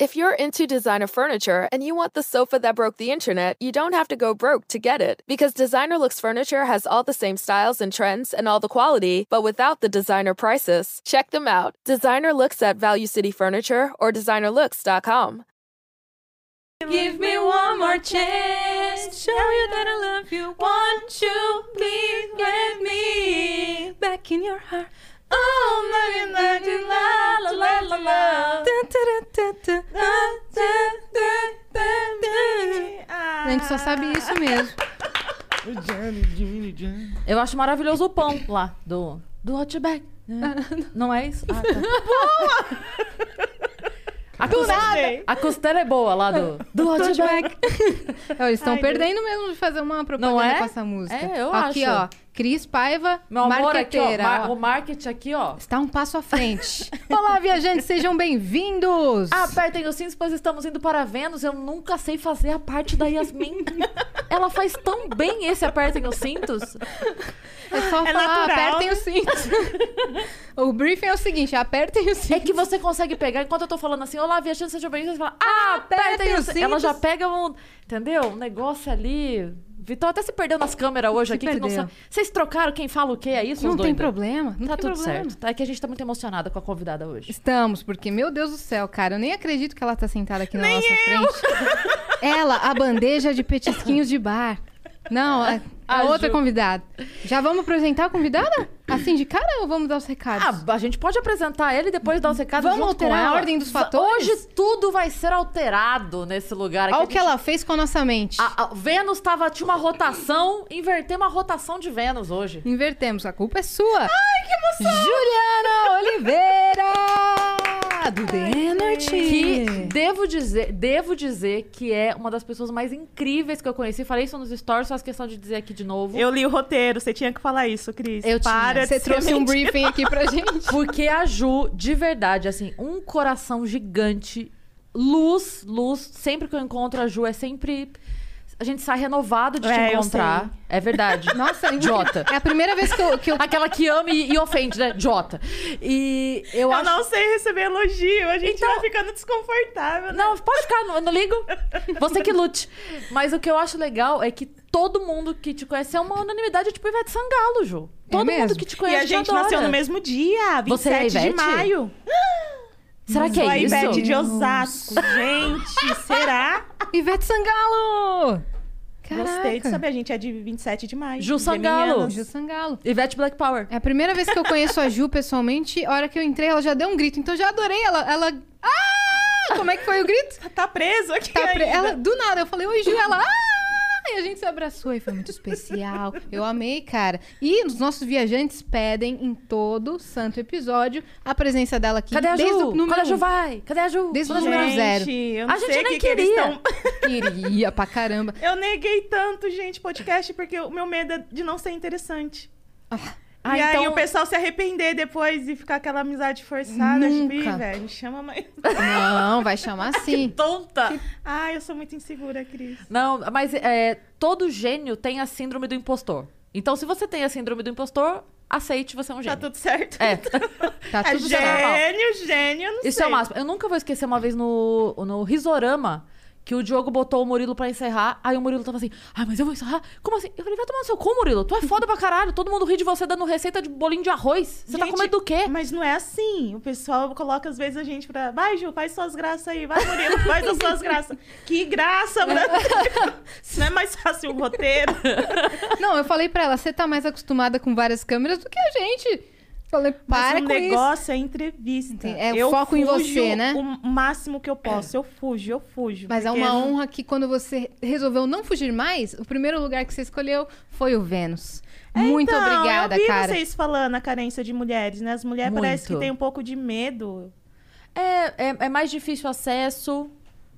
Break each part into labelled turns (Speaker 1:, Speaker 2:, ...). Speaker 1: If you're into designer furniture and you want the sofa that broke the internet, you don't have to go broke to get it. Because Designer Looks Furniture has all the same styles and trends and all the quality, but without the designer prices. Check them out. Designer Looks at Value City Furniture or designerlooks.com.
Speaker 2: Give me one more chance. Show you that I love you. Want you, please let me back in your heart. Oh, my la la la la la. Dun, dun, dun, dun, dun, dun, dun, dun, dun.
Speaker 3: A gente só sabe isso mesmo.
Speaker 4: Eu acho maravilhoso o pão lá do, do Outback. Não é isso? Ah, tá. A costela, a costela é boa lá do, do Outback.
Speaker 3: Ó, Eles estão perdendo mesmo de fazer uma propaganda
Speaker 4: Não é?
Speaker 3: com essa música.
Speaker 4: É, eu
Speaker 3: aqui,
Speaker 4: acho.
Speaker 3: ó. Cris Paiva,
Speaker 4: Meu amor, aqui, ó,
Speaker 3: marqueteira.
Speaker 4: mar-
Speaker 3: ó.
Speaker 4: o marketing aqui, ó.
Speaker 3: Está um passo à frente. Olá, viajantes, sejam bem-vindos.
Speaker 4: Apertem os cintos, pois estamos indo para Vênus. Eu nunca sei fazer a parte da Yasmin. Ela faz tão bem esse apertem os cintos.
Speaker 3: é só
Speaker 2: É
Speaker 3: falar,
Speaker 2: natural,
Speaker 3: apertem
Speaker 2: né?
Speaker 3: os cintos. o briefing é o seguinte, apertem os
Speaker 4: É
Speaker 3: cintos.
Speaker 4: que você consegue pegar, enquanto eu tô falando assim, olá, viajante, seja bem-vindo, você fala, ah, apertem os cintos. Ela já pega um, entendeu? Um negócio ali. Vitor até se perdeu nas câmeras hoje aqui. que não
Speaker 3: perdeu.
Speaker 4: sabe- Vocês trocaram quem fala o que, é isso?
Speaker 3: Não
Speaker 4: os
Speaker 3: tem
Speaker 4: doidos?
Speaker 3: problema, não
Speaker 4: Tá
Speaker 3: tem
Speaker 4: tudo
Speaker 3: problema.
Speaker 4: certo. Tá, é que a gente tá muito emocionada com a convidada hoje.
Speaker 3: Estamos, porque, meu Deus do céu, cara, eu nem acredito que ela tá sentada aqui na nossa frente. Ela, a bandeja de petisquinhos de bar. Não, a, a
Speaker 4: A
Speaker 3: outra
Speaker 4: Ju.
Speaker 3: convidada. Já vamos apresentar a convidada? Assim de cara ou vamos dar os recados?
Speaker 4: Ah, a gente pode apresentar ele e depois dar os recados
Speaker 3: Vamos
Speaker 4: junto
Speaker 3: alterar
Speaker 4: com
Speaker 3: a
Speaker 4: ela.
Speaker 3: ordem dos
Speaker 4: Va-
Speaker 3: fatores?
Speaker 4: Hoje tudo vai ser alterado nesse lugar. aqui.
Speaker 3: Olha
Speaker 4: A
Speaker 3: o que
Speaker 4: gente-
Speaker 3: ela fez com a nossa mente.
Speaker 2: Ah.
Speaker 4: a- a- Vênus tava, tinha uma rotação, inverteu uma rotação de Vênus hoje.
Speaker 3: Invertemos, a culpa é sua. Ai, que emoção! Juliana Oliveira! Do The Norte.
Speaker 4: Que devo dizer, devo dizer que é uma das pessoas mais incríveis que eu conheci. Falei isso nos stories, faço questão de dizer aqui de novo.
Speaker 2: Eu li o roteiro, você tinha que falar isso, Cris.
Speaker 4: Eu tinha.
Speaker 2: Para de
Speaker 3: Você
Speaker 2: ser
Speaker 3: trouxe um
Speaker 2: mentira.
Speaker 3: briefing aqui pra gente.
Speaker 4: Porque a Ju, de verdade, assim, um coração gigante, luz, luz. Sempre que eu encontro a Ju, é sempre. A gente sai renovado de
Speaker 2: É,
Speaker 4: te
Speaker 2: eu
Speaker 4: encontrar. É verdade.
Speaker 3: Nossa,
Speaker 4: Jota.
Speaker 3: É a primeira vez que eu, que eu
Speaker 4: Aquela que ama e, e ofende, né? Jota. E eu,
Speaker 2: Eu
Speaker 4: acho.
Speaker 2: não sei receber elogio, a gente
Speaker 4: Então-
Speaker 2: vai ficando desconfortável. Né?
Speaker 4: Não, pode ficar, não, eu não ligo. Você que lute. Mas o que eu acho legal é que todo mundo que te conhece é uma unanimidade, tipo Ivete Sangalo, Ju.
Speaker 3: É
Speaker 4: Todo mundo
Speaker 3: mesmo?
Speaker 4: que te
Speaker 2: E
Speaker 4: conhece
Speaker 2: a
Speaker 4: te
Speaker 2: gente
Speaker 4: adora.
Speaker 2: nasceu no mesmo dia, 27
Speaker 4: Você é a
Speaker 2: de
Speaker 4: Ivete?
Speaker 2: maio.
Speaker 4: Será que
Speaker 2: Sou
Speaker 4: é
Speaker 2: a
Speaker 4: isso?
Speaker 2: Ivete de Osasco. Gente, será?
Speaker 3: Ivete Sangalo! Caraca.
Speaker 2: Gostei de saber. A gente é de 27 de maio.
Speaker 4: Ju
Speaker 2: de
Speaker 4: Sangalo.
Speaker 2: Geminianas.
Speaker 3: Ju Sangalo.
Speaker 4: Ivete Black Power.
Speaker 3: É a primeira vez que eu conheço a Ju pessoalmente. A hora que eu entrei, ela já deu um grito. Então eu já adorei ela. Ela. Ah! Como é que foi o grito?
Speaker 2: Tá preso aqui
Speaker 3: Tá pre-
Speaker 2: ainda.
Speaker 3: Ela, do nada, eu falei, oi, Ju. Ela. Ah! E a gente se abraçou e foi muito especial. Eu amei, cara. E os nossos viajantes pedem em todo santo episódio a presença dela aqui.
Speaker 4: Cadê a
Speaker 3: É, desde
Speaker 4: Ju?
Speaker 3: o número
Speaker 4: Cadê a Ju
Speaker 3: um.
Speaker 4: vai? Cadê a Ju?
Speaker 3: Desde o
Speaker 4: Cadê a Ju?
Speaker 3: número
Speaker 2: Gente,
Speaker 3: zero.
Speaker 2: eu não
Speaker 4: A gente
Speaker 2: sei o
Speaker 4: nem
Speaker 2: que, que eles
Speaker 4: queria.
Speaker 2: estão...
Speaker 3: um. Queria pra caramba.
Speaker 2: Eu neguei tanto, gente, podcast, porque o meu medo é de não ser interessante.
Speaker 4: Ah,
Speaker 2: e aí
Speaker 4: então-
Speaker 2: o pessoal se arrepender depois e ficar aquela amizade forçada. Tipo,
Speaker 3: Nunca.
Speaker 2: "Ih, velho, me chama mais.
Speaker 3: Não, vai chamar sim.
Speaker 4: Tonta.
Speaker 2: Ah, eu sou muito insegura, Cris.
Speaker 4: Não, mas é, todo gênio tem a síndrome do impostor. Então, se você tem a síndrome do impostor, aceite, você é um
Speaker 2: Tá
Speaker 4: gênio.
Speaker 2: tudo certo?
Speaker 4: É.
Speaker 3: Tá
Speaker 2: É
Speaker 3: tudo certo.
Speaker 2: gênio, gênio, eu não
Speaker 4: Isso
Speaker 2: sei.
Speaker 4: é o máximo. Eu nunca vou esquecer uma vez no, no Risorama que o Diogo botou o Murilo pra encerrar. Aí o Murilo tava assim, ah, mas eu vou encerrar? Como assim? Eu falei, vai tomar no seu cu, Murilo. Tu é foda pra caralho. Todo mundo ri de você dando receita de bolinho de arroz. Você tá com
Speaker 2: Gente,
Speaker 4: medo do quê?
Speaker 2: Mas não é assim. O pessoal coloca às vezes a gente pra. Vai, Ju, faz suas graças aí. Vai, Murilo, faz as suas graças. Que graça, né? Não é mais fácil o roteiro.
Speaker 3: Não, eu falei pra ela, você tá mais acostumada com várias câmeras do que a gente. Falei, para
Speaker 2: Mas o
Speaker 3: com
Speaker 2: negócio é entrevista.
Speaker 3: Entendi. É o
Speaker 2: eu
Speaker 3: foco em
Speaker 2: fujo
Speaker 3: você, né?
Speaker 2: O máximo que eu posso. Eu fujo, eu fujo.
Speaker 3: isso. Mas é
Speaker 2: porque
Speaker 3: uma
Speaker 2: não-
Speaker 3: honra que quando você resolveu não fugir mais, o primeiro lugar que você escolheu foi o Vênus.
Speaker 2: É,
Speaker 3: Muito
Speaker 2: então,
Speaker 3: obrigada,
Speaker 2: eu vi
Speaker 3: cara.
Speaker 2: vocês falando a carência de mulheres, né? As mulheres
Speaker 4: Muito.
Speaker 2: parecem que têm um pouco de medo.
Speaker 4: É, é, é mais difícil o acesso.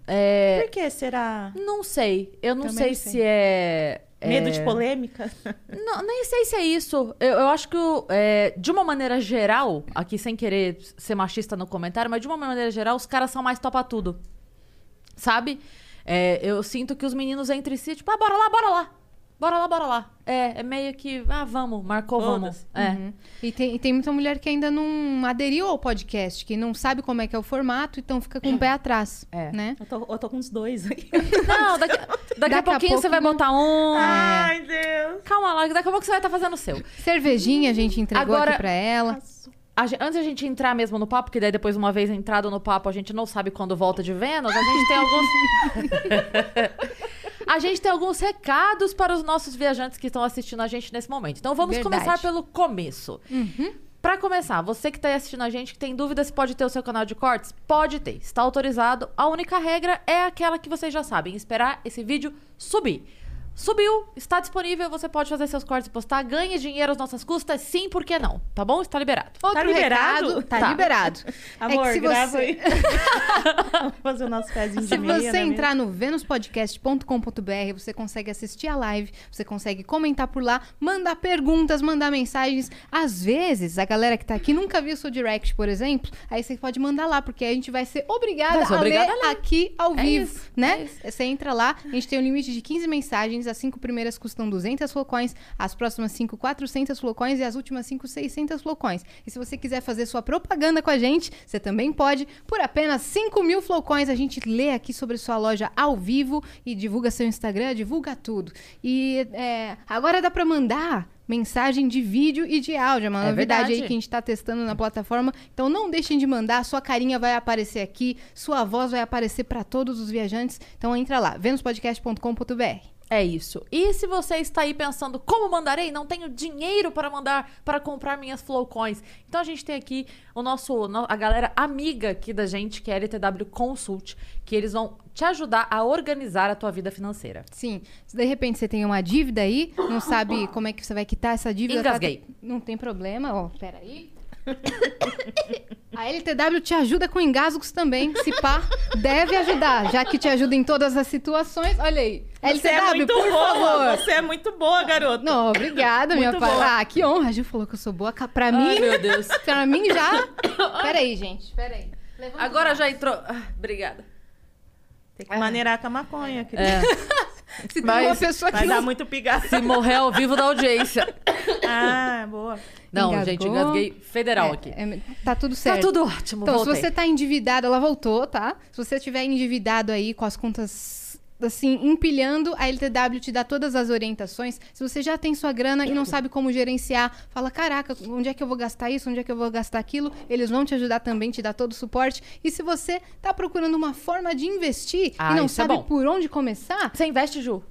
Speaker 4: É,
Speaker 2: Por que será?
Speaker 4: não sei. Eu não
Speaker 3: Também
Speaker 4: sei,
Speaker 3: não sei.
Speaker 4: se é... é-
Speaker 2: Medo de polêmica?
Speaker 4: Não, nem sei se é isso. Eu, eu acho que, o- é, de uma maneira geral, aqui sem querer ser machista no comentário, mas de uma maneira geral, os caras são mais topa tudo. Sabe? É, eu sinto que os meninos entre si, tipo, ah, bora lá, bora lá. Bora lá, bora lá. É, é meio que, ah, vamos, marcou, vamos.
Speaker 5: Foda-se.
Speaker 4: É.
Speaker 3: Uhum. E tem, e tem muita mulher que ainda não aderiu ao podcast, que não sabe como é que é o formato, então fica com o pé atrás,
Speaker 4: É.
Speaker 3: né?
Speaker 5: Eu tô, eu tô com uns dois aqui.
Speaker 3: É.
Speaker 4: Não, daqui, daqui a
Speaker 3: a
Speaker 4: pouquinho
Speaker 3: pouco
Speaker 4: você vai
Speaker 3: não-
Speaker 4: botar um.
Speaker 5: Ai, Deus.
Speaker 4: Calma lá, daqui a pouco você vai estar fazendo o seu.
Speaker 3: Cervejinha a gente entregou
Speaker 4: Agora-
Speaker 3: aqui pra ela.
Speaker 4: A gen- antes da gente entrar mesmo no papo, que daí depois, uma vez entrado no papo, a gente não sabe quando volta de Vênus, a gente tem alguns. a gente tem alguns recados para os nossos viajantes que estão assistindo a gente nesse momento. Então vamos
Speaker 3: Verdade.
Speaker 4: começar pelo começo. Pra começar, você que tá aí assistindo a gente, que tem dúvidas, pode ter o seu canal de cortes? Pode ter, está autorizado. A única regra é aquela que vocês já sabem, esperar esse vídeo subir. Subiu, está disponível, você pode fazer seus cortes e postar. Ganhe dinheiro às nossas custas, sim, por que não? Tá bom? Está liberado.
Speaker 3: Outro
Speaker 5: liberado?
Speaker 3: recado, tá,
Speaker 4: Tá.
Speaker 3: liberado.
Speaker 5: Amor,
Speaker 3: é que se
Speaker 5: grava
Speaker 3: você,
Speaker 5: aí. Vamos fazer o nosso pezinho de
Speaker 3: se
Speaker 5: meia,
Speaker 3: você
Speaker 5: né, amiga?
Speaker 3: entrar no venuspodcast.com.br, você consegue assistir a live, você consegue comentar por lá, mandar perguntas, mandar mensagens. Às vezes, a galera que tá aqui nunca viu o seu direct, por exemplo, aí você pode mandar lá, porque a gente vai ser obrigada,
Speaker 4: Vai ser obrigada
Speaker 3: a
Speaker 4: a
Speaker 3: ler aqui ao
Speaker 4: É
Speaker 3: vivo,
Speaker 4: isso, é
Speaker 3: né? você entra lá, a gente tem um limite de 15 mensagens, as cinco primeiras custam 200 flocões, as próximas cinco 400 flocões e as últimas cinco 600 flocões. E se você quiser fazer sua propaganda com a gente, você também pode. Por apenas 5 mil flocões, a gente lê aqui sobre sua loja ao vivo e divulga seu Instagram, divulga tudo. E é, agora dá pra mandar mensagem de vídeo e de áudio, é uma
Speaker 4: É
Speaker 3: novidade aí
Speaker 4: verdade.
Speaker 3: que a gente está testando na plataforma. Então não deixem de mandar, sua carinha vai aparecer aqui, sua voz vai aparecer para todos os viajantes. Então entra lá, venuspodcast.com.br.
Speaker 4: É isso. E se você está aí pensando como mandarei, não tenho dinheiro para mandar para comprar minhas flowcoins. Então a gente tem aqui o nosso no- a galera amiga aqui da gente que é a LTW Consult, que eles vão te ajudar a organizar a tua vida financeira.
Speaker 3: Sim, se de repente você tem uma dívida aí, não sabe como é que você vai quitar essa dívida. tá-
Speaker 4: Engasguei.
Speaker 3: Não tem problema, ó, peraí. A LTW te ajuda com engasgos também, se pá, deve ajudar, já que te ajuda em todas as situações. Olha aí,
Speaker 5: Você é
Speaker 3: LTW,
Speaker 5: muito
Speaker 3: por
Speaker 5: boa,
Speaker 3: favor.
Speaker 5: Você é muito boa, garoto.
Speaker 3: Não, obrigada, minha
Speaker 5: Muito
Speaker 3: pai. Ah, que honra. A Ju falou que eu sou boa. Ca- Pra mim,
Speaker 4: meu Deus.
Speaker 3: pra mim já. Peraí, gente, peraí. Levanta
Speaker 4: Agora já entrou. Ah, obrigada.
Speaker 5: Tem que maneirar com a maconha, querida.
Speaker 4: É,
Speaker 3: Se tem
Speaker 4: mas-
Speaker 3: uma pessoa que
Speaker 5: Vai dar
Speaker 3: não...
Speaker 5: muito pigado.
Speaker 4: se morrer ao vivo da audiência.
Speaker 5: Ah, boa.
Speaker 4: Não,
Speaker 3: Engasgou.
Speaker 4: gente, engasguei federal
Speaker 3: É,
Speaker 4: aqui.
Speaker 3: é, tá tudo certo.
Speaker 4: Tá tudo ótimo,
Speaker 3: Então,
Speaker 4: voltei.
Speaker 3: se você tá endividado, ela voltou, tá? Se você estiver endividado aí com as contas assim, empilhando, a LTW te dá todas as orientações. Se você já tem sua grana e não sabe como gerenciar, fala, caraca, onde é que eu vou gastar isso? Onde é que eu vou gastar aquilo? Eles vão te ajudar também, te dar todo o suporte. E se você tá procurando uma forma de investir
Speaker 4: Ah,
Speaker 3: e não
Speaker 4: isso é
Speaker 3: sabe
Speaker 4: bom.
Speaker 3: por onde começar,
Speaker 4: Você investe, Ju?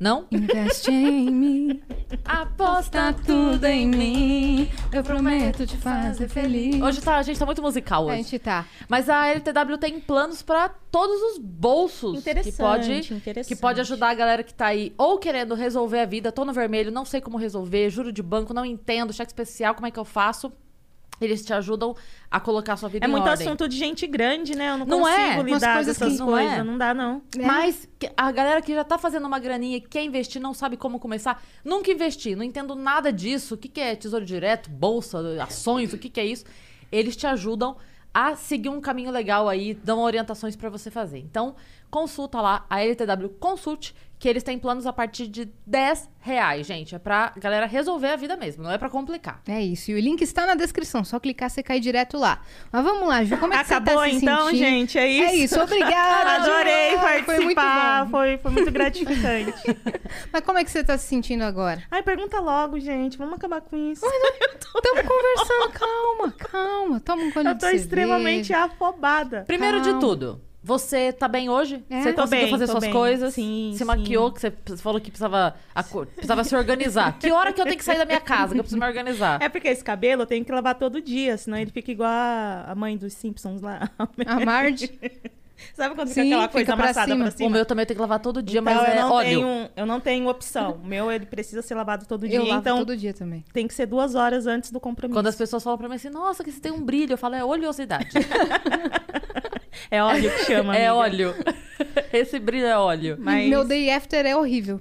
Speaker 4: Não?
Speaker 3: investe em mim,
Speaker 4: Aposta
Speaker 3: tudo em mim. Eu prometo te fazer feliz.
Speaker 4: Hoje tá, a gente tá muito musical
Speaker 3: A
Speaker 4: hoje.
Speaker 3: gente tá.
Speaker 4: Mas a LTW tem planos pra todos os bolsos.
Speaker 5: Interessante,
Speaker 4: que pode,
Speaker 5: interessante.
Speaker 4: Que pode ajudar a galera que tá aí ou querendo resolver a vida, tô no vermelho, não sei como resolver, juro de banco, não entendo, cheque especial, como é que eu faço? Eles te ajudam a colocar a sua vida
Speaker 5: É
Speaker 4: em
Speaker 5: muito
Speaker 4: ordem.
Speaker 5: assunto de gente grande, né? Eu não,
Speaker 4: Não
Speaker 5: consigo
Speaker 4: é? Umas
Speaker 5: lidar com
Speaker 3: coisas que
Speaker 5: essas
Speaker 4: não
Speaker 5: coisas.
Speaker 4: é.
Speaker 5: Não dá, não.
Speaker 3: né?
Speaker 4: Mas que- a galera que já tá fazendo uma graninha e quer investir, não sabe como começar, nunca investi, não entendo nada disso. O que, que é tesouro direto, bolsa, ações, o que, que é isso? Eles te ajudam a seguir um caminho legal aí, dão orientações pra você fazer. Então, consulta lá a LTW Consult, que eles têm planos a partir de 10 reais, gente. É pra galera resolver a vida mesmo, não é pra complicar.
Speaker 3: É isso. E o link está na descrição. Só clicar, você cai direto lá. Mas vamos lá, Ju. Como é que
Speaker 5: Acabou
Speaker 3: você tá se
Speaker 5: então,
Speaker 3: sentindo?
Speaker 5: gente. É isso.
Speaker 3: É isso. Obrigada. Ju.
Speaker 5: Adorei
Speaker 3: Ai, Foi muito
Speaker 5: participar.
Speaker 3: bom.
Speaker 5: Foi, foi muito gratificante.
Speaker 3: Mas como é que você tá se sentindo agora?
Speaker 5: Ai, pergunta logo, gente. Vamos acabar com isso.
Speaker 3: Estamos conversando. Calma, calma. Toma um gole
Speaker 5: Eu
Speaker 3: de
Speaker 5: tô
Speaker 3: cerveja.
Speaker 5: extremamente afobada.
Speaker 4: Primeiro
Speaker 3: Calma.
Speaker 4: de tudo, você tá bem hoje?
Speaker 3: É.
Speaker 4: Você
Speaker 3: Tô
Speaker 4: conseguiu
Speaker 5: bem,
Speaker 4: fazer
Speaker 5: tô
Speaker 4: suas
Speaker 5: bem.
Speaker 4: coisas?
Speaker 5: Sim,
Speaker 4: Você
Speaker 5: sim.
Speaker 4: maquiou, que você p- falou que precisava, acor- precisava se organizar. Que hora que eu tenho que sair da minha casa, que eu preciso me organizar?
Speaker 5: É porque esse cabelo eu tenho que lavar todo dia, senão ele fica igual a a mãe dos Simpsons lá.
Speaker 3: A Marge.
Speaker 5: Sabe quando
Speaker 3: Sim,
Speaker 5: fica aquela coisa
Speaker 3: fica pra
Speaker 5: amassada
Speaker 3: cima.
Speaker 5: pra
Speaker 4: O
Speaker 5: cima?
Speaker 4: meu também tem que lavar todo dia,
Speaker 5: Então,
Speaker 4: mas
Speaker 5: eu,
Speaker 4: é
Speaker 5: não
Speaker 4: óleo.
Speaker 5: tenho, eu não tenho opção. O meu, ele precisa ser lavado todo dia,
Speaker 3: Eu lavo
Speaker 5: então
Speaker 3: todo dia também.
Speaker 5: tem que ser duas horas antes do compromisso.
Speaker 4: Quando as pessoas falam pra mim assim, nossa, que você tem um brilho, eu falo, é oleosidade.
Speaker 5: É óleo que chama,
Speaker 4: é
Speaker 5: amiga.
Speaker 4: óleo. Esse brilho é óleo.
Speaker 5: Mas...
Speaker 3: Meu day after é horrível.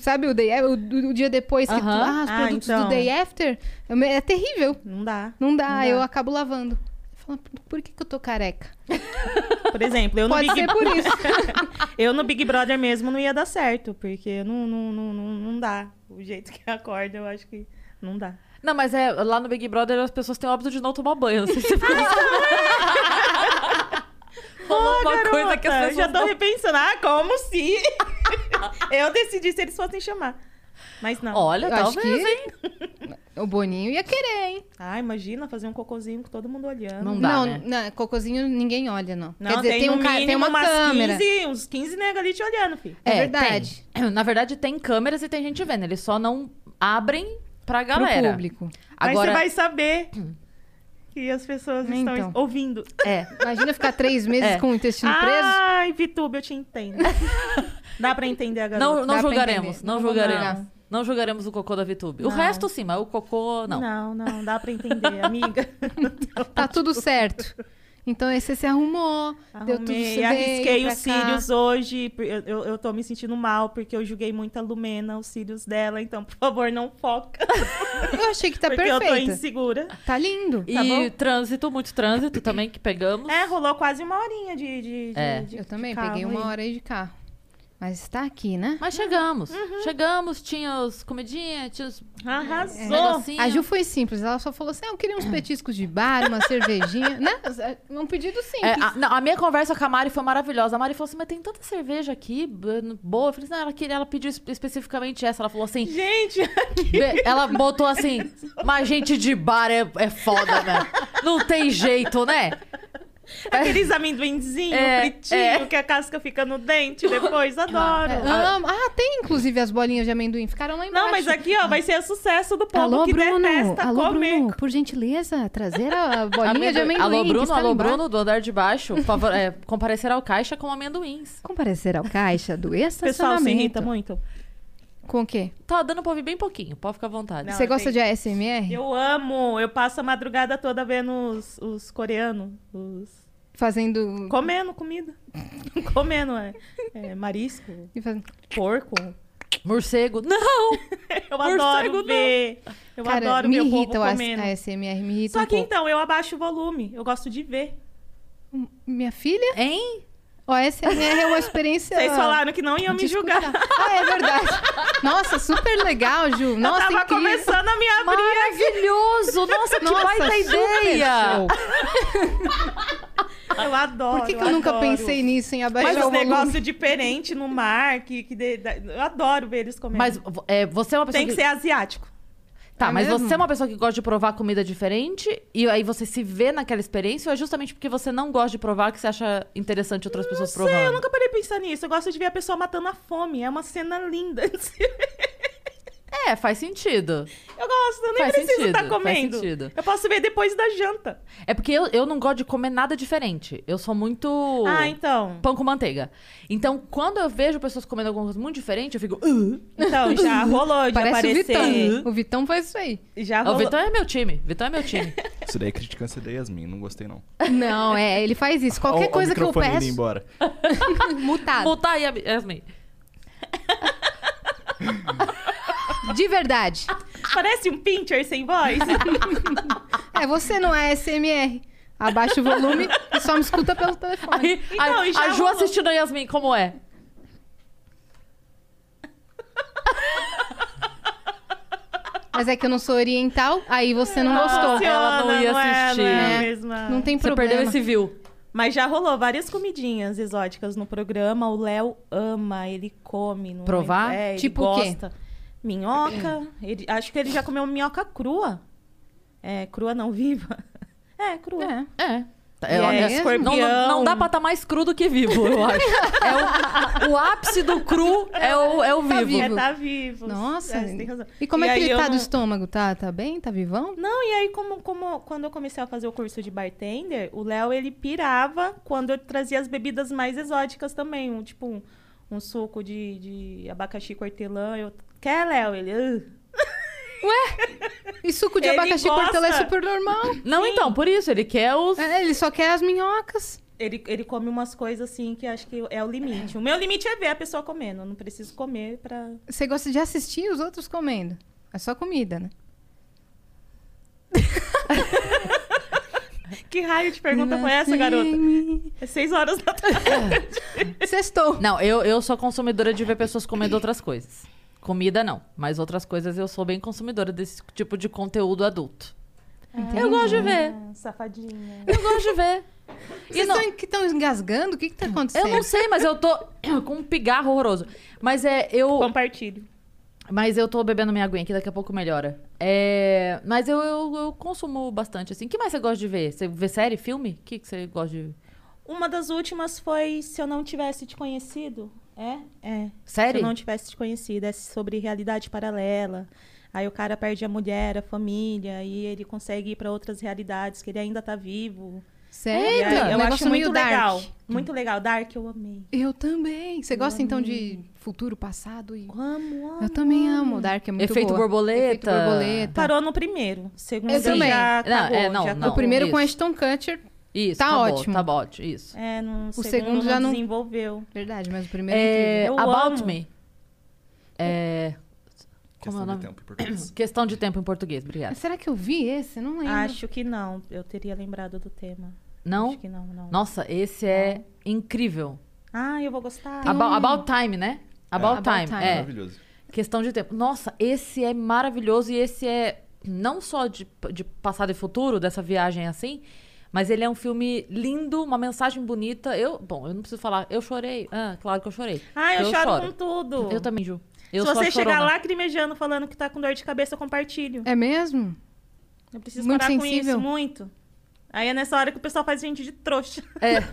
Speaker 3: Sabe o day é, o, o dia depois que tu,
Speaker 4: Aham.
Speaker 3: ah, os
Speaker 5: Ah,
Speaker 3: produtos
Speaker 5: então.
Speaker 3: do day after é terrível.
Speaker 5: Não dá.
Speaker 3: Não dá,
Speaker 5: Não dá.
Speaker 3: eu acabo lavando. Eu falo, por que, que eu tô careca?
Speaker 2: Por exemplo, eu no,
Speaker 3: Pode
Speaker 2: Big,
Speaker 3: ser por isso.
Speaker 2: eu no Big Brother mesmo não ia dar certo, porque não, não, não, não, não dá. O jeito que acorda, eu acho que não dá.
Speaker 4: Não, mas é, lá no Big Brother as pessoas têm o hábito de não tomar banho. Não sei se você Falou uma
Speaker 2: Garota,
Speaker 4: coisa que as
Speaker 2: eu
Speaker 4: pessoas
Speaker 2: já tô
Speaker 4: não-
Speaker 2: repensando. Ah, como se eu decidisse se eles fossem chamar. Mas não.
Speaker 4: Olha,
Speaker 3: Eu acho
Speaker 4: talvez,
Speaker 3: que-
Speaker 4: hein?
Speaker 3: O Boninho ia querer, hein?
Speaker 2: Ah, imagina fazer um cocôzinho com todo mundo olhando.
Speaker 4: Não dá,
Speaker 3: não,
Speaker 4: né?
Speaker 3: não, cocôzinho ninguém olha, não.
Speaker 2: Não,
Speaker 3: Quer dizer, tem,
Speaker 2: no
Speaker 3: um cara, tem
Speaker 2: mínimo
Speaker 3: uma
Speaker 2: umas
Speaker 3: câmera.
Speaker 2: 15, uns 15 negros ali te olhando, filho.
Speaker 3: É,
Speaker 4: É,
Speaker 3: verdade.
Speaker 4: tem. Na verdade, tem câmeras e tem gente vendo. Eles só não abrem pra galera.
Speaker 3: Pro público.
Speaker 4: Agora,
Speaker 2: Mas você vai saber que as pessoas estão
Speaker 3: Então.
Speaker 2: ouvindo.
Speaker 4: é.
Speaker 3: Imagina ficar três meses
Speaker 4: É.
Speaker 3: com o intestino
Speaker 2: Ah,
Speaker 3: preso.
Speaker 2: Ai, Vituba, eu te entendo. Dá pra entender a garota.
Speaker 4: Não,
Speaker 3: pra
Speaker 4: não julgaremos,
Speaker 3: entender.
Speaker 4: não,
Speaker 3: Não vamos
Speaker 4: julgaremos.
Speaker 3: julgar.
Speaker 4: Não julgaremos o cocô da VTube. O
Speaker 2: Não.
Speaker 4: resto sim, mas o cocô não.
Speaker 2: não, não, dá pra entender, amiga.
Speaker 3: Tá tudo certo. Então aí você se arrumou, deu tudo
Speaker 2: Arrumei,
Speaker 3: certo.
Speaker 2: arrisquei os cílios hoje. por- Eu, eu, eu tô me sentindo mal porque eu julguei muito a Lumena, os cílios dela. Então, por favor, não foca.
Speaker 3: Eu achei que tá
Speaker 2: porque eu tô
Speaker 3: perfeita.
Speaker 2: insegura.
Speaker 3: Tá lindo.
Speaker 4: E
Speaker 2: bom.
Speaker 4: trânsito, muito trânsito também que pegamos.
Speaker 2: É, rolou quase uma horinha de. de, de-
Speaker 4: É.
Speaker 2: de-
Speaker 3: Eu
Speaker 2: de
Speaker 3: também
Speaker 2: carro
Speaker 3: peguei uma
Speaker 2: aí.
Speaker 3: hora aí de carro. Mas está aqui, né?
Speaker 4: Mas chegamos. Chegamos, tinha os comidinha, tinha os
Speaker 2: Arrasou!
Speaker 4: negocinhos.
Speaker 3: A Ju foi simples, ela só falou assim: ah, eu queria uns petiscos de bar, uma cervejinha, né? Um pedido
Speaker 4: É,
Speaker 3: simples.
Speaker 4: a, não, a minha conversa com a Mari foi maravilhosa. A Mari falou assim: mas tem tanta cerveja aqui, b- boa. Eu falei assim, não, ela, queria, ela pediu espe- especificamente essa. Ela falou assim:
Speaker 2: Gente,
Speaker 4: Be- Ela botou assim, mas gente de bar é, é foda, né? Não tem jeito, né?
Speaker 2: aqueles amendoinzinhos,
Speaker 4: É,
Speaker 2: fritinho,
Speaker 4: é.
Speaker 2: que a casca fica no dente depois, adoro.
Speaker 3: É, amo. Ah, tem inclusive as bolinhas de amendoim, ficaram lá embaixo.
Speaker 2: Não, mas aqui, ó, vai ser sucesso do povo
Speaker 3: Alô,
Speaker 2: que
Speaker 3: Bruno.
Speaker 2: detesta
Speaker 3: Alô,
Speaker 2: comer.
Speaker 3: Bruno, por gentileza, trazer a bolinha de
Speaker 4: Amendoim.
Speaker 3: amendoim.
Speaker 4: Alô,
Speaker 3: que
Speaker 4: Bruno,
Speaker 3: está
Speaker 4: alô,
Speaker 3: lá embaixo.
Speaker 4: Bruno, do andar de baixo. por favor, é, comparecer ao caixa com amendoins.
Speaker 3: Comparecer ao caixa do
Speaker 2: O pessoal
Speaker 3: estacionamento.
Speaker 2: se irrita muito.
Speaker 3: Com o quê?
Speaker 4: Tá dando pra ouvir bem pouquinho, pode ficar à vontade.
Speaker 2: Não,
Speaker 3: Você gosta
Speaker 2: tem-
Speaker 3: de ASMR?
Speaker 2: Eu amo, eu passo a madrugada toda vendo os, os coreanos, os...
Speaker 3: Fazendo...
Speaker 2: comendo comida. comendo, é, é, marisco,
Speaker 3: e fazendo-
Speaker 2: porco.
Speaker 4: Murcego, não!
Speaker 2: Eu
Speaker 4: Morcego, não.
Speaker 2: adoro ver. Eu
Speaker 3: Cara,
Speaker 2: adoro
Speaker 3: me
Speaker 2: ver o povo
Speaker 3: irrita o AS-
Speaker 2: comendo.
Speaker 3: ASMR, me irrita
Speaker 2: Só
Speaker 3: um
Speaker 2: que
Speaker 3: pouco.
Speaker 2: então, eu abaixo o volume. Eu gosto de ver. então-
Speaker 3: Minha filha?
Speaker 4: Hein?
Speaker 3: O ASMR é uma experiência...
Speaker 2: Vocês falaram que não iam
Speaker 3: de
Speaker 2: me julgar.
Speaker 3: escutar. Ah, é verdade. Nossa, super legal, Ju. Nossa,
Speaker 2: eu tava
Speaker 3: incrível.
Speaker 2: começando a me abrir.
Speaker 4: Maravilhoso! Nossa, que
Speaker 3: Nossa,
Speaker 4: baita
Speaker 3: super
Speaker 4: ideia!
Speaker 3: show.
Speaker 2: Eu adoro.
Speaker 3: Por que, que eu nunca pensei nisso, em abaixar
Speaker 2: Mas
Speaker 3: o
Speaker 2: os
Speaker 3: volume?
Speaker 2: negócios diferentes no mar, que, que dê- dá- eu adoro ver eles comendo.
Speaker 4: Mas é, você é uma pessoa
Speaker 2: tem que ser asiático.
Speaker 4: Tá,
Speaker 3: É
Speaker 4: mas
Speaker 3: mesmo?
Speaker 4: você é uma pessoa que gosta de provar comida diferente e aí você se vê naquela experiência ou é justamente porque você não gosta de provar que você acha interessante outras pessoas
Speaker 2: Não sei,
Speaker 4: provando?
Speaker 2: eu nunca parei de pensar nisso. Eu gosto de ver a pessoa matando a fome. É uma cena linda.
Speaker 4: É, faz sentido.
Speaker 2: Eu gosto, eu nem
Speaker 4: Faz
Speaker 2: preciso
Speaker 4: sentido,
Speaker 2: estar
Speaker 4: faz
Speaker 2: comendo.
Speaker 4: sentido.
Speaker 2: Eu posso ver depois da janta.
Speaker 4: É porque eu, eu não gosto de comer nada diferente. Eu sou muito
Speaker 2: Ah, então.
Speaker 4: pão com manteiga. Então, quando eu vejo pessoas comendo alguma coisa muito diferente, eu fico. "Ugh".
Speaker 2: Então, já rolou de
Speaker 3: Parece o
Speaker 2: aparecer.
Speaker 3: Vitão. O Vitão faz isso aí.
Speaker 2: Já
Speaker 4: Ah, O
Speaker 2: rolou.
Speaker 4: Vitão é meu time. Vitão é meu time.
Speaker 6: Isso daí é criticância da Yasmin, não gostei não.
Speaker 3: Não, é, ele faz isso. Qualquer
Speaker 6: Ó, ó
Speaker 3: coisa
Speaker 6: o
Speaker 3: que eu
Speaker 6: microfone indo
Speaker 3: peço,
Speaker 6: embora.
Speaker 3: mutado.
Speaker 4: Voltar aí, Yasmin.
Speaker 3: De verdade.
Speaker 2: Parece um pincher sem voz.
Speaker 3: É, você não é SMR. Abaixa o volume e só me escuta pelo telefone.
Speaker 4: Aí,
Speaker 2: Então,
Speaker 4: aí,
Speaker 2: e já
Speaker 4: a Ju
Speaker 2: rolou.
Speaker 4: assistindo a Yasmin, como é?
Speaker 3: Mas é que eu não sou oriental, aí você
Speaker 2: Ah.
Speaker 3: não gostou.
Speaker 4: Ela não ia
Speaker 2: Funciona, é-
Speaker 4: assistir.
Speaker 2: não é
Speaker 3: É.
Speaker 2: a mesma-
Speaker 3: Não tem
Speaker 4: Você
Speaker 3: problema.
Speaker 4: perdeu esse view.
Speaker 2: Mas já rolou várias comidinhas exóticas no programa. O Léo ama, ele come. Não
Speaker 4: Provar?
Speaker 2: É, ele
Speaker 3: Tipo o quê?
Speaker 2: gosta. Minhoca. Ele- acho que ele já comeu minhoca crua. É, crua não, viva. É, crua.
Speaker 3: É.
Speaker 4: É.
Speaker 2: E
Speaker 4: Ela-
Speaker 2: é
Speaker 4: é- Não,
Speaker 2: escorpião.
Speaker 4: não- não dá pra estar mais cru do que vivo, eu acho. É o, o ápice do cru é o, é o
Speaker 3: Tá
Speaker 4: vivo.
Speaker 2: É, tá vivo.
Speaker 3: Nossa.
Speaker 2: É, você tem razão.
Speaker 3: E como é
Speaker 2: aí
Speaker 3: que ele
Speaker 2: eu
Speaker 3: tá
Speaker 2: não-
Speaker 3: do estômago? Tá, tá bem? Tá vivão?
Speaker 2: Não, e aí como, como quando eu comecei a fazer o curso de bartender, o Léo ele pirava quando eu trazia as bebidas mais exóticas também, um, tipo um, um suco de, de abacaxi com hortelã. Eu, quer, Léo? Ele, "Ugh."
Speaker 3: E suco de
Speaker 2: Ele
Speaker 3: abacaxi com hortelã é
Speaker 2: gosta.
Speaker 3: super normal.
Speaker 4: Não, então, por isso, ele quer os.
Speaker 3: É, ele só quer as minhocas.
Speaker 2: ele, ele come umas coisas assim que acho que é o limite. O meu limite é ver a pessoa comendo, eu não preciso comer pra...
Speaker 3: Você gosta de assistir os outros comendo. É só comida, né?
Speaker 2: Que raio de pergunta foi essa, garota? É seis horas da tarde.
Speaker 3: Sextou.
Speaker 4: Não, eu, eu sou consumidora de ver pessoas comendo outras coisas. Comida não, mas outras coisas eu sou bem consumidora desse tipo de conteúdo adulto. Eu gosto de ver.
Speaker 2: Ah, Safadinha.
Speaker 4: Eu gosto de ver. E
Speaker 3: Vocês
Speaker 4: não-
Speaker 3: estão engasgando? O que que tá acontecendo?
Speaker 4: eu não sei, mas eu tô com um pigarro horroroso. Mas é, eu.
Speaker 2: Compartilho.
Speaker 4: Mas eu tô bebendo minha aguinha aqui, daqui a pouco melhora. É, mas eu, eu, eu consumo bastante, assim. O que mais você gosta de ver? Você vê série, filme? O que, que você gosta de
Speaker 2: Uma das últimas foi Se Eu Não Tivesse Te Conhecido. É? É. Se
Speaker 4: Série?
Speaker 2: eu não tivesse te conhecido, é sobre realidade paralela. Aí o cara perde a mulher, a família, e ele consegue ir pra outras realidades, que ele ainda tá vivo. E
Speaker 3: Sério?
Speaker 2: aí,
Speaker 3: Um
Speaker 2: eu
Speaker 3: negócio
Speaker 2: acho
Speaker 3: meio
Speaker 2: muito legal.
Speaker 3: dark.
Speaker 2: Muito legal. Dark eu amei.
Speaker 3: Eu também. Você gosta então de futuro, passado e.
Speaker 2: Eu Amo, amo.
Speaker 3: Eu também amo. Dark é muito
Speaker 4: Efeito
Speaker 3: boa.
Speaker 4: borboleta.
Speaker 3: Efeito borboleta.
Speaker 2: Parou no primeiro. Segundo
Speaker 3: Eu também.
Speaker 2: já
Speaker 4: Não,
Speaker 2: acabou,
Speaker 4: é, não,
Speaker 2: já
Speaker 4: não.
Speaker 3: o primeiro com
Speaker 4: isso.
Speaker 3: Ashton Kutcher.
Speaker 4: Isso,
Speaker 3: Tá
Speaker 4: tá, ótimo.
Speaker 3: ótimo.
Speaker 4: Tá bom, ótimo, isso.
Speaker 2: É, no
Speaker 3: segundo
Speaker 2: segundo,
Speaker 3: já não-
Speaker 2: desenvolveu.
Speaker 3: Verdade, mas o primeiro
Speaker 4: É,
Speaker 2: incrível. Eu
Speaker 4: About
Speaker 2: amo.
Speaker 4: Me. É, Como é o
Speaker 6: Questão
Speaker 4: nome?
Speaker 6: de tempo em português.
Speaker 4: questão de tempo em português, obrigada.
Speaker 3: Mas Será que eu vi esse? Eu Não lembro.
Speaker 2: Acho que não. Eu teria lembrado do tema.
Speaker 4: Não?
Speaker 2: Acho que não, não.
Speaker 4: Nossa, esse é incrível.
Speaker 2: Ah, eu vou gostar.
Speaker 4: Abo- About, Time, né? About,
Speaker 3: About
Speaker 4: time,
Speaker 3: Time.
Speaker 4: é.
Speaker 6: Maravilhoso.
Speaker 4: Questão de tempo. Nossa, esse é maravilhoso e esse é não só de, de passado e futuro, dessa viagem assim, mas ele é um filme lindo, uma mensagem bonita. Eu, bom, eu não preciso falar, eu chorei. Ah, claro que eu chorei.
Speaker 2: Ah, eu, choro, com tudo.
Speaker 4: Eu também, Ju. Eu
Speaker 2: Se
Speaker 4: sou a
Speaker 2: você chegar
Speaker 4: chorona.
Speaker 2: lacrimejando falando que tá com dor de cabeça, eu compartilho.
Speaker 3: É mesmo?
Speaker 2: Eu preciso
Speaker 3: Muito
Speaker 2: parar com
Speaker 3: sensível.
Speaker 2: isso, muito. Aí é nessa hora que o pessoal faz gente de trouxa.
Speaker 4: É.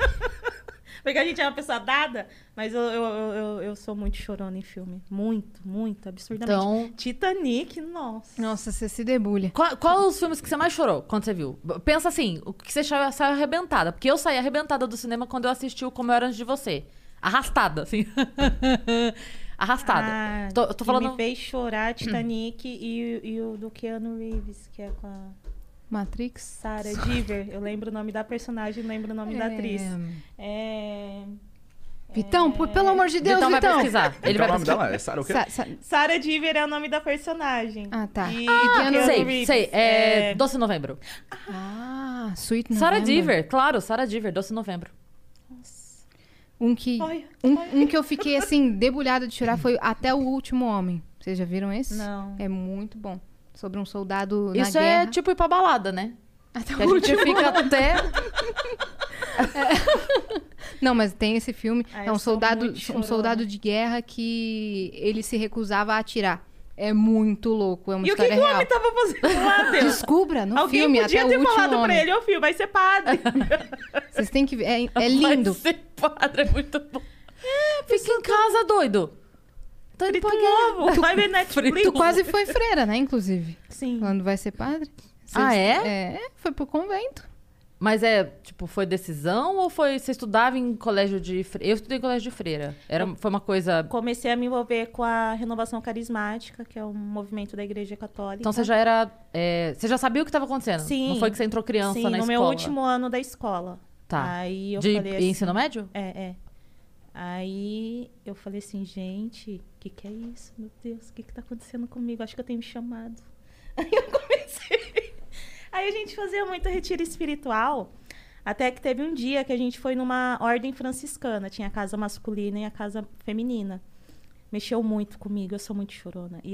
Speaker 2: Porque a gente é uma pessoa dada, mas eu, eu, eu, eu- eu sou muito chorona em filme. Muito, muito, absurdamente.
Speaker 4: Então,
Speaker 2: Titanic, nossa.
Speaker 3: Nossa, você se debulha.
Speaker 4: qual, qual os filmes que você mais chorou quando você viu? B- Pensa assim, o que você saiu, saiu arrebentada. Porque eu saí arrebentada do cinema quando eu assisti o Como Eu Era Antes de Você. Arrastada, assim. Arrastada.
Speaker 2: Ah,
Speaker 4: Tô- tô
Speaker 2: que
Speaker 4: falando-
Speaker 2: me fez chorar Titanic e, e o do Keanu Reeves, que é com a
Speaker 3: Matrix.
Speaker 2: Sarah Diver. Eu lembro o nome da personagem, lembro o
Speaker 3: É.
Speaker 2: nome da atriz. É...
Speaker 3: Vitão, pô, pelo amor de Deus,
Speaker 4: Vitão
Speaker 3: Vitão.
Speaker 4: Então vai pesquisar. Ele
Speaker 6: Qual
Speaker 4: vai
Speaker 6: é o nome
Speaker 4: pesquisar.
Speaker 6: dela? É Sarah o quê?
Speaker 3: Sa- sa-
Speaker 2: Sarah Diver é o nome da personagem.
Speaker 3: Ah, tá.
Speaker 2: E
Speaker 3: Ah,
Speaker 2: do Keanu
Speaker 4: Sei,
Speaker 2: Reeves.
Speaker 4: sei. É,
Speaker 2: É,
Speaker 4: Doce Novembro.
Speaker 3: Ah, Sweet
Speaker 4: Sarah
Speaker 3: November.
Speaker 4: Diver, claro, Sarah Diver, Doce Novembro.
Speaker 3: Um que,
Speaker 2: Olha,
Speaker 3: um, um que eu fiquei assim, debulhada de chorar foi Até o Último Homem. Vocês já viram esse?
Speaker 2: Não.
Speaker 3: É muito bom. Sobre um soldado na
Speaker 4: Isso
Speaker 3: guerra.
Speaker 4: é tipo ir pra balada, né?
Speaker 3: Até
Speaker 4: Que
Speaker 3: o
Speaker 4: a gente
Speaker 3: último.
Speaker 4: fica até.
Speaker 3: Não, mas tem esse filme.
Speaker 2: Ah,
Speaker 3: é
Speaker 2: eu
Speaker 3: um
Speaker 2: sou
Speaker 3: soldado,
Speaker 2: muito
Speaker 3: um
Speaker 2: chorona.
Speaker 3: soldado de guerra que ele se recusava a atirar. É muito louco, é uma
Speaker 2: E o que,
Speaker 3: história
Speaker 2: que o
Speaker 3: real.
Speaker 2: homem tava fazendo lá, Deus?
Speaker 3: Descubra no
Speaker 2: né? Alguém
Speaker 3: filme
Speaker 2: podia
Speaker 3: até o
Speaker 2: ter
Speaker 3: último
Speaker 2: falado pra
Speaker 3: homem.
Speaker 2: ele, ô filho, vai ser padre.
Speaker 3: Vocês têm que ver. É, é lindo.
Speaker 4: Vai ser padre, é muito bom. É, Fica em casa, doido. Tô indo
Speaker 2: Frita
Speaker 4: pra
Speaker 2: um
Speaker 4: guerra.
Speaker 2: ovo. Vai ver Netflix.
Speaker 3: Tu quase foi freira, né? Inclusive.
Speaker 2: Sim.
Speaker 3: Quando vai ser padre. Vocês-
Speaker 4: Ah, é?
Speaker 3: É, foi pro convento.
Speaker 4: Mas é, tipo, foi decisão ou foi. Você estudava em colégio de freira? Eu estudei em colégio de freira. Era, foi uma coisa.
Speaker 2: Comecei a me envolver com a renovação carismática, que é um movimento da igreja católica.
Speaker 4: Então você já era. é, você já sabia o que estava acontecendo?
Speaker 2: Sim.
Speaker 4: Não foi que você entrou criança
Speaker 2: Sim,
Speaker 4: na
Speaker 2: no
Speaker 4: escola.
Speaker 2: meu último ano da escola.
Speaker 4: Tá.
Speaker 2: Aí eu
Speaker 4: de
Speaker 2: falei assim...
Speaker 4: ensino médio?
Speaker 2: É, é. Aí eu falei assim, gente, o que, que é isso? Meu Deus, o que, que tá acontecendo comigo? Acho que eu tenho me chamado. Aí eu comecei. Aí a gente fazia muito retiro espiritual. Até que teve um dia que a gente foi numa ordem franciscana. Tinha a casa masculina e a casa feminina. Mexeu muito comigo, eu sou muito chorona. E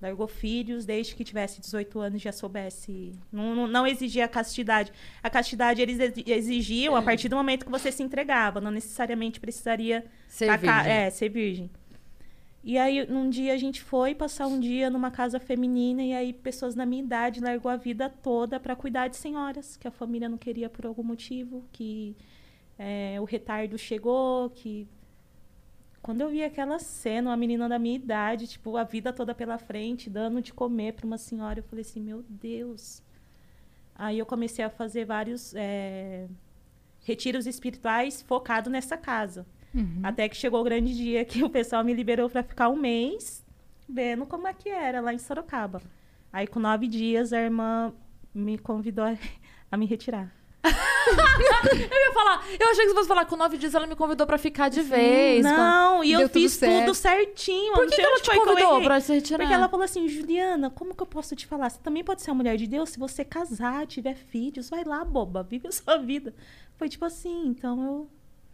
Speaker 2: largou filhos, desde que tivesse 18 anos já soubesse. Não, não, não exigia castidade. A castidade eles exi- exigiam a partir do momento que você se entregava, não necessariamente precisaria
Speaker 4: Ser
Speaker 2: tá ca-
Speaker 4: virgem.
Speaker 2: é, ser virgem. E aí num dia a gente foi passar um dia numa casa feminina e aí pessoas na minha idade largou a vida toda para cuidar de senhoras, que a família não queria por algum motivo, que é, o retardo chegou, que quando eu vi aquela cena, uma menina da minha idade, tipo, a vida toda pela frente, dando de comer para uma senhora, eu falei assim, meu Deus. Aí eu comecei a fazer vários eh, retiros espirituais focado
Speaker 4: Uhum.
Speaker 2: nessa casa. Até que chegou o grande dia que o pessoal me liberou para ficar um mês vendo como é que era lá em Sorocaba. Aí, com nove dias, a irmã me convidou a, a me retirar.
Speaker 4: Eu ia falar, eu achei que você fosse falar, com nove dias ela me convidou pra ficar de vez.
Speaker 2: não, e
Speaker 3: deu
Speaker 2: eu
Speaker 3: tudo
Speaker 2: fiz
Speaker 3: certo.
Speaker 2: tudo certinho. eu
Speaker 4: Por
Speaker 2: não
Speaker 4: que,
Speaker 2: sei
Speaker 4: que ela
Speaker 2: onde
Speaker 4: te
Speaker 2: foi eu
Speaker 4: convidou
Speaker 2: errei.
Speaker 4: pra se retirar?
Speaker 2: Porque ela falou assim, Juliana, como que eu posso te falar? Você também pode ser uma mulher de Deus se você casar, tiver filhos. Vai lá, boba, vive a sua vida. Foi tipo assim, então eu...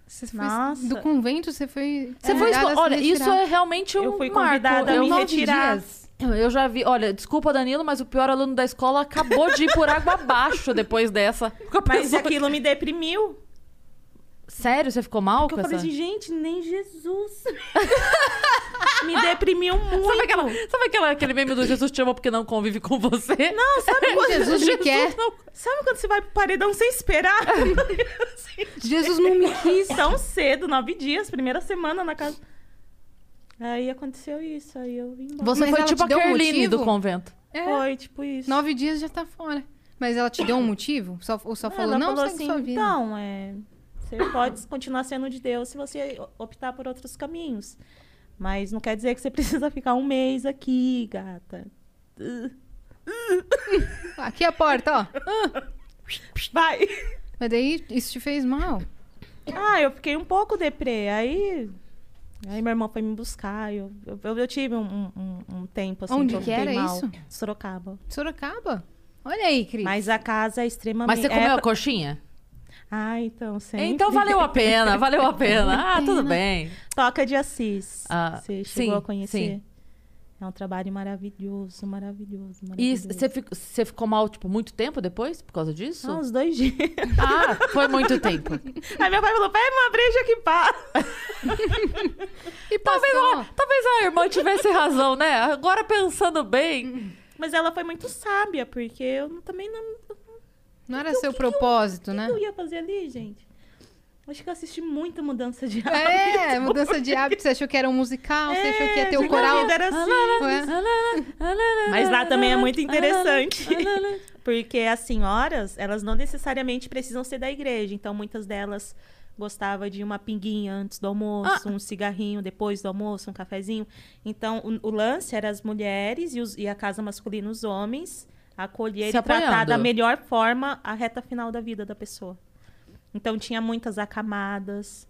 Speaker 3: Você
Speaker 2: Nossa.
Speaker 3: foi do convento, você foi.
Speaker 4: Você foi
Speaker 3: convidada a
Speaker 4: expor-
Speaker 3: se
Speaker 4: Olha, isso
Speaker 3: retirar.
Speaker 4: é realmente um
Speaker 2: Eu fui
Speaker 4: marco.
Speaker 2: convidada a
Speaker 4: Eu
Speaker 2: me
Speaker 4: não-
Speaker 2: retirar.
Speaker 4: Eu já vi, olha, desculpa Danilo, mas o pior aluno da escola acabou de ir por água abaixo depois dessa. Com a
Speaker 2: Mas
Speaker 4: pessoa-
Speaker 2: aquilo me deprimiu.
Speaker 4: Sério, você ficou mal
Speaker 2: Porque
Speaker 4: com
Speaker 2: eu falei
Speaker 4: essa?
Speaker 2: assim, gente, nem Jesus. me deprimiu
Speaker 4: Sabe,
Speaker 2: muito.
Speaker 4: aquela, sabe aquela- aquele meme do Jesus te ama porque não convive com você?
Speaker 2: Não, sabe quando,
Speaker 3: Jesus me quer.
Speaker 4: não-
Speaker 2: sabe quando você vai pro paredão sem esperar? Assim,
Speaker 3: Jesus não me quis.
Speaker 2: Tão cedo, nove dias, primeira semana na casa. Aí aconteceu isso, aí eu vim embora.
Speaker 4: Você
Speaker 3: Você Mas
Speaker 4: foi
Speaker 3: ela
Speaker 4: tipo
Speaker 3: te
Speaker 4: a
Speaker 3: deu um
Speaker 4: Kerline
Speaker 3: motivo?
Speaker 4: do convento.
Speaker 3: É,
Speaker 2: Foi, tipo isso.
Speaker 3: Nove dias já tá fora. Mas ela te deu um motivo? Só, ou só falou,
Speaker 2: Ela
Speaker 3: não,
Speaker 2: falou
Speaker 3: segue
Speaker 2: assim,
Speaker 3: sua vida.
Speaker 2: então, é, você pode continuar sendo de Deus se você optar por outros caminhos. Mas não quer dizer que você precisa ficar um mês aqui, gata.
Speaker 3: Aqui é a porta, ó.
Speaker 2: Vai!
Speaker 3: Mas daí isso te fez mal.
Speaker 2: Ah, eu fiquei um pouco deprê. Aí, aí minha irmã foi me buscar. Eu, eu, eu tive um, um- um tempo assim.
Speaker 3: Onde
Speaker 2: eu
Speaker 3: que
Speaker 2: fiquei
Speaker 3: era
Speaker 2: mal.
Speaker 3: isso?
Speaker 2: Sorocaba.
Speaker 3: Sorocaba? Olha aí, Cris.
Speaker 2: Mas a casa é extremamente.
Speaker 4: Mas você comeu
Speaker 2: é...
Speaker 4: a coxinha?
Speaker 2: Ah, então, sempre.
Speaker 4: Então valeu a pena, valeu a pena. Ah, tudo bem.
Speaker 2: Toca de Assis.
Speaker 4: Ah,
Speaker 2: você
Speaker 4: sim,
Speaker 2: chegou a conhecer?
Speaker 4: sim.
Speaker 2: É um trabalho maravilhoso, maravilhoso,
Speaker 4: E
Speaker 2: maravilhoso.
Speaker 4: você fico- você ficou mal, tipo, muito tempo depois por causa disso?
Speaker 2: Ah, uns dois dias.
Speaker 4: Ah, foi muito tempo.
Speaker 2: Aí meu pai falou, pega uma breja que pá.
Speaker 3: e
Speaker 2: tá
Speaker 4: Talvez, ela-
Speaker 3: passou.
Speaker 4: talvez a irmã tivesse razão, né? Agora pensando bem.
Speaker 2: Mas ela foi muito sábia, porque eu não- também não...
Speaker 3: Não era
Speaker 2: Então, O que
Speaker 3: seu
Speaker 2: que eu-
Speaker 3: propósito,
Speaker 2: O que
Speaker 3: né?
Speaker 2: que eu ia fazer ali, gente? Acho que eu assisti muita mudança de hábito.
Speaker 3: É, mudança de hábito. Você achou que era um musical, você achou que ia ter o
Speaker 2: É, minha
Speaker 3: coral.
Speaker 2: vida era assim.
Speaker 3: Ué?
Speaker 2: Mas lá também é muito interessante. Porque as senhoras, elas não necessariamente precisam ser da igreja. Então, muitas delas gostavam de uma pinguinha antes do
Speaker 4: Ah.
Speaker 2: almoço, um cigarrinho depois do almoço, um cafezinho. Então, o, o lance era as mulheres e, os- e a casa masculina, os homens, acolher
Speaker 4: Se
Speaker 2: e tratar
Speaker 4: apoiando.
Speaker 2: da melhor forma a reta final da vida da pessoa. Então, tinha muitas acamadas.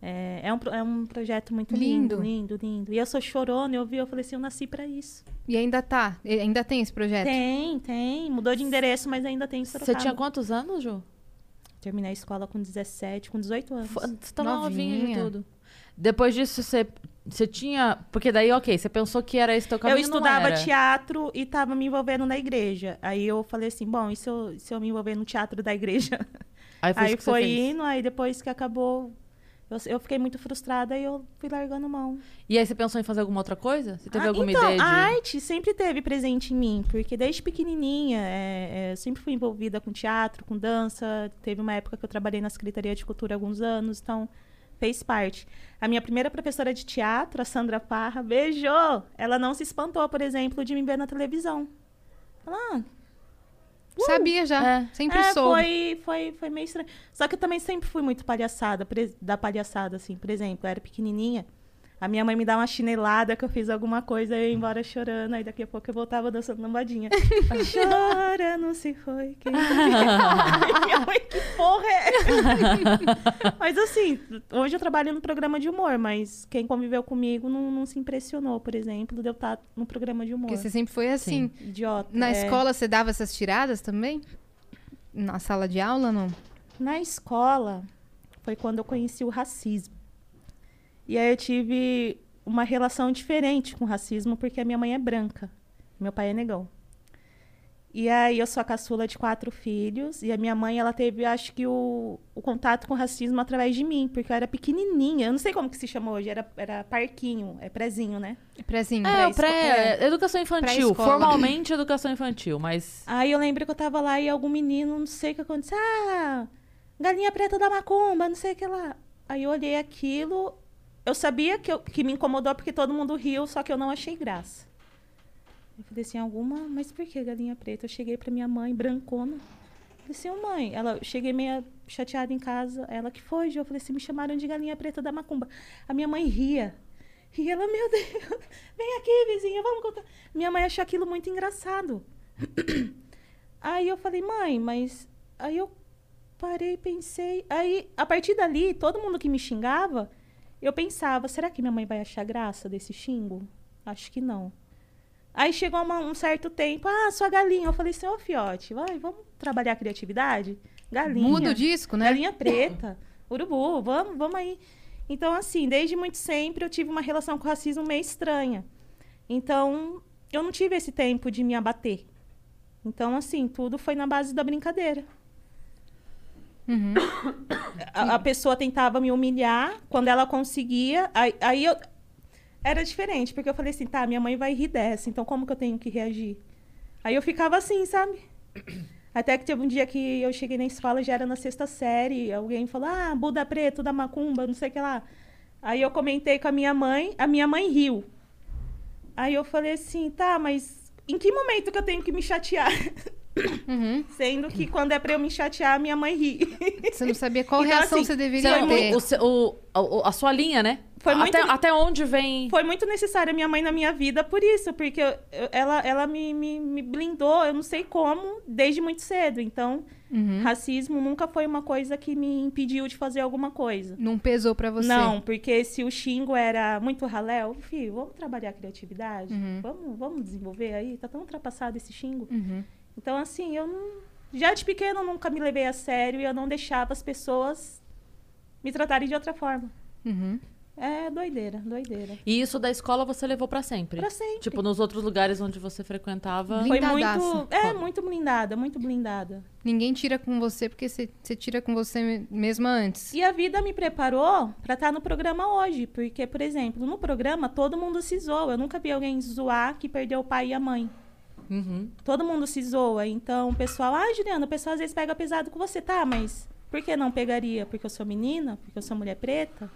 Speaker 2: É, é um, pro- é um projeto muito lindo, lindo, lindo. E eu sou chorona, eu vi, eu falei assim, eu nasci pra isso.
Speaker 3: E ainda tá. e- Ainda tem esse projeto.
Speaker 2: Tem, tem. Mudou de endereço, mas ainda tem em
Speaker 4: Você
Speaker 2: Sorocaba.
Speaker 4: tinha quantos anos, Ju?
Speaker 2: Terminei a escola com 17, com 18 anos.
Speaker 4: Fo- Você tava novinha de
Speaker 3: Novinha.
Speaker 4: tudo. Depois disso, você, você tinha... Porque daí, ok, você pensou que era esse teu caminho,
Speaker 2: eu estudava
Speaker 4: não era.
Speaker 2: teatro e tava me envolvendo na igreja. Aí eu falei assim, bom, e se eu, se eu me envolver no teatro da igreja?
Speaker 4: Aí foi, isso
Speaker 2: aí
Speaker 4: que você
Speaker 2: foi
Speaker 4: fez.
Speaker 2: indo, aí depois que acabou, eu, eu fiquei muito frustrada e eu fui largando mão.
Speaker 4: E aí você pensou em fazer alguma outra coisa? Você teve
Speaker 2: Ah,
Speaker 4: alguma
Speaker 2: então,
Speaker 4: ideia de...
Speaker 2: a arte sempre teve presente em mim, porque desde pequenininha é, é, eu sempre fui envolvida com teatro, com dança. Teve uma época que eu trabalhei na Secretaria de Cultura há alguns anos, então fez parte. A minha primeira professora de teatro, a Sandra Parra, beijou! Ela não se espantou, por exemplo, de me ver na televisão. Ela, ah,
Speaker 3: Sabia já. Sempre
Speaker 2: é,
Speaker 3: soube.
Speaker 2: Foi, foi, foi meio estranho. Só que eu também sempre fui muito palhaçada, pre- da palhaçada, assim. Por exemplo, eu era pequenininha, a minha mãe me dá uma chinelada que eu fiz alguma coisa, eu ia embora chorando, aí daqui a pouco eu voltava dançando lambadinha. Chora, não se foi quem... Ai, minha mãe, que porra é? mas assim, hoje eu trabalho no programa de humor, mas quem conviveu comigo não, não se impressionou, por exemplo, de eu estar no programa de humor.
Speaker 3: Porque você sempre foi assim.
Speaker 2: Idiota.
Speaker 3: Na
Speaker 2: é.
Speaker 3: escola você dava essas tiradas também? Na sala de aula, não?
Speaker 2: Na escola foi quando eu conheci o racismo. E aí eu tive uma relação diferente com o racismo, porque a minha mãe é branca, meu pai é negão. E aí eu sou a caçula de quatro filhos, e a minha mãe, ela teve, acho que, o, o contato com o racismo através de mim, porque eu era pequenininha, eu não sei como que se chama hoje, era, era parquinho, é prezinho, né?
Speaker 3: Prezinho.
Speaker 4: É, o pré...
Speaker 2: pré-
Speaker 4: Educação infantil.
Speaker 3: Pré-escola.
Speaker 4: Formalmente, educação infantil, mas...
Speaker 2: Aí eu lembro que eu tava lá e algum menino, não sei o que aconteceu. Ah, galinha preta da macumba, não sei o que lá. Aí eu olhei aquilo, eu sabia que, eu- que me incomodou porque todo mundo riu, só que eu não achei graça. Eu falei assim, alguma, mas por que galinha preta? Eu cheguei pra minha mãe, brancona. Eu falei assim, "Ô, mãe, ela, eu cheguei meio chateada em casa, ela que foi, Ju?" eu falei assim, me chamaram de galinha preta da macumba. A minha mãe ria. E ela, meu Deus, vem aqui, vizinha, vamos contar. Minha mãe achou aquilo muito engraçado. Aí eu falei, mãe, mas. Aí eu parei, pensei. Aí, a partir dali, todo mundo que me xingava, eu pensava, será que minha mãe vai achar graça desse xingo? Acho que não. Aí chegou uma- um certo tempo, ah, sua galinha. Eu falei assim, ô fiote, vai, vamos trabalhar a criatividade? Galinha.
Speaker 3: Muda o disco, né?
Speaker 2: Galinha preta, urubu, vamos, vamos aí. Então, assim, desde muito sempre eu tive uma relação com o racismo meio estranha. Então, eu não tive esse tempo de me abater. Então, assim, tudo foi na base da brincadeira.
Speaker 3: Uhum.
Speaker 2: A, a pessoa tentava me humilhar, quando ela conseguia, aí, aí eu... Era diferente, porque eu falei assim, tá, minha mãe vai rir dessa, então como que eu tenho que reagir? Aí eu ficava assim, sabe? Até que teve um dia que eu cheguei na escola, já era na sexta série, alguém falou, ah, Buda Preto da Macumba, não sei o que lá. Aí eu comentei com a minha mãe, a minha mãe riu. Aí eu falei assim, tá, mas em que momento que eu tenho que me chatear?
Speaker 3: Uhum.
Speaker 2: Sendo que quando é pra eu me chatear, minha mãe ri.
Speaker 3: Você não sabia qual
Speaker 2: Então,
Speaker 3: reação
Speaker 2: assim,
Speaker 3: você deveria
Speaker 4: Então,
Speaker 3: ter.
Speaker 4: o se- o- o- a sua linha, né?
Speaker 2: Foi muito-
Speaker 4: até, até onde vem.
Speaker 2: Foi muito necessária minha mãe na minha vida por isso, porque eu- eu- ela, ela me, me, me blindou, eu não sei como, desde muito cedo. Então,
Speaker 3: Uhum.
Speaker 2: racismo nunca foi uma coisa que me impediu de fazer alguma coisa.
Speaker 3: Não pesou pra você.
Speaker 2: Não, porque se o xingo era muito raléu, filho, vamos trabalhar a criatividade? Vamos, vamos desenvolver aí? Tá tão ultrapassado esse xingo.
Speaker 3: Uhum.
Speaker 2: Então, assim, eu não... Já de pequena eu nunca me levei a sério e eu não deixava as pessoas me tratarem de outra forma.
Speaker 3: Uhum.
Speaker 2: É doideira, doideira.
Speaker 4: E isso da escola você levou pra sempre.
Speaker 2: Pra sempre.
Speaker 4: Tipo, nos outros lugares onde você frequentava.
Speaker 3: Brin-
Speaker 2: Foi
Speaker 3: Blindadaça.
Speaker 2: muito. É, muito blindada, muito blindada.
Speaker 3: Ninguém tira com você porque você você tira com você me- mesma antes.
Speaker 2: E a vida me preparou pra estar no programa hoje. Porque, por exemplo, no programa todo mundo se zoa. Eu nunca vi alguém zoar que perdeu o pai e a mãe.
Speaker 4: Uhum.
Speaker 2: Todo mundo se zoa. Então, o pessoal, ah, Juliana, o pessoal às vezes pega pesado com você, tá? Mas por que não pegaria? Porque eu sou menina? Porque eu sou mulher preta?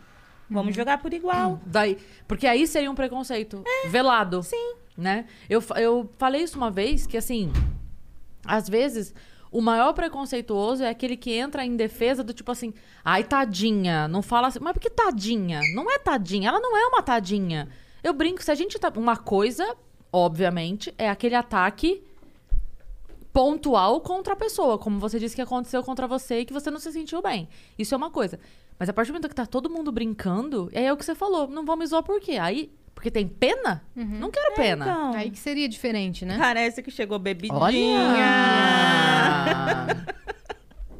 Speaker 2: Vamos
Speaker 4: Uhum.
Speaker 2: jogar por igual.
Speaker 4: Daí, porque aí seria um preconceito velado.
Speaker 2: Sim.
Speaker 4: Né? Eu, fa- eu falei isso uma vez, que assim, às vezes, o maior preconceituoso é aquele que entra em defesa do tipo assim, ai, tadinha, não fala assim. Mas por que tadinha? Não é tadinha, ela não é uma tadinha. Eu brinco, se a gente tá. Uma coisa, obviamente, é aquele ataque pontual contra a pessoa, como você disse que aconteceu contra você e que você não se sentiu bem. Isso é uma coisa. Mas a partir do momento que tá todo mundo brincando, aí é o que você falou, não vou me zoar por quê? Aí, porque tem pena? Não quero pena.
Speaker 2: Então,
Speaker 3: Aí que seria diferente, né?
Speaker 2: parece que chegou bebidinha.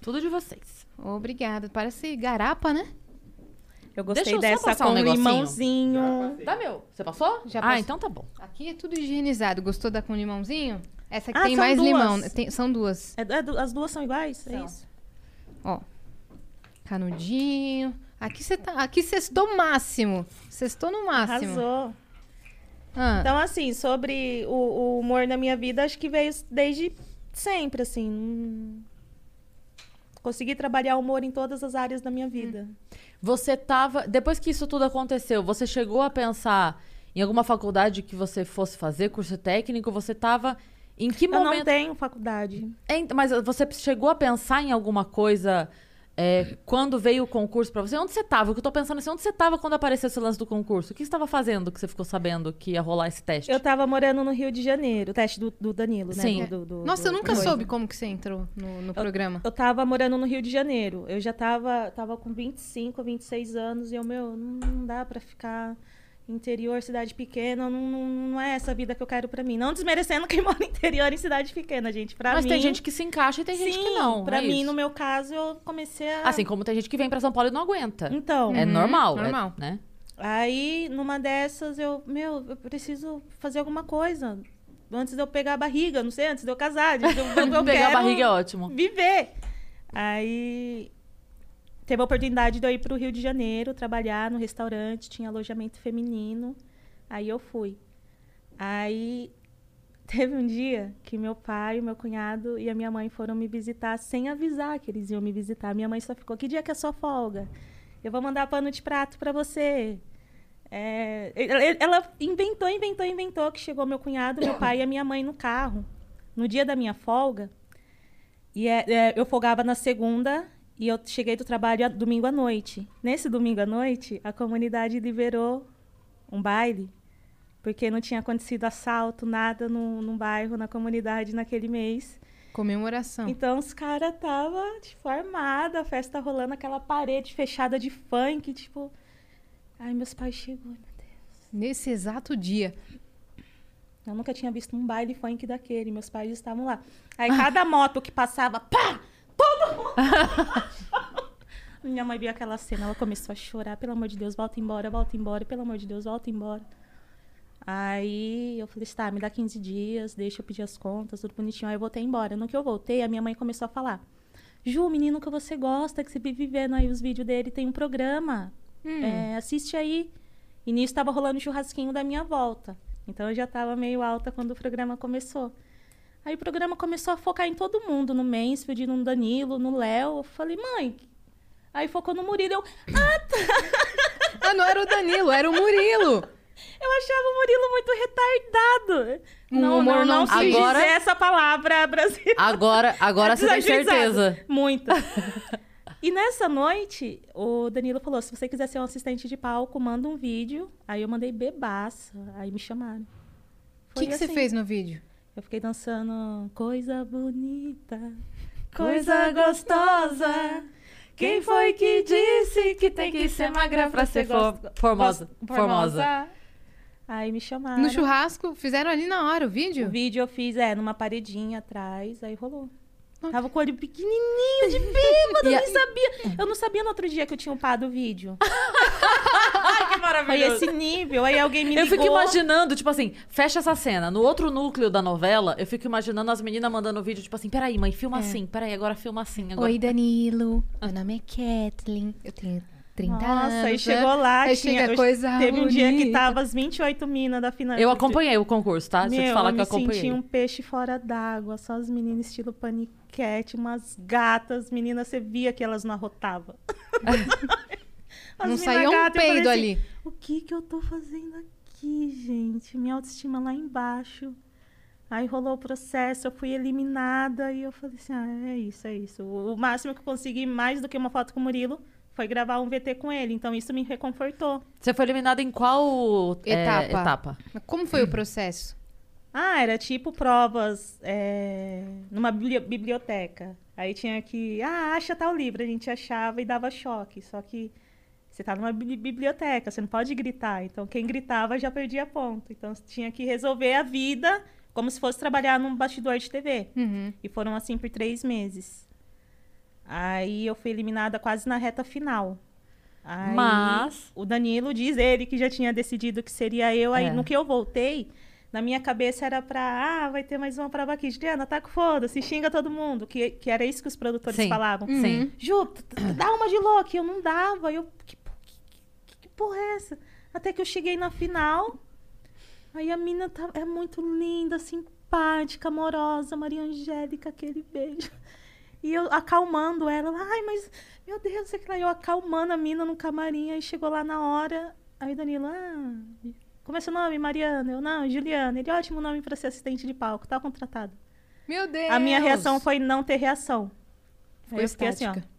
Speaker 4: Tudo de vocês.
Speaker 3: Obrigada. Parece garapa, né?
Speaker 2: Eu gostei
Speaker 4: Deixa eu só
Speaker 2: dessa
Speaker 4: passar
Speaker 2: com
Speaker 4: um negocinho.
Speaker 2: limãozinho.
Speaker 4: Tá, meu? Você passou?
Speaker 3: Já
Speaker 4: ah,
Speaker 3: passou.
Speaker 4: então tá bom.
Speaker 3: Aqui é tudo higienizado. Gostou da com limãozinho? Essa aqui
Speaker 2: Ah,
Speaker 3: tem
Speaker 2: são
Speaker 3: mais
Speaker 2: duas.
Speaker 3: limão. né? Tem- são duas.
Speaker 2: É- é du- as duas são iguais? É
Speaker 3: São.
Speaker 2: isso?
Speaker 3: Ó. Canudinho. Aqui você tá. Aqui sextou máximo. Sextou no máximo.
Speaker 2: Arrasou.
Speaker 3: Ah,
Speaker 2: Então, assim, sobre o, o humor na minha vida, acho que veio desde sempre, assim. Hum. Consegui trabalhar o humor em todas as áreas da
Speaker 4: Hum.
Speaker 2: minha vida.
Speaker 4: Você tava. Depois que isso tudo aconteceu, você chegou a pensar em alguma faculdade que você fosse fazer, curso técnico? Você tava. Em que
Speaker 2: Eu não
Speaker 4: momento.
Speaker 2: tenho faculdade.
Speaker 4: É, ent- Mas você chegou a pensar em alguma coisa é, quando veio o concurso pra você? Onde você tava? O que eu tô pensando assim, onde você tava quando apareceu esse lance do concurso? O que você tava fazendo que você ficou sabendo que ia rolar esse teste?
Speaker 2: Eu tava morando no Rio de Janeiro, o teste do, do Danilo, né?
Speaker 4: Sim.
Speaker 2: Do- do- do-
Speaker 3: Nossa, eu
Speaker 2: do-
Speaker 3: nunca
Speaker 2: coisa.
Speaker 3: soube como que você entrou no, no programa.
Speaker 2: Eu tava morando no Rio de Janeiro. Eu já tava, tava com 25, 26 anos. E eu, meu, não, não dá pra ficar interior, cidade pequena. Não, não, não é essa a vida que eu quero pra mim. Não desmerecendo quem mora interior em cidade pequena, gente. Pra
Speaker 4: Mas
Speaker 2: mim...
Speaker 4: tem gente que se encaixa e tem gente que
Speaker 2: Sim,
Speaker 4: não.
Speaker 2: Pra
Speaker 4: é
Speaker 2: mim,
Speaker 4: isso.
Speaker 2: no meu caso, eu comecei a.
Speaker 4: Assim como tem gente que vem pra São Paulo e não aguenta.
Speaker 2: Então,
Speaker 4: É normal.
Speaker 3: normal.
Speaker 4: É, né?
Speaker 2: aí numa dessas eu, meu, eu preciso fazer alguma coisa. Antes de eu pegar a barriga, não sei, antes de eu casar, antes de eu, eu
Speaker 4: Pegar
Speaker 2: quero
Speaker 4: a barriga é ótimo.
Speaker 2: viver. Aí teve a oportunidade de eu ir pro Rio de Janeiro trabalhar no restaurante, tinha alojamento feminino. Aí eu fui. Aí teve um dia que meu pai, meu cunhado e a minha mãe foram me visitar sem avisar que eles iam me visitar. Minha mãe só ficou: "Que dia que é sua folga? Eu vou mandar pano de prato para você." É, ela- ela inventou, inventou, inventou que chegou meu cunhado, meu pai e a minha mãe no carro no dia da minha folga. E é- é, eu folgava na segunda E eu cheguei do trabalho a- domingo à noite. Nesse domingo à noite, a comunidade liberou um baile, porque não tinha acontecido assalto, nada no, no bairro, na comunidade naquele mês.
Speaker 3: Comemoração.
Speaker 2: Então os caras tava, tipo, armada, a festa rolando, aquela parede fechada de funk, tipo. Ai, meus pais chegou, né?" meu Deus.
Speaker 3: Nesse exato dia.
Speaker 2: Eu nunca tinha visto um baile funk daquele, meus pais estavam lá. Aí cada moto que passava, pá! Todo mundo! Minha mãe viu aquela cena, ela começou a chorar, pelo amor de Deus, volta embora, volta embora, pelo amor de Deus, volta embora. Aí eu falei, assim, tá, me dá 15 dias, deixa eu pedir as contas, tudo bonitinho. Aí eu voltei embora. No que eu voltei, a minha mãe começou a falar. Ju, o menino que você gosta, que você vive vendo aí os vídeos dele, tem um programa. É, assiste aí. E nisso tava rolando o churrasquinho da minha volta. Então eu já tava meio alta quando o programa começou. Aí o programa começou a focar em todo mundo, no Mansfield, no Danilo, no Léo. Eu falei, mãe. Aí focou no Murilo. Eu, ah, tá.
Speaker 3: Ah, não era o Danilo, era o Murilo.
Speaker 2: Eu achava o Murilo muito retardado.
Speaker 3: Um
Speaker 2: não,
Speaker 3: humor
Speaker 2: não,
Speaker 3: não
Speaker 2: não, quis
Speaker 4: Agora-
Speaker 2: dizer essa palavra brasileira.
Speaker 4: Agora, agora você tem
Speaker 2: Desajuizado.
Speaker 4: certeza.
Speaker 2: Muito. E nessa noite, o Danilo falou: se você quiser ser um assistente de palco, manda um vídeo. Aí eu mandei bebaça. Aí me chamaram.
Speaker 3: O que, que você
Speaker 2: assim.
Speaker 3: fez no vídeo?
Speaker 2: Eu fiquei dançando coisa bonita, coisa gostosa. Quem foi que disse que tem que ser magra pra ser
Speaker 4: fo-
Speaker 2: gos-
Speaker 4: formosa?
Speaker 2: gos-
Speaker 4: Formosa.
Speaker 2: Aí me chamaram.
Speaker 3: No churrasco, fizeram ali na hora o vídeo?
Speaker 2: O vídeo eu fiz, é, numa paredinha atrás, aí rolou. Tava com o olho pequenininho de bêbado, eu
Speaker 4: E a-
Speaker 2: nem sabia. Eu não sabia no outro dia que eu tinha upado o vídeo.
Speaker 4: Que
Speaker 2: Foi
Speaker 4: maravilhoso.
Speaker 2: Ah, esse nível. Aí alguém me ligou.
Speaker 4: Eu fico imaginando, tipo assim, fecha essa cena. No outro núcleo da novela, eu fico imaginando as meninas mandando vídeo, tipo assim, peraí, mãe,
Speaker 2: É.
Speaker 4: filma assim, peraí, agora filma assim. Agora...
Speaker 3: Oi, Danilo. Meu nome é Kathleen. Eu tenho 30 anos.
Speaker 2: Nossa, aí
Speaker 3: né?
Speaker 2: chegou lá,
Speaker 3: Aí
Speaker 2: tinha,
Speaker 3: chega
Speaker 2: eu-
Speaker 3: coisa
Speaker 2: teve um dia que
Speaker 3: bonita.
Speaker 2: tava as 28 minas da final.
Speaker 4: Eu acompanhei o concurso,
Speaker 3: Ah,
Speaker 4: tá? Deixa eu te
Speaker 2: Meu,
Speaker 4: falar
Speaker 2: eu
Speaker 4: que eu
Speaker 2: me senti
Speaker 4: acompanhei.
Speaker 2: um peixe fora d'água, só as meninas estilo paniquete, umas gatas, meninas, você via que elas não arrotavam. As
Speaker 3: Não
Speaker 2: mina
Speaker 3: saía um
Speaker 2: gata, eu falei
Speaker 3: peido
Speaker 2: assim,
Speaker 3: ali.
Speaker 2: O que que eu tô fazendo aqui, gente? Minha autoestima lá embaixo. Aí rolou o processo, eu fui eliminada e eu falei assim, ah, é isso, é isso. O o máximo que eu consegui, mais do que uma foto com o Murilo, foi gravar um VT com ele. Então isso me reconfortou.
Speaker 4: Você foi eliminada em qual é,
Speaker 3: Etapa.
Speaker 4: etapa?
Speaker 3: Mas Como foi o processo?
Speaker 2: Ah, era tipo provas é, numa bibli- biblioteca. Aí tinha que, ah, acha tal livro. A gente achava e dava choque. Só que você tá numa bibli- biblioteca, você não pode gritar. Então quem gritava já perdia ponto. Então você tinha que resolver a vida como se fosse trabalhar num bastidor de TV.
Speaker 3: Uhum.
Speaker 2: E foram assim por três meses. Aí eu fui eliminada quase na reta final. Aí,
Speaker 4: Mas-
Speaker 2: O Danilo diz ele que já tinha decidido que seria eu. Aí
Speaker 4: É.
Speaker 2: no que eu voltei, na minha cabeça era pra. Ah, vai ter mais uma prova aqui. Juliana, tá com foda-se, xinga todo mundo. Que, que era isso que os produtores
Speaker 4: Sim.
Speaker 2: falavam. Uhum.
Speaker 4: Sim.
Speaker 2: Ju, t- t- dá uma de louca. Eu não dava. Eu, que, po- que, que- que porra é essa? Até que eu cheguei na final. Aí a mina tá, é muito linda, simpática, amorosa, Maria Angélica, aquele beijo. E eu acalmando ela. ela, Ai, mas, meu Deus, sei que lá. Eu acalmando a mina no camarim. Aí chegou lá na hora. Aí o Danilo, ah, como é seu nome, Mariana? Eu, não, Juliana. Ele, ótimo nome pra ser assistente de palco. Tá contratado.
Speaker 3: Meu Deus!
Speaker 2: A minha reação foi não ter reação.
Speaker 3: Ficou
Speaker 2: Aí eu fiquei assim, ó.
Speaker 3: estática.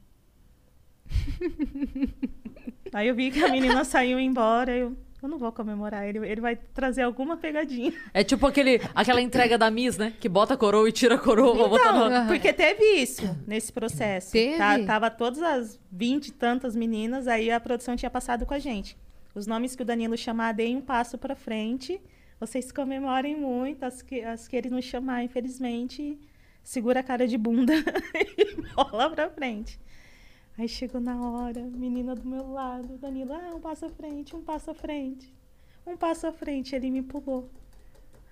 Speaker 2: Aí eu vi que a menina saiu embora. Eu, eu não vou comemorar. Ele, ele vai trazer alguma pegadinha.
Speaker 4: É tipo aquele, aquela entrega da Miss, né? Que bota a coroa e tira a coroa pra botar no...
Speaker 2: Não, porque teve isso nesse processo. Tá,
Speaker 3: Teve?
Speaker 2: tava todas as 20 e tantas meninas, aí a produção tinha passado com a gente. Os nomes que o Danilo chamar, deem um passo pra frente. Vocês comemorem muito. As que, as que ele não chamar, infelizmente, segura a cara de bunda e bola pra frente. Aí chegou na hora, menina do meu lado, Danilo, ah, um passo à frente, um passo à frente. Um passo à frente, ele me pulou.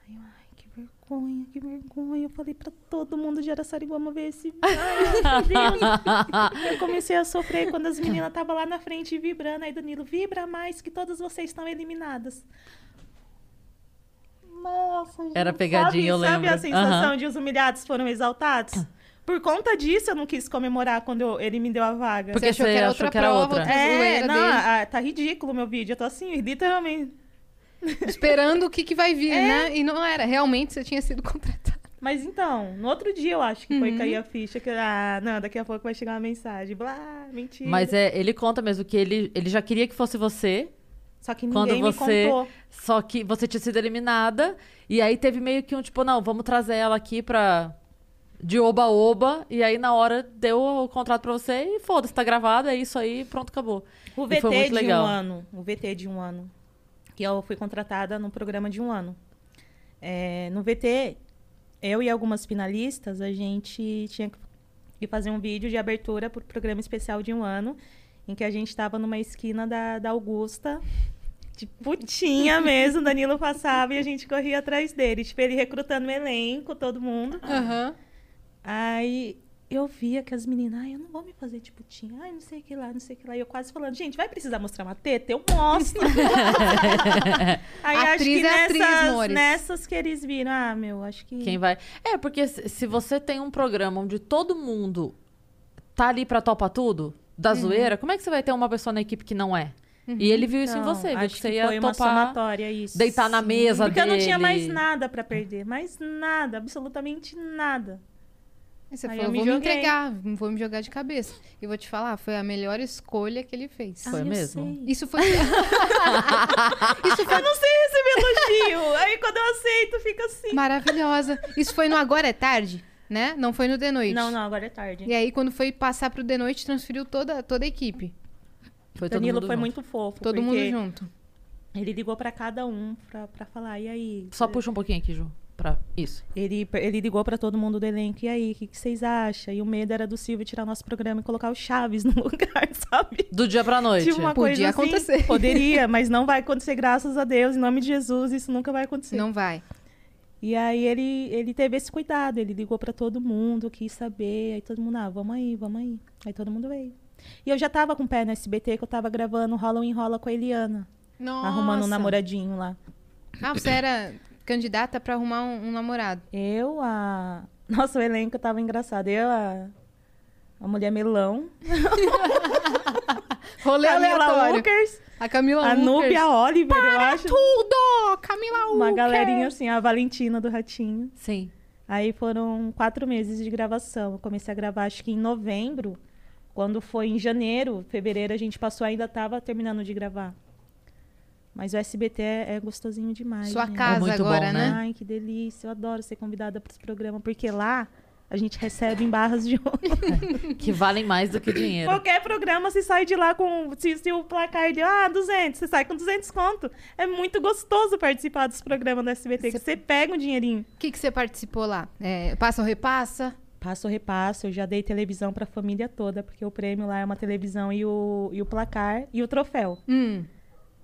Speaker 2: Aí eu, ai, que vergonha, que vergonha. Eu falei pra todo mundo de Araçariguama ver esse vídeo. Ai, meu Deus. Eu comecei a sofrer quando as meninas estavam lá na frente vibrando. Aí Danilo, vibra mais que todas vocês estão eliminadas. Nossa, gente,
Speaker 4: Era pegadinha,
Speaker 2: sabe,
Speaker 4: eu
Speaker 2: Sabe
Speaker 4: lembro.
Speaker 2: a sensação
Speaker 4: Aham. Ah.
Speaker 2: de os humilhados foram exaltados? Por conta disso, eu não quis comemorar quando eu- ele me deu a vaga.
Speaker 4: Porque
Speaker 3: achou
Speaker 4: você
Speaker 3: que era
Speaker 4: achou
Speaker 3: outra
Speaker 4: que era
Speaker 3: prova,
Speaker 4: outra.
Speaker 3: outra
Speaker 2: É,
Speaker 3: zoeira
Speaker 2: não,
Speaker 3: dele.
Speaker 2: ah, tá ridículo o meu vídeo. Eu tô assim, literalmente.
Speaker 3: Esperando o que, que vai vir, né? E não era. Realmente você tinha sido contratada.
Speaker 2: Mas então, no outro dia eu acho que
Speaker 4: Uhum.
Speaker 2: foi cair a ficha que, ah, não, daqui a pouco vai chegar uma mensagem. Blá, mentira.
Speaker 4: Mas é, ele conta mesmo que ele, ele já queria que fosse você,
Speaker 2: Só que
Speaker 4: quando
Speaker 2: ninguém
Speaker 4: você.
Speaker 2: me contou.
Speaker 4: Só que você tinha sido eliminada. E aí teve meio que um tipo, não, vamos trazer ela aqui pra. De oba-oba. E aí na hora deu o contrato pra você e foda-se, tá gravado, é isso aí, pronto, acabou.
Speaker 2: O
Speaker 4: E
Speaker 2: VT
Speaker 4: foi muito
Speaker 2: de
Speaker 4: legal.
Speaker 2: um ano. O VT de um ano. Que eu fui contratada num programa de um ano. É, no VT, eu e algumas finalistas, a gente tinha que que fazer um vídeo de abertura pro programa especial de um ano, em que a gente estava numa esquina da, da Augusta, de putinha mesmo, o Danilo passava e a gente corria atrás dele. Tipo, ele recrutando o elenco, todo mundo.
Speaker 3: Aham.
Speaker 2: Aí eu via que as meninas, ai, eu não vou me fazer de putinha, ai, não sei o que lá, não sei o que lá. E eu quase falando, gente, vai precisar mostrar uma teta? Eu mostro. Aí acho
Speaker 3: Atriz
Speaker 2: que
Speaker 3: é atriz,
Speaker 2: nessas,
Speaker 3: amores.
Speaker 2: nessas que eles viram, ah, meu, acho que.
Speaker 4: Quem vai. É, porque se se você tem um programa onde todo mundo tá ali pra topa tudo, da
Speaker 2: Uhum.
Speaker 4: zoeira, como é que você vai ter uma pessoa na equipe que não é? E ele viu isso em
Speaker 2: Então,
Speaker 4: você, viu
Speaker 2: acho
Speaker 4: que você
Speaker 2: que
Speaker 4: ia
Speaker 2: foi uma
Speaker 4: topar.
Speaker 2: somatória isso.
Speaker 4: deitar na mesa
Speaker 2: Porque eu não tinha
Speaker 4: dele.
Speaker 2: mais nada pra perder, mais nada, absolutamente nada.
Speaker 3: Aí Você
Speaker 2: Aí
Speaker 3: falou,
Speaker 2: eu me
Speaker 3: vou me
Speaker 2: joguei.
Speaker 3: entregar, vou me jogar de cabeça. E vou te falar, foi a melhor escolha que ele fez.
Speaker 4: Foi
Speaker 2: eu
Speaker 4: mesmo?
Speaker 2: sei.
Speaker 3: Isso foi.
Speaker 2: Eu não sei receber elogio. Aí quando eu aceito, fica assim.
Speaker 3: Maravilhosa. Isso foi no Agora é Tarde, né? Não foi no The Noite.
Speaker 2: Não, não, agora é tarde.
Speaker 3: E aí, quando foi passar pro The Noite, transferiu toda, toda a equipe.
Speaker 4: Foi todo
Speaker 2: Danilo
Speaker 4: mundo
Speaker 2: foi
Speaker 4: junto.
Speaker 2: muito fofo.
Speaker 3: Todo
Speaker 2: porque
Speaker 3: mundo junto.
Speaker 2: Ele ligou pra cada um pra, pra falar, e aí?
Speaker 4: Só puxa um pouquinho aqui, Ju. Pra isso.
Speaker 2: Ele, ele ligou pra todo mundo do elenco, e aí, o que, que vocês acham? E o medo era do Silvio tirar nosso programa e colocar o Chaves no lugar, sabe?
Speaker 4: Do dia pra noite.
Speaker 2: Tipo uma
Speaker 3: Podia
Speaker 2: coisa assim,
Speaker 3: acontecer.
Speaker 2: Poderia, mas não vai acontecer, graças a Deus, em nome de Jesus, isso nunca vai acontecer.
Speaker 3: Não vai.
Speaker 2: E aí ele, ele teve esse cuidado, ele ligou pra todo mundo, quis saber, aí todo mundo, ah, vamos aí, vamos aí. Aí todo mundo veio. E eu já tava com o pé no SBT, que eu tava gravando Rola ou Enrola com a Eliana,
Speaker 3: Nossa.
Speaker 2: arrumando um namoradinho lá.
Speaker 3: Ah, você era candidata pra arrumar um, um namorado.
Speaker 2: Eu, a... Nossa, o elenco tava engraçado. Eu, a... A mulher melão,
Speaker 3: Rolê
Speaker 2: Camila
Speaker 3: aleatório.
Speaker 2: Walkers,
Speaker 3: A Camila
Speaker 2: a Nubia
Speaker 3: Walkers.
Speaker 2: Oliver, eu acho.
Speaker 3: Tudo! Camila Walker.
Speaker 2: Uma galerinha assim, a Valentina do Ratinho.
Speaker 4: Sim.
Speaker 2: Aí foram quatro meses de gravação. Eu comecei a gravar acho que em novembro. Quando foi em janeiro, fevereiro, a gente passou, ainda tava terminando de gravar. Mas o SBT é é gostosinho demais.
Speaker 3: Sua
Speaker 2: gente.
Speaker 3: casa
Speaker 4: muito
Speaker 3: agora,
Speaker 4: bom,
Speaker 3: né?
Speaker 4: né?
Speaker 2: Ai, que delícia. Eu adoro ser convidada para esse programa, porque lá a gente recebe em barras de ouro.
Speaker 4: Que valem mais do que dinheiro.
Speaker 2: Qualquer programa, você sai de lá com. Se, se o placar de ah, 200, você sai com 200 conto. É muito gostoso participar dos programas do SBT, que você pega um dinheirinho.
Speaker 3: O que, que você participou lá? É, passa ou repassa?
Speaker 2: Passo ou repasso, eu já dei televisão pra família toda, porque o prêmio lá é uma televisão e o, e o placar e o troféu.
Speaker 3: Hum.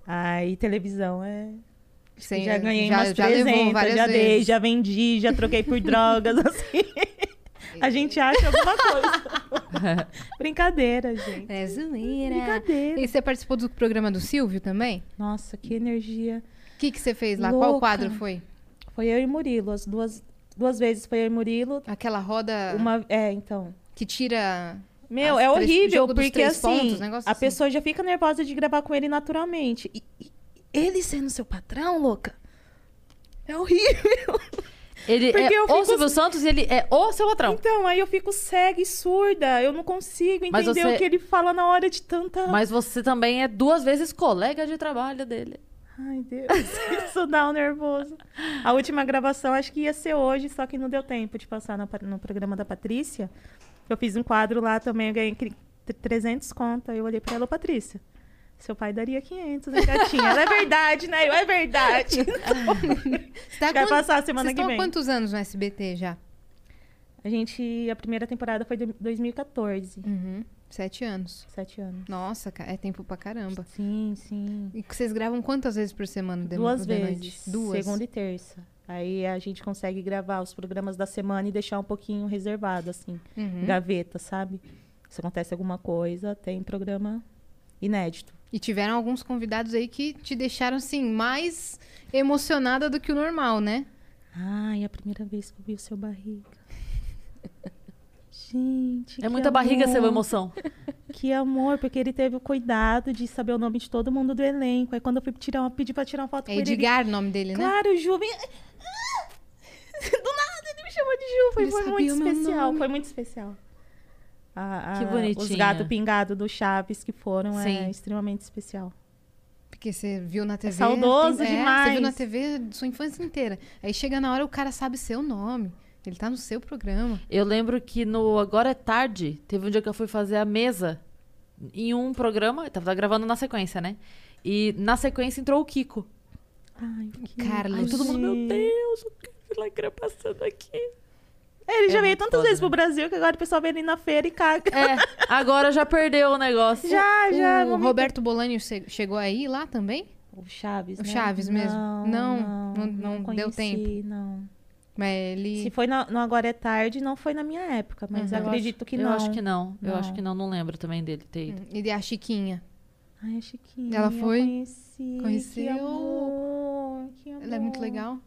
Speaker 2: Aí televisão é.
Speaker 3: Você
Speaker 2: já ganhei umas
Speaker 3: já
Speaker 2: 300,
Speaker 3: levou várias
Speaker 2: já
Speaker 3: vezes.
Speaker 2: dei, já vendi, já troquei por drogas, assim. A gente acha alguma coisa. Brrincadeira, gente.
Speaker 3: É zoeira.
Speaker 2: Brincadeira.
Speaker 3: E você participou do programa do Silvio também?
Speaker 2: Nossa, que energia.
Speaker 3: O que, que você fez lá? Qual
Speaker 2: Louca.
Speaker 3: quadro foi?
Speaker 2: Foi eu e Murilo, as duas, duas vezes foi eu e Murilo.
Speaker 3: Aquela roda
Speaker 2: Uma, é, então.
Speaker 3: que tira.
Speaker 2: Meu,
Speaker 3: Ah. As
Speaker 2: é
Speaker 3: três-
Speaker 2: horrível,
Speaker 3: jogo dos
Speaker 2: porque
Speaker 3: três
Speaker 2: assim,
Speaker 3: pontos, negócio
Speaker 2: a
Speaker 3: assim.
Speaker 2: pessoa já fica nervosa de gravar com ele naturalmente. E, e- ele sendo seu patrão, louca, é horrível.
Speaker 4: Ele
Speaker 2: Porque
Speaker 4: é
Speaker 2: eu
Speaker 4: o
Speaker 2: fico- assim-
Speaker 4: Silvio Santos e ele é o seu patrão.
Speaker 2: Então, aí eu fico cega e surda, eu não consigo
Speaker 4: Mas
Speaker 2: entender
Speaker 4: você-
Speaker 2: o que ele fala na hora de tanta...
Speaker 4: Mas você também é duas vezes colega de trabalho dele.
Speaker 2: Ai, Deus, isso dá um nervoso. A última gravação acho que ia ser hoje, só que não deu tempo de passar na pa- no, programa da Patrícia. Eu fiz um quadro lá também, eu ganhei cri- tre- 300 conto. Aí eu olhei pra ela, "Ô, Patrícia, seu pai daria 500, né, gatinha? Ela é verdade, né? Eu, é verdade.
Speaker 3: Você tá
Speaker 2: Vai
Speaker 3: quant-
Speaker 2: passar a semana
Speaker 3: Vocês
Speaker 2: que
Speaker 3: estão há
Speaker 2: vem.
Speaker 3: quantos anos no SBT já?
Speaker 2: A gente, a primeira temporada foi em 2014.
Speaker 3: Uhum. Sete anos.
Speaker 2: Sete anos.
Speaker 3: Nossa, ca- é tempo pra caramba.
Speaker 2: Sim, sim.
Speaker 3: E que vocês gravam quantas vezes por semana? de-
Speaker 2: Duas
Speaker 3: de
Speaker 2: vezes.
Speaker 3: Noite? Duas.
Speaker 2: Segunda e terça. Aí a gente consegue gravar os programas da semana e deixar um pouquinho reservado, assim.
Speaker 3: Uhum.
Speaker 2: Gaveta, sabe? Se acontece alguma coisa, tem programa inédito.
Speaker 3: E tiveram alguns convidados aí que te deixaram, assim, mais emocionada do que o normal, né?
Speaker 2: Ai, é a primeira vez que eu vi o seu barriga. Gente.
Speaker 4: É
Speaker 2: que
Speaker 4: muita barriga
Speaker 2: amor.
Speaker 4: seu emoção.
Speaker 2: Que amor, porque ele teve o cuidado de saber o nome de todo mundo do elenco. Aí quando eu fui tirar uma, pedir pra tirar uma foto
Speaker 3: É
Speaker 2: com Tipo, ele, ele
Speaker 3: Edgar o nome dele, né?
Speaker 2: Claro, Ju, vem... Ah! Do nada, ele me chamou de Ju, foi,
Speaker 3: Ele
Speaker 2: foi
Speaker 3: sabia
Speaker 2: muito
Speaker 3: o meu
Speaker 2: especial.
Speaker 3: nome.
Speaker 2: Foi muito especial. A- a-
Speaker 4: Que
Speaker 2: Os
Speaker 4: bonitinha.
Speaker 2: gatos pingados do Chaves que foram
Speaker 4: Sim.
Speaker 2: é extremamente especial.
Speaker 3: Porque você viu na TV.
Speaker 2: saudoso
Speaker 3: tem- é, Você viu
Speaker 2: demais.
Speaker 3: na TV sua infância inteira. Aí chega na hora, o cara sabe seu nome. Ele tá no seu programa.
Speaker 4: Eu lembro que no Agora é Tarde, teve um dia que eu fui fazer a mesa em um programa, eu tava gravando na sequência, né? E na sequência entrou o Kiko.
Speaker 2: Ai, que
Speaker 3: Carlos.
Speaker 4: Aí todo mundo,
Speaker 2: Sim.
Speaker 4: meu Deus, o Lacra passando aqui.
Speaker 2: Ele já
Speaker 4: É
Speaker 2: veio
Speaker 4: muito
Speaker 2: tantas
Speaker 4: foda,
Speaker 2: vezes
Speaker 4: né?
Speaker 2: pro Brasil que agora o pessoal vê ele na feira e caga.
Speaker 4: É, agora já perdeu o negócio.
Speaker 2: Já, Ah, já.
Speaker 3: o
Speaker 2: vamos-
Speaker 3: Roberto Bolani che- chegou aí lá também?
Speaker 2: O Chaves,
Speaker 3: O
Speaker 2: né?
Speaker 3: Chaves mesmo. Não, não- não deu
Speaker 2: conheci,
Speaker 3: tempo.
Speaker 2: Não.
Speaker 3: Mas ele.
Speaker 2: Se foi na- no Agora é Tarde, não foi na minha época, mas
Speaker 3: Uhum.
Speaker 2: acredito que
Speaker 4: eu
Speaker 2: não.
Speaker 4: acho que não. Eu
Speaker 2: Não. Hum.
Speaker 4: acho que não, não lembro também dele ter ido.
Speaker 3: E é a Chiquinha.
Speaker 2: Ai, é Chiquinha.
Speaker 3: Ela foi?
Speaker 2: Eu conheci. Que
Speaker 3: Conheceu.
Speaker 2: amor, que amor.
Speaker 3: Ela é muito legal.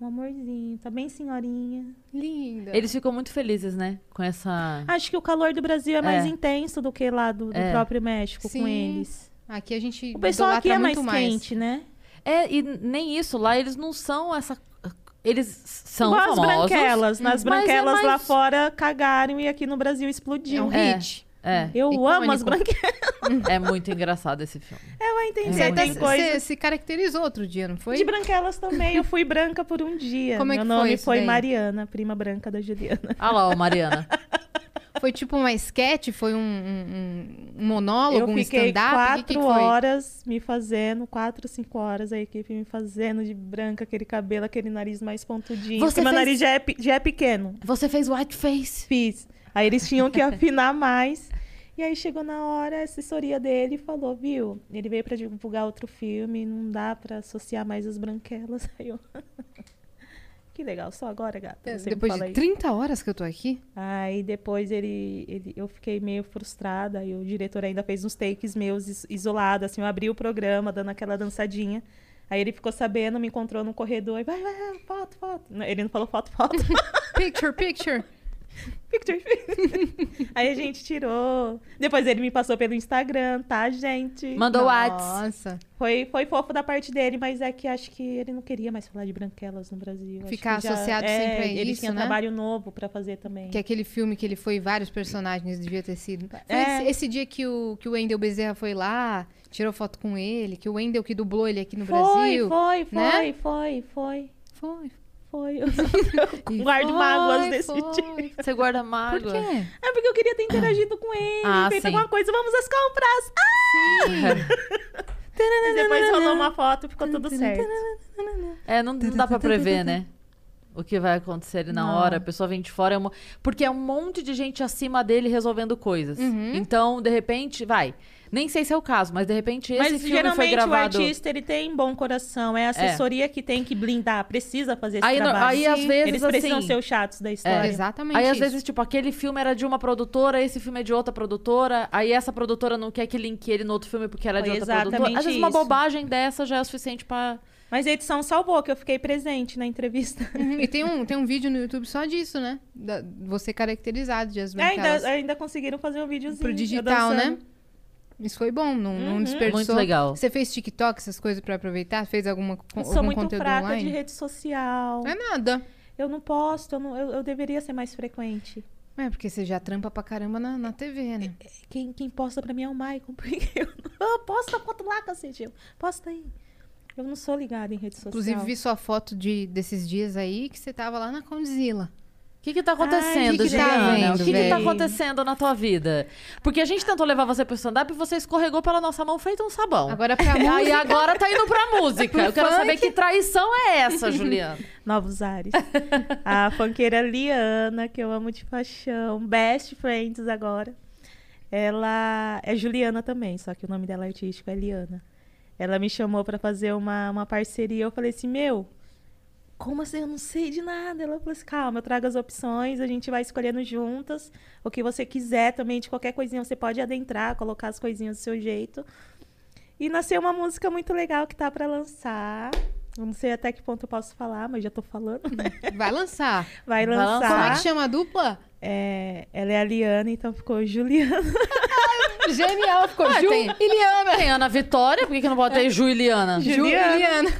Speaker 2: Um amorzinho. Tá bem, senhorinha.
Speaker 3: Linda.
Speaker 4: Eles ficam muito felizes, né? Com essa.
Speaker 2: Acho que o calor do Brasil é mais
Speaker 4: É.
Speaker 2: intenso do que lá do, do
Speaker 4: É.
Speaker 2: próprio México
Speaker 3: Sim.
Speaker 2: com eles.
Speaker 3: Aqui a gente.
Speaker 2: O pessoal aqui
Speaker 3: idolatra
Speaker 2: é mais
Speaker 3: muito mais
Speaker 2: quente, né?
Speaker 4: É, e nem isso. Lá eles não são essa. Eles são
Speaker 2: Igual as
Speaker 4: famosos.
Speaker 2: branquelas. Nas
Speaker 4: Mas
Speaker 3: Hum.
Speaker 4: é
Speaker 2: branquelas lá
Speaker 4: mais-
Speaker 2: fora cagaram e aqui no Brasil
Speaker 3: É um
Speaker 2: explodiu.
Speaker 3: hit.
Speaker 4: É,
Speaker 2: Eu amo as
Speaker 3: Icônico.
Speaker 2: branquelas.
Speaker 4: é muito engraçado esse filme.
Speaker 2: Eu vou
Speaker 3: Você
Speaker 2: entender.
Speaker 3: até
Speaker 2: Tem
Speaker 3: se-
Speaker 2: coisa.
Speaker 3: se- se caracterizou outro dia, não foi?
Speaker 2: De branquelas também. Eu fui branca por um dia.
Speaker 3: Como é
Speaker 2: Meu
Speaker 3: que foi
Speaker 2: nome
Speaker 3: isso
Speaker 2: foi
Speaker 3: daí?
Speaker 2: Mariana, prima branca da Juliana.
Speaker 4: Olha lá, ó, Mariana.
Speaker 3: Foi tipo uma sketch? Foi um, um- um monólogo?
Speaker 2: eu
Speaker 3: um
Speaker 2: fiquei
Speaker 3: stand-up?
Speaker 2: quatro
Speaker 3: O que que foi?
Speaker 2: horas me fazendo, quatro, cinco horas a equipe me fazendo de branca, aquele cabelo, aquele nariz mais pontudinho.
Speaker 4: Você
Speaker 2: porque meu
Speaker 4: fez-
Speaker 2: nariz já é, pe- já é pequeno.
Speaker 4: Você fez whiteface.
Speaker 2: Fiz. Aí eles tinham que afinar mais. E aí chegou na hora, a assessoria dele falou, viu? Ele veio pra divulgar outro filme, não dá pra associar mais as branquelas. Aí eu. que legal, só agora, gata. Você me
Speaker 3: É, Depois
Speaker 2: fala
Speaker 3: de
Speaker 2: aí.
Speaker 3: 30 horas que eu tô aqui?
Speaker 2: Aí depois ele, ele- eu fiquei meio frustrada e o diretor ainda fez uns takes meus is- isolado, assim, eu abri o programa dando aquela dançadinha. Aí ele ficou sabendo, me encontrou no corredor, e vai, vai, vai, foto, foto. Não, Ele não falou foto, foto.
Speaker 3: Picture, picture.
Speaker 2: Picture. Aí a gente tirou. Depois ele me passou pelo Instagram, tá, gente?
Speaker 4: Mandou Whats.
Speaker 3: Nossa.
Speaker 2: Foi, foi fofo da parte dele, mas é que acho que ele não queria mais falar de branquelas no Brasil. Acho
Speaker 3: Ficar
Speaker 2: que já-
Speaker 3: associado
Speaker 2: é,
Speaker 3: sempre a
Speaker 2: Ele
Speaker 3: isso,
Speaker 2: tinha
Speaker 3: né?
Speaker 2: trabalho novo pra fazer também.
Speaker 3: Que é aquele filme que ele foi vários personagens, devia ter sido. Foi
Speaker 2: É.
Speaker 3: esse, esse dia que o, que o Wendel Bezerra foi lá, tirou foto com ele, que o Wendel que dublou ele aqui no
Speaker 2: foi,
Speaker 3: Brasil.
Speaker 2: foi, foi,
Speaker 3: né?
Speaker 2: foi, foi.
Speaker 3: Foi.
Speaker 2: Foi. Eu eu guardo mágoas desse dia.
Speaker 4: Você guarda
Speaker 3: Por
Speaker 4: mágoa.
Speaker 3: quê?
Speaker 2: É porque eu queria ter interagido com ele,
Speaker 4: Ah,
Speaker 2: feito
Speaker 4: sim.
Speaker 2: alguma coisa. Vamos às compras! Ah! E depois rolou uma foto, ficou tudo certo.
Speaker 4: É, não, não dá pra prever, né? O que vai acontecer ali na
Speaker 2: Não.
Speaker 4: hora, a pessoa vem de fora. É uma... Porque é um monte de gente acima dele resolvendo coisas. Então, de repente, vai. Nem sei se é o caso, mas de repente esse
Speaker 2: Mas
Speaker 4: filme foi
Speaker 2: geralmente o é
Speaker 4: gravado.
Speaker 2: artista ele tem bom coração, é a assessoria que tem que blindar, precisa fazer esse
Speaker 4: Aí, no-
Speaker 2: trabalho.
Speaker 4: aí às
Speaker 3: Sim.
Speaker 4: vezes,
Speaker 2: Eles
Speaker 4: assim. é.
Speaker 2: precisam ser os chatos da história.
Speaker 3: É, Exatamente.
Speaker 4: Aí, às
Speaker 3: isso.
Speaker 4: vezes, tipo, aquele filme era de uma produtora, esse filme é de outra produtora, aí essa produtora não quer que linke ele no outro filme porque era de
Speaker 2: Foi
Speaker 4: outra produtora.
Speaker 2: exatamente
Speaker 4: Às vezes, uma
Speaker 2: isso.
Speaker 4: bobagem dessa já é o suficiente pra.
Speaker 2: Mas a edição salvou, que eu fiquei presente na entrevista.
Speaker 3: Uhum, E tem um, tem um vídeo no YouTube só disso, né? Da- você caracterizado de as branquelas.
Speaker 2: ainda, ainda conseguiram fazer um videozinho.
Speaker 3: Pro
Speaker 2: então, eu
Speaker 3: digital, né?
Speaker 2: dançando. Uhum.
Speaker 3: Isso foi bom, não, não desperdiçou.
Speaker 4: Muito legal.
Speaker 3: Você fez TikTok, essas coisas pra aproveitar? Fez alguma co-
Speaker 2: Eu
Speaker 3: algum
Speaker 2: sou muito
Speaker 3: conteúdo
Speaker 2: fraca
Speaker 3: online?
Speaker 2: de rede social.
Speaker 3: É nada.
Speaker 2: Eu não posto, eu, não- eu- eu deveria ser mais frequente.
Speaker 3: É, porque você já trampa pra caramba na, na TV, né?
Speaker 2: Quem, quem posta pra mim é o Maicon, porque eu não... Ah, posta foto lá, cacete. eu- Posta aí. Eu não sou ligada em rede social.
Speaker 3: Inclusive, vi sua foto de, desses dias aí que você tava lá na Condzilla.
Speaker 4: O que que tá
Speaker 2: Ai,
Speaker 4: acontecendo,
Speaker 2: que que tá
Speaker 4: Juliana?
Speaker 3: vendo,
Speaker 4: o que que tá
Speaker 3: véi?
Speaker 4: acontecendo na tua vida? Porque a gente tentou levar você pro stand-up e você escorregou pela nossa mão feito um sabão.
Speaker 3: Agora pra
Speaker 4: Aí
Speaker 3: música.
Speaker 4: agora tá indo pra música. Eu quero saber que traição é essa, Juliana.
Speaker 2: Novos Ares. a funkeira Liana, que eu amo de paixão. Best Friends agora. Ela é Juliana também, só que o nome dela artístico é Liana. Ela me chamou pra fazer uma, uma parceria. Eu falei assim, meu, como assim? Eu não sei de nada. Ela falou assim, calma, eu trago as opções, a gente vai escolhendo juntas. O que você quiser também, de qualquer coisinha, você pode adentrar, colocar as coisinhas do seu jeito. E nasceu uma música muito legal que tá pra lançar. Eu não sei até que ponto eu posso falar, mas já tô falando, né?
Speaker 3: Vai lançar.
Speaker 2: Vai lançar.
Speaker 4: lançar.
Speaker 3: Como é que chama a dupla?
Speaker 2: É, ela é a Liana, então ficou Juliana.
Speaker 3: Genial, ficou
Speaker 4: Ah,
Speaker 3: Ju
Speaker 4: tem-
Speaker 3: e Liana.
Speaker 4: Tem Ana Vitória, por que, que eu não botei Juliana?
Speaker 3: Ju e
Speaker 2: Juliana.
Speaker 3: Liana.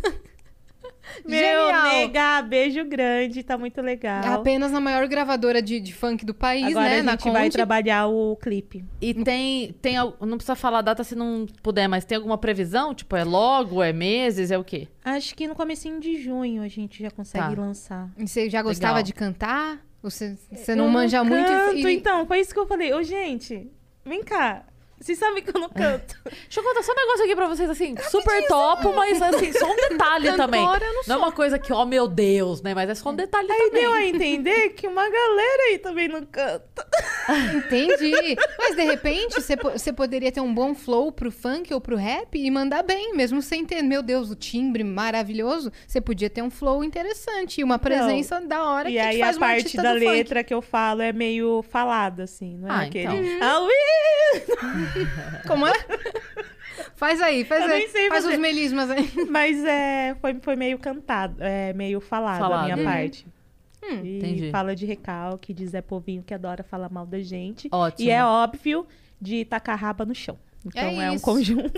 Speaker 2: Meu,
Speaker 3: Genial.
Speaker 2: nega, beijo grande, tá muito legal.
Speaker 3: Apenas na maior gravadora de, de funk do país,
Speaker 2: Agora
Speaker 3: é né?
Speaker 2: a
Speaker 3: na
Speaker 2: gente vai
Speaker 3: Conde.
Speaker 2: trabalhar o clipe.
Speaker 4: E tem, tem. al- Não precisa falar a data se não puder, mas tem alguma previsão? Tipo, é logo, é meses, é o quê?
Speaker 2: Acho que no comecinho de junho a gente já consegue
Speaker 4: Tá.
Speaker 2: lançar.
Speaker 3: E Você já gostava
Speaker 4: Legal.
Speaker 3: de cantar? Você, você não
Speaker 2: Eu
Speaker 3: manja muito?
Speaker 2: canto,
Speaker 3: e- e-
Speaker 2: então. Foi isso que eu falei. Ô, gente, vem cá. Vocês sabem que eu não canto.
Speaker 4: Deixa eu contar só um negócio aqui pra vocês, assim, super topo, mas assim, só um detalhe também.
Speaker 3: Cantora eu não
Speaker 4: é uma coisa que, ó, meu Deus, né? Mas é só um
Speaker 3: Tá
Speaker 4: detalhe
Speaker 2: Aí
Speaker 4: também.
Speaker 2: deu a entender que uma galera aí também não canta.
Speaker 3: Entendi. Mas de repente, você, po- você poderia ter um bom flow pro funk ou pro rap e mandar bem, mesmo sem ter, meu Deus, o timbre maravilhoso. Você podia ter um flow interessante e uma presença da hora
Speaker 2: E
Speaker 3: que
Speaker 2: aí
Speaker 3: te faz
Speaker 2: a
Speaker 3: um
Speaker 2: parte
Speaker 3: artista
Speaker 2: da
Speaker 3: do funk.
Speaker 2: letra que eu falo é meio falada, assim. Não é
Speaker 4: Ah,
Speaker 2: aquele...
Speaker 4: então.
Speaker 2: "Ah, ui!"
Speaker 3: Como é? Faz aí, faz
Speaker 2: Eu
Speaker 3: aí.
Speaker 2: nem sei
Speaker 3: faz
Speaker 2: fazer.
Speaker 3: os melismas aí.
Speaker 2: Mas é, foi, foi meio cantado, é, meio falado, a
Speaker 4: Falado.
Speaker 2: minha
Speaker 4: Uhum.
Speaker 2: parte.
Speaker 3: Uhum.
Speaker 2: Hum,
Speaker 3: Hum,
Speaker 2: e
Speaker 4: Entendi.
Speaker 2: fala de recalque, de Zé Povinho que adora falar mal da gente.
Speaker 4: Ótimo.
Speaker 2: E é óbvio de tacar a raba no chão. Então é, um
Speaker 3: isso.
Speaker 2: conjunto.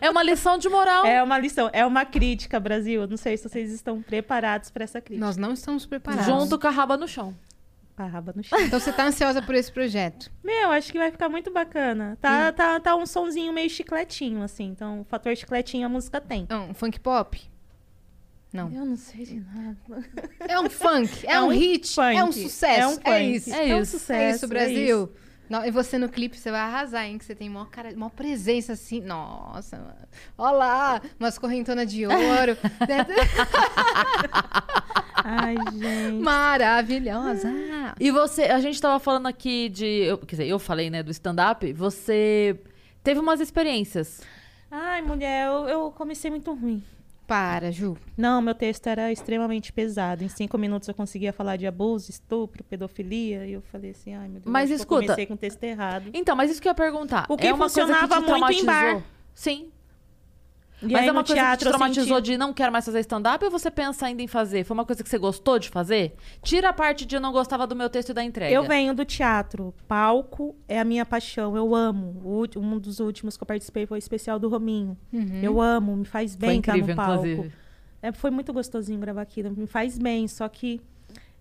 Speaker 4: É uma lição de moral.
Speaker 2: É uma lição, é uma crítica, Brasil. Eu Não sei se vocês estão preparados para essa crítica.
Speaker 3: Nós não estamos preparados.
Speaker 4: Junto com a raba no chão.
Speaker 2: A raba no chão.
Speaker 3: Então você tá ansiosa por esse projeto.
Speaker 2: Meu, acho que vai ficar muito bacana. Tá, tá, tá um sonzinho meio chicletinho, assim. Então, o fator chicletinho a música tem.
Speaker 3: É um funk pop? Não.
Speaker 2: Eu não sei de nada.
Speaker 3: É um funk, é,
Speaker 2: É
Speaker 3: um,
Speaker 2: um
Speaker 3: hit,
Speaker 2: funk,
Speaker 3: é um sucesso.
Speaker 2: é
Speaker 3: É,
Speaker 2: um funk.
Speaker 3: isso.
Speaker 4: É
Speaker 2: um
Speaker 4: isso.
Speaker 2: sucesso,
Speaker 3: é isso,
Speaker 2: é
Speaker 3: Brasil. Não, e você no clipe, você vai arrasar, hein? Que você tem mó, cara, mó presença assim. Nossa, mano. Ó lá, umas correntonas de ouro.
Speaker 2: Ai, gente.
Speaker 3: Maravilhosa.
Speaker 4: E você, a gente tava falando aqui de. Eu, quer dizer, eu falei, né, do stand-up. Você teve umas experiências.
Speaker 2: Ai, mulher, eu, eu comecei muito ruim.
Speaker 3: Para, Ju.
Speaker 2: Não, meu texto era extremamente pesado. Em cinco minutos eu conseguia falar de abuso, estupro, pedofilia. E eu falei assim, ai, meu Deus,
Speaker 4: Mas
Speaker 2: acho que
Speaker 4: escuta-
Speaker 2: eu comecei com o texto errado.
Speaker 4: Então, mas isso que eu ia perguntar.
Speaker 2: O que
Speaker 4: é uma
Speaker 2: funcionava
Speaker 4: coisa que te
Speaker 2: muito em
Speaker 4: traumatizou?
Speaker 2: bar.
Speaker 4: Sim.
Speaker 2: E
Speaker 4: mas
Speaker 2: aí,
Speaker 4: é uma
Speaker 2: no
Speaker 4: coisa que te
Speaker 2: teatro, eu
Speaker 4: traumatizou
Speaker 2: senti-
Speaker 4: de não quero mais fazer stand-up ou você pensa ainda em fazer? Foi uma coisa que você gostou de fazer? Tira a parte de eu não gostava do meu texto e da entrega.
Speaker 2: Eu venho do teatro. Palco é a minha paixão. Eu amo. O ulti- um dos últimos que eu participei foi o especial do Rominho. Eu amo, me faz
Speaker 4: Uhum. Foi
Speaker 2: bem
Speaker 4: incrível,
Speaker 2: estar no palco.
Speaker 4: inclusive.
Speaker 2: É, foi muito gostosinho gravar aqui. né? Me faz bem, só que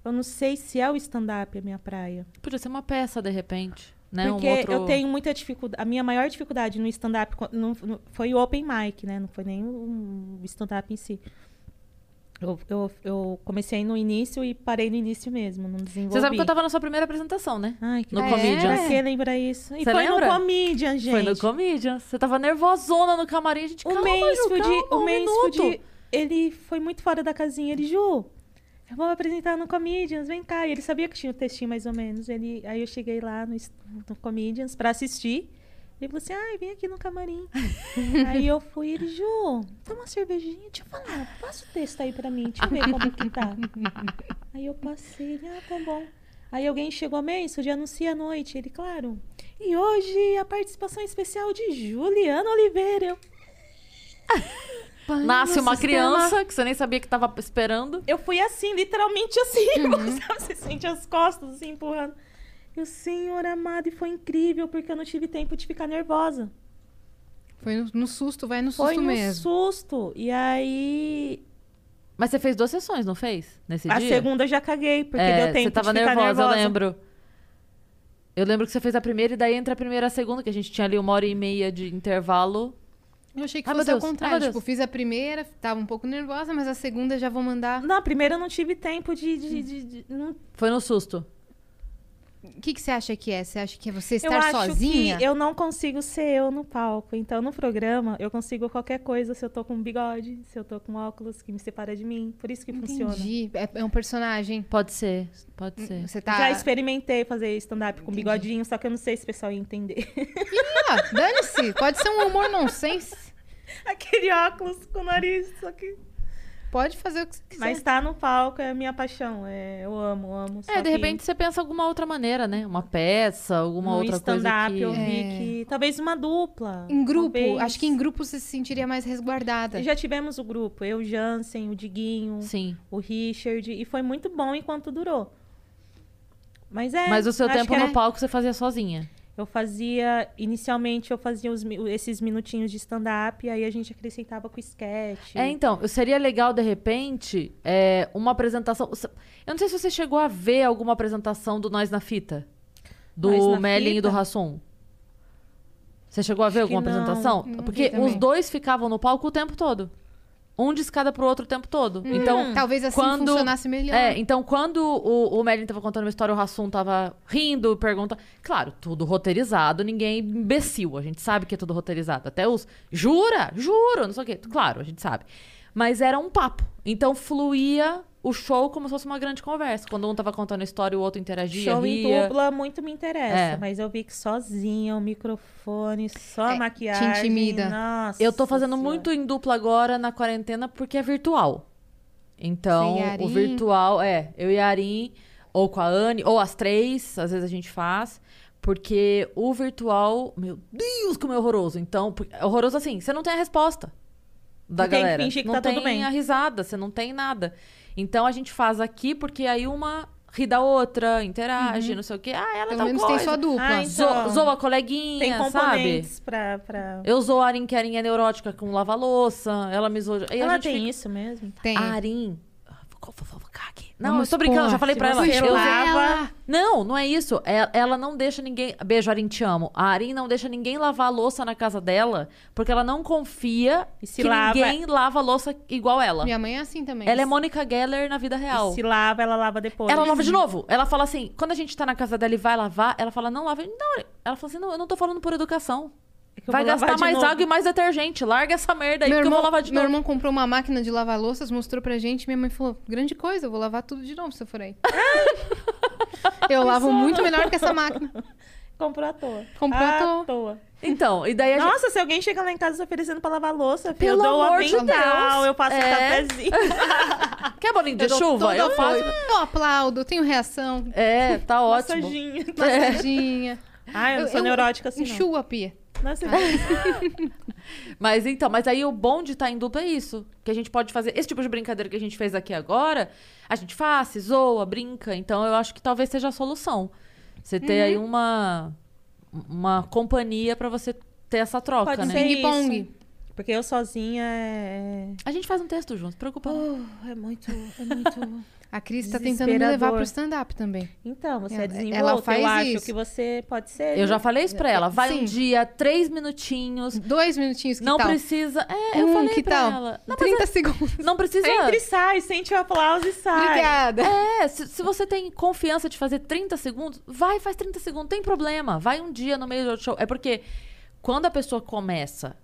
Speaker 2: eu não sei se é o stand-up a minha praia.
Speaker 4: Podia ser uma peça, de repente. Né? Um
Speaker 2: Porque
Speaker 4: outro-
Speaker 2: eu tenho muita dificuldade. A minha maior dificuldade no stand-up co- não- não- foi o open mic, né? Não foi nem o o stand-up em si. Eu, eu- eu comecei no início e parei no início mesmo. Não desenvolvi.
Speaker 4: Você sabe que eu tava na sua primeira apresentação, né?
Speaker 2: Ai, que
Speaker 4: No
Speaker 2: é?
Speaker 4: Comedians.
Speaker 2: Pra que lembra isso? E
Speaker 4: Você
Speaker 2: foi
Speaker 4: lembra?
Speaker 2: no Comedian, gente.
Speaker 4: Foi no Comedians. Você tava nervosona no camarim, a gente
Speaker 2: O
Speaker 4: calma, Ju,
Speaker 2: Mansfield,
Speaker 4: calma,
Speaker 2: o
Speaker 4: um
Speaker 2: Mansfield,
Speaker 4: minuto.
Speaker 2: ele foi muito fora da casinha. Ele, Ju, eu vou me apresentar no Comedians, vem cá. E ele sabia que tinha o textinho mais ou menos. Ele, aí eu cheguei lá no, es- no Comedians pra assistir. Ele falou assim, ai, vem aqui no camarim. aí eu fui, ele, Ju, toma uma cervejinha, deixa eu falar, passa o texto aí pra mim, deixa eu ver como que tá. aí eu passei, ele, ah, tá bom. Aí alguém chegou, Mansfield, anuncia a noite. Ele, claro. E hoje a participação especial de Juliana Oliveira. Eu,
Speaker 4: Nasce
Speaker 3: no
Speaker 2: tá
Speaker 4: uma
Speaker 3: sistema.
Speaker 4: criança que você nem sabia que tava esperando.
Speaker 2: Eu fui assim, literalmente assim.
Speaker 4: Uhum.
Speaker 2: sabe? Você sente as costas assim, empurrando. E o senhor amado, e foi incrível, porque eu não tive tempo de ficar nervosa.
Speaker 4: Um
Speaker 3: Foi no, no susto, vai no susto
Speaker 2: Foi um
Speaker 3: mesmo.
Speaker 2: susto. E aí.
Speaker 4: Mas você fez duas sessões, não fez? Nesse
Speaker 2: a
Speaker 4: dia?
Speaker 2: segunda eu já caguei, porque
Speaker 4: É,
Speaker 2: deu tempo
Speaker 4: Você tava
Speaker 2: de ficar
Speaker 4: nervosa,
Speaker 2: nervosa.
Speaker 4: eu lembro. Eu lembro que você fez a primeira e daí entre a primeira e a segunda, que a gente tinha ali uma hora e meia de intervalo.
Speaker 3: Eu achei que
Speaker 4: Ai, meu
Speaker 3: fosse ao
Speaker 4: Deus. Ai, meu
Speaker 3: contrário.
Speaker 4: Deus.
Speaker 3: tipo, fiz a primeira, tava um pouco nervosa, mas a segunda já vou mandar.
Speaker 2: Não, a primeira eu não tive tempo de. de- de- de- não-
Speaker 4: Foi no susto.
Speaker 3: O que, que você acha que é? Você acha que é você
Speaker 2: eu
Speaker 3: estar
Speaker 2: acho
Speaker 3: sozinha?
Speaker 2: que eu não consigo ser eu no palco. Então, no programa, eu consigo qualquer coisa se eu tô com um bigode, se eu tô com óculos que me separa de mim. Por isso que funciona.
Speaker 3: Entendi. É, é um personagem.
Speaker 4: Pode ser, pode ser.
Speaker 3: Você tá.
Speaker 2: Já experimentei fazer stand-up com bigodinho, só que eu não sei se o pessoal ia entender.
Speaker 3: Ah, dane-se. Pode ser um humor nonsense.
Speaker 2: Aquele óculos com o nariz, só que.
Speaker 3: Pode fazer o que você quiser.
Speaker 2: Mas tá no palco é a minha paixão. É, eu amo, amo. só
Speaker 4: É, de
Speaker 2: que
Speaker 4: repente você pensa alguma outra maneira, né? Uma peça, alguma
Speaker 2: no
Speaker 4: outra coisa
Speaker 2: Um stand-up um-
Speaker 4: que... É.
Speaker 2: eu vi que. Talvez uma dupla.
Speaker 3: Em grupo,
Speaker 2: talvez.
Speaker 3: acho que em grupo você se sentiria mais resguardada.
Speaker 2: Já tivemos o grupo, eu, o Jansen, o Diguinho,
Speaker 4: Sim.
Speaker 2: o Richard, e foi muito bom enquanto durou. Mas é.
Speaker 4: Mas o seu
Speaker 2: acho
Speaker 4: tempo
Speaker 2: que é.
Speaker 4: no
Speaker 2: era-
Speaker 4: palco você fazia sozinha.
Speaker 2: Eu fazia, inicialmente eu fazia os mi- esses minutinhos de stand-up, e aí a gente acrescentava com sketch.
Speaker 4: É, então, eu- seria legal, de repente, é, uma apresentação. Eu não sei se você chegou a ver alguma apresentação do Nós na Fita.
Speaker 2: Nós
Speaker 4: Do
Speaker 2: na
Speaker 4: Merlin e do
Speaker 2: Fita?
Speaker 4: Rassum. Você chegou a ver
Speaker 2: Acho que
Speaker 4: alguma
Speaker 2: não.
Speaker 4: apresentação?
Speaker 3: Não vi
Speaker 4: Porque
Speaker 3: também.
Speaker 4: os dois ficavam no palco o tempo todo. Um de escada pro outro o tempo todo.
Speaker 2: Hum.
Speaker 4: Então,
Speaker 3: Talvez assim
Speaker 4: quando-
Speaker 3: funcionasse melhor.
Speaker 4: É, então quando o, o Merlin tava contando uma história, o Rassum tava rindo, pergunta. Claro, tudo roteirizado, ninguém é imbecil. A gente sabe que é tudo roteirizado. Até os. Jura? Juro, não sei o quê. Claro, a gente sabe. Mas era um papo. Então fluía o show como se fosse uma grande conversa. Quando um tava contando a história, o outro interagia.
Speaker 2: Show em
Speaker 4: ria.
Speaker 2: dupla muito me interessa,
Speaker 4: É.
Speaker 2: mas eu vi que sozinha, o microfone, só
Speaker 3: É,
Speaker 2: a maquiagem.
Speaker 3: te intimida.
Speaker 2: Nossa.
Speaker 4: Eu tô fazendo
Speaker 2: Senhora.
Speaker 4: muito em dupla agora na quarentena porque é virtual. Então,
Speaker 3: Você e a Arin?
Speaker 4: o virtual é eu e a Arin, ou com a Anne, ou as três, às vezes a gente faz. Porque o virtual, meu Deus, como é horroroso. Então, por- é horroroso assim, você não tem a resposta da
Speaker 2: Não tem que
Speaker 4: galera.
Speaker 2: fingir que
Speaker 4: não
Speaker 2: tá
Speaker 4: tem
Speaker 2: tudo bem.
Speaker 4: a risada, você não tem nada. Então a gente faz aqui porque aí uma ri da outra, interage,
Speaker 2: Uhum.
Speaker 4: não sei o quê. Ah, ela
Speaker 3: Pelo
Speaker 4: tá
Speaker 3: menos
Speaker 4: coisa.
Speaker 3: tem sua dupla.
Speaker 2: Ah,
Speaker 4: Zo-
Speaker 2: Então,
Speaker 4: zoa a coleguinha,
Speaker 2: Tem
Speaker 4: sabe?
Speaker 2: componentes pra, pra...
Speaker 4: Eu zoo a Arin, que a Arin é neurótica com lava-louça. Ela me zoa. E a
Speaker 2: Ela
Speaker 4: gente
Speaker 2: tem
Speaker 4: fica-
Speaker 2: isso mesmo?
Speaker 3: Tem.
Speaker 4: A Arin. Ah, Vou, vou, vou focar aqui. Não, eu
Speaker 3: Vamos
Speaker 4: tô brincando,
Speaker 3: pôr.
Speaker 4: já falei
Speaker 2: Se
Speaker 4: pra ela.
Speaker 2: você
Speaker 4: Eu-
Speaker 2: lá-
Speaker 3: Ela-
Speaker 4: Não, não é isso. É- Ela, não deixa ninguém. Beijo, Arin, te amo. A Arin não deixa ninguém lavar a louça na casa dela, porque ela não confia
Speaker 2: E se
Speaker 4: que
Speaker 2: lava-
Speaker 4: ninguém lava a louça igual ela.
Speaker 3: Minha mãe é assim também.
Speaker 4: Ela é Mônica Geller na vida real.
Speaker 2: Se lava, ela lava depois.
Speaker 4: Ela lava de novo. Ela fala assim, quando a gente tá na casa dela e vai lavar, ela fala, não lava. Não, ela fala assim, não, eu não tô falando por educação.
Speaker 2: que eu
Speaker 4: Vai
Speaker 2: vou lavar
Speaker 4: gastar
Speaker 2: de
Speaker 4: mais
Speaker 2: novo.
Speaker 4: água e mais detergente. Larga essa merda aí,
Speaker 3: meu
Speaker 4: porque
Speaker 3: irmão,
Speaker 4: eu vou lavar de
Speaker 3: meu
Speaker 4: novo.
Speaker 3: irmão comprou uma máquina de lavar louças, mostrou pra gente. Minha mãe falou: grande coisa, eu vou lavar tudo de novo se eu for aí. eu lavo muito melhor que essa máquina.
Speaker 2: Comprou à toa.
Speaker 3: Comprou à toa.
Speaker 4: Então, e daí a gente...
Speaker 2: Nossa, se alguém chega lá em casa oferecendo pra lavar louça, filho,
Speaker 4: Pelo
Speaker 2: eu dou o
Speaker 4: amor de
Speaker 2: avental,
Speaker 4: Deus.
Speaker 2: eu faço
Speaker 4: É.
Speaker 2: um cafezinho.
Speaker 4: Quer bolinho de
Speaker 3: Eu dou
Speaker 4: chuva?
Speaker 3: toda
Speaker 4: Eu
Speaker 3: a
Speaker 4: faço.
Speaker 3: força. Eu aplaudo, eu tenho reação,
Speaker 4: É, tá ótimo.
Speaker 2: Massaginho.
Speaker 3: massaginha.
Speaker 2: Ai, eu não sou neurótica assim, não.
Speaker 3: Enxuo a pia.
Speaker 2: Nossa,
Speaker 4: Ah. Mas então, mas aí o bom de estar em dupla é isso. Que a gente pode fazer esse tipo de brincadeira que a gente fez aqui agora. A gente faz, se zoa, brinca. Então eu acho que talvez seja a solução. Você ter aí
Speaker 2: Uhum.
Speaker 4: uma... Uma companhia pra você ter essa troca,
Speaker 2: Pode
Speaker 4: né?
Speaker 2: ser
Speaker 3: Ping-pong.
Speaker 2: isso. Porque eu sozinha é...
Speaker 4: A gente faz um texto junto, se preocupa. não.
Speaker 2: é muito, é muito...
Speaker 3: A Cris tá tentando me levar
Speaker 2: Desesperador.
Speaker 3: pro stand-up também.
Speaker 2: Então, você
Speaker 3: Ela-
Speaker 2: é desenvolta,
Speaker 3: ela
Speaker 2: eu
Speaker 3: faz
Speaker 2: acho
Speaker 3: isso.
Speaker 2: que você pode ser...
Speaker 4: Eu já falei isso pra ela. Vai
Speaker 3: Sim.
Speaker 4: um dia, três minutinhos.
Speaker 3: Dois minutinhos, que
Speaker 4: não
Speaker 3: tal?
Speaker 4: precisa. É, eu
Speaker 2: Hum,
Speaker 3: Um,
Speaker 4: falei
Speaker 3: que
Speaker 4: pra
Speaker 3: tal?
Speaker 4: ela. Não, mas é-
Speaker 3: 30 segundos.
Speaker 4: não precisa.
Speaker 2: Entre e sai, sente o aplauso e sai.
Speaker 3: Obrigada.
Speaker 4: É, se, se você tem confiança de fazer 30 segundos, vai, faz 30 segundos, tem problema. Vai um dia no meio do show. É porque quando a pessoa começa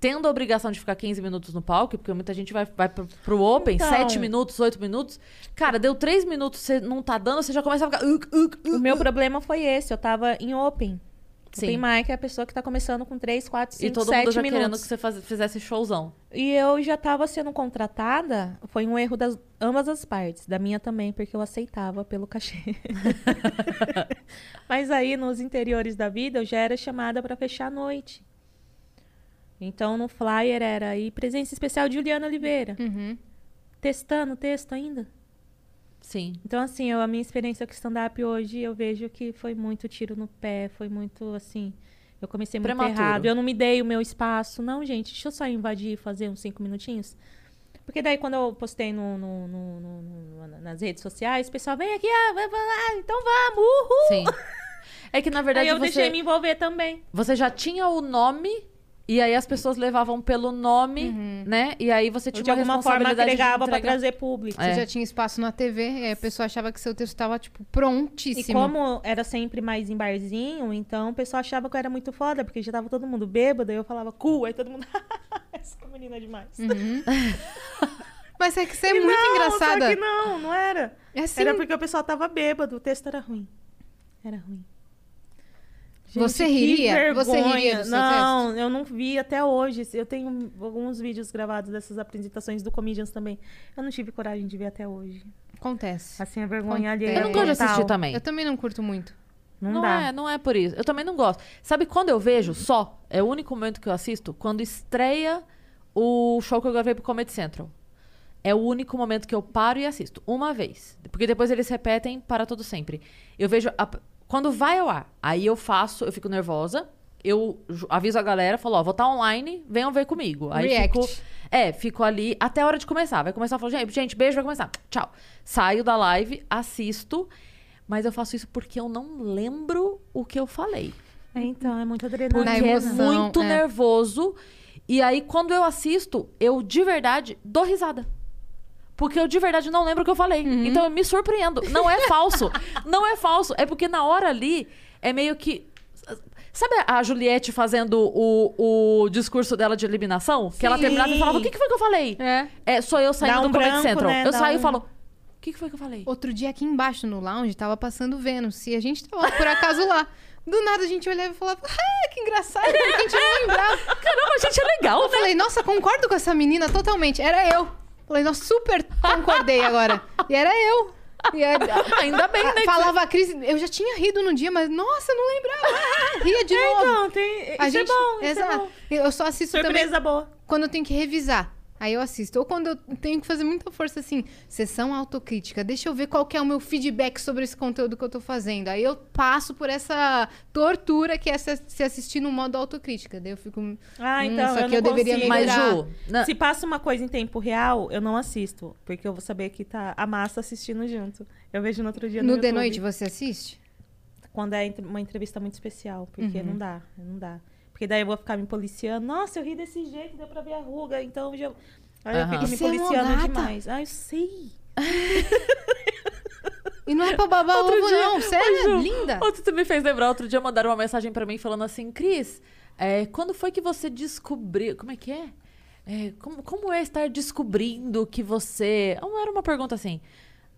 Speaker 4: tendo a obrigação de ficar 15 minutos no palco, porque muita gente vai, vai pro, pro Open,
Speaker 2: Então.
Speaker 4: 7 minutos, 8 minutos. Cara, deu 3 minutos, você não tá dando, você já começa a ficar. "Uk, uk, uk".
Speaker 2: O meu problema foi esse, eu tava em open.
Speaker 4: Sim.
Speaker 2: Open mic é a pessoa que tá começando com 3, 4, 5,
Speaker 4: E todo
Speaker 2: 7
Speaker 4: mundo já
Speaker 2: minutos.
Speaker 4: querendo que você faz- fizesse showzão.
Speaker 2: E eu já tava sendo contratada, foi um erro das ambas as partes, da minha também, porque eu aceitava pelo cachê. Mas aí, nos interiores da vida, eu já era chamada pra fechar a noite. Então, no flyer era aí, presença especial de Juliana Oliveira.
Speaker 3: Uhum.
Speaker 2: Testando o texto ainda.
Speaker 4: Sim.
Speaker 2: Então, assim, eu, a minha experiência com stand-up hoje, eu vejo que foi muito tiro no pé, foi muito, assim... Eu comecei muito
Speaker 4: Prematuro.
Speaker 2: errado, eu não me dei o meu espaço. Não, gente, deixa eu só invadir e fazer uns cinco minutinhos. Porque daí, quando eu postei no, no- no- no- no- na- nas redes sociais, o pessoal, vem aqui, ah, vai, vai, ah, então vamos, uhul!
Speaker 4: Sim. É que na verdade
Speaker 2: Aí eu
Speaker 4: você...
Speaker 2: deixei me envolver também.
Speaker 4: Você já tinha o nome e aí as pessoas levavam pelo nome, né? E aí você
Speaker 2: Eu,
Speaker 4: tinha
Speaker 2: Uhum. de
Speaker 4: uma
Speaker 2: alguma forma,
Speaker 4: responsabilidade
Speaker 2: agregava
Speaker 4: de
Speaker 2: pra
Speaker 4: entregar.
Speaker 2: trazer público.
Speaker 3: Você
Speaker 4: É.
Speaker 3: já tinha espaço na TV, e aí a pessoa achava que seu texto tava, tipo,
Speaker 2: E
Speaker 3: prontíssimo.
Speaker 2: como era sempre mais em barzinho, então o pessoal achava que eu era muito foda, porque já tava todo mundo bêbado, aí eu falava, cool, aí todo mundo, essa menina é demais.
Speaker 3: Mas é que você Uhum. é
Speaker 2: E
Speaker 3: muito
Speaker 2: não,
Speaker 3: engraçada.
Speaker 2: Só que não, não era.
Speaker 3: É assim,
Speaker 2: Era porque o pessoal tava bêbado, o texto era ruim. Era ruim.
Speaker 3: Você
Speaker 2: que
Speaker 3: riria? Você
Speaker 2: vergonha.
Speaker 3: riria do seu
Speaker 2: Não, eu não vi até hoje. Eu tenho alguns vídeos gravados dessas apresentações do Comedians também. Eu não tive coragem de ver até hoje.
Speaker 3: acontece.
Speaker 2: Assim, a vergonha
Speaker 3: Acontece.
Speaker 2: alheia.
Speaker 4: Eu não gosto de assistir
Speaker 2: total.
Speaker 4: também.
Speaker 3: Eu também não curto muito.
Speaker 2: Não,
Speaker 4: Não
Speaker 2: dá.
Speaker 4: é, não é por isso. Eu também não gosto. Sabe quando eu vejo só? É o único momento que eu assisto quando estreia o show que eu gravei pro Comedy Central. É o único momento que eu paro e assisto. Uma vez. Porque depois eles repetem para todo sempre. Eu vejo a- Quando vai ao ar, aí eu faço, eu fico nervosa, eu ju- aviso a galera, falo, ó, vou estar online, venham ver comigo. Aí
Speaker 3: React.
Speaker 4: fico. É, fico ali até a hora de começar. Vai começar, eu falo, gente, gente, beijo, vai começar. Tchau. Saio da live, assisto, mas eu faço isso porque eu não lembro o que eu falei.
Speaker 2: É, então, é muito
Speaker 4: Porque
Speaker 3: Na
Speaker 2: adrenalina.
Speaker 4: é
Speaker 3: emoção,
Speaker 4: muito
Speaker 3: é.
Speaker 4: nervoso. E aí, quando eu assisto, eu de verdade dou risada. Porque eu de verdade não lembro o que eu falei. Então eu me surpreendo. Não é falso. não é falso. É porque na hora ali é meio que. Sabe a Juliette fazendo o, o discurso dela de eliminação? Que ela
Speaker 2: Sim.
Speaker 4: terminava e falava: O que, que foi que eu falei?
Speaker 3: É.
Speaker 4: É, sou eu saindo
Speaker 2: Dá um
Speaker 4: do Comedy
Speaker 2: branco,
Speaker 4: Central.
Speaker 2: né?
Speaker 4: Eu
Speaker 2: Dá
Speaker 4: saio e
Speaker 2: um-
Speaker 4: falo: O que, que foi que eu falei?
Speaker 3: Outro dia aqui embaixo no lounge tava passando Vênus e a gente tava por acaso lá. Do nada a gente olhava e falava, ah, que engraçado, porque a gente não lembrava.
Speaker 4: Caramba, a gente é legal,
Speaker 3: Eu
Speaker 4: né?
Speaker 3: falei, nossa, concordo com essa menina totalmente. Era eu. Falei, nossa, super concordei agora. E era eu. E era-
Speaker 4: Ainda bem, né? que-
Speaker 3: Falava a Cris, eu já tinha rido no dia, mas nossa, eu não lembrava. Ah, Ria de novo.
Speaker 2: Então, tem... Isso
Speaker 3: a gente,
Speaker 2: é bom, isso
Speaker 3: exato.
Speaker 2: é bom.
Speaker 3: Eu só assisto também
Speaker 2: Surpresa boa.
Speaker 3: quando eu tenho que revisar. Aí eu assisto. Ou quando eu tenho que fazer muita força, assim, sessão autocrítica. Deixa eu ver qual que é o meu feedback sobre esse conteúdo que eu tô fazendo. Aí eu passo por essa tortura que é se se assistir no modo autocrítica. Daí eu fico...
Speaker 2: Ah,
Speaker 3: Hum,
Speaker 2: então,
Speaker 3: isso
Speaker 2: eu
Speaker 3: aqui
Speaker 2: não
Speaker 3: eu deveria
Speaker 2: consigo.
Speaker 4: Mas,
Speaker 3: melhorar.
Speaker 4: Ju, na-
Speaker 2: Se passa uma coisa em tempo real, eu não assisto. Porque eu vou saber que tá a massa assistindo junto. Eu vejo no outro dia no,
Speaker 3: No The
Speaker 2: YouTube,
Speaker 3: Noite você assiste?
Speaker 2: Quando é entre- uma entrevista muito especial. Porque
Speaker 3: Uhum.
Speaker 2: não dá, não dá. Porque daí eu vou ficar me policiando. Nossa, eu ri desse jeito, deu pra ver a ruga. Então já... Aí eu
Speaker 4: Aham.
Speaker 2: fico me
Speaker 3: Você é uma
Speaker 2: policiando
Speaker 3: gata.
Speaker 2: demais. Ah, eu sei.
Speaker 3: E não é pra babar
Speaker 4: Outro
Speaker 3: ovo,
Speaker 4: dia-
Speaker 3: não. Sério,
Speaker 4: Ô, Ju,
Speaker 3: linda.
Speaker 4: Outro tu me fez lembrar, outro dia mandaram uma mensagem pra mim falando assim, Cris, é, quando foi que você descobriu... Como é que é? É, como, como é estar descobrindo que você... Não era uma pergunta assim...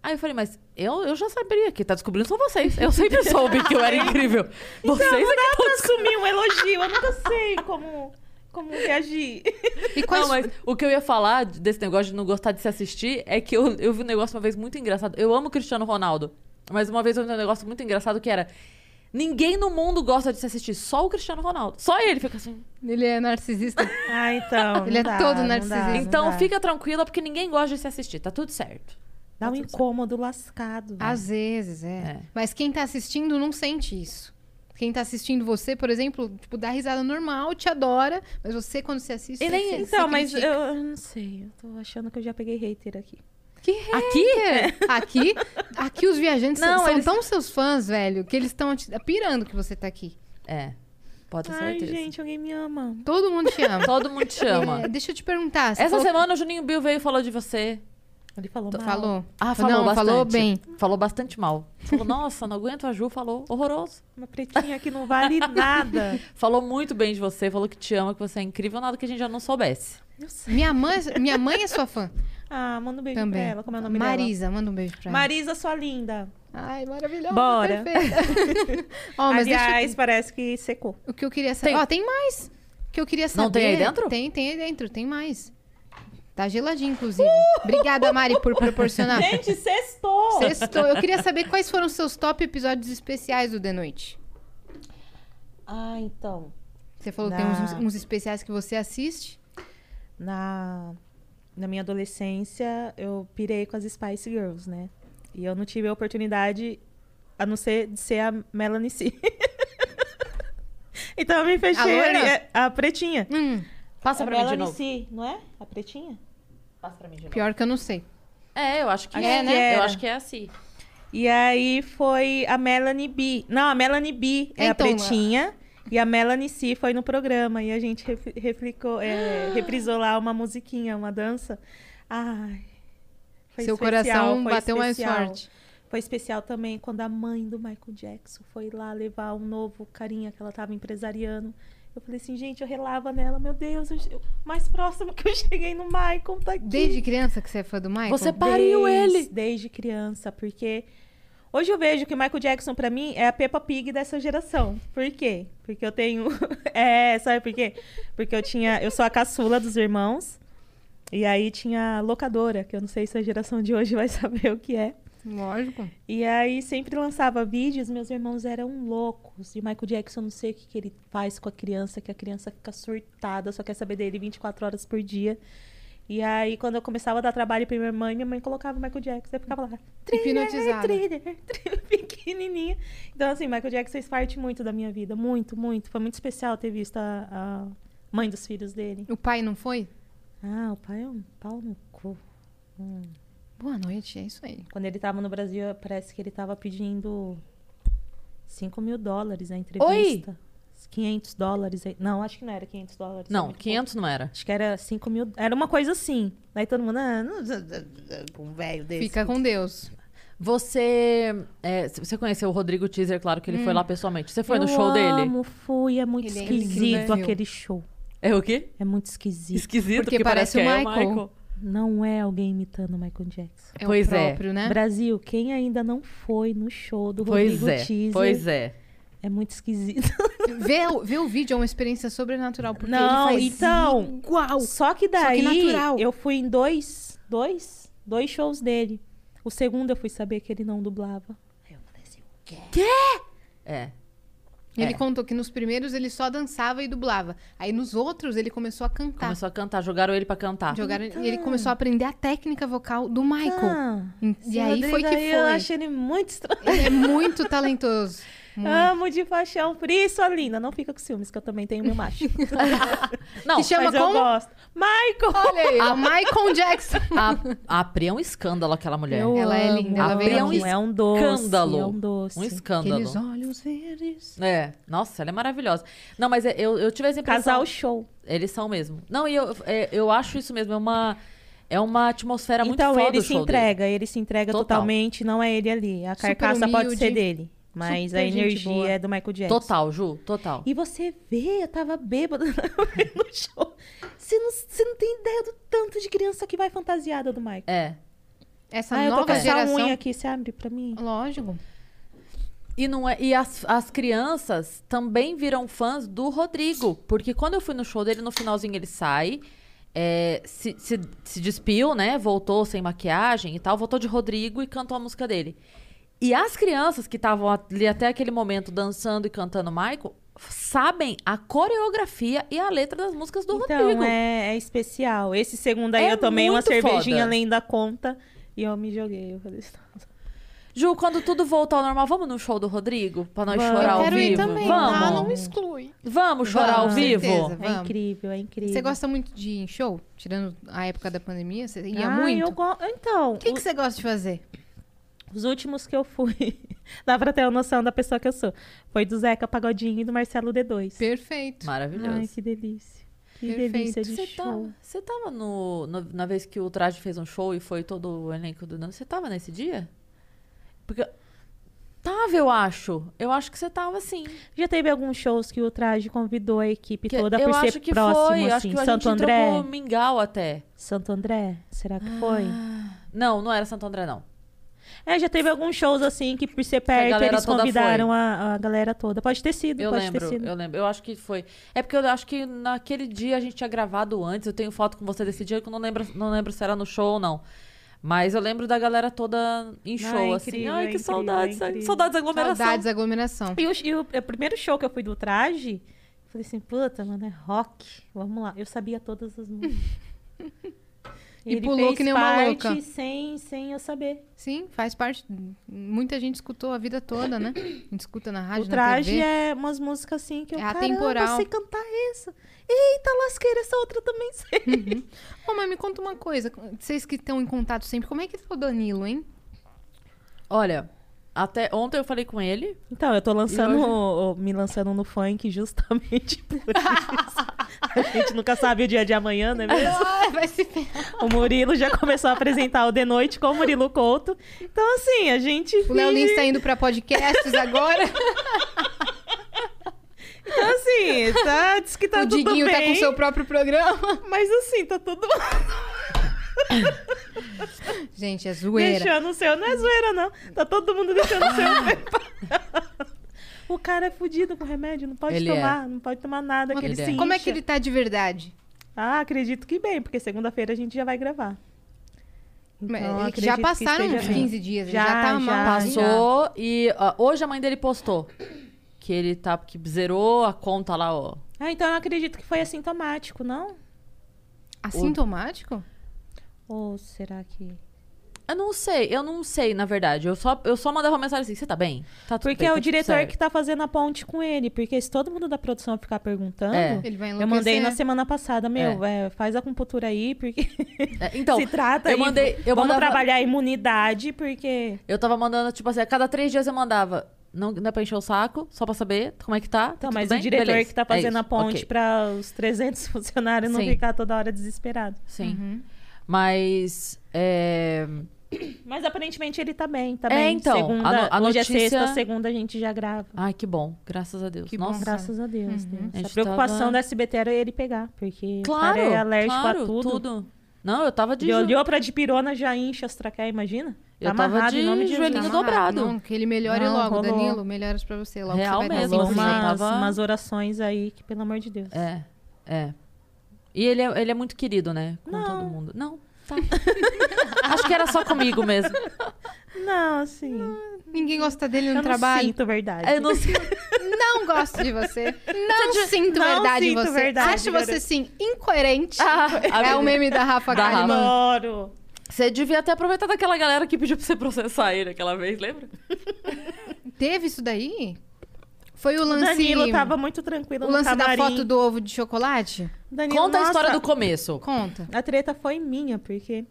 Speaker 4: Aí eu falei, mas eu, eu já saberia que tá descobrindo são vocês. Eu sempre soube que eu era incrível.
Speaker 3: Então,
Speaker 4: Vocês é que tão descobrindo.
Speaker 2: Assumi um elogio. Eu nunca sei como, como reagir.
Speaker 3: E quais...
Speaker 4: Não, mas o que eu ia falar desse negócio de não gostar de se assistir é que eu, eu vi um negócio uma vez muito engraçado. Eu amo Cristiano Ronaldo, mas uma vez eu vi um negócio muito engraçado que era. Ninguém no mundo gosta de se assistir, só o Cristiano Ronaldo. Só ele fica assim.
Speaker 3: Ele é narcisista.
Speaker 2: Ah, então.
Speaker 3: Ele é
Speaker 2: não dá,
Speaker 3: todo
Speaker 2: não dá,
Speaker 3: narcisista.
Speaker 2: não
Speaker 4: então
Speaker 2: dá.
Speaker 4: fica tranquila porque ninguém gosta de se assistir, tá tudo certo.
Speaker 2: Dá um incômodo lascado.
Speaker 3: Às vezes, é.
Speaker 4: É.
Speaker 3: Mas quem tá assistindo não sente isso. Quem tá assistindo você, por exemplo, tipo, dá risada normal, te adora, mas você, quando se assiste,
Speaker 4: E
Speaker 3: você-
Speaker 4: nem-
Speaker 3: você
Speaker 2: Então, mas eu,
Speaker 3: critica.
Speaker 2: eu não sei. Eu tô achando que eu já peguei hater aqui.
Speaker 3: Que
Speaker 4: Aqui?
Speaker 3: hater! Aqui, aqui os viajantes
Speaker 4: Não,
Speaker 3: são
Speaker 4: eles-
Speaker 3: tão seus fãs, velho, que eles estão pirando que você tá aqui.
Speaker 4: É. Pode ter
Speaker 2: Ai,
Speaker 4: certeza.
Speaker 2: gente, alguém me ama.
Speaker 3: Todo mundo te ama.
Speaker 4: Todo mundo te ama.
Speaker 3: É, deixa eu te perguntar. Você
Speaker 4: Essa
Speaker 3: falou-
Speaker 4: semana o Juninho Bill veio e falou de você.
Speaker 2: Ele falou mal.
Speaker 3: Falou.
Speaker 4: Ah, falou
Speaker 3: Não,
Speaker 4: bastante.
Speaker 3: falou bem.
Speaker 4: Falou bastante mal. Falou, nossa, não aguento a Ju, falou horroroso.
Speaker 2: Uma pretinha que não vale nada.
Speaker 4: Falou muito bem de você, falou que te ama, que você é incrível, nada que a gente já não soubesse.
Speaker 2: Eu sei.
Speaker 3: Minha mãe, minha mãe é sua fã
Speaker 2: Ah, manda um beijo
Speaker 3: também.
Speaker 2: pra ela. Como é o nome
Speaker 3: Marisa, manda um beijo pra
Speaker 2: dela?
Speaker 3: ela.
Speaker 2: Marisa, sua linda.
Speaker 3: Ai, maravilhosa.
Speaker 2: Bora.
Speaker 3: perfeita. Ó, Oh, mas deixa eu-
Speaker 2: Aliás, parece que secou.
Speaker 3: o que eu queria saber.
Speaker 4: Tem-
Speaker 3: Ó, tem mais. O que eu queria saber.
Speaker 4: Não, tem aí dentro?
Speaker 3: Tem, tem aí dentro, tem mais. Tá geladinho, inclusive. Obrigada, Mari, por proporcionar.
Speaker 2: Gente, sextou!
Speaker 3: Sextou. Eu queria saber quais foram os seus top episódios especiais do The Noite.
Speaker 2: Ah, então.
Speaker 3: Você falou que tem uns,
Speaker 2: Ah.
Speaker 3: uns especiais que você assiste.
Speaker 2: Na, na minha adolescência, eu pirei com as Spice Girls, né? E eu não tive a oportunidade, a não ser de ser a Melanie C. então eu me fechei
Speaker 3: A
Speaker 2: ali,
Speaker 3: loira?
Speaker 2: é, a pretinha.
Speaker 3: Hum,
Speaker 4: Passa
Speaker 2: a
Speaker 4: pra mim de
Speaker 2: Melanie
Speaker 4: novo.
Speaker 2: C, não é? A pretinha?
Speaker 4: Passa pra mim de novo.
Speaker 3: pior que eu não sei.
Speaker 4: É, eu acho que
Speaker 2: Acho
Speaker 4: é,
Speaker 2: que
Speaker 4: né? Eu
Speaker 2: era.
Speaker 4: acho que é assim.
Speaker 2: E aí foi a Melanie B. Não, a Melanie B é, a
Speaker 3: Então,
Speaker 2: pretinha. E a Melanie C foi no programa. E a gente ref- replicou,
Speaker 3: Ah!
Speaker 2: é, reprisou lá uma musiquinha, uma dança. Ai. foi
Speaker 3: Seu
Speaker 2: especial,
Speaker 3: coração
Speaker 2: foi
Speaker 3: bateu
Speaker 2: especial.
Speaker 3: mais forte.
Speaker 2: Foi especial também quando a mãe do Michael Jackson foi lá levar um novo carinha que ela tava empresariando. Eu falei assim, gente, eu relava nela, meu Deus, eu, eu- mais próximo que eu cheguei no Michael tá aqui.
Speaker 3: Desde criança que você é fã do Michael?
Speaker 4: Você pariu
Speaker 2: Desde-
Speaker 4: ele.
Speaker 2: Desde criança, porque hoje eu vejo que o Michael Jackson pra mim é a Peppa Pig dessa geração. Por quê? Porque eu tenho é, sabe por quê? Porque eu tinha, eu sou a caçula dos irmãos. E aí tinha a locadora, que eu não sei se a geração de hoje vai saber o que é.
Speaker 3: Lógico.
Speaker 2: E aí sempre lançava vídeos, meus irmãos eram loucos. E Michael Jackson, eu não sei o que, que ele faz com a criança, que a criança fica surtada, só quer saber dele 24 horas por dia. E aí, quando eu começava a dar trabalho pra minha mãe, minha mãe colocava Michael Jackson. Eu ficava lá.
Speaker 3: Hipnotizada.
Speaker 2: Thriller, thriller, pequenininha. Então, assim, Michael Jackson fez parte muito da minha vida. Muito, muito. Foi muito especial ter visto a, a mãe dos filhos dele.
Speaker 3: O pai não foi?
Speaker 2: Ah, o pai é um pau no cu. Hum.
Speaker 3: Boa noite, é isso aí.
Speaker 2: Quando ele tava no Brasil, parece que ele tava pedindo 5 mil dólares a entrevista.
Speaker 4: Oi!
Speaker 2: 500 dólares. a- Não, acho que não era 500 dólares. é
Speaker 4: Não,
Speaker 2: muito pouco.
Speaker 4: 500 não era.
Speaker 2: Acho que era 5 mil. Era uma coisa assim. Aí todo mundo. Ah, não, um velho desse.
Speaker 3: Fica com Deus.
Speaker 4: Você. é, c- você conheceu o Rodrigo Teaser, claro que ele foi lá pessoalmente. Você foi
Speaker 2: Hum. Eu
Speaker 4: no show dele?
Speaker 2: amo, fui. É muito
Speaker 3: Ele é
Speaker 2: esquisito
Speaker 3: incrível.
Speaker 2: aquele show.
Speaker 4: É o quê?
Speaker 2: É muito esquisito.
Speaker 4: Esquisito,
Speaker 3: Porque
Speaker 4: porque, parece,
Speaker 3: parece o
Speaker 4: que é
Speaker 3: Michael.
Speaker 2: Não é alguém imitando o Michael Jackson.
Speaker 3: É
Speaker 4: Pois
Speaker 3: o
Speaker 4: é.
Speaker 3: próprio, né?
Speaker 2: Brasil, quem ainda não foi no show do
Speaker 4: Pois
Speaker 2: Rodrigo
Speaker 4: é,
Speaker 2: Teaser
Speaker 4: pois é.
Speaker 2: é muito esquisito.
Speaker 3: Ver, o- ver o vídeo é uma experiência sobrenatural. Porque
Speaker 2: Não,
Speaker 3: ele faz
Speaker 2: então,
Speaker 3: Igual.
Speaker 2: Só que daí
Speaker 3: natural.
Speaker 2: eu fui em dois, dois, dois shows dele. O segundo eu fui saber que ele não dublava. Aí eu falei assim, o quê? Tá.
Speaker 4: É.
Speaker 3: Ele
Speaker 4: É.
Speaker 3: contou que nos primeiros ele só dançava e dublava. Aí nos outros ele começou a cantar.
Speaker 4: Começou a cantar, jogaram ele pra cantar.
Speaker 3: Jogaram- Ele começou a aprender a técnica vocal do Michael.
Speaker 2: Ah,
Speaker 3: E-
Speaker 2: esse
Speaker 3: e aí
Speaker 2: Rodrigo
Speaker 3: foi que
Speaker 2: aí
Speaker 3: foi.
Speaker 2: Eu acho ele muito estranho.
Speaker 3: Ele é muito talentoso. Muito.
Speaker 2: Amo de paixão. Por isso, Alina, não fica com ciúmes, que eu também tenho meu macho.
Speaker 4: Não,
Speaker 3: que chama
Speaker 2: Mas eu
Speaker 3: como?
Speaker 2: gosto. Michael!
Speaker 3: Olha aí, a Michael Jackson.
Speaker 4: a, a Pri é um escândalo, aquela mulher.
Speaker 2: Eu
Speaker 3: Ela é
Speaker 2: amo.
Speaker 3: linda, ela
Speaker 2: A
Speaker 3: veio
Speaker 2: Pri é
Speaker 3: aqui.
Speaker 2: um, é um doce.
Speaker 4: Escândalo.
Speaker 2: É um doce.
Speaker 4: Um escândalo.
Speaker 3: Aqueles olhos verdes.
Speaker 4: É, nossa, ela é maravilhosa. Não, mas é- eu, eu tive essa impressão.
Speaker 2: Casal show.
Speaker 4: Eles são mesmo. Não, e eu, é, eu acho isso mesmo. É uma, é uma atmosfera
Speaker 2: então
Speaker 4: muito foda
Speaker 2: ele
Speaker 4: o
Speaker 2: se
Speaker 4: show dele.
Speaker 2: entrega, ele se entrega
Speaker 4: Total.
Speaker 2: totalmente, não é ele ali. A
Speaker 3: Super
Speaker 2: carcaça pode
Speaker 3: humilde,
Speaker 2: ser dele, mas a
Speaker 3: super gente boa.
Speaker 2: energia é do Michael Jackson.
Speaker 4: Total, Ju, total.
Speaker 2: E você vê, eu tava bêbada no show. Você não, você não tem ideia do tanto de criança que vai fantasiada do Michael.
Speaker 4: É.
Speaker 3: Essa
Speaker 2: Ah, eu tô com
Speaker 3: nova
Speaker 2: essa
Speaker 3: geração.
Speaker 2: unha aqui, você abre pra mim?
Speaker 3: Lógico.
Speaker 4: E, não é, e as, as crianças também viram fãs do Rodrigo. Porque quando eu fui no show dele, no finalzinho ele sai, é, se, se, se despiu, né? Voltou sem maquiagem e tal, voltou de Rodrigo e cantou a música dele. E as crianças que estavam ali até aquele momento dançando e cantando Michael sabem a coreografia e a letra das músicas do Rodrigo.
Speaker 2: Então, é, é especial. Esse segundo aí
Speaker 4: É
Speaker 2: eu tomei uma
Speaker 4: muito
Speaker 2: cervejinha
Speaker 4: foda.
Speaker 2: além da conta e eu me joguei. Eu falei, "Nossa."
Speaker 4: Ju, quando tudo voltar ao normal, vamos no show do Rodrigo? Pra nós
Speaker 2: Vamos.
Speaker 4: chorar
Speaker 3: Eu
Speaker 4: ao
Speaker 3: quero
Speaker 4: vivo?
Speaker 3: ir também.
Speaker 4: Vamos.
Speaker 3: Ah, não exclui.
Speaker 4: Vamos chorar
Speaker 3: Vamos,
Speaker 4: ao vivo?
Speaker 3: certeza.
Speaker 2: é
Speaker 3: Vamos.
Speaker 2: incrível, é incrível.
Speaker 3: Você gosta muito de ir em show? Tirando a época da pandemia, você ia
Speaker 2: ah,
Speaker 3: muito?
Speaker 2: Eu go... Então,
Speaker 3: O que, que você gosta de fazer?
Speaker 2: os últimos que eu fui, dá pra ter uma noção da pessoa que eu sou. Foi do Zeca Pagodinho e do Marcelo D2.
Speaker 3: Perfeito.
Speaker 4: Maravilhoso.
Speaker 2: Ai, que delícia. Que
Speaker 3: Perfeito.
Speaker 2: delícia de
Speaker 4: Você tá
Speaker 2: show.
Speaker 4: tava, você tava no, no- na vez que o Traje fez um show e foi todo o elenco do Nando. Você tava nesse dia? Porque. Tava, eu acho. Eu acho que você tava sim.
Speaker 2: Já teve alguns shows que o Traje convidou a equipe
Speaker 4: Que
Speaker 2: toda
Speaker 4: eu
Speaker 2: por
Speaker 4: acho
Speaker 2: ser
Speaker 4: que
Speaker 2: próximo,
Speaker 4: foi. acho
Speaker 2: assim.
Speaker 4: que a
Speaker 2: Santo
Speaker 4: gente
Speaker 2: André?
Speaker 4: trocou mingau até.
Speaker 2: Santo André? Será que foi?
Speaker 4: Ah. Não, não era Santo André, não.
Speaker 2: É, já teve alguns shows, assim, que por ser perto,
Speaker 4: galera
Speaker 2: eles
Speaker 4: toda
Speaker 2: convidaram a, a galera toda. Pode ter sido,
Speaker 4: Eu
Speaker 2: pode ter
Speaker 4: lembro,
Speaker 2: sido.
Speaker 4: eu lembro. Eu acho que foi. É porque eu acho que naquele dia a gente tinha gravado antes. Eu tenho foto com você desse dia que eu não lembro, não lembro se era no show ou não. Mas eu lembro da galera toda em show, assim.
Speaker 2: incrível,
Speaker 4: Ai,
Speaker 2: é
Speaker 4: que
Speaker 2: incrível,
Speaker 4: saudades.
Speaker 2: é
Speaker 4: ai,
Speaker 2: incrível.
Speaker 4: saudades da aglomeração.
Speaker 3: Saudades da aglomeração.
Speaker 2: E, o, e o- o primeiro show que eu fui do Traje, eu falei assim, puta, mano, é rock. Vamos lá. Eu sabia todas as músicas.
Speaker 3: E
Speaker 2: Ele
Speaker 3: pulou
Speaker 2: fez
Speaker 3: que nem uma
Speaker 2: parte
Speaker 3: louca.
Speaker 2: Sem, sem eu saber.
Speaker 3: Sim, faz parte. Muita gente escutou a vida toda, né? A gente escuta na rádio,
Speaker 2: o
Speaker 3: na
Speaker 2: traje
Speaker 3: TV.
Speaker 2: é umas músicas assim que eu
Speaker 3: É
Speaker 2: caramba,
Speaker 3: atemporal.
Speaker 2: sei cantar essa. Eita, lasqueira, essa outra eu também sei.
Speaker 3: Ô, mas me conta uma coisa. Vocês que estão em contato sempre, como é que tá o Danilo, hein?
Speaker 4: Olha, até ontem eu falei com ele.
Speaker 2: Então, eu tô lançando,
Speaker 4: E
Speaker 2: o- o- me lançando no funk justamente por isso. A gente nunca sabe o dia de amanhã, né? mesmo?
Speaker 3: vai se ferrar.
Speaker 2: O Murilo já começou a apresentar o De Noite com o Murilo Couto. Então, assim, a gente.
Speaker 3: O Léo Lins
Speaker 2: finge-
Speaker 3: tá indo pra podcasts agora.
Speaker 2: Então, assim, tá, diz que tá
Speaker 3: o
Speaker 2: tudo
Speaker 3: Diguinho
Speaker 2: bem.
Speaker 3: tá com o seu próprio programa.
Speaker 2: Mas, assim, tá tudo.
Speaker 3: Gente, é zoeira.
Speaker 2: Deixando o seu. Não é zoeira, não. Tá todo mundo deixando o seu. o cara é fudido com remédio, não pode
Speaker 4: Ele
Speaker 2: tomar, não pode tomar nada. Que ele
Speaker 4: Ele é.
Speaker 2: se
Speaker 3: Como é que
Speaker 2: incha.
Speaker 3: é. ele tá de verdade?
Speaker 2: Ah, acredito que bem, porque segunda-feira a gente já vai gravar.
Speaker 3: Mas
Speaker 2: Então,
Speaker 3: ele-
Speaker 2: acredito
Speaker 3: já
Speaker 2: que
Speaker 3: passaram
Speaker 2: esteja
Speaker 3: uns
Speaker 2: bem.
Speaker 3: 15 dias, ele
Speaker 2: Já,
Speaker 3: já tá
Speaker 2: já.
Speaker 3: mal.
Speaker 4: Passou e ah, hoje a mãe dele postou que ele tá que zerou a conta lá, ó.
Speaker 2: Ah, então eu acredito que foi assintomático, não?
Speaker 3: Assintomático?
Speaker 2: Ou será que.
Speaker 4: Eu não sei, eu não sei, na verdade. Eu só, eu só mandava uma mensagem assim, você tá bem? Tá tudo
Speaker 2: Porque
Speaker 4: bem,
Speaker 2: é
Speaker 4: tá
Speaker 2: o
Speaker 4: tudo
Speaker 2: diretor
Speaker 4: certo."
Speaker 2: que tá fazendo a ponte com ele. Porque se todo mundo da produção ficar perguntando.
Speaker 4: É.
Speaker 3: Ele vai
Speaker 2: Eu mandei na
Speaker 3: enlouquecer. né?
Speaker 2: semana passada, meu, é, faz a acupuntura aí, porque
Speaker 4: É, então,
Speaker 2: se trata
Speaker 4: eu
Speaker 2: aí,
Speaker 4: mandei- eu
Speaker 2: vamos
Speaker 4: mandava-
Speaker 2: trabalhar a imunidade, porque
Speaker 4: eu tava mandando, tipo assim, a cada três dias eu mandava. Não, não é pra encher o saco, só pra saber como é que tá. tá
Speaker 2: Então,
Speaker 4: tudo
Speaker 2: mas
Speaker 4: bem?
Speaker 2: o diretor
Speaker 4: Beleza,
Speaker 2: que tá
Speaker 4: é
Speaker 2: fazendo
Speaker 4: isso,
Speaker 2: a ponte
Speaker 4: ok.
Speaker 2: pra os 300 funcionários não
Speaker 4: Sim.
Speaker 2: ficar toda hora desesperado.
Speaker 4: Sim. Mas. É...
Speaker 2: Mas aparentemente ele tá bem, tá
Speaker 4: É,
Speaker 2: bem.
Speaker 4: então,
Speaker 2: segunda,
Speaker 4: a no- a
Speaker 2: hoje
Speaker 4: notícia-
Speaker 2: é sexta, segunda a gente já grava.
Speaker 4: Ai, que bom. Graças a Deus.
Speaker 3: Que bom.
Speaker 4: Nossa. Uhum.
Speaker 2: Graças a Deus. Deus.
Speaker 4: A gente
Speaker 2: A preocupação
Speaker 4: tava-
Speaker 2: do SBT era ele pegar, porque o
Speaker 4: Claro.
Speaker 2: cara é alérgico
Speaker 4: claro,
Speaker 2: a tudo.
Speaker 4: Não, eu tava de.
Speaker 2: Ele
Speaker 4: jo-
Speaker 2: olhou pra dipirona, já incha as traqueias, imagina?
Speaker 4: Eu
Speaker 2: tá
Speaker 4: tava
Speaker 2: amarrado
Speaker 4: de
Speaker 2: em nome de Jesus.
Speaker 4: joelhinho
Speaker 3: Amarrado.
Speaker 4: dobrado.
Speaker 3: Não, que ele melhore
Speaker 2: Não,
Speaker 3: logo,
Speaker 2: rolou.
Speaker 3: Danilo. Melhoras pra você. Logo
Speaker 4: Real
Speaker 3: você vai
Speaker 4: mesmo,
Speaker 3: estar
Speaker 2: Rolou
Speaker 4: assim,
Speaker 3: assim,
Speaker 4: já
Speaker 2: umas,
Speaker 4: tava-
Speaker 2: umas orações aí que, pelo amor de Deus.
Speaker 4: É, é. E ele é, ele é muito querido, né? Com todo mundo. Não, tá. Acho que era só comigo mesmo.
Speaker 2: Não, assim.
Speaker 3: Ninguém gosta dele no
Speaker 2: eu
Speaker 3: trabalho.
Speaker 2: Ah, não sinto verdade.
Speaker 4: É, Eu não sei.
Speaker 3: Não gosto de você. Não sinto
Speaker 2: não
Speaker 3: verdade em
Speaker 2: sinto
Speaker 3: você.
Speaker 2: verdade,
Speaker 3: Acho
Speaker 2: garoto.
Speaker 3: você, sim, incoerente. é
Speaker 4: Ah,
Speaker 3: o meme da Rafa
Speaker 4: Da Rafa.
Speaker 3: Kalimann.
Speaker 2: Adoro.
Speaker 4: Você devia ter aproveitado aquela galera que pediu pra você processar ele aquela vez, lembra?
Speaker 3: Teve isso daí? Foi o
Speaker 2: O
Speaker 3: lance...
Speaker 2: Danilo tava muito tranquilo
Speaker 3: O
Speaker 2: no
Speaker 3: lance da
Speaker 2: camarim.
Speaker 3: foto do ovo de chocolate?
Speaker 2: Danilo,
Speaker 4: Conta a história
Speaker 2: nossa,
Speaker 4: do começo.
Speaker 3: Conta.
Speaker 2: A treta foi minha, porque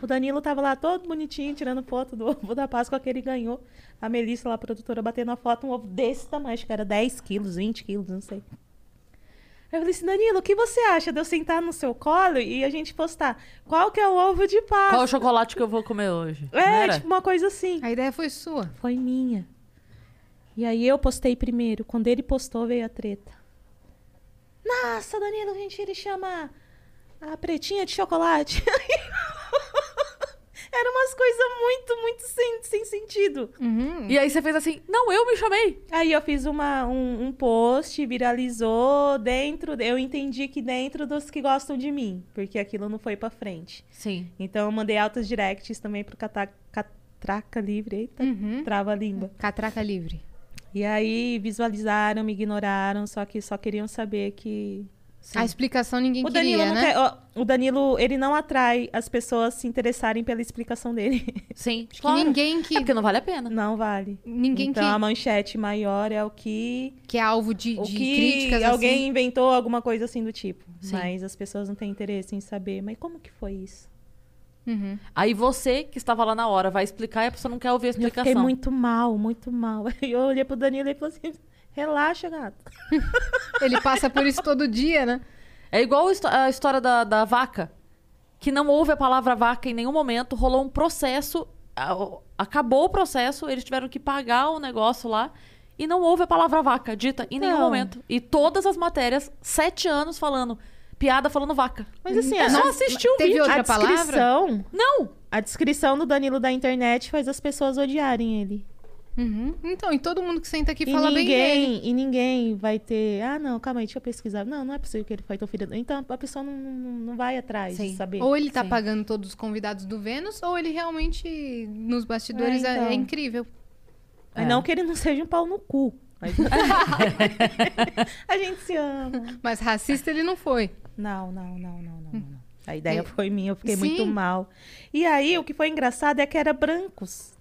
Speaker 2: o Danilo tava lá todo bonitinho, tirando foto do ovo da Páscoa que ele ganhou. A Melissa lá, a produtora, batendo a foto, um ovo desse tamanho, acho que era 10 quilos, 20 quilos, não sei. Aí eu falei assim, Danilo, o que você acha de eu sentar no seu colo e a gente postar qual que é o ovo de
Speaker 4: Qual o
Speaker 2: Páscoa?
Speaker 4: chocolate que eu vou comer hoje? Não
Speaker 2: é,
Speaker 4: era?
Speaker 2: tipo uma coisa assim.
Speaker 3: A ideia foi sua.
Speaker 2: Foi minha. E aí eu postei primeiro. Quando ele postou, veio a treta. Nossa, Danilo Gentili chama a pretinha de chocolate. Era umas coisas muito, muito sem, sem sentido.
Speaker 3: Uhum.
Speaker 4: E aí você fez assim, não, eu me chamei.
Speaker 2: Aí eu fiz uma, um, um post, viralizou dentro. Eu entendi que dentro dos que gostam de mim, porque aquilo não foi pra frente.
Speaker 4: Sim.
Speaker 2: Então eu mandei altos directs também pro Cata- Catraca Livre. Eita,
Speaker 3: Uhum.
Speaker 2: trava a língua.
Speaker 3: Catraca livre.
Speaker 2: E aí visualizaram, me ignoraram, só que só queriam saber que.
Speaker 3: A explicação ninguém
Speaker 2: O Danilo,
Speaker 3: queria,
Speaker 2: não
Speaker 3: né?
Speaker 2: quer- ó, o Danilo, ele não atrai as pessoas se interessarem pela explicação dele.
Speaker 4: Sim.
Speaker 3: Que
Speaker 4: claro.
Speaker 3: ninguém que...
Speaker 4: É porque não vale a pena.
Speaker 2: Não vale.
Speaker 3: Ninguém
Speaker 2: então
Speaker 3: que-
Speaker 2: a manchete maior é o que.
Speaker 3: que é alvo de,
Speaker 2: O
Speaker 3: de
Speaker 2: que
Speaker 3: críticas
Speaker 2: alguém
Speaker 3: assim.
Speaker 2: inventou alguma coisa assim do tipo.
Speaker 4: Sim.
Speaker 2: Mas as pessoas não têm interesse em saber. Mas como que foi isso?
Speaker 3: Uhum.
Speaker 4: Aí você, que estava lá na hora, vai explicar e a pessoa não quer ouvir a
Speaker 2: Eu
Speaker 4: explicação.
Speaker 2: fiquei muito mal, muito mal. Aí Eu olhei pro Danilo e falei assim: relaxa, gato.
Speaker 3: Ele passa por isso todo dia, né?
Speaker 4: É igual a histó- a história da, da vaca, que não houve a palavra vaca em nenhum momento, rolou um processo, a- o- acabou o processo, eles tiveram que pagar o negócio lá, e não houve a palavra vaca dita em nenhum
Speaker 2: Não.
Speaker 4: momento. E todas as matérias, sete anos falando, piada falando vaca.
Speaker 2: Mas assim,
Speaker 4: Não
Speaker 2: a,
Speaker 4: assistiu o
Speaker 3: Uhum. É, Teve
Speaker 4: vídeo.
Speaker 3: outra
Speaker 2: a
Speaker 3: palavra?
Speaker 2: descrição.
Speaker 4: Não!
Speaker 2: A descrição do Danilo da internet faz as pessoas odiarem ele.
Speaker 3: Uhum. Então, e todo mundo que senta aqui
Speaker 2: E,
Speaker 3: fala bem dele.
Speaker 2: ninguém, e ninguém vai ter. Ah, não, calma aí, deixa eu pesquisar. Não, não é possível que ele foi tão ferido. Então a pessoa não, não, não vai atrás
Speaker 4: Sim.
Speaker 2: de saber.
Speaker 3: Ou ele tá
Speaker 4: Sim.
Speaker 3: pagando todos os convidados do Vênus, ou ele realmente, nos bastidores, é,
Speaker 2: É, então.
Speaker 3: é incrível.
Speaker 2: Mas
Speaker 4: É.
Speaker 2: Não que ele não seja um pau no cu. Mas... a gente se ama.
Speaker 3: Mas racista ele não foi.
Speaker 2: Não, não, não, não, não, não. A ideia
Speaker 3: E-
Speaker 2: foi minha, eu fiquei
Speaker 3: Sim.
Speaker 2: muito mal. E aí, o que foi engraçado é que era brancos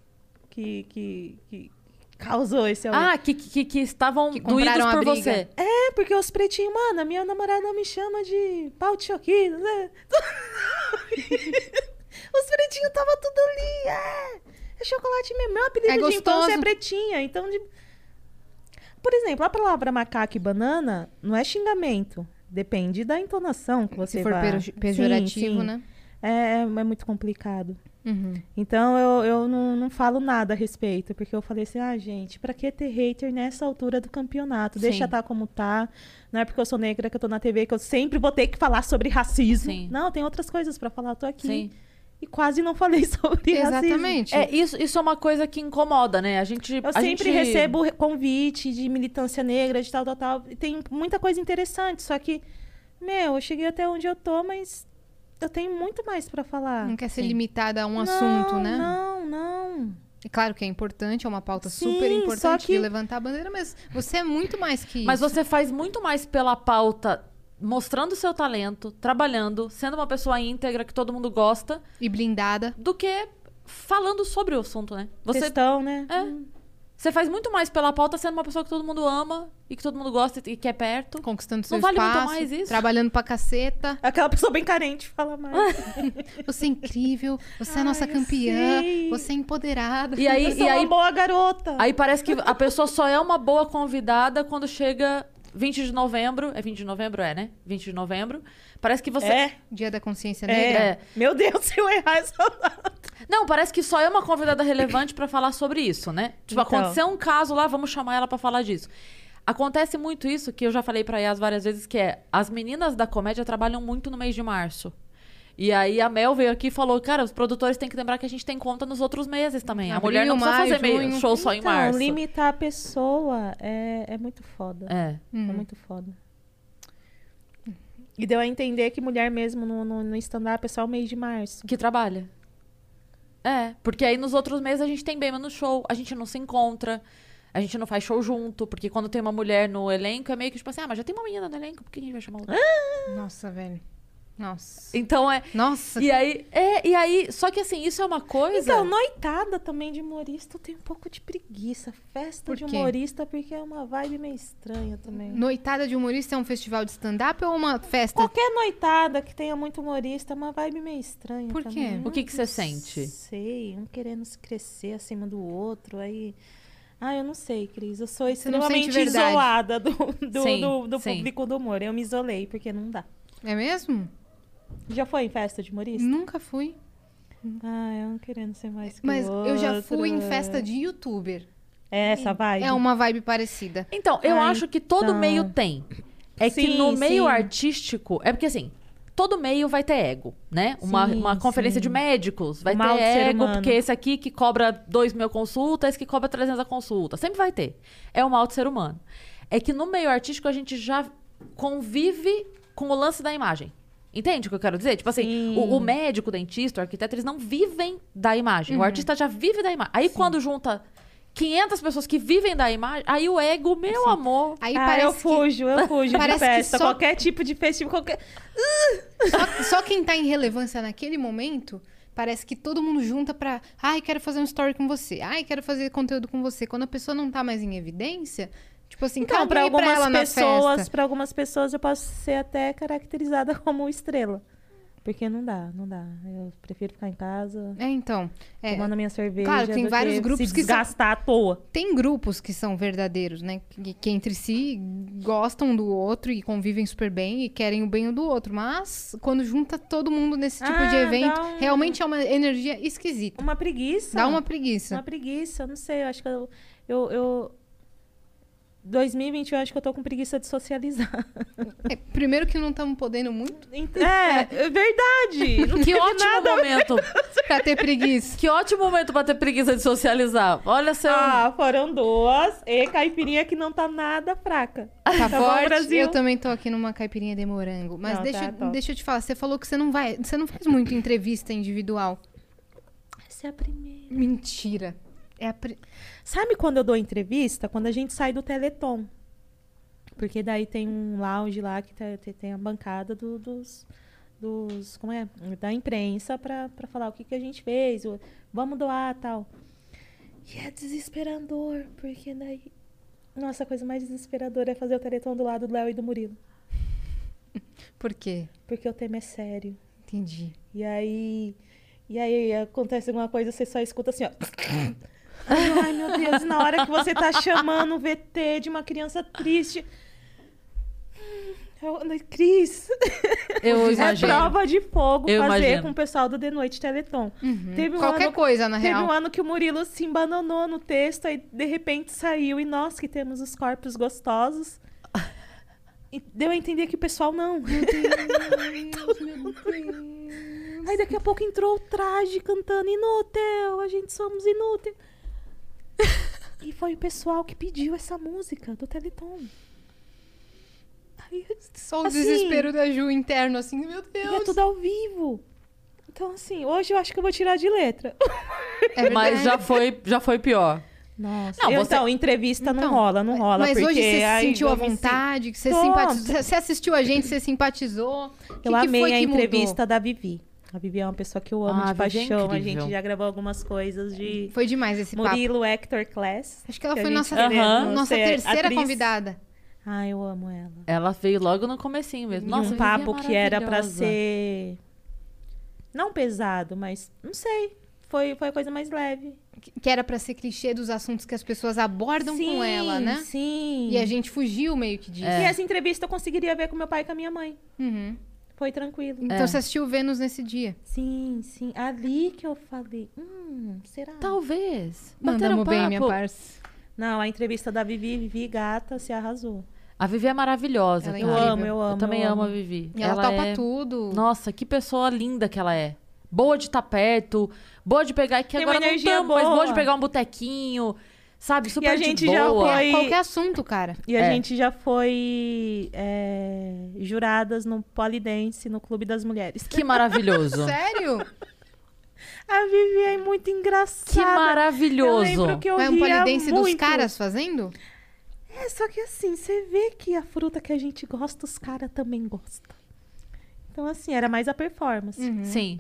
Speaker 2: que, que, que causou esse auê.
Speaker 4: Ah, que, que, que- que estavam
Speaker 3: Que
Speaker 4: doídos
Speaker 3: compraram a
Speaker 4: por
Speaker 3: briga.
Speaker 4: você.
Speaker 2: É, porque os pretinhos, mano, a minha namorada me chama de pau de choquinho, né? os pretinhos tava tudo ali, é. É chocolate mesmo, meu apelido
Speaker 3: É
Speaker 2: de infância é
Speaker 3: gostoso.
Speaker 2: pretinha, então de... Por exemplo, a palavra macaco e banana não é xingamento. Depende da entonação que você
Speaker 3: Se for
Speaker 2: vai...
Speaker 3: pejo- pejorativo,
Speaker 2: Sim, sim.
Speaker 3: né?
Speaker 2: É, é, é muito complicado.
Speaker 3: Uhum.
Speaker 2: Então eu, eu não, não falo nada a respeito, porque eu falei assim, ah, gente, pra que ter hater nessa altura do campeonato? Deixa
Speaker 4: Sim.
Speaker 2: tá como tá. Não é porque eu sou negra que eu tô na TV que eu sempre vou ter que falar sobre racismo.
Speaker 4: Sim.
Speaker 2: Não, tem outras coisas pra falar, eu tô aqui.
Speaker 4: Sim.
Speaker 2: E quase não falei sobre racismo.
Speaker 3: Exatamente.
Speaker 4: É, isso, isso é uma coisa que incomoda, né? A gente.
Speaker 2: Eu
Speaker 4: a
Speaker 2: sempre
Speaker 4: gente-
Speaker 2: recebo re- convite de militância negra, de tal, tal, tal. E tem muita coisa interessante, só que, meu, eu cheguei até onde eu tô, mas eu tenho muito mais pra falar.
Speaker 3: Não quer ser
Speaker 4: Sim.
Speaker 3: limitada a um assunto,
Speaker 2: Não,
Speaker 3: né?
Speaker 2: Não, não.
Speaker 3: É claro que é importante, é uma pauta
Speaker 2: Sim,
Speaker 3: super
Speaker 2: só
Speaker 3: importante
Speaker 2: que-
Speaker 3: de levantar a bandeira, mas você é muito mais que isso.
Speaker 4: Mas você faz muito mais pela pauta mostrando seu talento, trabalhando, sendo uma pessoa íntegra que todo mundo gosta,
Speaker 3: E blindada.
Speaker 4: do que falando sobre o assunto, né?
Speaker 2: Você...
Speaker 4: Você,
Speaker 2: né?
Speaker 4: É. você faz muito mais pela pauta sendo uma pessoa que todo mundo ama e que todo mundo gosta e que é perto.
Speaker 3: Conquistando seu
Speaker 4: vale muito
Speaker 3: espaço.
Speaker 4: mais isso?
Speaker 3: Trabalhando pra caceta.
Speaker 2: Aquela pessoa bem carente fala mais.
Speaker 3: Você é incrível. Você é nossa
Speaker 2: Ai, eu
Speaker 3: campeã.
Speaker 2: sei.
Speaker 3: Você é empoderada.
Speaker 4: E aí,
Speaker 2: Eu sou
Speaker 4: e aí,
Speaker 2: é uma boa garota.
Speaker 4: aí parece que a pessoa só é uma boa convidada quando chega 20 de novembro. É 20 de novembro, é, né? 20 de novembro. Parece que você.
Speaker 2: É,
Speaker 3: Dia da Consciência
Speaker 2: é.
Speaker 3: Negra.
Speaker 2: Meu Deus, se eu errar essa data.
Speaker 4: Não, parece que só é uma convidada relevante pra falar sobre isso, né? Tipo,
Speaker 2: Então.
Speaker 4: aconteceu um caso lá, vamos chamar ela pra falar disso. Acontece muito isso, que eu já falei pra Yas várias vezes, que é as meninas da comédia trabalham muito no mês de março. E aí a Mel veio aqui e falou, cara, os produtores têm que lembrar que a gente tem conta nos outros meses também. a
Speaker 3: Abril,
Speaker 4: mulher não precisa
Speaker 3: maio,
Speaker 4: fazer meio
Speaker 3: junho.
Speaker 4: show só em
Speaker 2: então,
Speaker 4: março.
Speaker 2: limitar a pessoa é, é muito foda.
Speaker 4: É.
Speaker 2: É
Speaker 3: Hum.
Speaker 2: muito foda. E deu a entender que mulher mesmo no, no, no stand-up é só o mês de março.
Speaker 4: Que trabalha. É, porque aí nos outros meses a gente tem bem menos show, a gente não se encontra, a gente não faz show junto, porque quando tem uma mulher no elenco é meio que tipo assim, ah, mas já tem uma menina no elenco, por que a gente vai chamar outra?
Speaker 3: Nossa, velho. Nossa.
Speaker 4: Então é.
Speaker 3: Nossa.
Speaker 4: E aí, é, e aí, só que assim, isso é uma coisa.
Speaker 2: Então, noitada também de humorista, eu tenho um pouco de preguiça. Festa
Speaker 3: Por
Speaker 2: de
Speaker 3: quê?
Speaker 2: humorista, porque é uma vibe meio estranha também.
Speaker 3: Noitada de humorista é um festival de stand-up ou uma festa?
Speaker 2: Qualquer noitada que tenha muito humorista é uma vibe meio estranha.
Speaker 3: Por
Speaker 2: também. né?
Speaker 3: quê?
Speaker 4: O que que você
Speaker 2: Não
Speaker 4: sente?
Speaker 2: Sei, um querendo se crescer acima do outro, aí. Ah, eu não sei, Cris. Eu sou
Speaker 3: Você não sente
Speaker 2: extremamente
Speaker 3: verdade.
Speaker 2: isolada do, do,
Speaker 4: Sim,
Speaker 2: do- do
Speaker 4: sim.
Speaker 2: público do humor. Eu me isolei, porque não dá.
Speaker 3: É mesmo?
Speaker 2: Já foi em festa de humorista?
Speaker 3: Nunca fui.
Speaker 2: Ah, eu não querendo ser mais
Speaker 3: Hum.
Speaker 2: que
Speaker 3: Mas
Speaker 2: o
Speaker 3: eu já
Speaker 2: outro.
Speaker 3: fui em festa de youtuber.
Speaker 2: É essa vibe?
Speaker 3: É uma vibe parecida.
Speaker 4: Então, eu
Speaker 2: Ah,
Speaker 4: acho que todo
Speaker 2: então.
Speaker 4: meio tem. É que
Speaker 2: Sim,
Speaker 4: no meio
Speaker 2: sim.
Speaker 4: artístico. É porque assim, todo meio vai ter ego, né? Uma,
Speaker 2: Sim,
Speaker 4: uma conferência
Speaker 2: sim.
Speaker 4: de médicos vai ter
Speaker 2: Mal do ser
Speaker 4: ego,
Speaker 2: humano.
Speaker 4: porque esse aqui que cobra 2 mil consultas, esse que cobra 300 a consulta. Sempre vai ter. É o mal do ser humano. É que no meio artístico a gente já convive com o lance da imagem. Entende o que eu quero dizer? Tipo assim, o, o médico, o dentista, o arquiteto, eles não vivem da imagem.
Speaker 2: Uhum.
Speaker 4: O artista já vive da imagem. Aí quando junta 500 pessoas que vivem da imagem, aí o ego, meu amor.
Speaker 3: Aí
Speaker 2: ah,
Speaker 3: parece
Speaker 2: eu fujo, eu fujo de
Speaker 3: parece que
Speaker 2: festa.
Speaker 3: só-
Speaker 2: Qualquer tipo de festival, qualquer...
Speaker 3: que só, só quem tá em relevância naquele momento, parece que todo mundo junta pra... Ai, quero fazer um story com você. Ai, quero fazer conteúdo com você. Quando a pessoa não tá mais em evidência, tipo assim,
Speaker 2: Então,
Speaker 3: cabe
Speaker 2: para
Speaker 3: pra
Speaker 2: algumas
Speaker 3: ela na
Speaker 2: pessoas,
Speaker 3: festa.
Speaker 2: para algumas pessoas eu posso ser até caracterizada como estrela. Porque não dá, não dá. Eu prefiro ficar em casa,
Speaker 3: É, então. É,
Speaker 2: tomando minha cerveja.
Speaker 3: Claro, tem
Speaker 2: do
Speaker 3: vários
Speaker 2: que
Speaker 3: grupos
Speaker 2: se
Speaker 3: que são-
Speaker 2: desgastar à toa.
Speaker 3: tem grupos que são verdadeiros, né? Que, que entre si gostam do outro e convivem super bem e querem o bem um do outro. Mas quando junta todo mundo nesse tipo de
Speaker 2: Ah,
Speaker 3: evento,
Speaker 2: dá um-
Speaker 3: realmente é uma energia esquisita.
Speaker 2: Uma preguiça.
Speaker 3: Dá uma preguiça.
Speaker 2: Uma preguiça, eu não sei, eu acho que eu... eu, eu... 2021, eu acho que eu tô com preguiça de socializar.
Speaker 3: É, primeiro que não estamos podendo muito
Speaker 2: É, é verdade. Não
Speaker 4: Que
Speaker 2: teve
Speaker 4: ótimo
Speaker 2: nada.
Speaker 4: momento.
Speaker 3: pra ter preguiça.
Speaker 4: Que ótimo momento pra ter preguiça de socializar. Olha seu.
Speaker 2: Ah, foram duas. E caipirinha que não tá nada fraca.
Speaker 3: Tá,
Speaker 2: bom,
Speaker 3: forte.
Speaker 2: Brasil?
Speaker 3: eu também tô aqui numa caipirinha de morango. Mas
Speaker 2: Não,
Speaker 3: deixa,
Speaker 2: tá top.
Speaker 3: deixa eu te falar, você falou que você não vai. Você não faz muito entrevista individual.
Speaker 2: Essa é a primeira.
Speaker 3: Mentira. É a pri-
Speaker 2: Sabe quando eu dou entrevista? Quando a gente sai do Teleton. Porque daí tem um lounge lá que tá- te- tem a bancada do- dos, dos- Como é? Da imprensa pra pra falar o que, que a gente fez, o- vamos doar tal. E é desesperador, porque daí. Nossa, a coisa mais desesperadora é fazer o Teleton do lado do Léo e do Murilo.
Speaker 3: Por quê?
Speaker 2: Porque o tema é sério.
Speaker 3: Entendi.
Speaker 2: E aí. E aí acontece alguma coisa, você só escuta assim, ó. Ai, meu Deus, e na hora que você tá chamando o VT de uma criança triste. Eu- Cris,
Speaker 4: eu
Speaker 2: é
Speaker 4: imagino.
Speaker 2: prova de fogo
Speaker 4: Eu
Speaker 2: fazer
Speaker 4: imagino.
Speaker 2: com o pessoal do The Noite Teleton. Teve um
Speaker 3: Uhum. Qualquer
Speaker 2: ano,
Speaker 3: coisa, na
Speaker 2: Teve
Speaker 3: real.
Speaker 2: um ano que o Murilo se embananou no texto, aí de repente saiu, e nós que temos os corpos gostosos. E deu a entender que o pessoal não. Aí daqui a pouco entrou o traje cantando inútil, a gente somos inúteis. e foi o pessoal que pediu essa música do Teleton. Aí,
Speaker 3: Só o
Speaker 2: Assim-
Speaker 3: desespero da Ju interno, assim, meu
Speaker 2: e é
Speaker 3: Deus.
Speaker 2: tudo ao vivo. Então, assim, hoje eu acho que eu vou tirar de letra.
Speaker 3: É verdade.
Speaker 4: Mas já foi, já foi pior.
Speaker 2: Nossa.
Speaker 4: Não,
Speaker 2: Eu,
Speaker 4: você-
Speaker 2: Então, entrevista não
Speaker 3: Então,
Speaker 2: rola, não rola.
Speaker 3: Mas
Speaker 2: porque
Speaker 3: hoje você se
Speaker 2: aí
Speaker 3: sentiu à
Speaker 2: eu me sinto-
Speaker 3: vontade, que você,
Speaker 2: Tô.
Speaker 3: simpatizou, você assistiu a gente, você simpatizou. O que,
Speaker 2: Eu
Speaker 3: que
Speaker 2: amei
Speaker 3: foi
Speaker 2: a
Speaker 3: que
Speaker 2: entrevista da Vivi. A Vivi é uma pessoa que eu amo
Speaker 4: Ah, a Vivi
Speaker 2: de
Speaker 4: é
Speaker 2: paixão. a
Speaker 4: incrível.
Speaker 2: gente já gravou algumas coisas de
Speaker 3: mudou? Foi demais esse papo.
Speaker 2: Murilo Hector Class.
Speaker 3: Acho que ela
Speaker 2: que a
Speaker 3: foi
Speaker 2: gente
Speaker 3: nossa,
Speaker 2: queria,
Speaker 4: Aham.
Speaker 3: nossa
Speaker 2: ser
Speaker 3: terceira
Speaker 2: atriz.
Speaker 3: convidada.
Speaker 2: Ah, eu amo ela.
Speaker 4: Ela veio logo no comecinho mesmo.
Speaker 2: E
Speaker 4: Nossa,
Speaker 2: um papo
Speaker 4: Vivi é
Speaker 2: que era pra
Speaker 4: maravilhosa.
Speaker 2: ser não pesado, mas não sei. Foi, foi a coisa mais leve.
Speaker 3: Que- Que era pra ser clichê dos assuntos que as pessoas abordam com ela, né?
Speaker 2: Sim. É.
Speaker 3: E a gente fugiu meio que disso.
Speaker 2: E essa entrevista eu conseguiria ver com meu pai e com a minha mãe.
Speaker 3: Uhum.
Speaker 2: Foi tranquilo.
Speaker 3: Então você assistiu o Vênus nesse dia.
Speaker 2: Sim, sim. Ali que eu falei, hum, será?
Speaker 4: Talvez. Bateram
Speaker 3: Mandamos bem, minha
Speaker 4: papo.
Speaker 3: parça.
Speaker 2: Não, a entrevista da Vivi, Vivi gata, se arrasou.
Speaker 4: A Vivi é maravilhosa.
Speaker 3: Ela é
Speaker 4: cara.
Speaker 3: incrível.
Speaker 2: Eu amo, eu amo.
Speaker 4: Eu também
Speaker 2: eu
Speaker 4: amo a Vivi.
Speaker 3: E ela, topa
Speaker 4: é-
Speaker 3: tudo.
Speaker 4: Nossa, que pessoa linda que ela é. Boa de estar perto, boa de pegar, que
Speaker 2: Tem uma
Speaker 4: agora não
Speaker 2: energia
Speaker 4: tamo, mas boa de
Speaker 2: boa.
Speaker 4: pegar um botequinho, sabe? Super
Speaker 2: a
Speaker 4: de
Speaker 2: gente já
Speaker 4: boa.
Speaker 2: foi-
Speaker 3: Qualquer assunto, cara.
Speaker 2: E a
Speaker 4: É.
Speaker 2: gente já foi é, juradas no Polidense, no Clube das Mulheres.
Speaker 4: Que maravilhoso.
Speaker 3: Sério?
Speaker 2: A Vivi é muito engraçada.
Speaker 4: que
Speaker 2: Eu
Speaker 4: maravilhoso.
Speaker 2: lembro que eu
Speaker 3: Mas é um
Speaker 2: ria
Speaker 3: polidense dos
Speaker 2: muito.
Speaker 3: caras fazendo?
Speaker 2: É, só que assim, você vê que a fruta que a gente gosta, os caras também gostam. Então, assim, era mais a performance.
Speaker 4: Uhum. Sim.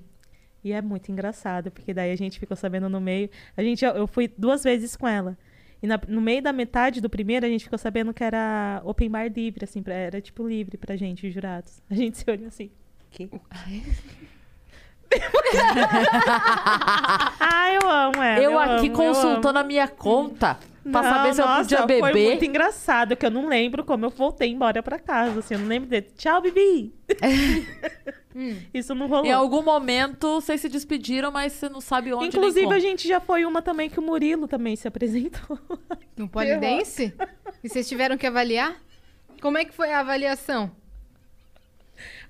Speaker 2: E é muito engraçado, porque daí a gente ficou sabendo no meio. A gente, eu fui duas vezes com ela. E na- no meio da metade do primeiro, a gente ficou sabendo que era open bar livre, assim, pra- era tipo livre pra gente, os jurados. A gente se olha assim. Que? ah, eu amo ela.
Speaker 4: eu aqui
Speaker 2: amo, eu amo.
Speaker 4: consultando a minha conta pra
Speaker 2: Não,
Speaker 4: saber se eu
Speaker 2: nossa,
Speaker 4: podia
Speaker 2: Foi
Speaker 4: beber.
Speaker 2: muito engraçado, que eu não lembro como eu voltei embora pra casa. Assim, eu não lembro dele. Tchau, Bibi! Isso não rolou.
Speaker 4: Em algum momento, vocês se despediram, mas você não sabe onde nem
Speaker 2: Inclusive,
Speaker 4: como.
Speaker 2: a gente já foi uma também que o Murilo também se apresentou.
Speaker 3: No polidense? E vocês tiveram que avaliar? Como é que foi a avaliação?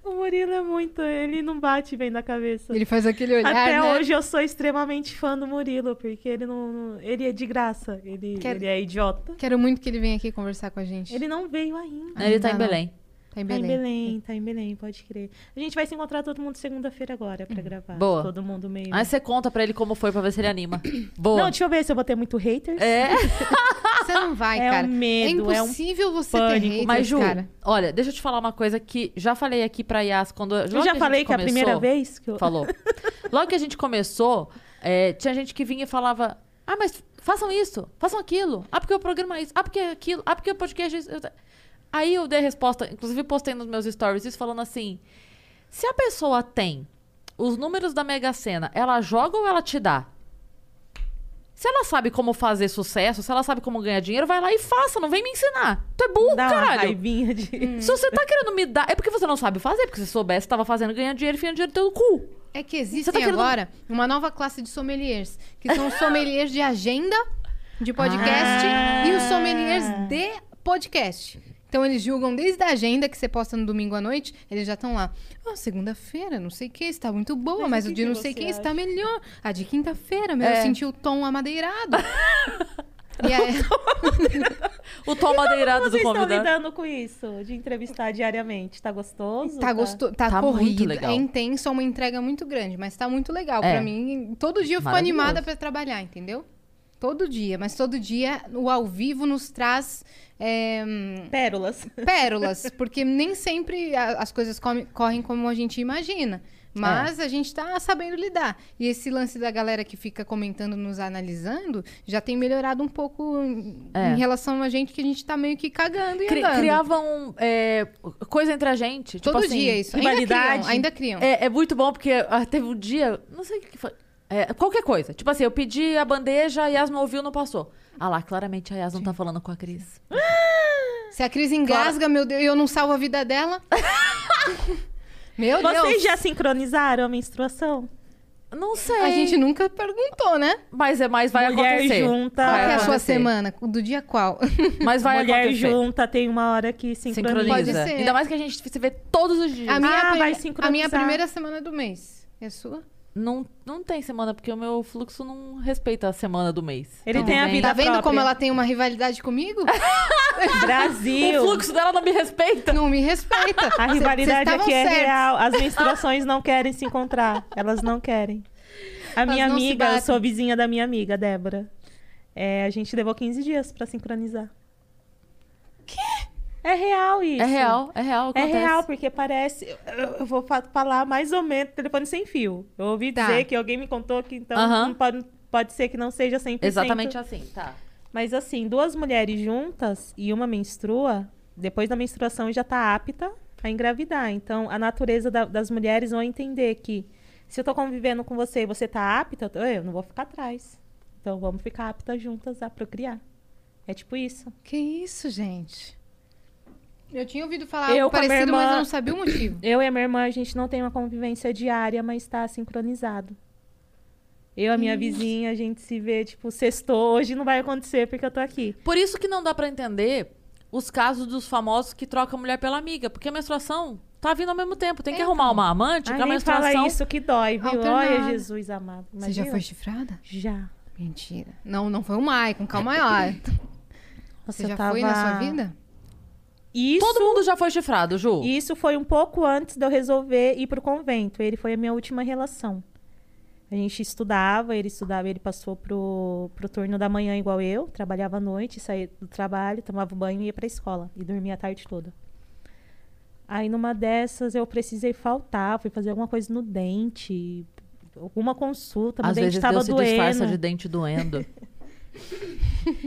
Speaker 2: o Murilo é muito. Ele não bate bem na cabeça.
Speaker 3: Ele faz aquele olhar,
Speaker 2: Até
Speaker 3: né?
Speaker 2: hoje eu sou extremamente fã do Murilo, porque ele não. não- ele é de graça. Ele,
Speaker 3: Quer-
Speaker 2: ele é idiota.
Speaker 3: Quero muito que ele venha aqui conversar com a gente.
Speaker 2: Ele não veio ainda.
Speaker 4: Ele tá
Speaker 3: Ah,
Speaker 4: em
Speaker 3: não.
Speaker 4: Belém.
Speaker 3: Tá em
Speaker 2: Tá em
Speaker 3: Belém.
Speaker 2: Belém, tá em Belém, pode crer. A gente vai se encontrar todo mundo segunda-feira agora pra gravar.
Speaker 4: Boa.
Speaker 2: Todo mundo meio.
Speaker 4: Aí você conta pra ele como foi, pra ver se ele anima. Boa.
Speaker 2: Não, deixa eu ver se eu vou ter muito haters.
Speaker 4: É,
Speaker 3: Você não vai,
Speaker 2: É um
Speaker 3: cara. é
Speaker 2: medo, é um
Speaker 3: impossível você ter
Speaker 2: pânico,
Speaker 3: haters,
Speaker 4: mas Ju,
Speaker 3: cara.
Speaker 4: olha, deixa eu te falar uma coisa que já falei aqui pra Yas quando.
Speaker 2: Eu já falei que é a primeira vez que eu.
Speaker 4: Falou. Logo que a gente começou, é, tinha gente que vinha e falava: Ah, mas façam isso, façam aquilo. Ah, porque o programa é isso. Ah, porque é aquilo. Ah, porque o podcast é isso. Eu- Aí eu dei a resposta, inclusive postei nos meus stories isso, falando assim: Se a pessoa tem os números da Mega Sena, ela joga ou ela te dá? Se ela sabe como fazer sucesso, se ela sabe como ganhar dinheiro, vai lá e faça, não vem me ensinar. Tu é burro,
Speaker 2: Dá uma
Speaker 4: caralho.
Speaker 2: raivinha de.
Speaker 4: Se você tá querendo me dar, é porque você não sabe fazer, porque se soubesse, tava fazendo ganhar dinheiro e enfiando dinheiro no teu cu.
Speaker 3: É que
Speaker 2: tá
Speaker 3: existem
Speaker 4: querendo-
Speaker 3: agora uma nova classe de sommeliers, que são os sommeliers de agenda de podcast
Speaker 2: Ah.
Speaker 3: e os sommeliers de podcast. Então eles julgam desde a agenda que você posta no domingo à noite, eles já estão lá. Ah, segunda-feira, não sei o que, está muito boa, mas,
Speaker 2: Mas o
Speaker 3: o
Speaker 2: que
Speaker 3: de
Speaker 2: que
Speaker 3: não sei o
Speaker 2: você
Speaker 3: que
Speaker 2: acha? É.
Speaker 3: está melhor. A de quinta-feira, mas eu senti o tom amadeirado. e aí,
Speaker 4: O tom madeirado do
Speaker 2: Vocês estão
Speaker 4: tá convidado.
Speaker 2: lidando com isso, de entrevistar diariamente? Tá gostoso?
Speaker 3: tá, gostoso, tá,
Speaker 4: Tá muito
Speaker 3: corrido,
Speaker 4: legal.
Speaker 3: é intenso, é uma entrega muito grande, mas tá muito legal
Speaker 4: É.
Speaker 3: pra mim. Todo dia eu fico
Speaker 4: Maravilhoso.
Speaker 3: animada pra trabalhar, entendeu? Todo dia, mas todo dia o ao vivo nos traz é, hum,
Speaker 2: Pérolas.
Speaker 3: pérolas, porque nem sempre a- as coisas come- correm como a gente imagina.
Speaker 4: É.
Speaker 3: Mas a gente tá sabendo lidar. E esse lance da galera que fica comentando, nos analisando, já tem melhorado um pouco em,
Speaker 4: É.
Speaker 3: em relação a gente, que a gente tá meio que cagando e
Speaker 4: Cri-
Speaker 3: andando.
Speaker 4: criavam é, coisa entre a gente.
Speaker 3: Todo
Speaker 4: tipo assim,
Speaker 3: dia é isso. Ainda criam,
Speaker 2: rivalidade.
Speaker 3: ainda criam.
Speaker 4: É, é muito bom porque ah, teve um dia, não sei o que foi. é, qualquer coisa. Tipo assim, eu pedi a bandeja, a Yas não ouviu, não passou. Ah lá, claramente a Yas não tá falando com a Cris.
Speaker 3: Se a Cris engasga, meu Deus, e eu não salvo a vida dela. meu
Speaker 2: Vocês
Speaker 3: Deus.
Speaker 2: já sincronizaram a menstruação?
Speaker 4: Não sei.
Speaker 2: é.
Speaker 3: A gente nunca perguntou, né?
Speaker 4: Mas é mais vai
Speaker 2: Mulher
Speaker 4: acontecer.
Speaker 2: junta.
Speaker 4: Vai
Speaker 3: Qual que é a sua
Speaker 4: acontecer.
Speaker 3: semana? Do dia qual?
Speaker 4: Mas vai
Speaker 2: Mulher
Speaker 4: acontecer.
Speaker 2: junta, tem uma hora que sincroniza.
Speaker 4: Sincroniza.
Speaker 3: Pode ser.
Speaker 4: Ainda mais que a gente se vê todos os dias.
Speaker 3: A minha,
Speaker 2: Ah,
Speaker 3: prime-
Speaker 2: vai
Speaker 3: a minha
Speaker 2: sincronizar.
Speaker 3: primeira semana do mês. É sua?
Speaker 4: Não, não tem semana, porque o meu fluxo não respeita a semana do mês.
Speaker 2: Ele
Speaker 4: Tudo
Speaker 2: tem a
Speaker 4: bem?
Speaker 2: vida
Speaker 3: Tá vendo
Speaker 2: própria.
Speaker 3: como ela tem uma rivalidade comigo?
Speaker 2: Brasil.
Speaker 4: tá- O fluxo dela não me respeita.
Speaker 3: não me respeita.
Speaker 2: A rivalidade
Speaker 3: Cês- cês
Speaker 2: aqui é
Speaker 3: estavam certos.
Speaker 2: real. As menstruações não querem se encontrar. Elas não querem. A minha
Speaker 3: não se
Speaker 2: amiga, eu
Speaker 3: batem.
Speaker 2: sou vizinha da minha amiga, Débora. É, a gente levou 15 dias pra sincronizar. Que? É real isso.
Speaker 4: É real, é real.
Speaker 2: É
Speaker 4: Acontece.
Speaker 2: real, porque parece. Eu eu vou fa- falar mais ou menos telefone sem fio. Eu ouvi
Speaker 3: Tá.
Speaker 2: dizer que alguém me contou que então
Speaker 4: Aham.
Speaker 2: não pode, pode ser que não seja 100%.
Speaker 4: Exatamente assim, tá.
Speaker 2: Mas assim, duas mulheres juntas e uma menstrua, depois da menstruação já tá apta a engravidar. Então, a natureza da- das mulheres vão entender que se eu tô convivendo com você e você tá apta, eu, tô- eu não vou ficar atrás. Então, vamos ficar aptas juntas a procriar. É tipo isso.
Speaker 3: Que isso, gente? Eu tinha ouvido falar
Speaker 2: Eu
Speaker 3: algo
Speaker 2: com a minha
Speaker 3: parecido, mas
Speaker 2: irmã-
Speaker 3: eu não sabia o motivo.
Speaker 2: Eu e a minha irmã, a gente não tem uma convivência diária, mas tá sincronizado. Eu, a minha vizinha, a gente se vê, tipo, sextou, hoje não vai acontecer porque eu tô aqui.
Speaker 4: Por isso que não dá pra entender os casos dos famosos que trocam a mulher pela amiga, porque a menstruação tá vindo ao mesmo tempo. Tem que arrumar uma amante, que
Speaker 2: Então. Ai,
Speaker 4: Tipo, a
Speaker 2: nem fala
Speaker 4: menstruação.
Speaker 2: isso que dói, viu? Olha,
Speaker 3: Alternada.
Speaker 2: Jesus amado.
Speaker 3: Você já
Speaker 2: Imagina.
Speaker 3: foi chifrada?
Speaker 2: Já.
Speaker 3: Mentira. Não, não foi o Maicon, calma lá. Você, já foi na sua vida?
Speaker 2: Isso,
Speaker 4: Todo mundo já foi chifrado, Ju.
Speaker 2: isso foi um pouco antes de eu resolver ir pro convento. Ele foi a minha última relação. A gente estudava, ele estudava, ele passou pro, pro turno da manhã igual eu, trabalhava à noite, saía do trabalho, tomava um banho e ia pra escola. E dormia a tarde toda. Aí numa dessas eu precisei faltar, fui fazer alguma coisa no dente, alguma consulta, meu
Speaker 4: Às
Speaker 2: dente
Speaker 4: vezes
Speaker 2: tava
Speaker 4: Deus se disfarça
Speaker 2: doendo.
Speaker 4: de dente doendo.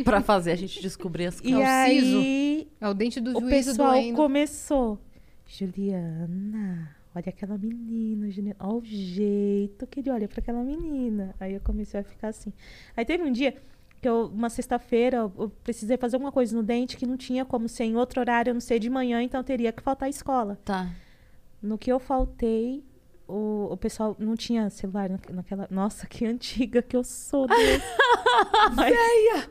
Speaker 4: pra fazer a gente descobrir as
Speaker 2: E
Speaker 4: coisas.
Speaker 3: Narciso.
Speaker 2: aí
Speaker 3: É o dente do
Speaker 2: o
Speaker 3: juízo
Speaker 2: pessoal
Speaker 3: doendo.
Speaker 2: começou. Juliana, olha aquela menina, Juliana. Olha o jeito que ele olha pra aquela menina. Aí eu comecei a ficar assim. Aí teve um dia que eu, uma sexta-feira, eu- eu precisei fazer alguma coisa no dente que não tinha como ser em outro horário, a não ser de manhã, então eu teria que faltar à escola.
Speaker 4: Tá.
Speaker 2: No que eu faltei, o, o pessoal não tinha celular na- naquela. Nossa, que antiga que eu sou, Deus. Mas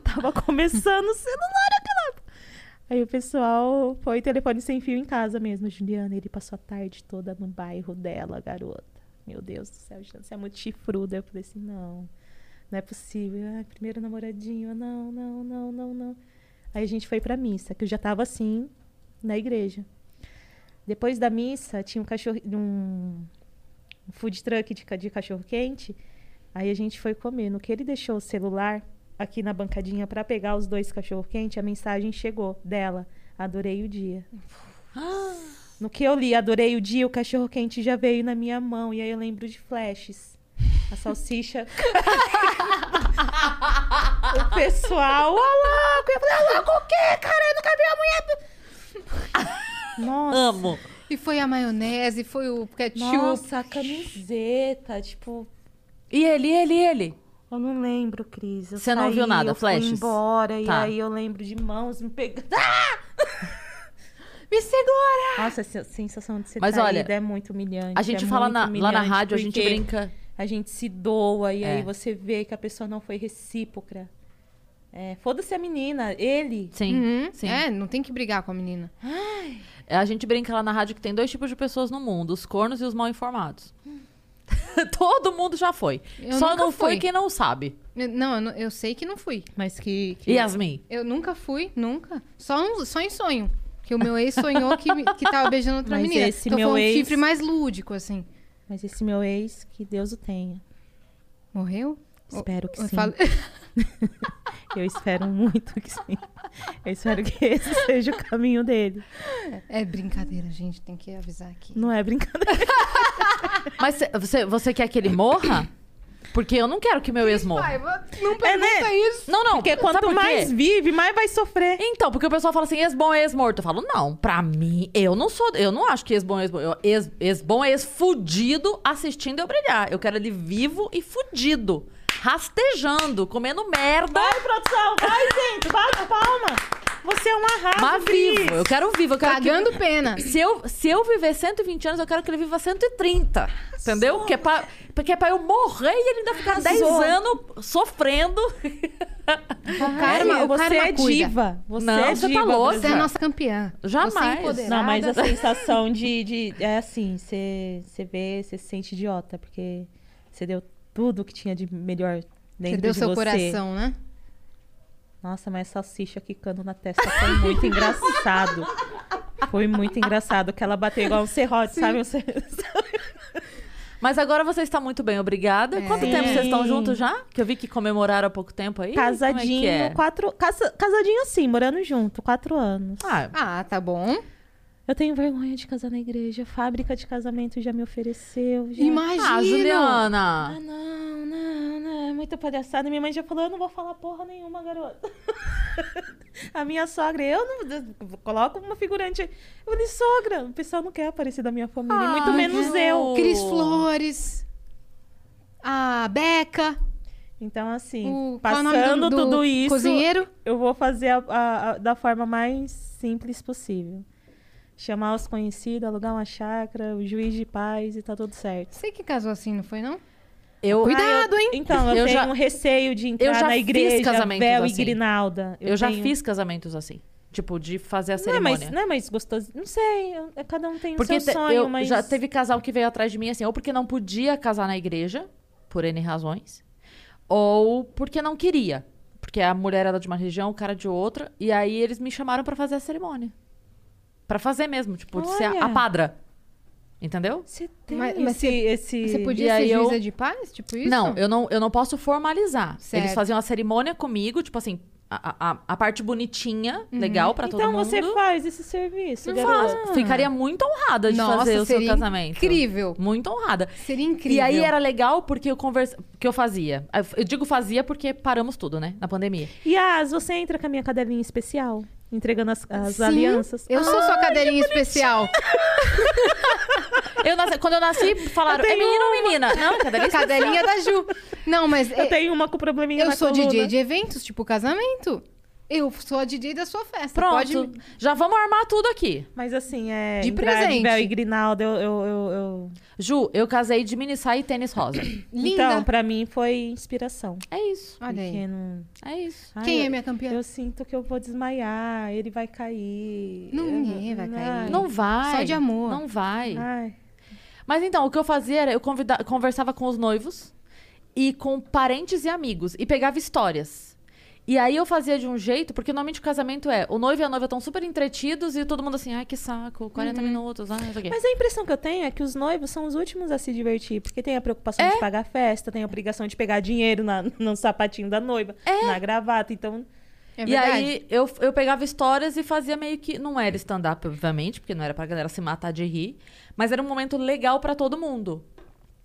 Speaker 2: Tava começando o celular naquela época. Aí o pessoal foi telefone sem fio em casa mesmo, Juliana. Ele passou a tarde toda no bairro dela, garota. Meu Deus do céu, Juliana, você é muito chifruda. Eu falei assim, não, não é possível. Ai, primeiro namoradinho, não, não, não, não, não. Aí a gente foi pra missa, que eu já tava assim, na igreja. Depois da missa, tinha um cachorro. Um, um food truck de, ca- de cachorro quente. Aí a gente foi comer. No que ele deixou o celular aqui na bancadinha pra pegar os dois cachorro quente, a mensagem chegou dela. Adorei o dia. No que eu li, adorei o dia, o cachorro quente já veio na minha mão. E aí eu lembro de flashes. A salsicha. o pessoal. Ó louco! Eu falei, ó louco o quê, cara? Eu nunca vi uma mulher. Nossa.
Speaker 4: Amo.
Speaker 3: E foi a maionese, foi o
Speaker 4: Tipo,
Speaker 3: ketchup.
Speaker 2: Nossa, a camiseta, tipo,
Speaker 4: E ele, ele, ele.
Speaker 2: eu não lembro, Cris. Eu
Speaker 4: Você não viu
Speaker 2: saí,
Speaker 4: nada,
Speaker 2: eu fui
Speaker 4: flashes?
Speaker 2: embora, e
Speaker 4: Tá. Ah!
Speaker 2: aí eu lembro de mãos me pegando. me segura! Nossa, essa sensação de ser
Speaker 4: Mas
Speaker 2: traída
Speaker 4: olha,
Speaker 2: é muito humilhante.
Speaker 4: A gente
Speaker 2: é
Speaker 4: fala
Speaker 2: muito
Speaker 4: na- lá na
Speaker 2: humilhante,
Speaker 4: rádio, a gente
Speaker 2: porque
Speaker 4: brinca.
Speaker 2: A gente se doa, e
Speaker 4: É.
Speaker 2: aí você vê que a pessoa não foi recíproca. É, Foda-se a menina, ele.
Speaker 4: Sim,
Speaker 3: Uhum.
Speaker 4: sim.
Speaker 3: É, não tem que brigar com a menina.
Speaker 4: É, A gente brinca lá na rádio que tem dois tipos de pessoas no mundo: os cornos e os mal informados. Todo mundo já foi.
Speaker 3: Eu
Speaker 4: Só
Speaker 3: nunca
Speaker 4: não foi
Speaker 3: fui.
Speaker 4: quem não sabe.
Speaker 3: Eu- Não, eu, não- eu sei que não fui.
Speaker 2: Mas que. que-
Speaker 4: Yasmin.
Speaker 3: Eu nunca fui, nunca. Só, um- só em sonho. Que o meu ex sonhou que, me- que tava beijando outra
Speaker 2: Mas
Speaker 3: menina.
Speaker 2: esse
Speaker 3: então
Speaker 2: meu
Speaker 3: foi um
Speaker 2: ex-
Speaker 3: chifre mais lúdico, assim.
Speaker 2: Mas esse meu ex, que Deus o tenha.
Speaker 3: Morreu?
Speaker 2: Espero que
Speaker 3: Eu
Speaker 2: sim.
Speaker 3: falo-
Speaker 2: Eu espero muito que sim. Eu espero que esse seja o caminho dele.
Speaker 3: É brincadeira, gente. Tem que avisar aqui.
Speaker 2: Não é brincadeira.
Speaker 4: Mas cê- você, você quer que ele morra? Porque eu não quero que meu ex morra.
Speaker 3: Não
Speaker 2: É,
Speaker 3: pergunta
Speaker 2: né?
Speaker 3: isso.
Speaker 4: Não, não.
Speaker 2: Porque
Speaker 4: sabe
Speaker 2: quanto
Speaker 4: por quê?
Speaker 2: mais vive, mais vai sofrer.
Speaker 4: Então, porque o pessoal fala assim, ex-bom é ex-morto. Eu falo, não, pra mim, eu não sou. Eu não acho que ex-bom é ex-bom. Eu- ex- Ex-bom é ex-fudido assistindo eu brilhar. Eu quero ele vivo e fudido. Rastejando, comendo merda.
Speaker 2: Então, Vai, produção! Vai, gente! Bate palma! Você é uma raça,
Speaker 4: Mas vivo. Eu quero vivo. Eu quero que-
Speaker 3: Pagando pena.
Speaker 4: Se eu, se eu viver 120 anos, eu quero que ele viva 130. Entendeu? Porque é, pra, porque é pra eu morrer e ele ainda ficar 10 anos sofrendo.
Speaker 3: O karma, o
Speaker 2: você
Speaker 3: karma
Speaker 2: é
Speaker 3: cuida.
Speaker 2: diva. Você
Speaker 4: Não,
Speaker 2: é
Speaker 4: você tá
Speaker 2: diva,
Speaker 4: louca.
Speaker 2: Brasil.
Speaker 3: Você é a nossa campeã. Você é
Speaker 4: Jamais.
Speaker 3: empoderada.
Speaker 2: Não, mas a sensação de. de- é assim, você você vê, você se sente idiota, porque você deu tudo que tinha de melhor
Speaker 3: Você
Speaker 2: dentro
Speaker 3: deu
Speaker 2: de
Speaker 3: seu
Speaker 2: você.
Speaker 3: coração, né?
Speaker 2: Nossa, mas salsicha quicando na testa foi muito engraçado. Foi muito engraçado que ela bateu igual um serrote, sabe? Um ser-
Speaker 4: Mas agora você está muito bem, obrigada. Quanto
Speaker 3: Sim.
Speaker 4: tempo vocês estão juntos já? Que eu vi que comemoraram há pouco tempo aí. Como
Speaker 2: Casadinho,
Speaker 4: é que é?
Speaker 2: quatro. casa- casadinho assim, morando junto, quatro anos.
Speaker 4: Ah,
Speaker 3: Ah, tá bom.
Speaker 2: Eu tenho vergonha de casar na igreja. Fábrica de casamento já me ofereceu. Já...
Speaker 3: Imagina.
Speaker 4: ah,
Speaker 2: Ah,
Speaker 4: Juliana.
Speaker 2: não, não, não. É muita palhaçada. Minha mãe já falou, eu não vou falar porra nenhuma, garota. a minha sogra, eu não... Coloco uma figurante aí. Eu falei, sogra, o pessoal não quer aparecer da minha família.
Speaker 4: Ah,
Speaker 2: muito menos
Speaker 4: não.
Speaker 2: eu.
Speaker 3: Cris Flores. A Beca.
Speaker 2: Então, assim,
Speaker 3: O, qual é o nome do-
Speaker 2: passando
Speaker 3: do
Speaker 2: tudo isso,
Speaker 3: Cozinheiro.
Speaker 2: eu vou fazer a- a- a- da forma mais simples possível. Chamar os conhecidos, alugar uma chácara, o juiz de paz e tá tudo certo.
Speaker 3: Você que casou assim, não foi, não?
Speaker 4: Eu,
Speaker 3: Cuidado, hein?
Speaker 2: Então, eu,
Speaker 4: Eu
Speaker 2: tenho
Speaker 4: já-
Speaker 2: um receio de entrar
Speaker 4: eu já
Speaker 2: na
Speaker 4: fiz
Speaker 2: igreja,
Speaker 4: casamentos
Speaker 2: véu e
Speaker 4: assim.
Speaker 2: grinalda.
Speaker 4: eu já
Speaker 2: tenho-
Speaker 4: fiz casamentos assim. Tipo, de fazer a
Speaker 2: Não é,
Speaker 4: cerimônia.
Speaker 2: mais, não é mais gostoso. Não sei, eu- é- cada um tem
Speaker 4: Porque
Speaker 2: o seu
Speaker 4: te-
Speaker 2: sonho,
Speaker 4: eu
Speaker 2: mas.
Speaker 4: já teve casal que veio atrás de mim assim, ou porque não podia casar na igreja, por N razões, ou porque não queria. Porque a mulher era de uma região, o cara de outra, e aí eles me chamaram pra fazer a cerimônia. Pra fazer mesmo, tipo, de ser a, a
Speaker 2: Olha.
Speaker 4: padra. Entendeu?
Speaker 2: Você tem
Speaker 3: Mas-
Speaker 2: esse,
Speaker 3: mas você-
Speaker 2: esse.
Speaker 3: Você
Speaker 4: E
Speaker 3: podia ser
Speaker 4: aí eu-
Speaker 3: juíza de paz? Tipo isso?
Speaker 4: Não, eu não, eu não posso formalizar. Eles
Speaker 3: Certo.
Speaker 4: faziam a cerimônia comigo, tipo assim, a, a- a parte bonitinha, legal pra todo
Speaker 2: Então
Speaker 4: mundo.
Speaker 2: você faz esse serviço, garota.
Speaker 4: Faz. Ficaria muito honrada de
Speaker 3: Nossa,
Speaker 4: fazer o seu
Speaker 3: seria
Speaker 4: casamento.
Speaker 3: incrível.
Speaker 4: Muito honrada.
Speaker 3: Seria incrível.
Speaker 4: E aí era legal porque eu conversa... que eu fazia. Eu digo fazia porque paramos tudo, né? Na pandemia.
Speaker 2: Yas, você entra com a minha cadelinha especial, entregando as, as
Speaker 3: Sim,
Speaker 2: alianças.
Speaker 3: Eu sou sua cadeirinha especial.
Speaker 4: Eu nasci- Quando eu nasci, falaram,
Speaker 2: Eu
Speaker 4: é
Speaker 2: tenho
Speaker 4: menino ou menina? Não, cadê isso?
Speaker 3: Cadelinha da Ju. Não, mas
Speaker 2: Eu
Speaker 3: é-
Speaker 2: tenho uma com probleminha
Speaker 3: eu
Speaker 2: na
Speaker 3: sou
Speaker 2: coluna.
Speaker 3: DJ de eventos, tipo casamento. Eu sou a DJ da sua festa.
Speaker 4: Pronto.
Speaker 3: Pode... me-
Speaker 4: Já vamos armar tudo aqui.
Speaker 2: Mas assim, é.
Speaker 3: De
Speaker 2: entrar
Speaker 3: presente.
Speaker 2: Bel e Grinalda, eu. eu, eu- eu-
Speaker 4: Ju, eu casei de mini saia e tênis rosa.
Speaker 3: Linda.
Speaker 2: Então, pra mim foi inspiração.
Speaker 4: É isso.
Speaker 3: Olha aí.
Speaker 2: Porque não-
Speaker 4: É isso.
Speaker 2: Ai,
Speaker 3: Quem é
Speaker 2: eu-
Speaker 3: minha campeã?
Speaker 2: Eu sinto que eu vou desmaiar, ele vai cair.
Speaker 3: Não,
Speaker 2: Eu- é.
Speaker 3: ninguém vai cair.
Speaker 4: Não vai.
Speaker 3: Só de amor.
Speaker 4: Não vai.
Speaker 2: Ai.
Speaker 4: Mas então, o que eu fazia era eu convida- conversava com os noivos e com parentes e amigos e pegava histórias. E aí eu fazia de um jeito, porque normalmente o casamento é, o noivo e a noiva estão super entretidos e todo mundo assim, ai que saco,
Speaker 3: Uhum.
Speaker 4: 40 minutos, ai, não sei o quê.
Speaker 2: Mas a impressão que eu tenho é que os noivos são os últimos a se divertir, porque tem a preocupação
Speaker 3: É?
Speaker 2: de pagar a festa, tem a obrigação de pegar dinheiro na- no sapatinho da noiva, na gravata, então...
Speaker 3: É
Speaker 4: e
Speaker 3: verdade.
Speaker 4: aí eu, eu pegava histórias e fazia meio que não era stand up, obviamente, porque não era pra galera se matar de rir, mas era um momento legal pra todo mundo.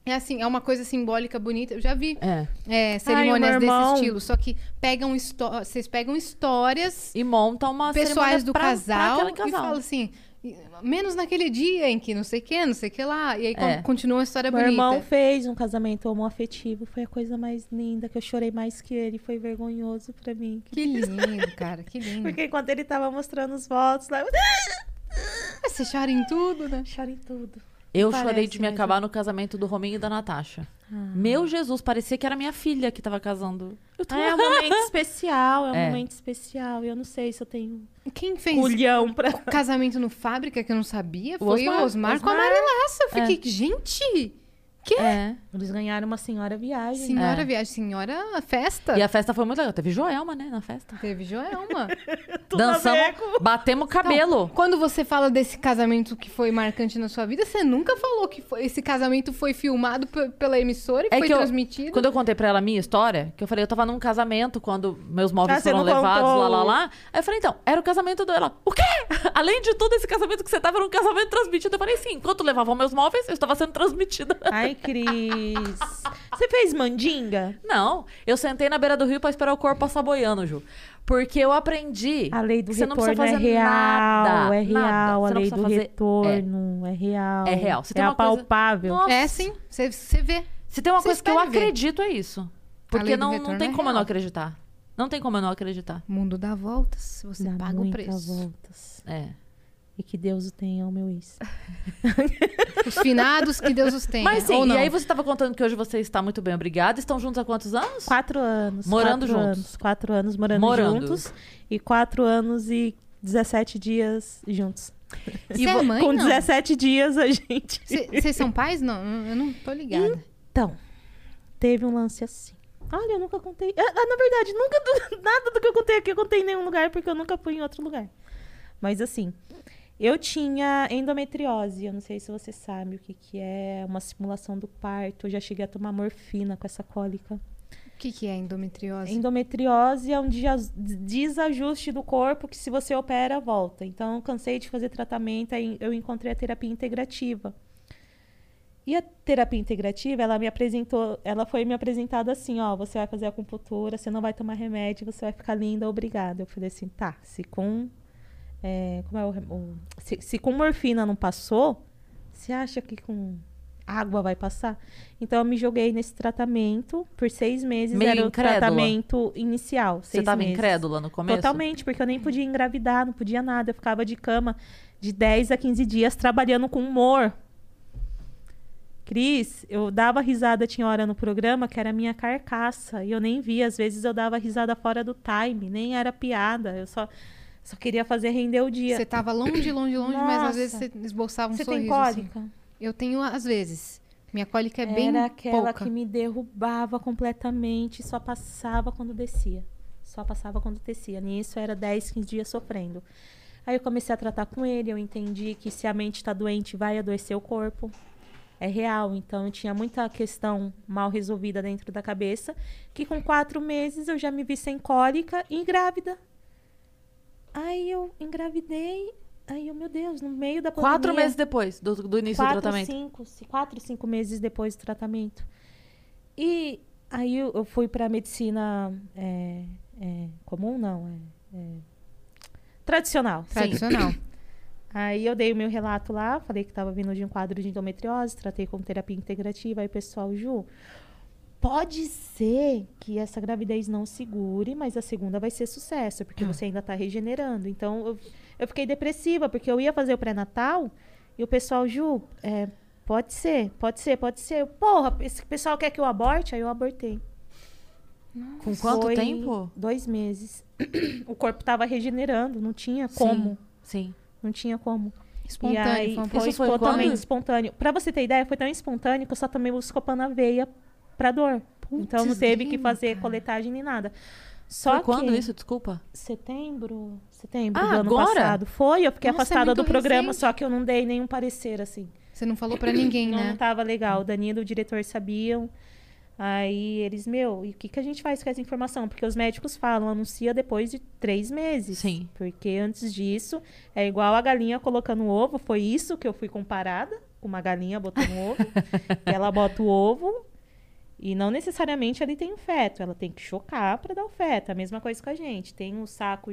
Speaker 3: É assim, é uma coisa simbólica bonita. Eu já vi
Speaker 4: É.
Speaker 3: é, cerimônias
Speaker 2: meu
Speaker 3: desse
Speaker 2: irmão.
Speaker 3: estilo. Só que pegam histó- vocês pegam histórias
Speaker 4: E monta uma cerimônia
Speaker 3: pessoais do
Speaker 4: pra- pra
Speaker 3: casal,
Speaker 4: aquele
Speaker 3: e falam assim, "E- menos naquele dia em que não sei o que, não sei o que lá. E aí
Speaker 4: É.
Speaker 3: con- continua a história
Speaker 2: Meu
Speaker 3: bonita.
Speaker 2: irmão fez um casamento homoafetivo, foi a coisa mais linda, que eu chorei mais que ele, foi vergonhoso pra mim.
Speaker 3: Que lindo, cara, que lindo.
Speaker 2: Porque enquanto ele tava mostrando os votos, lá, eu
Speaker 3: Ah, Você chora em tudo, né?
Speaker 2: chorei tudo.
Speaker 4: Eu
Speaker 2: Parece
Speaker 4: chorei de me
Speaker 2: mesmo. Ah.
Speaker 4: acabar no casamento do Rominho e da Natasha. Meu Jesus, parecia que era minha filha que tava casando. Eu tô...
Speaker 2: Ah, é um momento especial, é um
Speaker 4: É.
Speaker 2: momento especial, eu não sei se eu tenho um
Speaker 3: Quem fez
Speaker 2: culhão pra...
Speaker 3: casamento no fábrica que eu não sabia foi
Speaker 4: Osmar.
Speaker 3: o Osmar, com a
Speaker 2: Osmar.
Speaker 3: Marilaça. Eu fiquei, gente,
Speaker 4: É.
Speaker 2: Eles ganharam uma senhora viagem, né?
Speaker 3: senhora viagem, senhora festa.
Speaker 4: E a festa foi muito legal. Teve Joelma, né, na festa.
Speaker 3: Teve Joelma.
Speaker 4: Dançamos, batemos cabelo.
Speaker 2: Então,
Speaker 3: Quando você fala desse casamento que foi marcante na sua vida, você nunca falou que foi- esse casamento foi filmado pe- pela
Speaker 2: É
Speaker 3: emissora e foi
Speaker 4: É eu,
Speaker 3: transmitido.
Speaker 4: quando eu contei pra ela a minha história, que eu falei, eu tava num casamento quando meus móveis
Speaker 2: Ah, você
Speaker 4: foram
Speaker 2: não
Speaker 4: levados,
Speaker 2: contou.
Speaker 4: lá, lá, lá. Aí eu falei, então, era o casamento dela. O quê? Além de todo esse casamento que você tava, era um casamento transmitido. Eu falei, sim, enquanto levavam meus móveis, eu estava sendo transmitida.
Speaker 2: Ai, Cris. Você fez mandinga?
Speaker 4: Não, eu sentei na beira do rio pra esperar o corpo passar boiando, Ju. Porque eu aprendi
Speaker 2: A lei do
Speaker 4: que você não precisa
Speaker 2: retorno é
Speaker 4: fazer
Speaker 2: real,
Speaker 4: nada.
Speaker 2: é
Speaker 4: nada.
Speaker 2: real,
Speaker 4: Você
Speaker 2: a
Speaker 4: não
Speaker 2: lei
Speaker 4: precisa
Speaker 2: do
Speaker 4: fazer-
Speaker 2: retorno é, real.
Speaker 4: É real. Você
Speaker 2: é
Speaker 4: tem uma coisa-
Speaker 2: apalpável.
Speaker 4: Nossa.
Speaker 3: É sim, você- você vê.
Speaker 4: É. Se tem uma
Speaker 3: Você
Speaker 4: coisa que eu
Speaker 3: espere ver.
Speaker 4: acredito é isso. Porque
Speaker 3: lei do
Speaker 4: não, não
Speaker 3: retorno
Speaker 4: tem
Speaker 3: é
Speaker 4: como eu não
Speaker 3: real.
Speaker 4: acreditar. Não tem como eu não acreditar.
Speaker 3: Mundo dá voltas, se você
Speaker 2: Dá
Speaker 3: paga o
Speaker 2: muita
Speaker 3: preço.
Speaker 2: voltas.
Speaker 4: É.
Speaker 2: E que Deus o tenha, o meu isso.
Speaker 3: Os finados que Deus os tenha.
Speaker 4: Mas sim, é,
Speaker 3: ou não.
Speaker 4: e aí você tava contando que hoje você está muito bem, obrigada. Estão juntos há quantos anos?
Speaker 2: Quatro anos.
Speaker 4: Morando
Speaker 2: quatro
Speaker 4: juntos.
Speaker 2: Anos, quatro anos morando,
Speaker 4: Morando.
Speaker 2: juntos. E quatro anos e 17 dias juntos.
Speaker 3: Você
Speaker 4: e
Speaker 3: é
Speaker 4: vo-
Speaker 3: mãe,
Speaker 2: Com
Speaker 3: não?
Speaker 2: 17 dias a gente.
Speaker 3: Cê- Vocês são pais? Não, eu não tô ligada.
Speaker 2: Então, teve um lance assim. Olha, eu nunca contei. Ah, ah, na verdade, nunca do- nada do que eu contei aqui eu contei em nenhum lugar, porque eu nunca fui em outro lugar. Mas assim, Eu tinha endometriose, eu não sei se você sabe o que, que é, uma simulação do parto. Eu já cheguei a tomar morfina com essa cólica.
Speaker 3: O que, que é endometriose?
Speaker 2: Endometriose é um dia- desajuste do corpo que se você opera, volta. Então, eu cansei de fazer tratamento, aí eu encontrei a terapia integrativa. E a terapia integrativa, ela me apresentou, ela foi me apresentada assim, ó, você vai fazer acupuntura, você não vai tomar remédio, você vai ficar linda, obrigada. Eu falei assim, tá, se com é, como é o, rem- o- se, se com morfina não passou, você acha que com água vai passar? Então eu me joguei nesse tratamento por seis meses.
Speaker 4: Meio
Speaker 2: era o
Speaker 4: incrédula.
Speaker 2: tratamento inicial.
Speaker 4: Você
Speaker 2: seis
Speaker 4: tava
Speaker 2: meses.
Speaker 4: incrédula no começo?
Speaker 2: Totalmente, porque eu nem podia engravidar, não podia nada. Eu ficava de cama de 10 a 15 dias trabalhando com humor. Cris, eu dava risada, tinha hora no programa que era a minha carcaça. E eu nem via. Às vezes eu dava risada fora do time, nem era piada. Eu só, só queria fazer render o dia.
Speaker 3: Você tava longe, longe, longe, mas às vezes você
Speaker 2: Nossa.
Speaker 3: esboçava um
Speaker 2: Você
Speaker 3: sorriso.
Speaker 2: tem
Speaker 3: assim.
Speaker 2: cólica?
Speaker 3: Eu tenho, às vezes. Minha cólica é bem
Speaker 2: Era aquela
Speaker 3: pouca.
Speaker 2: que me derrubava completamente, só passava quando descia. Só passava quando descia. Nisso era 10, 15 dias sofrendo. Aí eu comecei a tratar com ele, eu entendi que se a mente está doente, vai adoecer o corpo. É real, então eu tinha muita questão mal resolvida dentro da cabeça, que com quatro meses eu já me vi sem cólica e grávida. Aí eu engravidei, aí eu, meu Deus, no meio da pandemia...
Speaker 4: Quatro meses depois do, do início do tratamento.
Speaker 2: Cinco, ci- quatro, cinco meses depois do tratamento. E aí eu, eu fui para medicina é, é, comum, não, é, é, tradicional.
Speaker 3: Tradicional.
Speaker 2: Aí eu dei o meu relato lá, falei que estava vindo de um quadro de endometriose, tratei com terapia integrativa. Aí, pessoal, Ju, pode ser que essa gravidez não segure, mas a segunda vai ser sucesso, porque você ainda está regenerando. Então, eu, eu fiquei depressiva, porque eu ia fazer o pré-natal e o pessoal, Ju, é, pode ser, pode ser, pode ser. Eu, Porra, esse pessoal quer que eu aborte? Aí eu abortei.
Speaker 4: Com quanto
Speaker 2: Foi
Speaker 4: tempo?
Speaker 2: Dois meses. o corpo estava regenerando, não tinha como.
Speaker 4: Sim.
Speaker 2: Não tinha como.
Speaker 3: Espontâneo,
Speaker 2: E aí,
Speaker 3: foi um uma
Speaker 2: foi,
Speaker 4: Isso foi
Speaker 2: totalmente
Speaker 4: quando?
Speaker 2: espontâneo. Pra você ter ideia, foi tão espontâneo que eu só tomei buscopana a veia pra dor. então não
Speaker 3: Putz,
Speaker 2: teve que
Speaker 3: grilo,
Speaker 2: fazer
Speaker 3: cara.
Speaker 2: coletagem nem nada. Só
Speaker 4: Foi quando
Speaker 2: que
Speaker 4: isso? Desculpa.
Speaker 2: setembro, setembro
Speaker 4: Ah,
Speaker 2: do ano
Speaker 4: agora?
Speaker 2: passado. Foi, eu fiquei
Speaker 3: Nossa, é
Speaker 2: afastada
Speaker 3: muito
Speaker 2: do programa,
Speaker 3: recente.
Speaker 2: só que eu não dei nenhum parecer assim.
Speaker 3: Você não falou pra ninguém,
Speaker 2: Não, tá.
Speaker 3: né?
Speaker 2: não tava legal. O Danilo e o diretor sabiam. Aí eles, meu, e o que, que a gente faz com essa informação? Porque os médicos falam, anuncia depois de três meses.
Speaker 4: Sim.
Speaker 2: Porque antes disso, é igual a galinha colocando um ovo. Foi isso que eu fui comparada com uma galinha botando um ovo. E ela bota o ovo e não necessariamente ali tem o feto. Ela tem que chocar para dar o feto. A mesma coisa com a gente. Tem um saco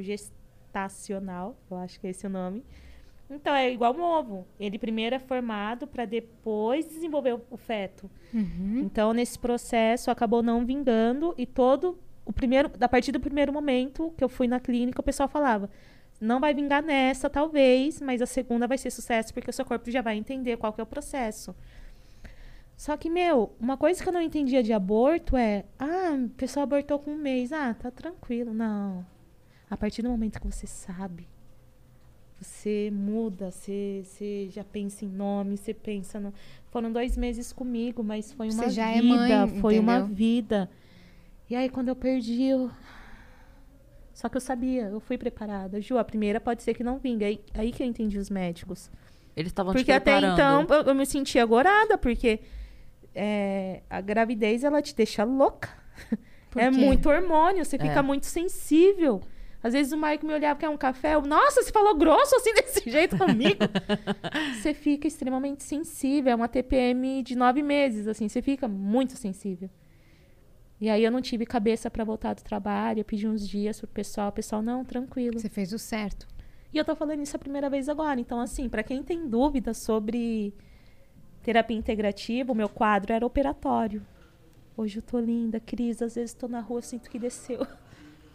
Speaker 2: gestacional, eu acho que é esse o nome. Então é igual um ovo. Ele primeiro é formado para depois desenvolver o- o feto. Então nesse processo acabou não vingando e todo o primeiro, a partir do primeiro momento que eu fui na clínica, o pessoal falava: "Não vai vingar nessa, talvez, mas a segunda vai ser sucesso porque o seu corpo já vai entender qual que é o processo". Só que, meu, uma coisa que eu não entendia de aborto é: "Ah, a pessoa abortou com um mês, ah, tá tranquilo". Não. A partir do momento que você sabe você muda, você, você já pensa em nome, você pensa no... Foram dois meses comigo, mas foi uma
Speaker 3: Você já é
Speaker 2: vida,
Speaker 3: mãe,
Speaker 2: foi uma
Speaker 3: entendeu?
Speaker 2: vida. E aí quando eu perdi, eu... só que eu sabia, eu fui preparada. Ju, a primeira pode ser que não vinga. Aí, aí que eu entendi os médicos.
Speaker 4: Eles estavam te
Speaker 2: Porque até
Speaker 4: preparando.
Speaker 2: então eu, eu me sentia agorada, porque é, a gravidez ela te deixa louca.
Speaker 3: Por
Speaker 2: é
Speaker 3: quê?
Speaker 2: muito hormônio, você
Speaker 4: É.
Speaker 2: fica muito sensível. Às vezes o Maico me olhava, quer um café? Eu, Nossa, você falou grosso assim desse jeito comigo. você fica extremamente sensível. É uma TPM de nove meses, assim, você fica muito sensível. E aí eu não tive cabeça pra voltar do trabalho, eu pedi uns dias pro pessoal, o pessoal, não, tranquilo.
Speaker 3: Você fez o certo.
Speaker 2: E eu tô falando isso a primeira vez agora. Então, assim, pra quem tem dúvida sobre terapia integrativa, o meu quadro era operatório. Hoje eu tô linda, Cris. Às vezes tô na rua, eu sinto que desceu.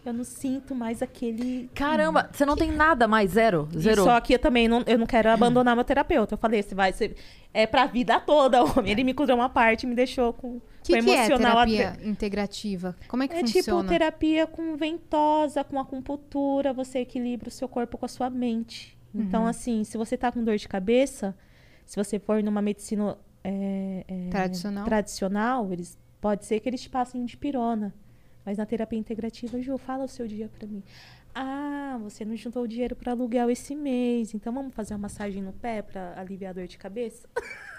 Speaker 2: Eu não sinto mais aquele.
Speaker 4: Caramba, você não tem nada mais, zero?
Speaker 2: E
Speaker 4: Zerou.
Speaker 2: Só que eu também não, eu não quero abandonar meu terapeuta. Eu falei, você vai ser. É pra vida toda, homem. Ele me curou uma parte, me deixou com.
Speaker 3: O que,
Speaker 2: com
Speaker 3: que é
Speaker 2: emocional até-
Speaker 3: terapia integrativa? Como é que
Speaker 2: é tipo
Speaker 3: funciona?
Speaker 2: terapia com ventosa, com acupuntura, você equilibra o seu corpo com a sua mente. Então,
Speaker 3: Uhum.
Speaker 2: assim, se você tá com dor de cabeça, se você for numa medicina é, é,
Speaker 3: Tradicional?
Speaker 2: tradicional, eles, pode ser que eles te passem de pirona. Mas na terapia integrativa, Ju, fala o seu dia pra mim. Ah, você não juntou o dinheiro para aluguel esse mês, então vamos fazer uma massagem no pé para aliviar a dor de cabeça?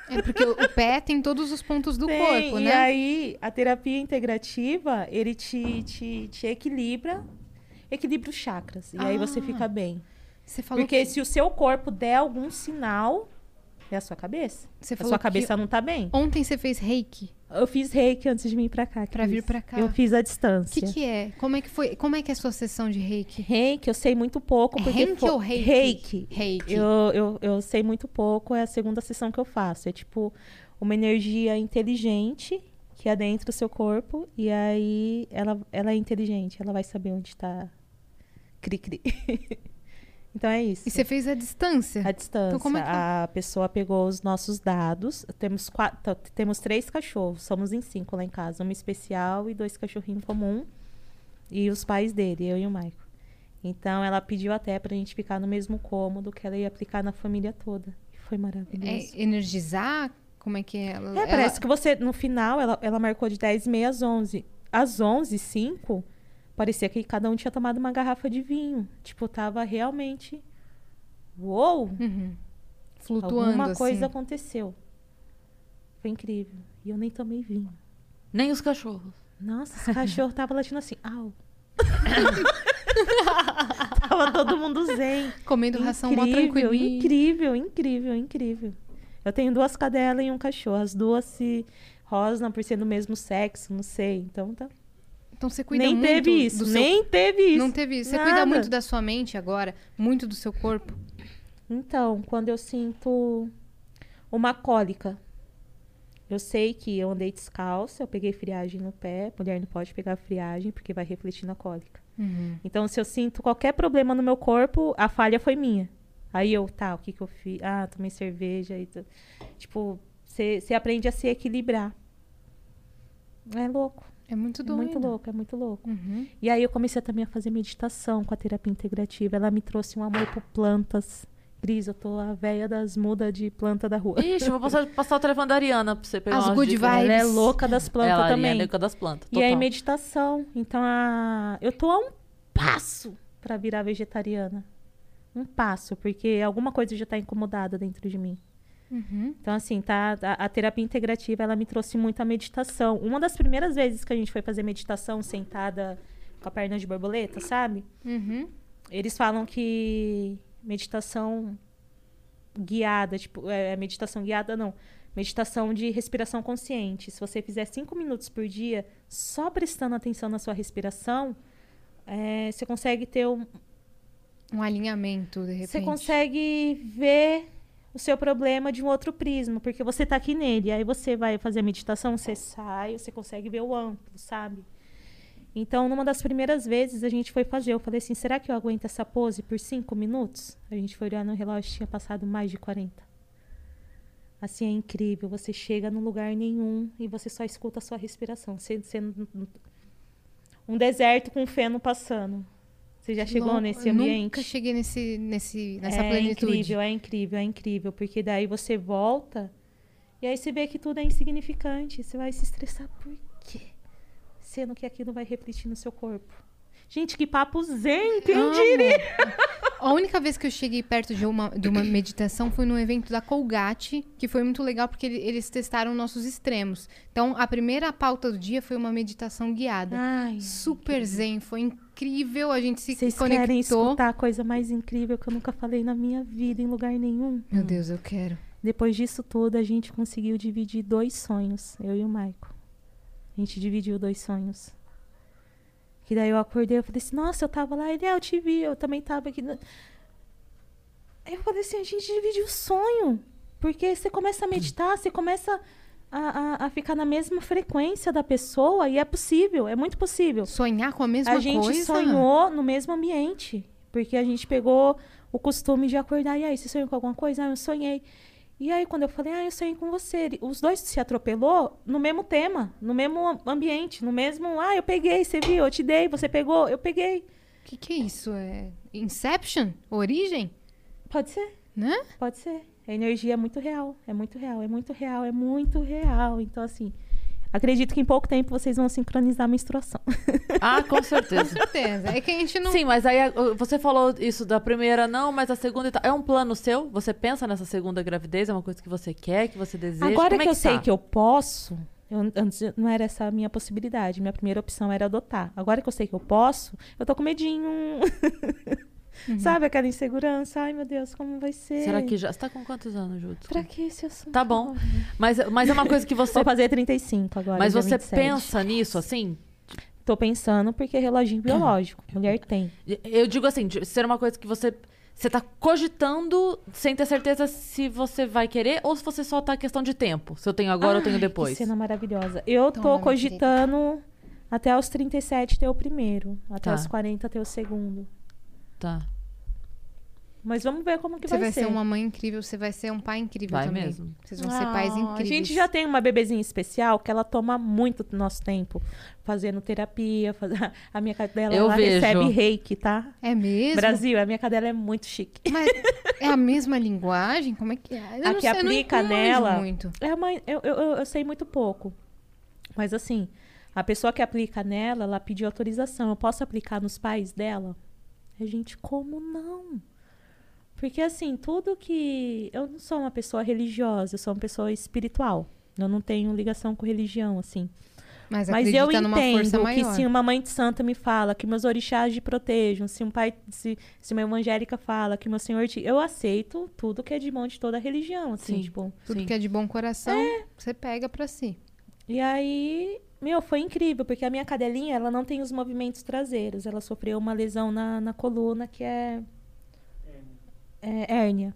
Speaker 3: É porque o o pé tem todos os pontos do
Speaker 2: Tem,
Speaker 3: corpo,
Speaker 2: e
Speaker 3: né?
Speaker 2: aí, a terapia integrativa, ele te, te, te equilibra, equilibra os chakras. E aí você
Speaker 3: Ah.
Speaker 2: fica bem.
Speaker 3: Você falou
Speaker 2: Porque
Speaker 3: que
Speaker 2: se o seu corpo der algum sinal, é a sua cabeça.
Speaker 3: Você
Speaker 2: a
Speaker 3: falou
Speaker 2: sua
Speaker 3: que-
Speaker 2: cabeça não tá bem.
Speaker 3: ontem você fez reiki.
Speaker 2: Eu fiz reiki antes de vir pra cá.
Speaker 3: Pra
Speaker 2: Cris.
Speaker 3: vir pra cá.
Speaker 2: Eu fiz à
Speaker 3: O
Speaker 2: distância.
Speaker 3: que, que é? Como é que foi? Como é que é a sua sessão de reiki?
Speaker 2: Reiki, eu sei muito pouco.
Speaker 3: É
Speaker 2: Porque
Speaker 3: reiki
Speaker 2: fo-
Speaker 3: ou reiki?
Speaker 2: Reiki.
Speaker 3: Reiki.
Speaker 2: Eu, eu, eu sei muito pouco, é a segunda sessão que eu faço. É tipo uma energia inteligente que adentra o seu corpo e aí ela, ela é inteligente, ela vai saber onde tá cri-cri. então é isso.
Speaker 3: E você fez a distância?
Speaker 2: A distância.
Speaker 3: Então, como é que
Speaker 2: A pessoa pegou os nossos dados. Temos, quatro, temos três cachorros, somos em cinco lá em casa. Uma especial e dois cachorrinhos comum. E os pais dele, eu e o Maico. Então ela pediu até pra gente ficar no mesmo cômodo que ela ia aplicar na família toda. E foi maravilhoso.
Speaker 3: É energizar? Como é que é? Ela,
Speaker 2: É, parece que você, no final, ela, ela marcou de 10 e meia às 11. Às 11, 5, parecia que cada um tinha tomado uma garrafa de vinho. Tipo, tava realmente. Uou!
Speaker 3: Uhum. Flutuando
Speaker 2: Alguma
Speaker 3: assim.
Speaker 2: coisa aconteceu. Foi incrível. E eu nem tomei vinho.
Speaker 4: Nem os cachorros.
Speaker 2: Nossa, esse cachorro tava latindo assim. Au. tava todo mundo zen.
Speaker 3: Comendo ração mó tranquilo.
Speaker 2: incrível, incrível, incrível. Eu tenho duas cadelas e um cachorro. As duas se rosnam por ser do mesmo sexo, não sei. Então tá.
Speaker 3: Então você cuida
Speaker 2: nem
Speaker 3: muito
Speaker 2: teve isso,
Speaker 3: do seu...
Speaker 2: nem teve isso.
Speaker 3: Não teve isso. Você
Speaker 2: Nada.
Speaker 3: cuida muito da sua mente agora, muito do seu corpo.
Speaker 2: Então, quando eu sinto uma cólica, eu sei que eu andei descalça, eu peguei friagem no pé. Mulher não pode pegar friagem porque vai refletir na cólica. Então, se eu sinto qualquer problema no meu corpo, a falha foi minha. Aí eu, tá, o que que eu fiz? Ah, tomei cerveja e tu... Tipo, você você aprende a se equilibrar. É louco.
Speaker 3: É muito
Speaker 2: É
Speaker 3: doido.
Speaker 2: muito louco, é muito louco.
Speaker 3: Uhum.
Speaker 2: E aí eu comecei também a fazer meditação com a terapia integrativa. Ela me trouxe um amor por plantas. Cris, eu tô a véia das mudas de planta da rua.
Speaker 4: Ixi, eu vou passar, passar o telefone da Ariana pra você pegar
Speaker 3: As
Speaker 4: umas
Speaker 3: good
Speaker 4: dicas.
Speaker 3: vibes.
Speaker 2: Ela é louca das plantas
Speaker 4: Ela,
Speaker 2: também.
Speaker 4: Ariana é louca das plantas.
Speaker 2: E aí
Speaker 4: total.
Speaker 2: meditação. Então a... eu tô a um passo pra virar vegetariana. Um passo, porque alguma coisa já tá incomodada dentro de mim.
Speaker 3: Uhum.
Speaker 2: Então, assim, tá, a, a terapia integrativa, ela me trouxe muito a meditação. Uma das primeiras vezes que a gente foi fazer meditação sentada com a perna de borboleta, sabe?
Speaker 3: Uhum.
Speaker 2: Eles falam que meditação guiada, tipo, é é meditação guiada não, meditação de respiração consciente. Se você fizer cinco minutos por dia, só prestando atenção na sua respiração, é, você consegue ter um,
Speaker 3: Um alinhamento, de repente.
Speaker 2: você consegue ver o seu problema de um outro prisma, porque você tá aqui nele. Aí você vai fazer a meditação, você sai, você consegue ver o amplo, sabe? Então, numa das primeiras vezes a gente foi fazer, eu falei assim: será que eu aguento essa pose por cinco minutos? A gente foi olhar no relógio, tinha passado mais de 40. Assim é incrível, você chega num lugar nenhum e você só escuta a sua respiração. Você, você não- não- um deserto com um feno passando. Você já chegou
Speaker 3: Louco.
Speaker 2: nesse
Speaker 3: Eu
Speaker 2: ambiente?
Speaker 3: Nunca cheguei nesse, nesse, nessa
Speaker 2: é
Speaker 3: plenitude.
Speaker 2: incrível, é incrível, é incrível, porque daí você volta e aí você vê que tudo é insignificante, você vai se estressar por quê? Sendo que aquilo vai refletir no seu corpo. Gente, que papo zen,
Speaker 3: Amo.
Speaker 2: entendi.
Speaker 3: A única vez que eu cheguei perto de uma, de uma meditação foi num evento da Colgate, que foi muito legal porque ele- eles testaram nossos extremos. Então, a primeira pauta do dia foi uma meditação guiada.
Speaker 2: Ai,
Speaker 3: Super zen, foi incrível, a gente se
Speaker 2: vocês
Speaker 3: conectou.
Speaker 2: querem escutar a coisa mais incrível que eu nunca falei na minha vida em lugar nenhum?
Speaker 3: Meu Deus, eu quero.
Speaker 2: Depois disso tudo, a gente conseguiu dividir dois sonhos, eu e o Maico. A gente dividiu dois sonhos. Que daí eu acordei, eu falei assim, nossa, eu tava lá, ele, é, eu te vi, eu também tava aqui. na-" Aí eu falei assim, a gente dividiu o sonho. Porque você começa a meditar, você começa a, a- a ficar na mesma frequência da pessoa e é possível, é muito possível.
Speaker 3: Sonhar com a mesma
Speaker 2: A gente
Speaker 3: coisa?
Speaker 2: sonhou no mesmo ambiente. Porque a gente pegou o costume de acordar. E aí, você sonhou com alguma coisa? Ah, eu sonhei. E aí, quando eu falei, ah, eu sonhei com você. ele- Os dois se atropelou no mesmo tema, no mesmo am- ambiente, no mesmo. Ah, eu peguei, você viu, eu te dei, você pegou, eu peguei.
Speaker 3: O que, que é isso? É Inception? Origem?
Speaker 2: Pode ser,
Speaker 3: Né?
Speaker 2: pode ser. A energia é muito real, é muito real, é muito real, é muito real. Então, assim, Acredito que em pouco tempo vocês vão sincronizar a menstruação.
Speaker 4: Ah, com certeza.
Speaker 3: Certeza. É que a gente não.
Speaker 4: Sim, mas aí ah, você falou isso da primeira, não, mas a segunda e tal. É um plano seu? Você pensa nessa segunda gravidez? É uma coisa que você quer, que você deseja?
Speaker 2: Agora
Speaker 4: Como
Speaker 2: que,
Speaker 4: é
Speaker 2: eu sei
Speaker 4: tá?
Speaker 2: que eu posso, eu- antes eu- não era essa a minha possibilidade. Minha primeira opção era adotar. Agora que eu sei que eu posso, eu tô com medinho. Sabe aquela insegurança? Ai, meu Deus, como vai ser?
Speaker 4: Uhum. Será que já. Você tá com quantos anos, Júlio?
Speaker 2: Pra que esse assunto?
Speaker 4: Tá bom. Mas, mas é uma coisa que você.
Speaker 2: Vou fazer 35 agora.
Speaker 4: mas
Speaker 2: dia
Speaker 4: você
Speaker 2: 27.
Speaker 4: pensa nisso, assim?
Speaker 2: Tô pensando porque é reloginho biológico. Mulher tem.
Speaker 4: Eu digo assim, de ser uma coisa que você. Você tá cogitando sem ter certeza se você vai querer ou se você só tá questão de tempo. Se eu tenho agora ou eu tenho
Speaker 2: Ai,
Speaker 4: depois.
Speaker 3: é
Speaker 2: Que cena maravilhosa. Eu
Speaker 3: Toma,
Speaker 2: tô
Speaker 3: minha
Speaker 2: cogitando até os 37 ter o primeiro. Até
Speaker 4: Tá.
Speaker 2: os 40 ter o segundo.
Speaker 4: Tá.
Speaker 2: Mas vamos ver como que
Speaker 3: Você vai
Speaker 2: vai
Speaker 3: ser uma mãe incrível, você vai ser um pai incrível
Speaker 4: Vai
Speaker 3: também.
Speaker 4: mesmo.
Speaker 3: Vocês vão ser pais
Speaker 2: Ah,
Speaker 3: incríveis.
Speaker 2: A gente já tem uma bebezinha especial que ela toma muito do nosso tempo fazendo terapia. faz- A minha cadela
Speaker 4: Eu
Speaker 2: ela
Speaker 4: vejo.
Speaker 2: recebe reiki, tá?
Speaker 3: É mesmo?
Speaker 2: Brasil, a minha cadela é muito chique.
Speaker 3: Mas é a mesma linguagem? Como é que é? Eu
Speaker 2: a
Speaker 3: não
Speaker 2: que
Speaker 3: sei, eu não-
Speaker 2: aplica
Speaker 3: não manjo
Speaker 2: nela.
Speaker 3: muito.
Speaker 2: É uma, eu, eu, eu- eu sei muito pouco. Mas assim, a pessoa que aplica nela, ela pediu autorização. Eu posso aplicar nos pais dela? A gente, como não? Porque assim, tudo que. Eu não sou uma pessoa religiosa, eu sou uma pessoa espiritual. Eu não tenho ligação com religião, assim.
Speaker 3: Mas,
Speaker 2: Mas
Speaker 3: acredita
Speaker 2: eu
Speaker 3: numa força
Speaker 2: entendo que
Speaker 3: maior.
Speaker 2: se uma mãe de santa me fala, que meus orixás te protejam, se um pai, se, se uma evangélica fala, que meu senhor te. Eu aceito tudo que é de mão de toda religião, assim,
Speaker 4: Sim.
Speaker 2: tipo.
Speaker 3: Tudo
Speaker 4: Sim.
Speaker 3: que é de bom coração, você pega pra si.
Speaker 2: E aí, meu, foi incrível, porque a minha cadelinha, ela não tem os movimentos traseiros. Ela sofreu uma lesão na, na coluna que é. É hérnia.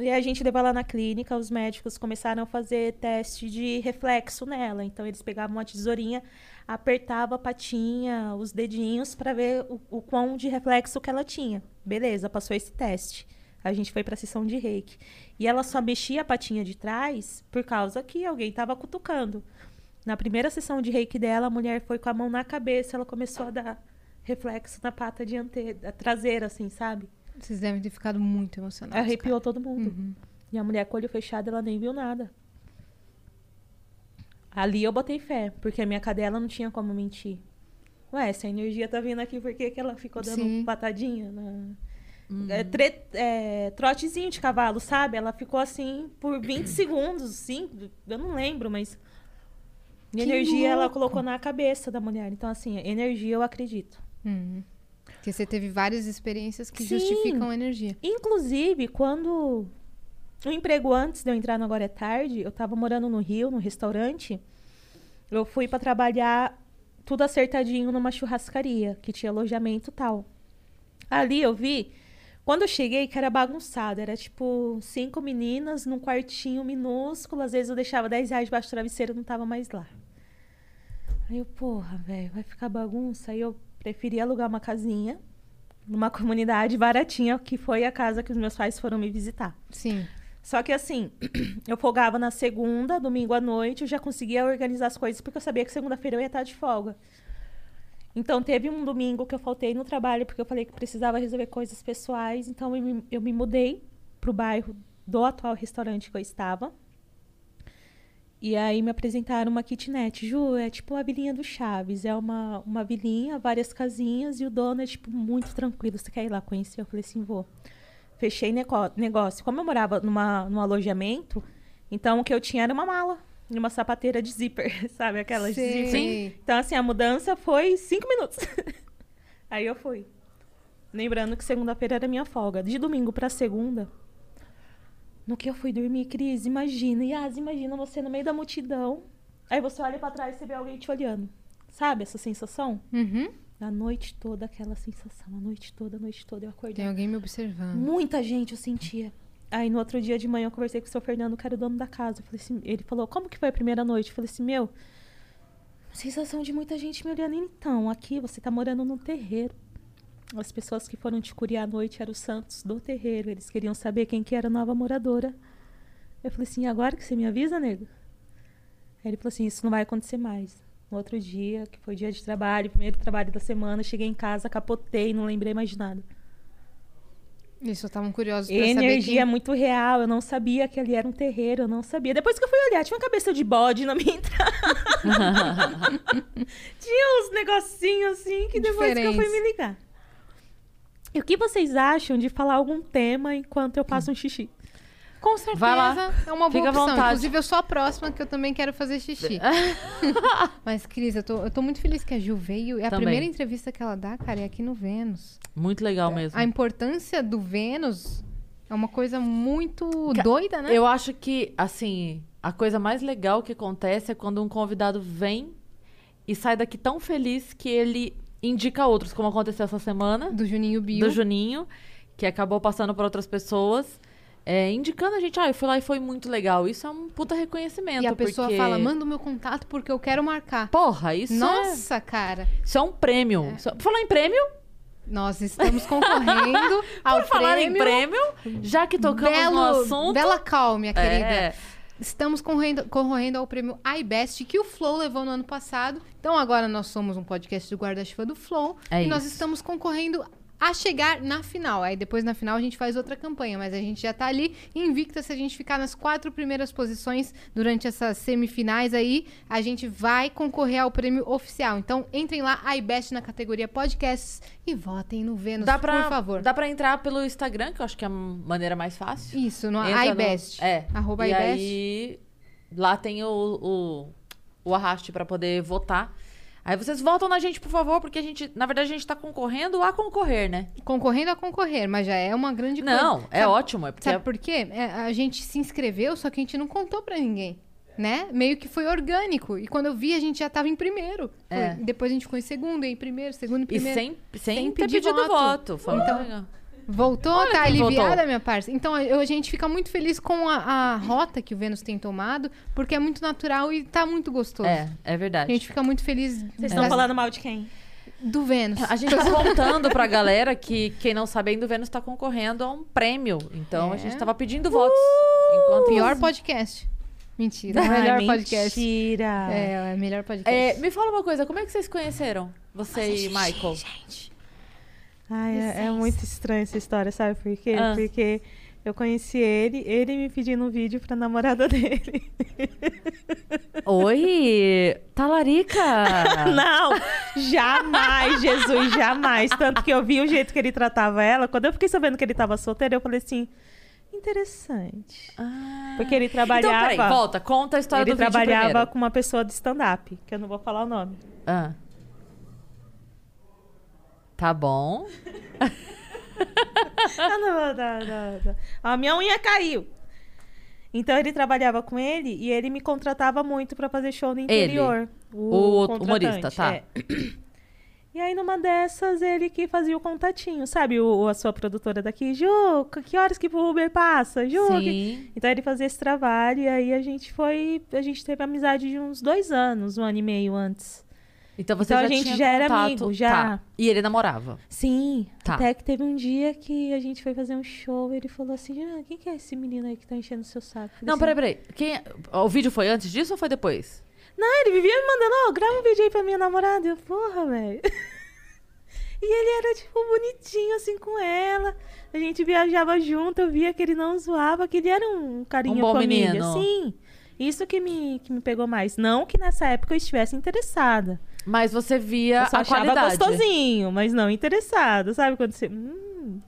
Speaker 2: E aí a gente levou ela na clínica, os médicos começaram a fazer teste de reflexo nela. Então eles pegavam uma tesourinha, apertava a patinha, os dedinhos pra ver o, o quão de reflexo que ela tinha. Beleza, passou esse teste. A gente foi pra sessão de reiki. E ela só mexia a patinha de trás por causa que alguém tava cutucando. Na primeira sessão de reiki dela, a mulher foi com a mão na cabeça, ela começou a dar reflexo na pata dianteira, traseira, assim, sabe?
Speaker 3: Vocês devem ter ficado muito emocionados.
Speaker 2: Arrepiou todo mundo.
Speaker 3: Uhum.
Speaker 2: E a mulher com o olho fechado, ela nem viu nada. Ali eu botei fé, porque a minha cadela não tinha como mentir. Ué, essa energia tá vindo aqui, por que, que ela ficou dando
Speaker 3: Sim. Uhum.
Speaker 2: patadinha? Na... É, tre- é, trotezinho de cavalo, sabe? Ela ficou assim por 20 segundos, sim, eu não lembro, mas. E
Speaker 3: Que
Speaker 2: energia ela
Speaker 3: louco.
Speaker 2: colocou na cabeça da mulher. Então, assim, energia eu acredito.
Speaker 3: Uhum. Porque você teve várias experiências que
Speaker 2: Sim.
Speaker 3: justificam a energia.
Speaker 2: Inclusive, quando o emprego antes de eu entrar no Agora é Tarde, eu tava morando no Rio, num restaurante. Eu fui para trabalhar tudo acertadinho numa churrascaria, que tinha alojamento e tal. Ali eu vi, quando eu cheguei, que era bagunçado. Era tipo cinco meninas num quartinho minúsculo. Às vezes eu deixava 10 reais debaixo do travesseiro e não tava mais lá. Aí eu, porra, velho, vai ficar bagunça. Aí eu preferi alugar uma casinha numa comunidade baratinha, que foi a casa que os meus pais foram me visitar.
Speaker 3: Sim.
Speaker 2: Só que assim, eu folgava na segunda, domingo à noite, eu já conseguia organizar as coisas, porque eu sabia que segunda-feira eu ia estar de folga. Então, teve um domingo que eu faltei no trabalho, porque eu falei que precisava resolver coisas pessoais. Então, eu me, eu me mudei pro bairro do atual restaurante que eu estava. E aí, me apresentaram uma kitnet. Ju, é tipo a vilinha do Chaves. É uma, uma vilinha, várias casinhas, e o dono é, tipo, muito tranquilo. Você quer ir lá conhecer? Eu falei assim, vou fechei neco- negócio. Como eu morava numa, num alojamento, então o que eu tinha era uma mala e uma sapateira de zíper, sabe? Aquelas de
Speaker 3: Sei.
Speaker 2: zíper. Então, assim, a mudança foi cinco minutos. Aí eu fui. Lembrando que segunda-feira era minha folga. De domingo pra segunda. No que eu fui dormir, Cris, imagina. Yas, imagina você no meio da multidão. Aí você olha pra trás e você vê alguém te olhando. Sabe essa sensação?
Speaker 3: Uhum.
Speaker 2: A noite toda, aquela sensação. A noite toda, a noite toda. Eu acordei.
Speaker 3: Tem alguém me observando.
Speaker 2: Muita gente eu sentia. Aí no outro dia de manhã eu conversei com o seu Fernando, que era o dono da casa. Eu falei assim, ele falou, como que foi a primeira noite? Eu falei assim, meu, sensação de muita gente me olhando. Então, aqui você tá morando num terreiro. As pessoas que foram te curiar à noite eram os santos do terreiro. Eles queriam saber quem que era a nova moradora. Eu falei assim, agora que você me avisa, nego? Aí ele falou assim, isso não vai acontecer mais. No outro dia, que foi dia de trabalho, primeiro trabalho da semana, eu cheguei em casa, capotei, não lembrei mais de nada.
Speaker 3: Eles só estavam curiosos pra
Speaker 2: Energia é
Speaker 3: saber
Speaker 2: muito real, eu não sabia que ali era um terreiro, eu não sabia. Depois que eu fui olhar, tinha uma cabeça de bode na minha entrada. tinha uns negocinhos assim que depois que eu fui
Speaker 3: Diferentes.
Speaker 2: me ligar. E o que vocês acham de falar algum tema enquanto eu faço um xixi?
Speaker 3: quem... Com certeza
Speaker 4: Vai lá.
Speaker 3: é uma boa
Speaker 4: Fica à
Speaker 3: opção.
Speaker 4: vontade.
Speaker 3: Inclusive, eu sou a próxima que eu também quero fazer xixi. Mas, Cris, eu tô, eu tô muito feliz que a Ju veio. É a
Speaker 4: Também.
Speaker 3: primeira entrevista que ela dá, cara, é aqui no Vênus.
Speaker 4: Muito legal mesmo.
Speaker 3: A importância do Vênus é uma coisa muito doida, né?
Speaker 4: Eu acho que, assim, a coisa mais legal que acontece é quando um convidado vem e sai daqui tão feliz que ele indica outros, como aconteceu essa semana.
Speaker 3: Do Juninho Bio.
Speaker 4: do Juninho, que acabou passando por outras pessoas, é, indicando a gente, ah, eu fui lá e foi muito legal. Isso é um puta reconhecimento.
Speaker 3: E a pessoa
Speaker 4: porque-
Speaker 3: fala, manda o meu contato porque eu quero marcar.
Speaker 4: Porra, isso, é,
Speaker 3: Nossa, cara.
Speaker 4: isso é um prêmio. Isso- Por falar em prêmio,
Speaker 3: Nós estamos concorrendo ao
Speaker 4: por falar
Speaker 3: Ah, prêmio.
Speaker 4: em prêmio, já que tocamos
Speaker 3: Belo,
Speaker 4: no assunto.
Speaker 3: Bela Cal, minha querida.
Speaker 4: É.
Speaker 3: Estamos concorrendo, concorrendo ao prêmio iBest que o Flow levou no ano passado. Então agora nós somos um podcast do guarda-chuva do Flow.
Speaker 4: É
Speaker 3: e nós
Speaker 4: isso.
Speaker 3: estamos concorrendo a chegar na final. Aí depois na final a gente faz outra campanha, mas a gente já tá ali invicta. Se a gente ficar nas quatro primeiras posições durante essas semifinais aí, a gente vai concorrer ao prêmio oficial. Então entrem lá, iBest na categoria podcasts e votem no Vênus,
Speaker 4: Dá pra,
Speaker 3: por favor.
Speaker 4: dá pra entrar pelo Instagram, que eu acho que é a maneira mais fácil.
Speaker 3: Isso, no
Speaker 4: Entra no-
Speaker 3: iBest.
Speaker 4: É.
Speaker 3: Arroba
Speaker 4: e
Speaker 3: iBest.
Speaker 4: aí, lá tem o, o, o arraste pra poder votar. Aí vocês votam na gente, por favor, porque a gente, na verdade, a gente tá concorrendo a concorrer, né?
Speaker 3: Concorrendo a concorrer, mas já é uma grande coisa.
Speaker 4: Não, é
Speaker 3: Sabe-
Speaker 4: ótimo, é porque
Speaker 3: Sabe por quê? É, a gente se inscreveu, só que a gente não contou pra ninguém. Né? Meio que foi orgânico. E quando eu vi, a gente já tava em primeiro. Foi-
Speaker 4: É.
Speaker 3: Depois a gente ficou em segundo, em primeiro, segundo, em
Speaker 4: e
Speaker 3: primeiro.
Speaker 4: sem, sem,
Speaker 3: sem
Speaker 4: ter
Speaker 3: pedir
Speaker 4: pedido voto.
Speaker 3: voto. Então,
Speaker 4: Foi muito legal.
Speaker 3: Voltou, tá
Speaker 4: quem
Speaker 3: aliviada,
Speaker 4: voltou.
Speaker 3: minha parça. Então eu- a gente fica muito feliz com a, a rota que o Vênus tem tomado, porque é muito natural e tá muito gostoso.
Speaker 4: É, é
Speaker 3: A
Speaker 4: verdade.
Speaker 3: gente fica muito feliz
Speaker 2: Vocês
Speaker 3: das-
Speaker 2: estão falando mal de quem?
Speaker 3: do Vênus.
Speaker 4: A gente tá contando pra galera que quem não sabe ainda o Vênus tá concorrendo a um prêmio. Então a gente tava pedindo votos. Enquanto
Speaker 3: É. Uh! Pior podcast. Mentira.
Speaker 2: Ai,
Speaker 3: é melhor
Speaker 2: mentira.
Speaker 3: podcast. É, é melhor podcast.
Speaker 4: Ah, É, me fala uma coisa, como é que vocês conheceram? Você e Michael?
Speaker 2: Ai, é, é muito estranha essa história, sabe por quê?
Speaker 4: Ah.
Speaker 2: Porque eu conheci ele, ele me pedindo um vídeo pra namorada dele.
Speaker 4: Oi! Talarica!
Speaker 2: Não, jamais, Jesus, jamais. Tanto que eu vi o jeito que ele tratava ela. Quando eu fiquei sabendo que ele tava solteiro, eu falei assim: interessante. Porque ele
Speaker 4: Então,
Speaker 2: trabalhava.
Speaker 4: peraí, volta, conta a história
Speaker 2: ele
Speaker 4: do vídeo
Speaker 2: trabalhava
Speaker 4: primeiro.
Speaker 2: com uma pessoa de stand-up, que eu não vou falar o nome.
Speaker 4: Ah. Tá bom.
Speaker 2: Ah, não, não, não, não. A minha unha caiu. Então ele trabalhava com ele e ele me contratava muito pra fazer show no interior.
Speaker 4: O outro
Speaker 2: contratante,
Speaker 4: humorista, tá.
Speaker 2: é. E aí numa dessas ele que fazia o contatinho, sabe? O, o- a sua produtora daqui, Ju, que horas que o Uber passa? Ju, que-
Speaker 4: Sim.
Speaker 2: Então ele fazia esse trabalho e aí a gente foi, a gente teve amizade de uns dois anos, um ano e meio antes.
Speaker 4: Então você
Speaker 2: Então, a
Speaker 4: já
Speaker 2: gente
Speaker 4: tinha
Speaker 2: já era
Speaker 4: contato.
Speaker 2: amigo, já.
Speaker 4: Tá. E ele namorava.
Speaker 2: Sim,
Speaker 4: Tá.
Speaker 2: até que teve um dia que a gente foi fazer um show e ele falou assim, ah, quem que é esse menino aí que tá enchendo o seu saco? Eu falei
Speaker 4: Não,
Speaker 2: assim,
Speaker 4: peraí, peraí. Quem... é- O vídeo foi antes disso ou foi depois?
Speaker 2: assim, Não, ele vivia me mandando, ó, grava um vídeo aí pra minha namorada. Eu, porra, velho. E ele era, tipo, bonitinho, assim, com ela. A gente viajava junto, eu via que ele não zoava, que ele era um carinho
Speaker 4: Um bom
Speaker 2: família.
Speaker 4: menino.
Speaker 2: Sim. Isso que me, que me pegou mais. Não que nessa época eu estivesse interessada.
Speaker 4: Mas você via
Speaker 2: Eu só
Speaker 4: É a
Speaker 2: achava
Speaker 4: qualidade.
Speaker 2: gostosinho, mas não interessada. Sabe quando você... hum,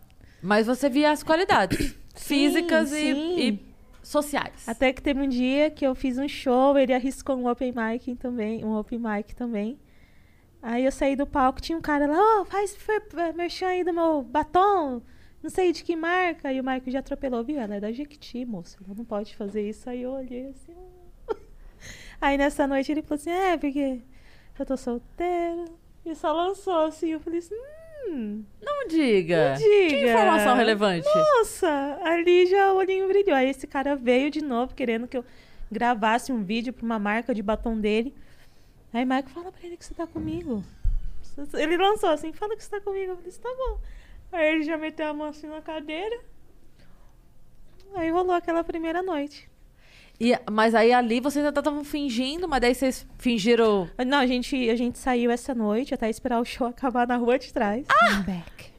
Speaker 4: Mas você via as qualidades físicas e-
Speaker 2: sim.
Speaker 4: E, sociais.
Speaker 2: Até que teve um dia que eu fiz um show, ele arriscou um open mic também, um open mic também. Aí eu saí do palco, tinha um cara lá, ó, faz fer- eh, merchan aí do meu batom, não sei de que marca. E o Michael já atropelou, viu? Ela é da Jequiti, moço, ela não pode fazer isso. Aí eu olhei assim. ah. Aí nessa noite ele falou assim: é, porque eu tô solteiro. E só lançou assim. Eu falei assim: hum,
Speaker 4: Não Então, diga.
Speaker 2: diga.
Speaker 4: Que informação relevante.
Speaker 2: Nossa, ali já o olhinho brilhou. Aí esse cara veio de novo querendo que eu gravasse um vídeo pra uma marca de batom dele. Aí Michael fala pra ele que você tá comigo. Ele lançou assim, fala que você tá comigo. Eu falei, assim, tá bom. Aí ele já meteu a mão assim na cadeira. Aí rolou aquela primeira noite.
Speaker 4: E, mas aí ali vocês ainda estavam fingindo, mas daí vocês fingiram.
Speaker 2: Não, a gente, a gente saiu essa noite
Speaker 4: ah!
Speaker 2: até esperar o show acabar na rua de trás.
Speaker 3: I'm back.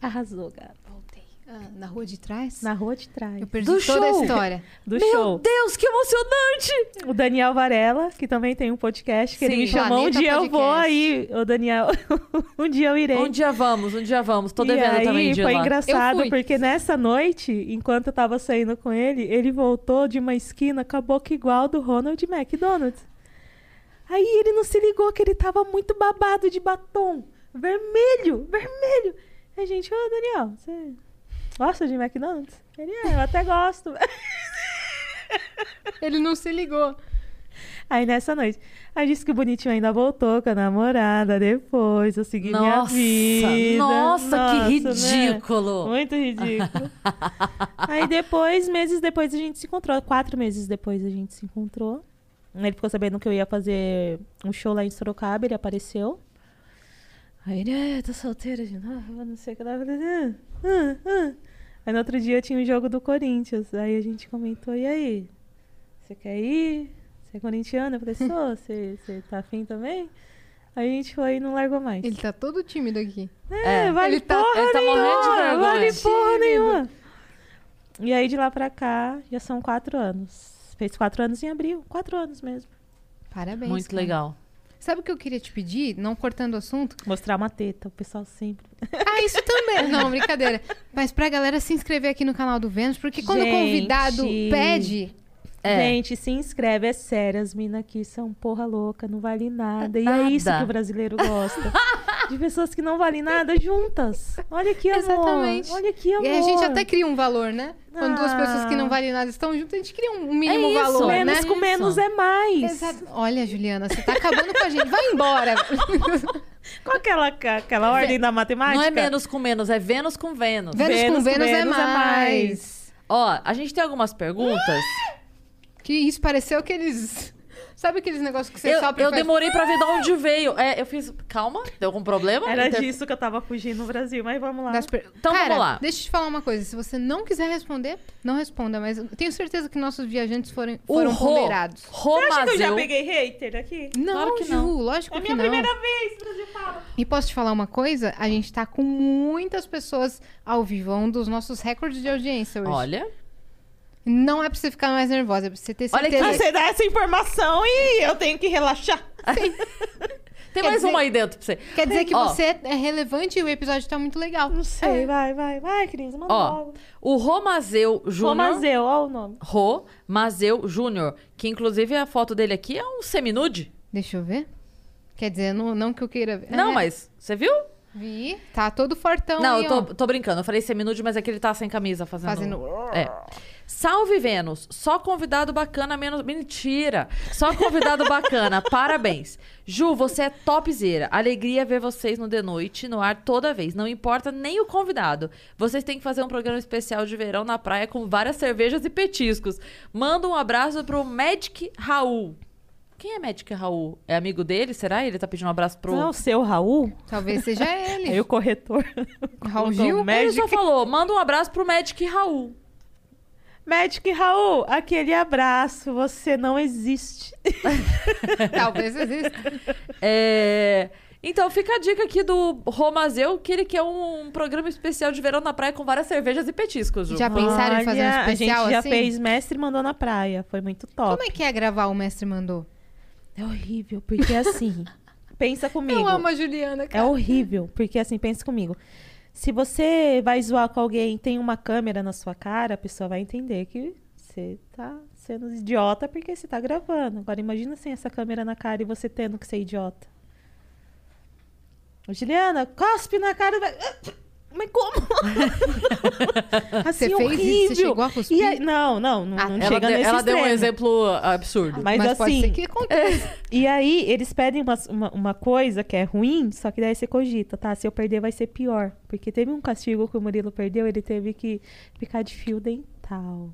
Speaker 2: Arrasou, gato.
Speaker 3: Voltei. Ah, na rua de trás?
Speaker 2: Na rua de trás.
Speaker 3: Eu perdi
Speaker 4: Do
Speaker 3: toda
Speaker 4: show.
Speaker 3: a história.
Speaker 2: Do
Speaker 4: Meu
Speaker 2: show.
Speaker 4: Deus, que emocionante!
Speaker 2: O Daniel Varela, que também tem um podcast, que ele
Speaker 3: Sim.
Speaker 2: me chamou. Um
Speaker 4: tá
Speaker 3: Planeta
Speaker 2: dia eu vou
Speaker 3: Podcast.
Speaker 2: aí, ô Daniel. um dia eu irei.
Speaker 4: Um dia vamos, um dia vamos. Tô
Speaker 2: e
Speaker 4: devendo
Speaker 2: aí
Speaker 4: também de ir
Speaker 2: foi
Speaker 4: lá.
Speaker 3: Eu
Speaker 2: engraçado,
Speaker 3: fui.
Speaker 2: porque nessa noite, enquanto eu tava saindo com ele, ele voltou de uma esquina com a boca igual do Ronald McDonald's. Aí ele não se ligou que ele tava muito babado de batom. Vermelho, vermelho. Aí, gente, ô Daniel, você gosta de McDonald's? Ele, é, eu até gosto.
Speaker 3: Ele não se ligou.
Speaker 2: Aí nessa noite. Aí disse que o bonitinho ainda voltou com a namorada depois. Eu segui minha
Speaker 4: Nossa,
Speaker 2: vida.
Speaker 4: nossa, que
Speaker 2: Nossa, né?
Speaker 4: ridículo.
Speaker 2: Muito ridículo. Aí depois, meses depois, a gente se encontrou. Quatro meses depois a gente se encontrou. Ele ficou sabendo que eu ia fazer um show lá em Sorocaba, ele apareceu. Aí ele, é, tô solteira de novo, não sei o que lá. Eu falei, "Ah, ah, ah." Aí no outro dia tinha o jogo do Corinthians. Aí a gente comentou, e aí? Você quer ir? Você é corintiano? Eu falei, sou, você você tá afim também? Aí a gente foi e não largou mais.
Speaker 3: Ele tá todo tímido aqui.
Speaker 2: É, vale
Speaker 3: Ele tá-
Speaker 2: porra
Speaker 4: ele tá morrendo de
Speaker 2: nenhuma,
Speaker 4: vergonha.
Speaker 2: Vale porra
Speaker 3: Tímido.
Speaker 2: nenhuma. E aí, de lá pra cá, já são quatro anos. Fez quatro anos em abril. Quatro anos mesmo.
Speaker 3: Parabéns.
Speaker 4: Muito
Speaker 3: cara.
Speaker 4: legal.
Speaker 3: Sabe o que eu queria te pedir? Não cortando o assunto.
Speaker 2: Mostrar uma teta, o pessoal sempre...
Speaker 3: Ah, isso também. Não, brincadeira. Mas pra galera se inscrever aqui no canal do Vênus, porque quando o
Speaker 2: Gente.
Speaker 3: convidado pede,
Speaker 4: É.
Speaker 2: Gente, se inscreve, é sério. As minas aqui são porra louca, não vale nada. E
Speaker 4: Nada.
Speaker 2: é isso que o brasileiro gosta. de pessoas que não valem nada juntas. Olha que amor.
Speaker 3: Exatamente.
Speaker 2: Olha que amor.
Speaker 3: e a gente até cria um valor, né? Quando duas
Speaker 2: Ah.
Speaker 3: pessoas que não valem nada estão juntas, a gente cria um mínimo
Speaker 4: É isso,
Speaker 3: valor,
Speaker 2: Menos
Speaker 3: né?
Speaker 2: com menos é mais.
Speaker 3: Exato. Olha, Juliana, você tá acabando com a gente. Vai embora.
Speaker 2: Qual aquela, aquela ordem da matemática?
Speaker 4: Não é menos com menos, é Vênus com Vênus.
Speaker 3: Vênus, com
Speaker 2: Vênus com
Speaker 3: Vênus é
Speaker 2: Vênus é
Speaker 3: mais.
Speaker 2: mais.
Speaker 4: Ó, a gente tem algumas perguntas.
Speaker 3: Que isso pareceu aqueles. Sabe aqueles negócios que você
Speaker 4: eu
Speaker 3: sopra e
Speaker 4: eu
Speaker 3: faz-
Speaker 4: demorei pra ver de onde veio. É, eu fiz. Calma, deu algum problema?
Speaker 2: Era
Speaker 3: Então,
Speaker 4: Inter-
Speaker 2: disso que eu tava fugindo no Brasil, mas vamos lá.
Speaker 3: das per-
Speaker 4: Então,
Speaker 3: Cara,
Speaker 4: vamos lá.
Speaker 3: Deixa eu te falar uma coisa. Se você não quiser responder, não responda. Mas eu tenho certeza que nossos viajantes foram, foram
Speaker 4: o Ro,
Speaker 3: ponderados.
Speaker 4: Ro
Speaker 2: Você acha que eu já
Speaker 4: Mazeu-
Speaker 2: peguei hater aqui?
Speaker 3: Não,
Speaker 4: Claro que não.
Speaker 3: Ju, lógico
Speaker 2: É a
Speaker 3: que
Speaker 2: minha
Speaker 3: não.
Speaker 2: É primeira vez, Brasil fala.
Speaker 3: E posso te falar uma coisa? A gente tá com muitas pessoas ao vivo. É um dos nossos recordes de audiência hoje.
Speaker 4: Olha.
Speaker 3: Não é pra você ficar mais nervosa, é pra você ter
Speaker 4: Olha que
Speaker 3: certeza.
Speaker 2: Você dá essa informação e eu tenho que relaxar.
Speaker 4: Tem
Speaker 3: Quer
Speaker 4: mais
Speaker 3: dizer-
Speaker 4: uma aí dentro pra você.
Speaker 3: Quer dizer que
Speaker 4: Ó.
Speaker 3: você é relevante e o episódio tá muito legal.
Speaker 2: Não sei,
Speaker 3: É.
Speaker 2: vai, vai, vai, Cris, manda
Speaker 4: Ó,
Speaker 3: um?
Speaker 2: logo.
Speaker 4: o Romazeu Júnior.
Speaker 2: Romazeu, ó o nome.
Speaker 4: Ro Mazeu Júnior, que inclusive a foto dele aqui é um seminude.
Speaker 3: Deixa eu ver. Quer dizer, não, não que eu queira ver.
Speaker 4: Não,
Speaker 3: É,
Speaker 4: mas você viu?
Speaker 3: Vi, tá todo fortão.
Speaker 4: Não,
Speaker 3: aí,
Speaker 4: eu
Speaker 3: ó.
Speaker 4: tô, tô brincando. Eu falei seminude, mas é que ele tá sem camisa fazendo.
Speaker 3: Fazendo-
Speaker 4: É. Salve Vênus, só convidado bacana, menos. Mentira! Só convidado bacana, parabéns. Ju, você é topzera. Alegria ver vocês no De Noite, no ar toda vez. Não importa nem o convidado. Vocês têm que fazer um programa especial de verão na praia com várias cervejas e petiscos. Manda um abraço pro Magic Raul. Quem é Magic Raul? É amigo dele? Será? Ele tá pedindo um abraço pro.
Speaker 2: Não é o seu Raul?
Speaker 3: Talvez seja ele.
Speaker 2: Aí o corretor.
Speaker 3: Raul
Speaker 2: Colocou
Speaker 3: Gil?
Speaker 2: o
Speaker 4: Ele
Speaker 2: Magic.
Speaker 4: só falou: manda um abraço pro Magic Raul.
Speaker 2: Magic Raul, aquele abraço, você não existe.
Speaker 3: Talvez exista.
Speaker 4: É, Então fica a dica aqui do Romazeu, que ele quer um programa especial de verão na praia com várias cervejas e petiscos. Ju.
Speaker 3: Já pensaram em fazer um
Speaker 2: Olha,
Speaker 3: especial
Speaker 2: A gente já
Speaker 3: assim?
Speaker 2: fez Mestre Mandou na Praia, foi muito top.
Speaker 3: Como é que é gravar o Mestre Mandou?
Speaker 2: É horrível, porque assim, pensa comigo.
Speaker 3: a Juliana,
Speaker 2: É horrível, porque assim, pensa comigo. Se você vai zoar com alguém e tem uma câmera na sua cara, a pessoa vai entender que você tá sendo idiota porque você tá gravando. Agora imagina sem essa câmera na cara e você tendo que ser idiota. Ô, Juliana, cospe na cara. da- Mas como?
Speaker 3: Você
Speaker 2: assim,
Speaker 3: fez isso? Você
Speaker 2: horrível.
Speaker 3: chegou a cuspir?
Speaker 2: E aí- não, não, não,
Speaker 3: Ah,
Speaker 2: não
Speaker 4: Ela,
Speaker 2: chega
Speaker 4: deu,
Speaker 2: nesse
Speaker 4: ela deu um
Speaker 2: extremo.
Speaker 4: exemplo absurdo.
Speaker 2: Mas,
Speaker 3: Mas pode
Speaker 2: assim,
Speaker 3: ser que aconteça.
Speaker 2: e aí, eles pedem uma, uma, uma coisa que é ruim, só que daí você cogita, tá? Se eu perder, vai ser pior. Porque teve um castigo que o Murilo perdeu, ele teve que ficar de fio dental.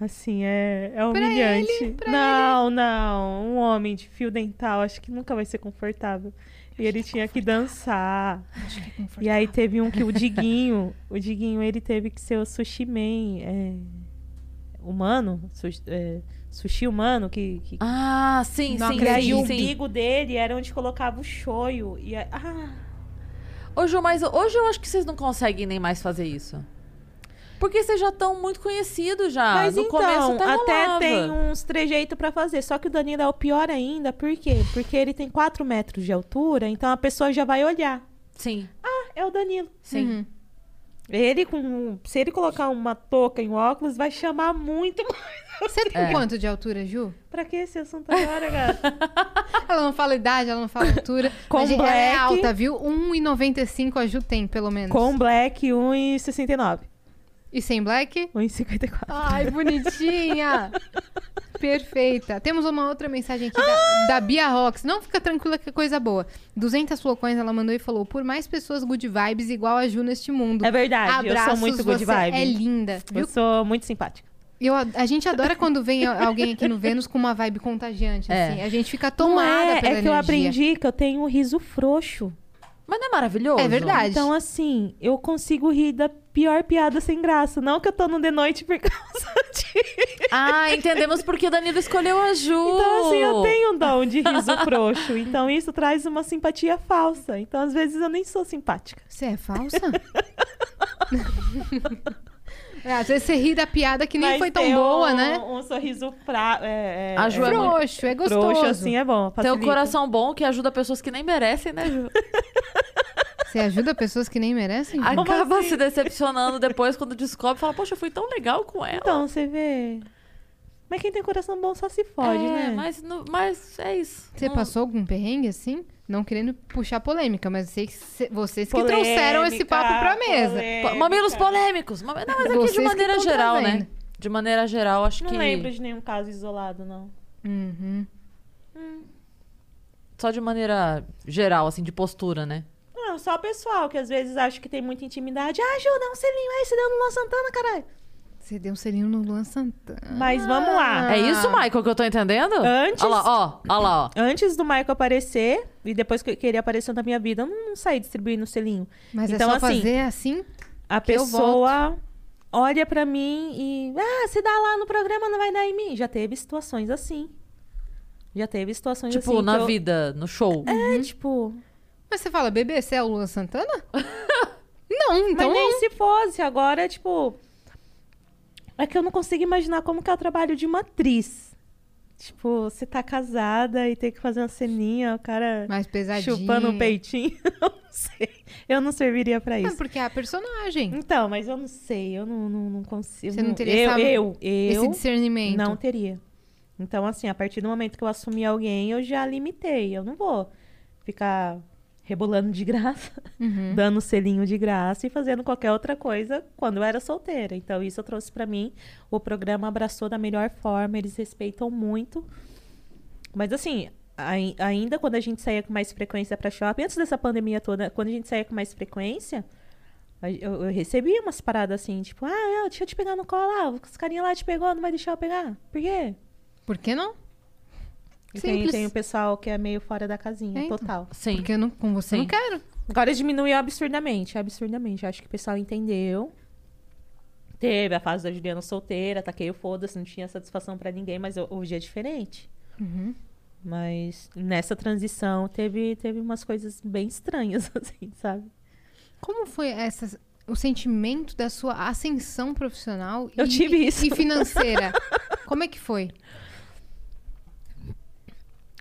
Speaker 2: Assim, é, é humilhante.
Speaker 3: ele, pra
Speaker 2: não, não. Um homem de fio dental, acho que nunca vai ser confortável. E ele tinha que dançar. E aí teve um que o Diguinho, o Diguinho, ele teve que ser o sushi man é, humano, sushi, é, sushi humano, que, que
Speaker 4: Ah, sim,
Speaker 3: Não
Speaker 4: sim,
Speaker 2: e
Speaker 3: acredito.
Speaker 2: aí o
Speaker 4: sim, sim.
Speaker 2: umbigo dele era onde colocava o shoyu. E aí- ah,
Speaker 4: Ô, Ju, mas hoje eu acho que vocês não conseguem nem mais fazer isso. Porque vocês já estão muito conhecidos já.
Speaker 2: Mas
Speaker 4: Ah, no
Speaker 2: então,
Speaker 4: começo até, rolava.
Speaker 2: tem um- uns trejeitos pra fazer. Só que o Danilo é o pior ainda, por quê? Porque ele tem 4 metros de altura, então a pessoa já vai olhar.
Speaker 4: Sim,
Speaker 2: Ah, é o Danilo.
Speaker 4: sim.
Speaker 2: Ele com. um, Se ele colocar uma touca em um óculos, vai chamar muito.
Speaker 3: Você tem
Speaker 4: É.
Speaker 3: quanto de altura, Ju?
Speaker 2: pra que esse assunto agora, gata?
Speaker 3: Ela não fala idade, ela não fala altura.
Speaker 2: Com
Speaker 3: mas ela é
Speaker 2: black.
Speaker 3: alta, viu? 1,95 a Ju tem, pelo menos.
Speaker 2: Com um black, 1,69.
Speaker 3: E sem black?
Speaker 2: 1,54.
Speaker 3: Ai, bonitinha! Perfeita. Temos uma outra mensagem aqui
Speaker 2: Ah!
Speaker 3: da, da Bia Rox. Não fica tranquila que é coisa boa. 200 flocões ela mandou e falou: por mais pessoas good vibes igual a Ju neste mundo.
Speaker 2: É verdade, eu sou
Speaker 3: Abraços,
Speaker 2: muito good
Speaker 3: você
Speaker 2: vibe.
Speaker 3: É linda.
Speaker 2: Eu
Speaker 3: Viu?
Speaker 2: sou muito simpática.
Speaker 3: Eu, a, a gente adora quando vem a- alguém aqui no Vênus com uma vibe contagiante.
Speaker 4: É.
Speaker 3: Assim. A gente fica
Speaker 2: Não
Speaker 3: tomada
Speaker 2: é,
Speaker 3: pela
Speaker 2: é que
Speaker 3: energia.
Speaker 2: eu aprendi que eu tenho um riso frouxo.
Speaker 4: Mas não é maravilhoso?
Speaker 3: É verdade.
Speaker 2: Então, assim, eu consigo rir da pior piada sem graça. Não que eu tô no The Noite por causa disso.
Speaker 4: Ah, entendemos porque o Danilo escolheu a Ju.
Speaker 2: Então, assim,
Speaker 3: Uh!
Speaker 2: eu tenho um dom de riso frouxo. Então, isso traz uma simpatia falsa. Então, às vezes, eu nem sou simpática.
Speaker 3: Você é falsa? É, Às vezes você ri da piada que nem
Speaker 2: Mas
Speaker 3: foi tão
Speaker 2: ter
Speaker 3: boa,
Speaker 2: um,
Speaker 3: né?
Speaker 2: Um sorriso pra, é, é,
Speaker 4: A Ju
Speaker 2: é
Speaker 4: é muito-
Speaker 3: Frouxo, é gostoso.
Speaker 2: frouxo, assim, é bom.
Speaker 4: Tem um
Speaker 2: facilita.
Speaker 4: coração bom que ajuda pessoas que nem merecem, né, Ju?
Speaker 3: Você ajuda pessoas que nem merecem? Ju?
Speaker 4: Uhum. Acaba se decepcionando depois quando descobre fala, poxa, eu fui tão legal com
Speaker 3: é
Speaker 4: ela.
Speaker 2: Então, você vê... Mas quem tem coração bom só se fode,
Speaker 4: é,
Speaker 2: né?
Speaker 4: Mas, não- mas é isso.
Speaker 3: Você
Speaker 4: Não-
Speaker 3: passou algum perrengue assim? Não querendo puxar polêmica, mas sei que cê- vocês que
Speaker 2: Polêmica,
Speaker 3: trouxeram esse papo pra mesa.
Speaker 2: polêmica.
Speaker 4: Po- Mamilos
Speaker 2: É,
Speaker 4: polêmicos. Mam- Não, mas aqui
Speaker 3: É Vocês
Speaker 4: de
Speaker 3: que
Speaker 4: maneira
Speaker 3: tão
Speaker 4: geral, né?
Speaker 3: trazendo.
Speaker 4: De maneira geral, acho
Speaker 2: Não
Speaker 4: que.
Speaker 2: lembro de nenhum caso isolado, não.
Speaker 3: Uhum.
Speaker 4: Só de maneira geral, assim, de postura, né?
Speaker 2: Não, só o pessoal que às vezes acha que tem muita intimidade. Ah, Ju, dá um selinho aí, você deu no Luan Santana, caralho.
Speaker 3: Você deu um selinho no Luan Santana.
Speaker 2: Mas vamos lá.
Speaker 3: Ah.
Speaker 4: É isso, Michael, que eu tô entendendo?
Speaker 2: Antes-
Speaker 4: Olha lá, ó. Olha lá, ó.
Speaker 2: Antes do Michael aparecer, e depois que ele apareceu na minha vida, eu não, não saí distribuindo selinho.
Speaker 3: Mas
Speaker 2: então,
Speaker 3: é só
Speaker 2: assim,
Speaker 3: fazer assim?
Speaker 2: a
Speaker 3: que eu
Speaker 2: pessoa olha pra mim e. Ah, você dá lá no programa, não vai dar em mim. Já teve situações assim. Já teve situações
Speaker 4: Tipo,
Speaker 2: assim.
Speaker 4: na
Speaker 2: que eu-
Speaker 4: vida, Uhum. no show.
Speaker 2: É, tipo.
Speaker 3: Mas você fala, bebê, você é o Luan Santana? não, então
Speaker 2: Mas
Speaker 3: não.
Speaker 2: nem se fosse, agora, tipo. É que eu não consigo imaginar como que é o trabalho de uma atriz. Tipo, você tá casada e tem que fazer uma ceninha, o cara
Speaker 3: Mais pesadinho.
Speaker 2: chupando o peitinho. Eu não sei. Eu não serviria pra
Speaker 3: É
Speaker 2: isso.
Speaker 3: porque é a personagem.
Speaker 2: Então, mas eu não sei, eu não, não, não consigo.
Speaker 3: Você não teria
Speaker 2: eu,
Speaker 3: essa-
Speaker 2: eu, eu
Speaker 3: Esse discernimento.
Speaker 2: não teria. Então, assim, a partir do momento que eu assumi alguém, eu já limitei. Eu não vou ficar rebolando de graça,
Speaker 3: Uhum.
Speaker 2: dando selinho de graça e fazendo qualquer outra coisa quando eu era solteira. Então, isso eu trouxe pra mim. O programa abraçou da melhor forma, eles respeitam muito. Mas, assim, ai- ainda quando a gente saía com mais frequência pra shopping, antes dessa pandemia toda, quando a gente saía com mais frequência, a- eu, eu recebia umas paradas assim, tipo, ah, eu, deixa eu te pegar no colo lá, os carinha lá te pegou, não vai deixar eu pegar? Por quê?
Speaker 3: Por que não?
Speaker 2: E tem,
Speaker 3: Simples.
Speaker 2: tem o pessoal que é meio fora da casinha,
Speaker 3: É, então.
Speaker 2: total.
Speaker 4: Sim.
Speaker 3: Porque eu não, com você eu não
Speaker 4: Sim.
Speaker 3: quero.
Speaker 2: Agora diminuiu absurdamente, absurdamente. Acho que o pessoal entendeu. Teve a fase da Juliana solteira, taquei o foda-se, não tinha satisfação pra ninguém, mas ho- hoje é diferente.
Speaker 3: Uhum.
Speaker 2: Mas nessa transição teve, teve umas coisas bem estranhas, assim, sabe?
Speaker 3: Como foi essa, o sentimento da sua ascensão profissional
Speaker 2: Eu
Speaker 3: e,
Speaker 2: tive isso.
Speaker 3: e financeira? Como é que foi?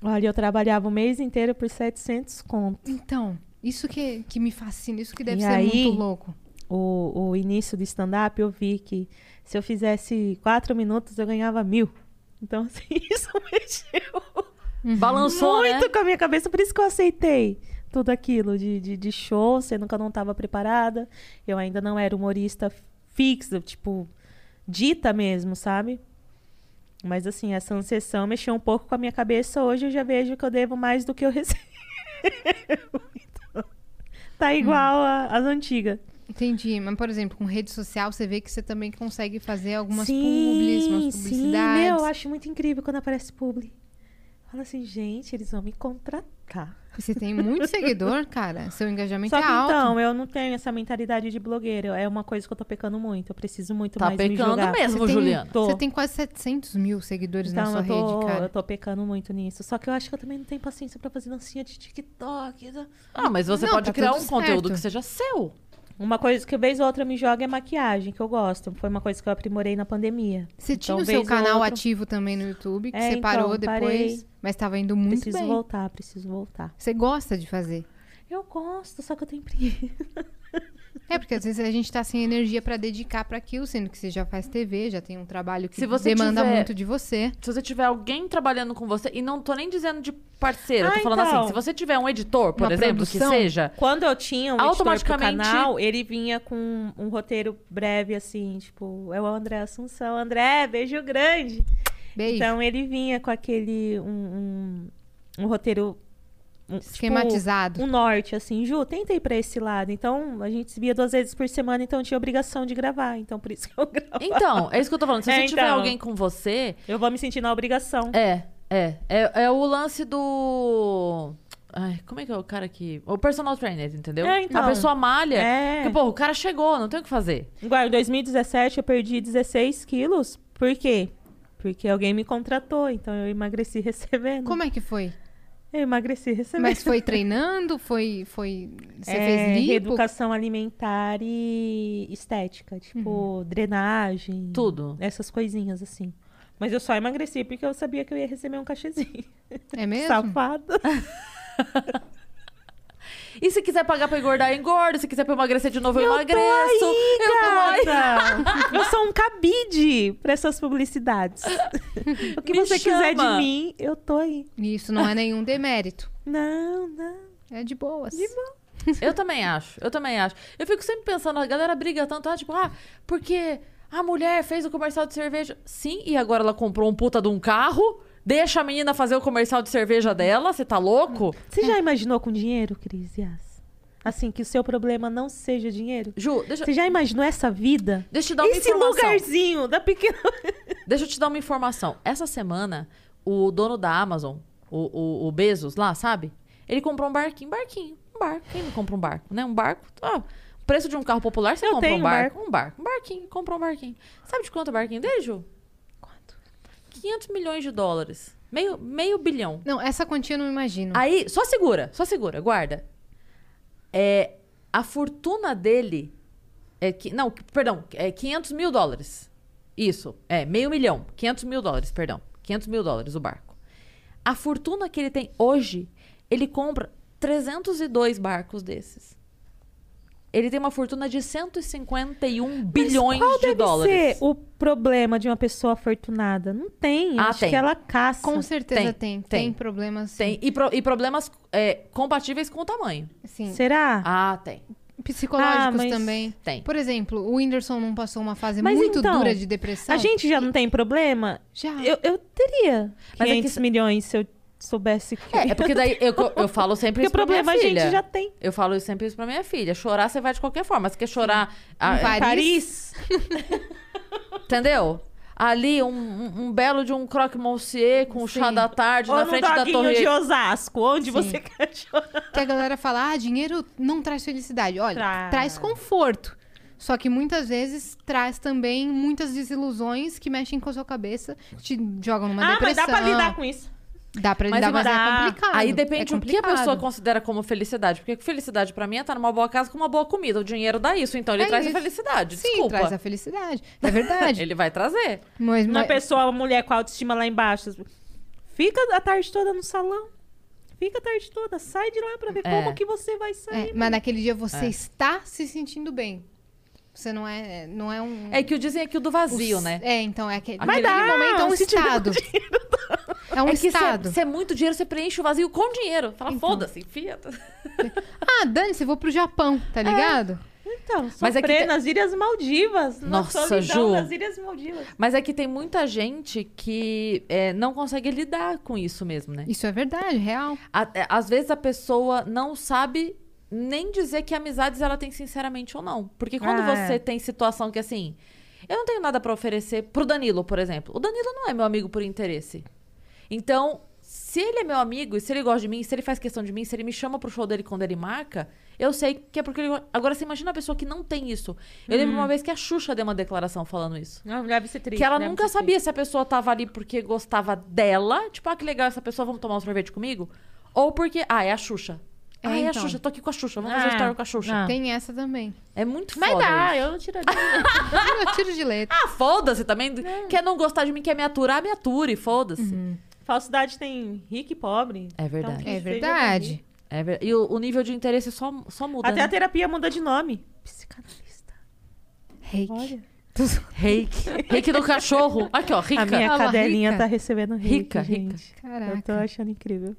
Speaker 2: Olha, eu trabalhava o mês inteiro por 700 conto.
Speaker 3: Então, isso que, que me fascina, isso que deve
Speaker 2: E
Speaker 3: ser
Speaker 2: aí-
Speaker 3: muito louco.
Speaker 2: O, o início do stand-up, eu vi que se eu fizesse quatro minutos, eu ganhava mil. Então, assim, isso mexeu
Speaker 4: Balançou,
Speaker 2: muito
Speaker 4: né?
Speaker 2: com a minha cabeça, por isso que eu aceitei tudo aquilo de, de, de show, sendo que eu não estava preparada. Eu ainda não era humorista fixa, tipo, dita mesmo, sabe? Mas assim, essa anseção mexeu um pouco com a minha cabeça. Hoje eu já vejo que eu devo mais do que eu recebo. Então, tá igual a- às antigas.
Speaker 3: Entendi. Mas, por exemplo, com rede social, você vê que você também consegue fazer algumas publis,
Speaker 2: sim,
Speaker 3: umas
Speaker 2: sim.
Speaker 3: publicidades.
Speaker 2: Meu, eu acho muito incrível quando aparece publi. Fala assim, gente, eles vão me contratar. Tá.
Speaker 3: E Você tem muito seguidor, cara. Seu engajamento
Speaker 2: Só
Speaker 3: é
Speaker 2: que
Speaker 3: alto.
Speaker 2: então, eu não tenho essa mentalidade de blogueira. É uma coisa que eu tô pecando muito. Eu preciso muito
Speaker 4: Tá
Speaker 2: mais me
Speaker 4: pecando
Speaker 2: jogar.
Speaker 4: mesmo,
Speaker 3: Você tem-
Speaker 4: Juliana.
Speaker 2: Tô.
Speaker 3: Você tem quase 700 mil seguidores
Speaker 2: Então,
Speaker 3: na sua
Speaker 2: eu tô,
Speaker 3: rede,
Speaker 2: eu
Speaker 3: cara.
Speaker 2: tô pecando muito nisso. Só que eu acho que eu também não tenho paciência pra fazer dancinha de TikTok. né?
Speaker 4: Ah, mas você
Speaker 3: Não,
Speaker 4: pode
Speaker 3: tá
Speaker 4: criar um
Speaker 3: tudo
Speaker 4: conteúdo
Speaker 3: certo.
Speaker 4: que seja seu.
Speaker 2: Uma coisa que vez ou outra me joga é maquiagem, que eu gosto. Foi uma coisa que eu aprimorei na pandemia.
Speaker 3: Você tinha o
Speaker 2: Talvez
Speaker 3: seu
Speaker 2: o
Speaker 3: canal
Speaker 2: então, outro-
Speaker 3: ativo também no YouTube, que
Speaker 2: É,
Speaker 3: você parou
Speaker 2: então,
Speaker 3: depois,
Speaker 2: parei.
Speaker 3: mas tava indo muito
Speaker 2: preciso
Speaker 3: bem.
Speaker 2: voltar, preciso voltar.
Speaker 3: Você gosta de fazer.
Speaker 2: Eu gosto, só que eu tenho preguiça.
Speaker 3: É, porque às vezes a gente tá sem energia pra dedicar pra aquilo, sendo que você já faz TV, já tem um trabalho que
Speaker 4: Se você
Speaker 3: demanda
Speaker 4: tiver-
Speaker 3: muito de você.
Speaker 4: Se você tiver alguém trabalhando com você, e não tô nem dizendo de parceiro, eu tô
Speaker 2: Ah,
Speaker 4: falando
Speaker 2: então.
Speaker 4: assim, se você tiver um editor, por
Speaker 3: Uma
Speaker 4: exemplo,
Speaker 3: produção.
Speaker 4: que seja,
Speaker 2: Quando eu tinha um
Speaker 4: Automaticamente-
Speaker 2: Automaticamente... editor pro canal, ele vinha com um roteiro breve, assim, tipo, é o André Assunção. André, beijo grande.
Speaker 3: Beijo.
Speaker 2: Então ele vinha com aquele. um, um, um roteiro. um, tipo,
Speaker 3: Esquematizado.
Speaker 2: um norte, assim, Ju, tenta ir pra esse lado. Então, a gente se via duas vezes por semana, então eu tinha obrigação de gravar. Então, por isso que eu gravo.
Speaker 4: Então, é isso que eu tô falando. Se
Speaker 2: É,
Speaker 4: você tiver
Speaker 2: então.
Speaker 4: alguém com você.
Speaker 2: Eu vou me sentir na obrigação.
Speaker 4: É, é, é. É o lance do. Ai, como é que é o cara que. O personal trainer, entendeu?
Speaker 2: É, então.
Speaker 4: A pessoa malha.
Speaker 2: É.
Speaker 4: Porque, pô, o cara chegou, não tem o que fazer.
Speaker 2: Igual, em 2017 eu perdi 16 quilos. Por quê? Porque alguém me contratou, então eu emagreci recebendo.
Speaker 3: Como é que foi?
Speaker 2: Eu emagreci recebendo.
Speaker 3: Mas foi treinando? Foi. foi... Você
Speaker 2: É,
Speaker 3: fez lipo?
Speaker 2: reeducação alimentar e estética, tipo drenagem,
Speaker 4: Tudo.
Speaker 2: essas coisinhas assim. Mas eu só emagreci porque eu sabia que eu ia receber um cachezinho.
Speaker 3: É mesmo?
Speaker 2: Safado.
Speaker 4: E se quiser pagar pra engordar, engorda. Se quiser pra emagrecer de novo, eu,
Speaker 2: Eu tô
Speaker 4: emagreço.
Speaker 2: aí,
Speaker 4: eu tô aí.
Speaker 2: gata. Eu sou um cabide pra essas publicidades. o que
Speaker 4: Me
Speaker 2: você quiser de
Speaker 4: chama.
Speaker 2: mim, eu tô aí.
Speaker 3: E isso não é nenhum demérito.
Speaker 2: Não, não.
Speaker 3: É de boas. De boas.
Speaker 4: Eu também acho, eu também acho. Eu fico sempre pensando, a galera briga tanto, ah, tipo, ah, porque a mulher fez o comercial de cerveja. Sim, e agora ela comprou um puta de um carro, deixa a menina fazer o comercial de cerveja dela, você tá louco?
Speaker 2: Você já imaginou com dinheiro, Cris? Yas? Assim, que o seu problema não seja dinheiro?
Speaker 4: Ju, deixa,
Speaker 2: Você já imaginou essa vida?
Speaker 4: deixa eu te dar uma
Speaker 2: Esse
Speaker 4: informação.
Speaker 2: lugarzinho da pequena.
Speaker 4: Deixa eu te dar uma informação. Essa semana, o dono da Amazon, o, o, o Bezos lá, sabe? Ele comprou um barquinho, barquinho, um barco. Quem não compra um barco, né? Um barco, ó, o preço de um carro popular, você
Speaker 2: Eu
Speaker 4: compra
Speaker 2: tenho
Speaker 4: um
Speaker 2: um
Speaker 4: barco, um barco, um barquinho, comprou um barquinho. Sabe de quanto é o barquinho dele, Ju? Quanto? 500 milhões de dólares. Meio, meio bilhão.
Speaker 3: Não, essa quantia eu não
Speaker 2: Uhum.
Speaker 3: imagino.
Speaker 4: Aí, só segura, só segura, guarda. É, a fortuna dele é que. Não, que- perdão, é 500 mil dólares. Isso, é meio milhão. 500 mil dólares, perdão. 500 mil dólares o barco. A fortuna que ele tem hoje, ele compra 302 barcos desses. Ele tem uma fortuna de 151 bilhões
Speaker 2: Qual
Speaker 4: de
Speaker 2: deve
Speaker 4: dólares.
Speaker 2: ser o problema de uma pessoa afortunada? Não tem.
Speaker 4: Ah,
Speaker 2: acho
Speaker 4: tem.
Speaker 2: que ela caça.
Speaker 3: Com certeza
Speaker 4: tem,
Speaker 3: tem. Tem,
Speaker 4: tem.
Speaker 3: problemas.
Speaker 4: Tem, e, pro- e problemas é, compatíveis com o tamanho.
Speaker 3: Sim.
Speaker 2: Será?
Speaker 4: Ah, tem.
Speaker 3: assim, Psicológicos
Speaker 2: Ah, mas-
Speaker 3: também.
Speaker 4: Tem.
Speaker 3: Por exemplo, o Whindersson não passou uma
Speaker 4: é
Speaker 3: fase
Speaker 2: Mas
Speaker 3: muito
Speaker 2: então,
Speaker 3: dura de depressão?
Speaker 2: A gente já não tem problema?
Speaker 3: Já.
Speaker 2: Eu, eu teria
Speaker 4: Mas é que
Speaker 2: 500
Speaker 4: se-
Speaker 2: milhões se eu soubesse que...
Speaker 4: É, é porque daí eu, eu falo sempre
Speaker 2: Porque
Speaker 4: isso pra minha
Speaker 2: problema a gente
Speaker 4: filha.
Speaker 2: já tem.
Speaker 4: Eu falo isso sempre isso pra minha filha. Chorar, você vai de qualquer forma. Você quer chorar. ah,
Speaker 3: Paris.
Speaker 2: Paris?
Speaker 4: entendeu? Ali, um, um- um belo de um croque monsieur com o chá
Speaker 3: Sim.
Speaker 4: da tarde
Speaker 2: Ou
Speaker 4: na
Speaker 2: no
Speaker 4: frente da
Speaker 2: doguinho
Speaker 4: torre.
Speaker 2: de Osasco, onde
Speaker 3: Sim.
Speaker 2: você quer chorar.
Speaker 3: Que a galera fala, ah, dinheiro não traz felicidade. Olha,
Speaker 2: Traz.
Speaker 3: traz conforto. Só que muitas vezes traz também muitas desilusões que mexem com a sua cabeça, te jogam numa
Speaker 2: Ah, mas
Speaker 3: depressão.
Speaker 2: dá pra lidar com isso.
Speaker 3: Dá pra
Speaker 4: Mas
Speaker 3: lidar, mas,
Speaker 2: dá.
Speaker 3: é complicado.
Speaker 4: Aí
Speaker 3: é
Speaker 4: depende o que a
Speaker 3: complicado.
Speaker 4: pessoa considera como felicidade. Porque felicidade pra mim é estar numa boa casa com uma boa comida. O dinheiro dá isso, então ele
Speaker 3: É
Speaker 4: traz
Speaker 3: isso.
Speaker 4: a felicidade.
Speaker 3: Sim,
Speaker 4: Desculpa.
Speaker 3: traz a felicidade. É verdade.
Speaker 4: Ele vai trazer.
Speaker 3: mas,
Speaker 2: Uma
Speaker 3: mas-
Speaker 2: pessoa, uma mulher com a autoestima lá embaixo. Fica a tarde toda no salão. Fica a tarde toda. Sai de lá pra ver
Speaker 4: É.
Speaker 2: como que você vai sair.
Speaker 3: é, mas naquele dia você está se sentindo bem. Você não é, não é um...
Speaker 4: É que o dizem aqui o do vazio,
Speaker 3: o-
Speaker 4: né?
Speaker 3: É, então é aquele,
Speaker 4: Mas
Speaker 3: naquele
Speaker 2: dá,
Speaker 3: momento é um
Speaker 2: se tiver
Speaker 3: estado. É um
Speaker 4: é que
Speaker 3: estado. Então.
Speaker 4: se, se é muito dinheiro, você preenche o vazio com dinheiro. Fala, foda-se, enfia.
Speaker 3: Ah, Dani, você vou pro Japão, tá ligado?
Speaker 2: Então,
Speaker 4: Mas é que
Speaker 2: sofrer
Speaker 4: te-
Speaker 2: nas Ilhas Maldivas. na
Speaker 4: Nossa,
Speaker 2: solidão
Speaker 4: Ju.
Speaker 2: das Ilhas Maldivas.
Speaker 4: Mas é que tem muita gente que é, não consegue lidar com isso mesmo, né?
Speaker 3: Isso é verdade, real.
Speaker 4: A- é, às vezes a pessoa não sabe nem dizer que amizades ela tem sinceramente ou não. Porque quando
Speaker 2: Ah, é.
Speaker 4: você tem situação que assim, eu não tenho nada pra oferecer pro Danilo, por exemplo. O Danilo não é meu amigo por interesse. Então, se ele é meu amigo, e se ele gosta de mim, se ele faz questão de mim, se ele me chama pro show dele quando ele marca, eu sei que é porque ele. go- Agora, você imagina a pessoa que não tem isso. Eu lembro
Speaker 2: Uhum.
Speaker 4: uma vez que a Xuxa deu uma declaração falando isso.
Speaker 2: Não, deve ser triste. né,
Speaker 4: Que ela
Speaker 2: deve
Speaker 4: nunca
Speaker 2: ser
Speaker 4: sabia se a pessoa tava ali porque gostava dela. Tipo, ah, que legal essa pessoa, vamos tomar um sorvete comigo? Ou porque, ah, é a Xuxa.
Speaker 3: É,
Speaker 4: ah, é a
Speaker 3: então.
Speaker 4: Xuxa, tô aqui com a Xuxa, vamos fazer
Speaker 2: Ah,
Speaker 4: história com a Xuxa.
Speaker 2: ah.
Speaker 3: Tem essa também.
Speaker 4: É muito
Speaker 2: triste. Mas
Speaker 4: foda
Speaker 2: dá,
Speaker 4: isso.
Speaker 2: eu não tiraria.
Speaker 3: Eu tiro de letra.
Speaker 4: Ah, foda-se também. Quer não gostar de mim, quer me aturar, me ature, foda-se.
Speaker 2: Uhum. Falsidade tem rico e pobre.
Speaker 4: É verdade.
Speaker 2: Então,
Speaker 3: É
Speaker 2: isso daí
Speaker 3: verdade.
Speaker 4: É ver- E o, o nível de interesse só, só muda.
Speaker 2: vai vir. Até a
Speaker 4: né?
Speaker 2: terapia muda de nome. Psicanalista.
Speaker 3: Reiki.
Speaker 4: Reiki. Reiki do cachorro. Aqui, ó, rica.
Speaker 2: A minha
Speaker 3: É uma
Speaker 2: cadelinha
Speaker 3: rica.
Speaker 2: tá recebendo reiki,
Speaker 4: Rica, rica.
Speaker 2: gente. Eu tô
Speaker 3: Caraca.
Speaker 2: achando incrível.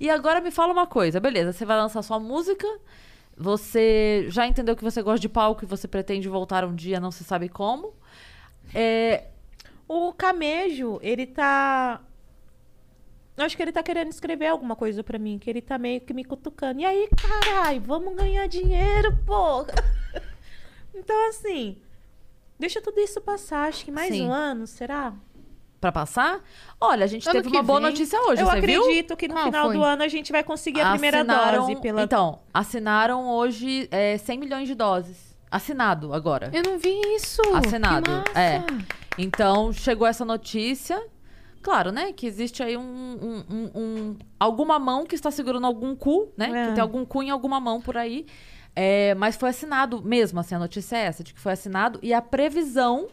Speaker 4: E agora me fala uma coisa, beleza? Você vai lançar sua música. Você já entendeu que você gosta de palco e você pretende voltar um dia, não se sabe como. É,
Speaker 2: O Camejo, ele tá. Eu Acho que ele tá querendo escrever alguma coisa pra mim, que ele tá meio que me cutucando. E aí, carai, vamos ganhar dinheiro, porra! Então, assim, deixa tudo isso passar. Acho que mais
Speaker 4: Sim.
Speaker 2: um ano, será?
Speaker 4: pra passar? Olha, a gente
Speaker 3: Ano
Speaker 4: teve
Speaker 3: que
Speaker 4: uma boa
Speaker 3: vem.
Speaker 4: notícia hoje,
Speaker 2: Eu
Speaker 4: você viu?
Speaker 2: acredito que no
Speaker 3: Qual
Speaker 2: final
Speaker 3: foi?
Speaker 2: do ano a gente vai conseguir a primeira
Speaker 4: Assinaram-
Speaker 2: dose pela.
Speaker 4: Então, assinaram hoje é, 100 milhões de doses. Assinado agora.
Speaker 3: Eu não vi isso.
Speaker 4: Assinado,
Speaker 3: Que massa.
Speaker 4: é. Então, chegou essa notícia. Claro, né? Que existe aí um, um- um- um- alguma mão que está segurando algum cu, né?
Speaker 2: É.
Speaker 4: Que tem algum cu em alguma mão por aí. É, mas foi assinado mesmo, assim, a notícia é essa, de que foi assinado. E a previsão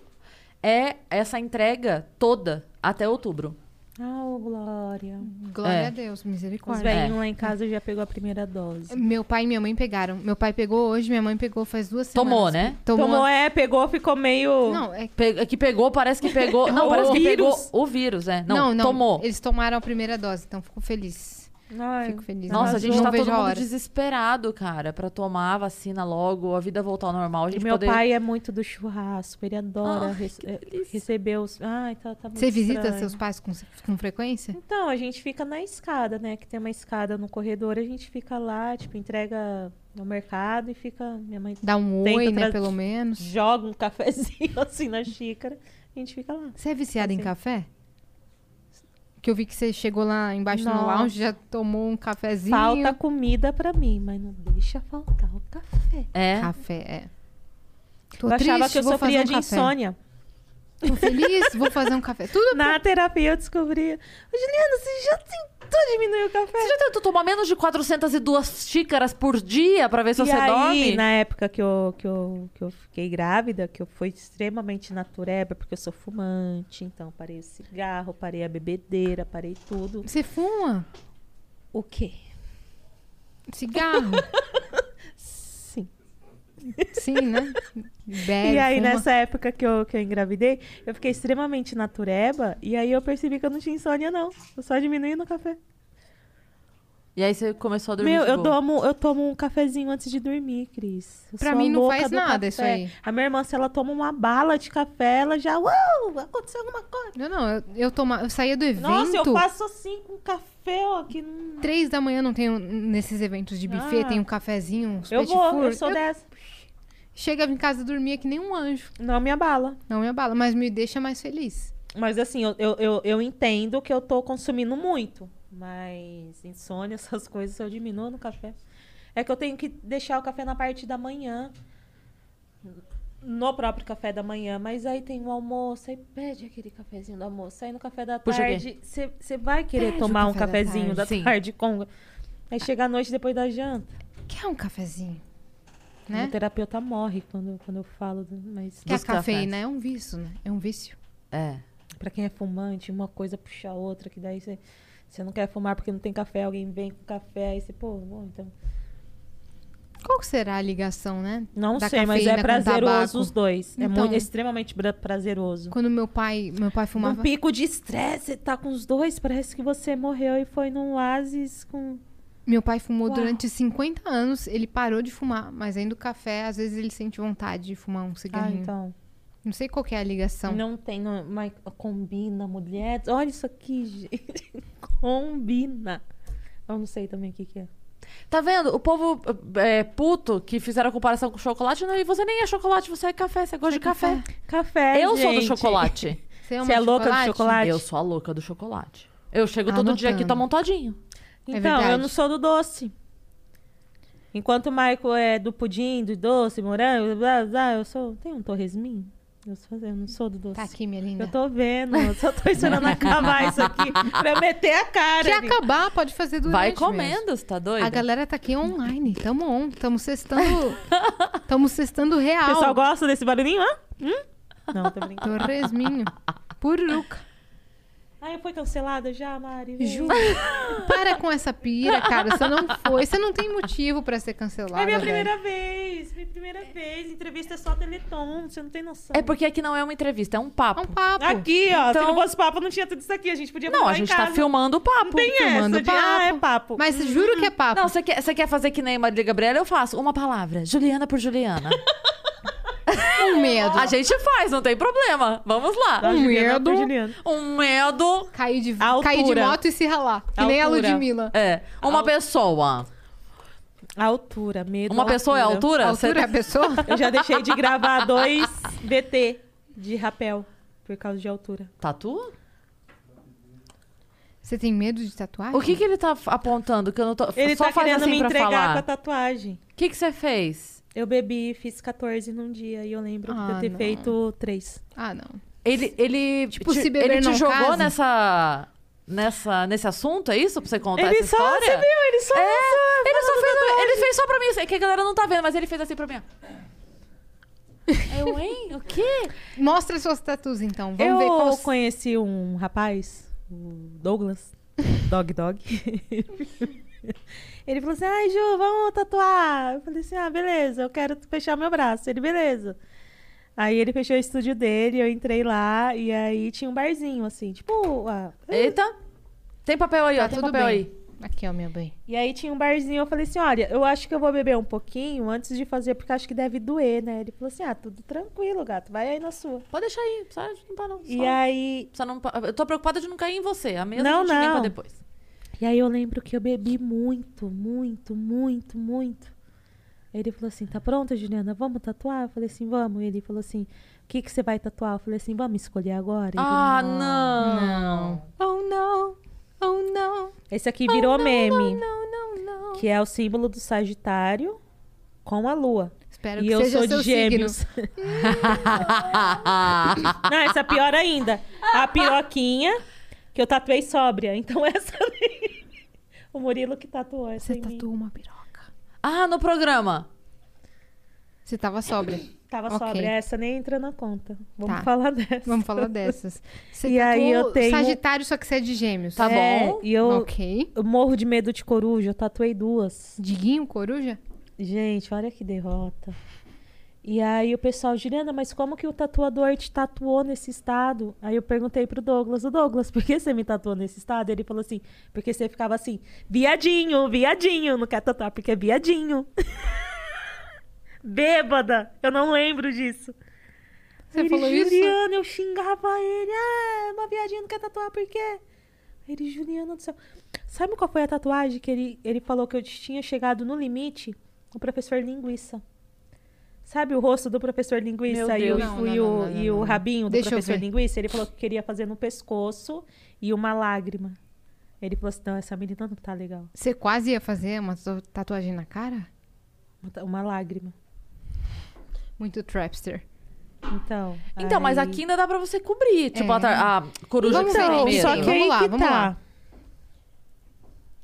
Speaker 4: é essa entrega toda até outubro.
Speaker 2: Ah, ô, Glória.
Speaker 3: Glória
Speaker 4: É.
Speaker 3: a Deus,
Speaker 2: Os
Speaker 3: misericórdia.
Speaker 2: velhinhos lá em casa já pegou a primeira dose.
Speaker 3: Meu pai e minha mãe pegaram. Meu pai pegou hoje, minha mãe pegou faz duas semanas.
Speaker 4: Tomou, né?
Speaker 3: Tomou.
Speaker 2: Tomou, é, pegou, ficou meio.
Speaker 3: Não, é
Speaker 4: Pe- que pegou, parece que pegou. Não,
Speaker 2: O
Speaker 4: parece que
Speaker 2: vírus.
Speaker 4: pegou o vírus, é. Não,
Speaker 3: Não, não.
Speaker 4: tomou.
Speaker 3: Eles tomaram a primeira dose, então fico feliz.
Speaker 2: Ai,
Speaker 3: Fico feliz.
Speaker 4: Nossa, a gente
Speaker 3: não
Speaker 4: tá todo
Speaker 3: vejo a
Speaker 4: mundo
Speaker 3: hora.
Speaker 4: desesperado, cara, pra tomar a vacina logo, a vida voltar ao normal. A
Speaker 2: E
Speaker 4: gente
Speaker 2: meu
Speaker 4: poder...
Speaker 2: pai é muito do churrasco, ele adora
Speaker 4: Ai,
Speaker 2: re-
Speaker 4: que
Speaker 2: eh,
Speaker 4: delícia.
Speaker 2: receber os. Ai, tá, tá muito
Speaker 3: Você visita
Speaker 2: estranho.
Speaker 3: seus pais com, com frequência?
Speaker 2: Então, a gente fica na escada, né? Que tem uma escada no corredor, a gente fica lá, tipo, entrega no mercado e fica. Minha mãe
Speaker 3: Dá um
Speaker 2: Tento
Speaker 3: oi, né,
Speaker 2: tra-
Speaker 3: pelo menos.
Speaker 2: joga um cafezinho assim na xícara, a gente fica lá.
Speaker 3: Você é viciada em
Speaker 2: Assim.
Speaker 3: café? Que eu vi que você chegou lá embaixo no
Speaker 2: Não.
Speaker 3: lounge, já tomou um cafezinho.
Speaker 2: Falta comida pra mim, mas não deixa faltar o café.
Speaker 4: É.
Speaker 3: café, é. Tô
Speaker 2: eu achava
Speaker 3: triste,
Speaker 2: que eu
Speaker 3: vou fazer
Speaker 2: sofria
Speaker 3: um
Speaker 2: de
Speaker 3: café.
Speaker 2: insônia.
Speaker 3: Tô feliz, vou fazer um café. Tudo
Speaker 2: Na terapia eu descobria. "Ô, Juliana, você já tentou diminuir o café?
Speaker 4: Você já tentou tomar menos de 402 xícaras por dia pra ver se
Speaker 2: e
Speaker 4: você
Speaker 2: aí, né?
Speaker 4: dorme?
Speaker 2: na época que eu, que, eu, que eu fiquei grávida, que eu fui extremamente natureba, porque eu sou fumante, então parei o cigarro, parei a bebedeira, parei tudo.
Speaker 3: Você fuma?
Speaker 2: O quê?
Speaker 3: Cigarro?
Speaker 2: Sim.
Speaker 3: Sim, né? Bebe,
Speaker 2: e aí,
Speaker 3: É, fuma.
Speaker 2: nessa época que eu, que eu engravidei, eu fiquei extremamente natureba, e aí eu percebi que eu não tinha insônia, não. Eu só diminuí no café.
Speaker 4: E aí você começou a dormir.
Speaker 2: Meu,
Speaker 4: de
Speaker 2: eu
Speaker 4: boa.
Speaker 2: tomo, eu tomo um cafezinho antes de dormir, Cris. Eu
Speaker 3: Pra
Speaker 2: sou a
Speaker 3: mim não
Speaker 2: louca
Speaker 3: faz
Speaker 2: do
Speaker 3: nada isso
Speaker 2: café.
Speaker 3: aí.
Speaker 2: A minha irmã, se ela toma uma bala de café, ela já. Uau! Aconteceu alguma coisa.
Speaker 3: Não, não, eu, eu, toma, eu saía do evento.
Speaker 2: Nossa, eu faço assim com café ó, que não.
Speaker 3: Três da manhã não tem um- nesses eventos de buffet,
Speaker 2: Ah.
Speaker 3: tem um cafezinho, uns
Speaker 2: Eu
Speaker 3: petit
Speaker 2: vou,
Speaker 3: fours.
Speaker 2: eu sou dessa.
Speaker 3: Chega em casa e dormia que nem um anjo.
Speaker 2: Não me abala.
Speaker 3: Não me abala, mas me deixa mais feliz.
Speaker 2: Mas assim, eu, eu, eu, eu entendo que eu tô consumindo muito. Mas insônia, essas coisas eu diminuo no café. É que eu tenho que deixar o café na parte da manhã. No próprio café da manhã, mas aí tem o almoço, aí pede aquele cafezinho do almoço. Aí no café da
Speaker 4: Puxa o quê?
Speaker 2: tarde, você vai querer
Speaker 3: Pede o
Speaker 2: tomar um
Speaker 3: café da
Speaker 2: cafezinho
Speaker 3: tarde.
Speaker 2: da
Speaker 4: Sim.
Speaker 2: tarde, com. Aí chega à noite depois da janta.
Speaker 3: Quer um cafezinho?
Speaker 2: Meu
Speaker 3: Né?
Speaker 2: terapeuta morre quando, quando eu falo, do- mas
Speaker 3: Que a
Speaker 4: Dos cafés.
Speaker 3: cafeína é um vício, né? É um vício.
Speaker 4: É.
Speaker 2: Pra quem é fumante, uma coisa puxa a outra, que daí você, você não quer fumar porque não tem café, alguém vem com café, aí você, pô, bom, então.
Speaker 3: Qual que será a ligação, né?
Speaker 2: Não
Speaker 3: Da
Speaker 2: sei, mas
Speaker 3: cafeína
Speaker 2: é
Speaker 3: com
Speaker 2: prazeroso
Speaker 3: tabaco.
Speaker 2: os dois. É
Speaker 3: Então-
Speaker 2: muito, extremamente bra- prazeroso.
Speaker 3: Quando meu pai, meu pai
Speaker 2: Um
Speaker 3: fumava.
Speaker 2: pico de estresse, você tá com os dois, parece que você morreu e foi num oásis com. ah,
Speaker 3: Meu pai fumou
Speaker 2: Uau.
Speaker 3: durante 50 anos, ele parou de fumar, mas ainda o café, às vezes ele sente vontade de fumar um
Speaker 2: Ah,
Speaker 3: cigarrinho.
Speaker 2: então.
Speaker 3: Não sei qual que é a ligação.
Speaker 2: Não tem, não, mas combina, mulher. Olha isso aqui, gente. combina. Eu não sei também o que, que é.
Speaker 4: Tá vendo? O povo é, puto que fizeram a comparação com chocolate, não, e você nem é chocolate, você é café, você gosta de café.
Speaker 2: Café.
Speaker 4: Eu sou do
Speaker 2: gente.
Speaker 4: chocolate.
Speaker 3: Você ama
Speaker 2: Você é louca de chocolate?
Speaker 4: Eu sou a louca do chocolate. Eu chego
Speaker 3: Tá
Speaker 4: todo dia aqui,
Speaker 3: anotando.
Speaker 4: tá montadinho.
Speaker 2: Então, eu
Speaker 3: É verdade.
Speaker 2: não sou do doce. Enquanto o Michael é do pudim, do doce, morango, blá, blá, blá, eu sou. Tem um torresmin? Eu, sou- eu não sou do doce.
Speaker 3: Tá aqui, minha linda.
Speaker 2: Eu tô vendo, eu só tô esperando acabar isso aqui pra eu meter a cara.
Speaker 3: Se
Speaker 2: ali.
Speaker 3: acabar, pode fazer durante
Speaker 4: Vai
Speaker 3: mesmo.
Speaker 4: comendo, você tá doido?
Speaker 3: A galera tá aqui online. Tamo on. Tamo sextando. tamo sextando
Speaker 2: O
Speaker 3: real.
Speaker 2: pessoal gosta desse barulhinho, hã? Hum? Não, tô brincando.
Speaker 3: Torresminho. Pururuca.
Speaker 2: Ai, foi cancelada já, Mari? Vem. É
Speaker 3: Ju. Para com essa pira, cara. Você não foi. Você não tem motivo pra ser cancelada.
Speaker 2: É minha
Speaker 3: velho.
Speaker 4: né?
Speaker 2: primeira vez, minha primeira vez. Entrevista é só Teleton, você não tem noção.
Speaker 4: É porque aqui não é uma entrevista, é um
Speaker 3: É
Speaker 4: papo.
Speaker 3: um papo.
Speaker 2: Aqui, ó, se
Speaker 4: Então-
Speaker 2: não fosse papo, não tinha tudo isso aqui. A gente podia
Speaker 4: Não,
Speaker 2: falar
Speaker 4: a
Speaker 2: em
Speaker 4: gente
Speaker 2: casa.
Speaker 4: tá filmando o
Speaker 2: Não
Speaker 4: papo.
Speaker 2: tem essa
Speaker 3: filmando
Speaker 2: de, ah, é
Speaker 3: papo.
Speaker 2: papo.
Speaker 3: Mas juro que é papo.
Speaker 4: Não, você quer, você quer fazer que nem Marília Gabriela? Eu faço uma palavra. Juliana por Juliana.
Speaker 3: um medo.
Speaker 4: a gente faz, não tem problema. Vamos lá.
Speaker 2: Tá, Juliana,
Speaker 3: medo.
Speaker 2: por Juliana.
Speaker 4: Um medo.
Speaker 3: Cair de,
Speaker 2: A
Speaker 3: cair de
Speaker 2: altura.
Speaker 3: moto e se ralar. Que nem a
Speaker 2: altura.
Speaker 3: Ludmilla.
Speaker 4: É. Uma
Speaker 2: Al-
Speaker 4: pessoa.
Speaker 2: A altura, medo.
Speaker 4: Uma
Speaker 2: a
Speaker 4: pessoa é a altura?
Speaker 3: A
Speaker 2: tá-
Speaker 3: altura é a
Speaker 4: Você-
Speaker 3: pessoa?
Speaker 2: Eu já deixei de gravar dois BT de rapel por causa de altura.
Speaker 4: Tatua?
Speaker 3: Você tem medo de tatuagem?
Speaker 4: O que que ele tá f- apontando? Que eu não tô.
Speaker 2: Ele
Speaker 4: Só
Speaker 2: tá
Speaker 4: faz
Speaker 2: querendo
Speaker 4: assim
Speaker 2: me
Speaker 4: pra
Speaker 2: entregar tá-
Speaker 4: falar.
Speaker 2: com a tatuagem.
Speaker 4: O que que você fez?
Speaker 2: Eu bebi, fiz 14 num dia e eu lembro de
Speaker 3: Ah,
Speaker 2: eu ter
Speaker 3: não.
Speaker 2: feito três.
Speaker 3: Ah, não.
Speaker 4: Ele, ele,
Speaker 3: Tipo,
Speaker 4: te,
Speaker 3: se beber
Speaker 4: ele te
Speaker 3: não
Speaker 4: jogou
Speaker 3: case?
Speaker 4: nessa, nessa, nesse assunto, é isso? Pra você contar
Speaker 2: ele
Speaker 4: essa
Speaker 2: só,
Speaker 4: história?
Speaker 2: você viu? Ele só.
Speaker 4: É,
Speaker 2: só-
Speaker 4: ele só fez, ele fez só pra mim, é que a galera não tá vendo, mas ele fez assim pra mim. ó.
Speaker 2: É,
Speaker 4: Eu, hein? O quê?
Speaker 3: Mostra suas tatus, então. Vamos
Speaker 2: eu
Speaker 3: ver qual...
Speaker 2: conheci um rapaz, o Douglas, Dog Dog. ele falou assim: ai, Ju, vamos tatuar. Eu falei assim: ah, beleza, eu quero fechar meu braço. Ele, beleza. Aí ele fechou o estúdio dele, eu entrei lá e aí tinha um barzinho, assim, tipo. ah,
Speaker 3: É?
Speaker 4: Eita. Tem papel aí, ó.
Speaker 3: Tá
Speaker 4: Tem
Speaker 3: tudo
Speaker 4: papel
Speaker 3: bem.
Speaker 4: aí.
Speaker 3: Aqui, ó, meu bem.
Speaker 2: E aí tinha um barzinho, eu falei assim, olha, eu acho que eu vou beber um pouquinho antes de fazer, porque acho que deve doer, né? Ele falou assim, ah, tudo tranquilo, gato, vai aí na sua.
Speaker 4: Pode deixar aí, não precisa limpar não.
Speaker 2: E
Speaker 4: Só-
Speaker 2: aí,
Speaker 4: precisa não pa- eu tô preocupada de não cair em você. A mesa
Speaker 2: Não,
Speaker 4: a gente limpa
Speaker 2: não.
Speaker 4: depois.
Speaker 2: e aí eu lembro que eu bebi muito, muito, muito, muito. Aí Ele falou assim, tá pronta, Juliana? Vamos tatuar? Eu falei assim, vamos. Ele falou assim, o que, que você vai tatuar? Eu falei assim, vamos escolher agora? Ele,
Speaker 4: Ah, não.
Speaker 3: Não. Oh, não. Oh, não. Oh,
Speaker 2: Esse aqui virou meme,
Speaker 3: Não, não, não.
Speaker 2: que é o símbolo do Sagitário com a Lua.
Speaker 3: Espero
Speaker 2: E
Speaker 3: que
Speaker 2: eu
Speaker 3: seja
Speaker 2: sou
Speaker 3: seu
Speaker 2: de gêmeos.
Speaker 3: signo.
Speaker 2: Não, essa é pior ainda. A piroquinha, que eu tatuei sóbria. Então essa nem... O Murilo que tatuou essa
Speaker 3: Você
Speaker 2: em mim.
Speaker 3: tatuou uma piroca.
Speaker 4: Ah, no programa.
Speaker 3: Você tava sóbria.
Speaker 2: Tava
Speaker 3: Ok.
Speaker 2: sóbria. Essa nem entra na conta. Vamos
Speaker 3: Tá.
Speaker 2: falar dessa.
Speaker 3: Vamos falar dessas. Você
Speaker 2: E aí
Speaker 3: tatuou
Speaker 2: eu tenho-
Speaker 3: Sagitário, só que você é de gêmeos.
Speaker 4: Tá
Speaker 2: É,
Speaker 4: bom.
Speaker 2: E eu,
Speaker 3: Ok.
Speaker 2: eu morro de medo de coruja. Eu tatuei duas.
Speaker 3: Diguinho, coruja?
Speaker 2: Gente, olha que derrota. E aí o pessoal, Juliana, mas como que o tatuador te tatuou nesse estado? Aí eu perguntei pro Douglas, o Douglas, por que você me tatuou nesse estado? Ele falou assim, porque você ficava assim, viadinho, viadinho, não quer tatuar porque é viadinho. Bêbada, eu não lembro disso.
Speaker 3: Você
Speaker 2: Aí ele, é
Speaker 3: falou isso?
Speaker 2: Juliana, eu xingava ele, ah, uma viadinha não quer tatuar por quê? Aí Ele, Juliana do céu. Sabe qual foi a tatuagem que ele, ele falou que eu tinha chegado no limite? O professor Linguiça. Sabe o rosto do professor Linguiça
Speaker 4: Meu
Speaker 2: e o,
Speaker 3: Deus. Não,
Speaker 2: e
Speaker 3: não,
Speaker 2: o-
Speaker 3: não, não,
Speaker 2: e o
Speaker 3: não, não.
Speaker 2: rabinho do
Speaker 3: Deixa eu
Speaker 2: professor
Speaker 3: ver.
Speaker 2: Linguiça? Ele falou que queria fazer no pescoço e uma lágrima. Ele falou assim: não, essa menina não tá legal.
Speaker 3: Você quase ia fazer uma tatu- tatuagem na cara?
Speaker 2: Uma lágrima.
Speaker 3: Muito trapster.
Speaker 2: Então.
Speaker 4: Então, mas
Speaker 2: aí-
Speaker 4: aqui ainda dá pra você cobrir. Tipo,
Speaker 3: É.
Speaker 4: a, ta- a coruja
Speaker 3: Vamos
Speaker 4: que você
Speaker 3: ver,
Speaker 2: Então,
Speaker 4: primeiro.
Speaker 2: só que
Speaker 3: Vamos
Speaker 2: aí
Speaker 3: lá,
Speaker 2: que
Speaker 3: vamos
Speaker 2: tá.
Speaker 3: lá.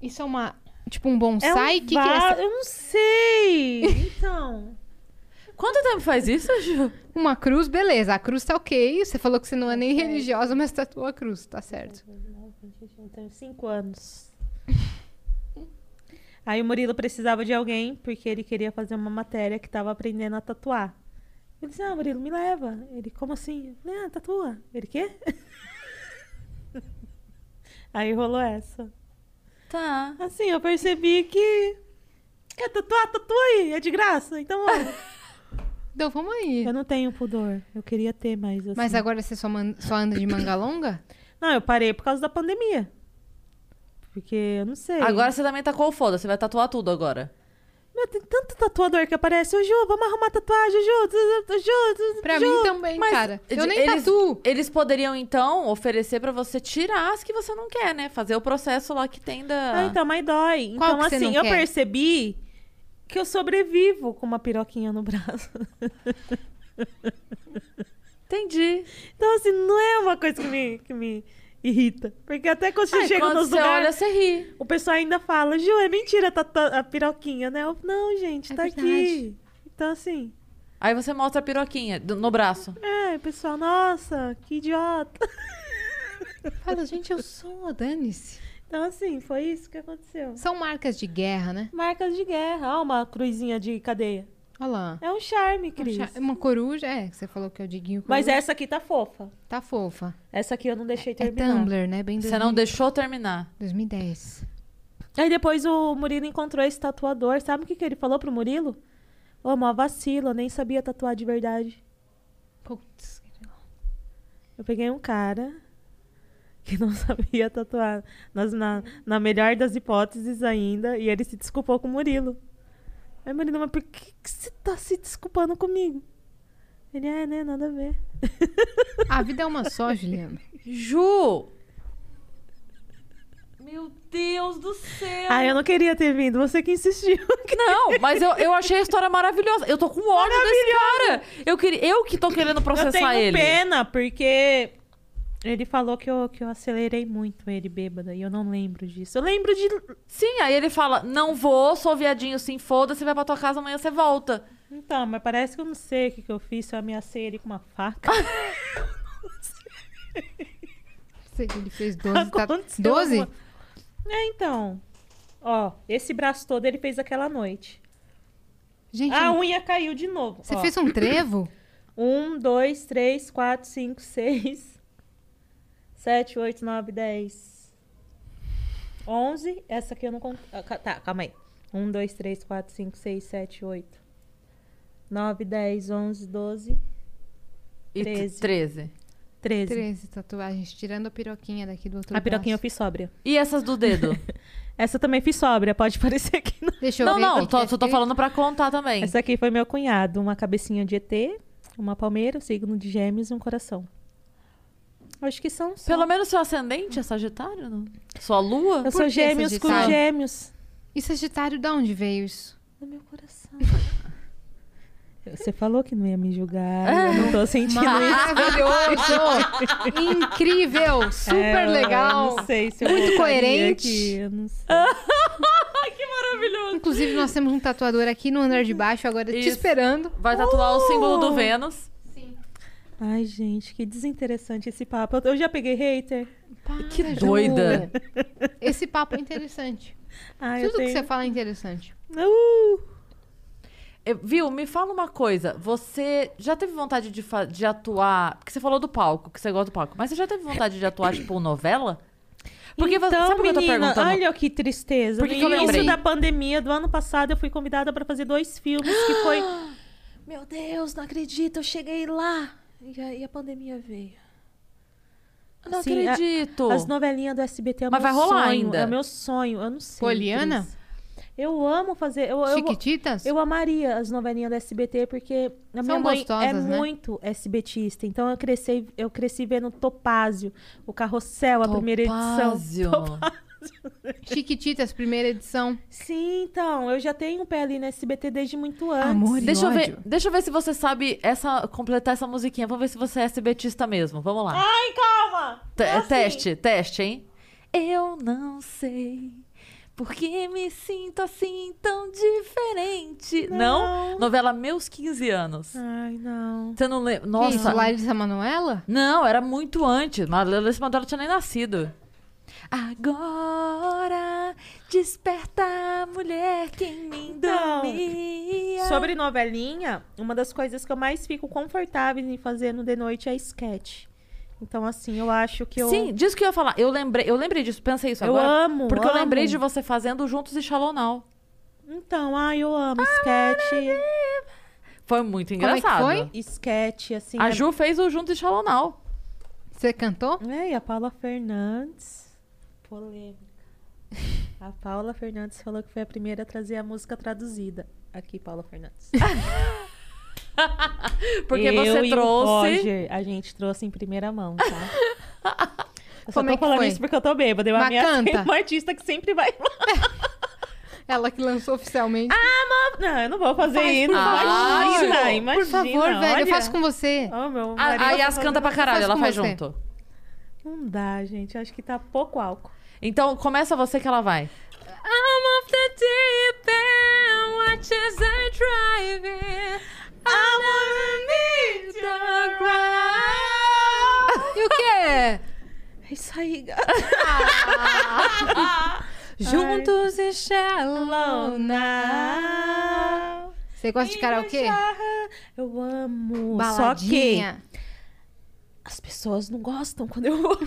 Speaker 3: Isso é uma. Tipo um bonsai?
Speaker 2: É
Speaker 3: que,
Speaker 2: um
Speaker 3: que é
Speaker 2: va-
Speaker 3: essa?
Speaker 2: Eu não sei. Então.
Speaker 4: Quanto tempo faz isso, Ju?
Speaker 3: Uma cruz, beleza. A cruz tá ok. Você falou que você não é nem religiosa, mas tatuou a cruz, tá certo.
Speaker 2: Eu tenho cinco anos. Aí o Murilo precisava de alguém, porque ele queria fazer uma matéria que tava aprendendo a tatuar. Eu disse, ah, Murilo, me leva. Ele, como assim? Eu falei, Ah, tatua. Ele, quê? Aí rolou essa.
Speaker 4: Tá.
Speaker 2: Assim, eu percebi que... Quer tatuar? Tatua aí, é de graça. Então, vamos.
Speaker 3: Então vamos aí.
Speaker 2: eu não tenho pudor. Eu queria ter mais, assim.
Speaker 3: Mas agora você só, man- só anda de manga longa?
Speaker 2: Não, eu parei por causa da pandemia. Porque, eu não sei.
Speaker 4: Agora você também tacou o foda. Você vai tatuar tudo agora.
Speaker 2: Meu, tem tanto tatuador que aparece. Ô, Ju, vamos arrumar tatuagem, Ju. Ju, Ju, Ju, Ju.
Speaker 3: Pra mim também, cara. Eu
Speaker 4: de-
Speaker 3: nem
Speaker 4: eles,
Speaker 3: tatuo.
Speaker 4: Eles poderiam, então, oferecer pra você tirar as que você não quer, né? Fazer o processo lá que tem da...
Speaker 2: Ah, então, mas dói.
Speaker 3: Qual
Speaker 2: Então,
Speaker 3: que você
Speaker 2: assim,
Speaker 3: não
Speaker 2: eu
Speaker 3: quer?
Speaker 2: percebi que eu sobrevivo com uma piroquinha no braço.
Speaker 4: Entendi.
Speaker 2: Então, assim, não é uma coisa que me, que me irrita. Porque até quando você
Speaker 4: Aí,
Speaker 2: chega
Speaker 4: quando
Speaker 2: nos
Speaker 4: você
Speaker 2: lugares,
Speaker 4: olha, você ri.
Speaker 2: o pessoal ainda fala, Ju, é mentira tá, tá- a piroquinha, né? Eu, não, gente,
Speaker 3: É
Speaker 2: tá
Speaker 3: verdade.
Speaker 2: aqui. Então, assim,
Speaker 4: Aí você mostra a piroquinha do- no braço.
Speaker 2: é, o pessoal, nossa, que idiota.
Speaker 3: Fala, gente, eu sou, dane-se.
Speaker 2: Então, assim, foi isso que aconteceu.
Speaker 3: São marcas de guerra, né?
Speaker 2: Marcas de guerra. Ó, uma cruzinha de cadeia.
Speaker 3: Olha lá.
Speaker 2: É um charme, Cris.
Speaker 3: Uma cha- Uma coruja, é, que você falou que é o Diguinho coruja.
Speaker 2: Mas essa aqui tá fofa.
Speaker 3: Tá fofa.
Speaker 2: Essa aqui eu não deixei
Speaker 3: É
Speaker 2: terminar.
Speaker 3: Tumblr, né? Bem
Speaker 4: Você não
Speaker 3: 2000
Speaker 4: deixou terminar.
Speaker 3: 2010.
Speaker 2: Aí depois o Murilo encontrou esse tatuador. Sabe o que, que ele falou pro Murilo? Ô, mó vacilo, eu nem sabia tatuar de verdade.
Speaker 3: Putz.
Speaker 2: Eu peguei um cara que não sabia tatuar. Nas, na, na melhor das hipóteses ainda. E ele se desculpou com o Murilo. Aí, Murilo, mas por que que você tá se desculpando comigo? Ele, é, né? Nada a ver.
Speaker 3: A vida é uma só, Juliana.
Speaker 4: Ju! Meu Deus do céu!
Speaker 2: Ah, eu não queria ter vindo. Você que insistiu.
Speaker 4: Não, mas eu, eu achei a história maravilhosa. Eu tô com ódio desse cara. Eu, queria, eu que tô querendo
Speaker 2: Eu tenho
Speaker 4: processar ele.
Speaker 2: pena, porque ele falou que eu, que eu acelerei muito ele bêbada e eu não lembro disso. Eu lembro de.
Speaker 4: Sim, aí ele fala: Não vou, sou viadinho, sim, foda-se, vai pra tua casa, amanhã você volta.
Speaker 2: Então, mas parece que eu não sei o que, que eu fiz, se eu ameacei ele com uma faca.
Speaker 3: Você- Ele fez 12. Tá...
Speaker 2: Aconteceu
Speaker 3: 12?
Speaker 2: alguma- É, então. Ó, esse braço todo ele fez aquela noite.
Speaker 3: Gente, um-
Speaker 2: A unha caiu de novo.
Speaker 3: você
Speaker 2: ó.
Speaker 3: fez um trevo?
Speaker 2: Um, dois, três, quatro, cinco, seis, sete, oito, nove, dez, onze. Essa aqui eu não conto. ah, ca- Tá, calma aí. Um, dois, três, quatro, cinco, seis, sete, oito, nove, dez, onze, doze,
Speaker 4: E t-
Speaker 2: Treze.
Speaker 4: 13.
Speaker 2: treze.
Speaker 3: 13 tatuagens, tirando a piroquinha daqui do outro
Speaker 2: A piroquinha eu
Speaker 3: braço.
Speaker 2: fiz sóbria.
Speaker 4: E essas do dedo?
Speaker 2: Essa eu também fiz sóbria, pode parecer que não.
Speaker 3: Deixa eu
Speaker 4: não,
Speaker 3: ver.
Speaker 4: não,
Speaker 3: quanto
Speaker 4: tô,
Speaker 3: tá
Speaker 4: só tô
Speaker 3: escrito.
Speaker 4: falando pra contar também.
Speaker 2: é Essa é aqui foi meu cunhado. Uma cabecinha de ET, uma palmeira, um signo de gêmeos e um coração. Acho que são só.
Speaker 4: Pelo menos seu ascendente é Sagitário? Não? Sua lua?
Speaker 2: Eu
Speaker 3: Por
Speaker 2: sou
Speaker 3: que
Speaker 2: gêmeos com
Speaker 3: Sagitário?
Speaker 2: gêmeos.
Speaker 3: E Sagitário, é de onde veio isso?
Speaker 2: No meu coração. Você falou que não ia me julgar. Eu não tô sentindo
Speaker 3: Ah,
Speaker 2: isso.
Speaker 3: Maravilhoso! Incrível! Super
Speaker 2: É, eu
Speaker 3: legal!
Speaker 2: Não sei se eu
Speaker 3: Muito
Speaker 2: voltaria
Speaker 3: coerente.
Speaker 2: aqui, eu não sei.
Speaker 3: Inclusive, nós temos um tatuador aqui no andar de baixo, agora te
Speaker 4: Isso.
Speaker 3: esperando.
Speaker 4: Vai tatuar o símbolo do Vênus.
Speaker 2: Ai, gente, que desinteressante esse papo. Eu- Eu já peguei hater.
Speaker 3: que
Speaker 4: doida.
Speaker 3: Né, Esse papo é interessante. Tudo
Speaker 2: Ai, Ah, eu
Speaker 3: que
Speaker 2: tenho...
Speaker 3: você fala é interessante.
Speaker 2: Uh!
Speaker 4: Eh, Viu, me fala uma coisa. Você já teve vontade de, fa- de atuar? Porque você falou do palco, que você gosta do palco. Mas você já teve vontade de atuar, tipo, novela? Porque
Speaker 2: então,
Speaker 4: você, sabe por que eu tô
Speaker 2: menina,
Speaker 4: perguntando?
Speaker 2: olha que tristeza.
Speaker 4: Por que que eu
Speaker 2: no início
Speaker 4: lembrei?
Speaker 2: da pandemia do ano passado, eu fui convidada pra fazer dois filmes que foi... Meu Deus, não acredito, eu cheguei lá. E a, e a pandemia veio.
Speaker 4: Não
Speaker 2: Assim, a-
Speaker 4: acredito.
Speaker 2: As novelinhas do SBT é
Speaker 4: Mas
Speaker 2: meu
Speaker 4: vai rolar
Speaker 2: sonho,
Speaker 4: ainda.
Speaker 2: É meu sonho, eu não sei.
Speaker 3: Poliana?
Speaker 2: Cris. Eu amo fazer. Eu, eu,
Speaker 3: Chiquititas?
Speaker 2: eu amaria as novelinhas do SBT, porque a
Speaker 3: São
Speaker 2: minha mãe é
Speaker 3: gostosas, né?
Speaker 2: muito SBTista. Então eu cresci, eu cresci vendo Topázio, o Carrossel, a primeira edição.
Speaker 4: Topázio.
Speaker 3: Chiquititas, primeira edição.
Speaker 2: Sim, então, eu já tenho um pé ali no SBT desde muito antes.
Speaker 3: Amor e
Speaker 4: Deixa eu, ver,
Speaker 3: ódio.
Speaker 4: deixa eu ver se você sabe essa, completar essa musiquinha. Vamos ver se você é SBTista mesmo. Vamos lá.
Speaker 2: Ai, calma!
Speaker 4: Te-
Speaker 2: É assim.
Speaker 4: Teste, teste, hein? Eu não sei por que me sinto assim tão diferente. Não?
Speaker 2: Não. Ah.
Speaker 4: Novela Meus 15 Anos.
Speaker 2: Ai, não.
Speaker 4: Você não lembra?
Speaker 3: Que isso,
Speaker 4: Nossa.
Speaker 3: Larissa Manoela?
Speaker 4: Não, era muito antes. Mas Larissa Manoela tinha nem nascido. Agora desperta a mulher que em mim
Speaker 2: Então,
Speaker 4: dormia.
Speaker 2: Sobre novelinha, uma das coisas que eu mais fico confortável em fazer no The Noite é sketch. Então, assim, eu acho que eu.
Speaker 4: Sim, disso que eu ia falar. Eu lembrei, eu lembrei disso, pensei isso
Speaker 2: Eu
Speaker 4: agora.
Speaker 2: amo,
Speaker 4: Porque eu lembrei
Speaker 2: amo.
Speaker 4: de você fazendo Juntos e Shallow Now.
Speaker 2: Então, ai, eu amo sketch.
Speaker 4: Foi muito
Speaker 3: é que
Speaker 4: engraçado.
Speaker 3: foi?
Speaker 2: Sketch, assim.
Speaker 4: A
Speaker 2: é-
Speaker 4: Ju fez o Juntos e Shallow Now.
Speaker 3: Você cantou?
Speaker 2: É, e a Paula Fernandes. Polêmica. A Paula Fernandes falou que foi a primeira a trazer a música traduzida. Aqui, Paula Fernandes.
Speaker 4: Porque
Speaker 2: Eu
Speaker 4: você
Speaker 2: e o
Speaker 4: trouxe.
Speaker 2: Roger, a gente trouxe em primeira mão, tá? Eu só
Speaker 3: Como
Speaker 2: tô
Speaker 3: é que
Speaker 2: falando
Speaker 3: foi?
Speaker 2: isso porque eu tô bêbada. Eu
Speaker 3: Mas
Speaker 2: ameacei
Speaker 3: canta.
Speaker 2: uma artista que sempre vai
Speaker 3: Ela que lançou oficialmente.
Speaker 2: Ah, Não, eu não vou fazer
Speaker 3: Ah, Faz,
Speaker 2: isso.
Speaker 3: por favor.
Speaker 2: imagina,
Speaker 4: Ah,
Speaker 2: imagina.
Speaker 3: Por favor, velho,
Speaker 2: olha.
Speaker 3: eu faço com você.
Speaker 2: Ó, meu marido
Speaker 4: A, a Yas
Speaker 2: falando-
Speaker 4: canta pra caralho,
Speaker 3: Eu faço
Speaker 4: ela
Speaker 3: com
Speaker 4: faz
Speaker 3: você.
Speaker 4: junto.
Speaker 2: Não dá, gente. Acho que tá pouco álcool.
Speaker 4: Então começa você que ela vai.
Speaker 5: I'm off the deep end, watch as I drive in. I wanna meet the ground.
Speaker 3: E o quê?
Speaker 2: É isso aí, gata.
Speaker 5: Juntos e shallow
Speaker 2: Lona.
Speaker 3: Você gosta de karaokê?
Speaker 2: Eu amo. Só que
Speaker 3: Baladinha.
Speaker 2: as pessoas não gostam quando eu vou.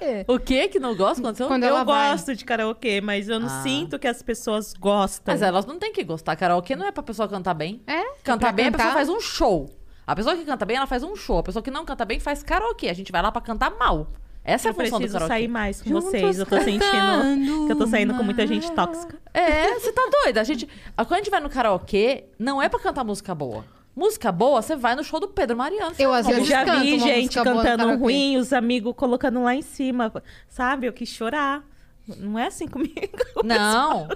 Speaker 3: É.
Speaker 4: O que que não gosta? Aconteceu?
Speaker 3: Quando
Speaker 2: eu
Speaker 3: ela vai.
Speaker 2: gosto de karaokê, mas eu não
Speaker 4: Ah.
Speaker 2: sinto que as pessoas gostam.
Speaker 4: Mas é elas não têm que gostar. Karaokê não é pra pessoa cantar bem.
Speaker 3: É?
Speaker 4: Cantar
Speaker 3: Pra
Speaker 4: bem, a pessoa
Speaker 3: cantar?
Speaker 4: faz um show. A pessoa que canta bem, ela faz um show. A pessoa que não canta bem faz karaokê. A gente vai lá pra cantar mal. Essa é
Speaker 2: eu
Speaker 4: a função do
Speaker 2: preciso
Speaker 4: karaokê.
Speaker 2: sair mais com vocês. Eu tô sentindo
Speaker 3: cantando
Speaker 2: que eu tô saindo com muita gente tóxica.
Speaker 4: É, você tá doida. A gente, a- quando a gente vai no karaokê, não é pra cantar música boa. Música boa, você vai no show do Pedro Mariano. você
Speaker 3: Eu,
Speaker 4: não
Speaker 3: às
Speaker 4: vai
Speaker 2: Eu
Speaker 3: vezes,
Speaker 2: já
Speaker 3: canto
Speaker 2: vi
Speaker 3: uma
Speaker 2: gente
Speaker 3: música boa no
Speaker 2: cantando
Speaker 3: karaokê.
Speaker 2: ruim, os amigos colocando lá em cima. Sabe? Eu quis chorar. Não é assim comigo.
Speaker 4: Não.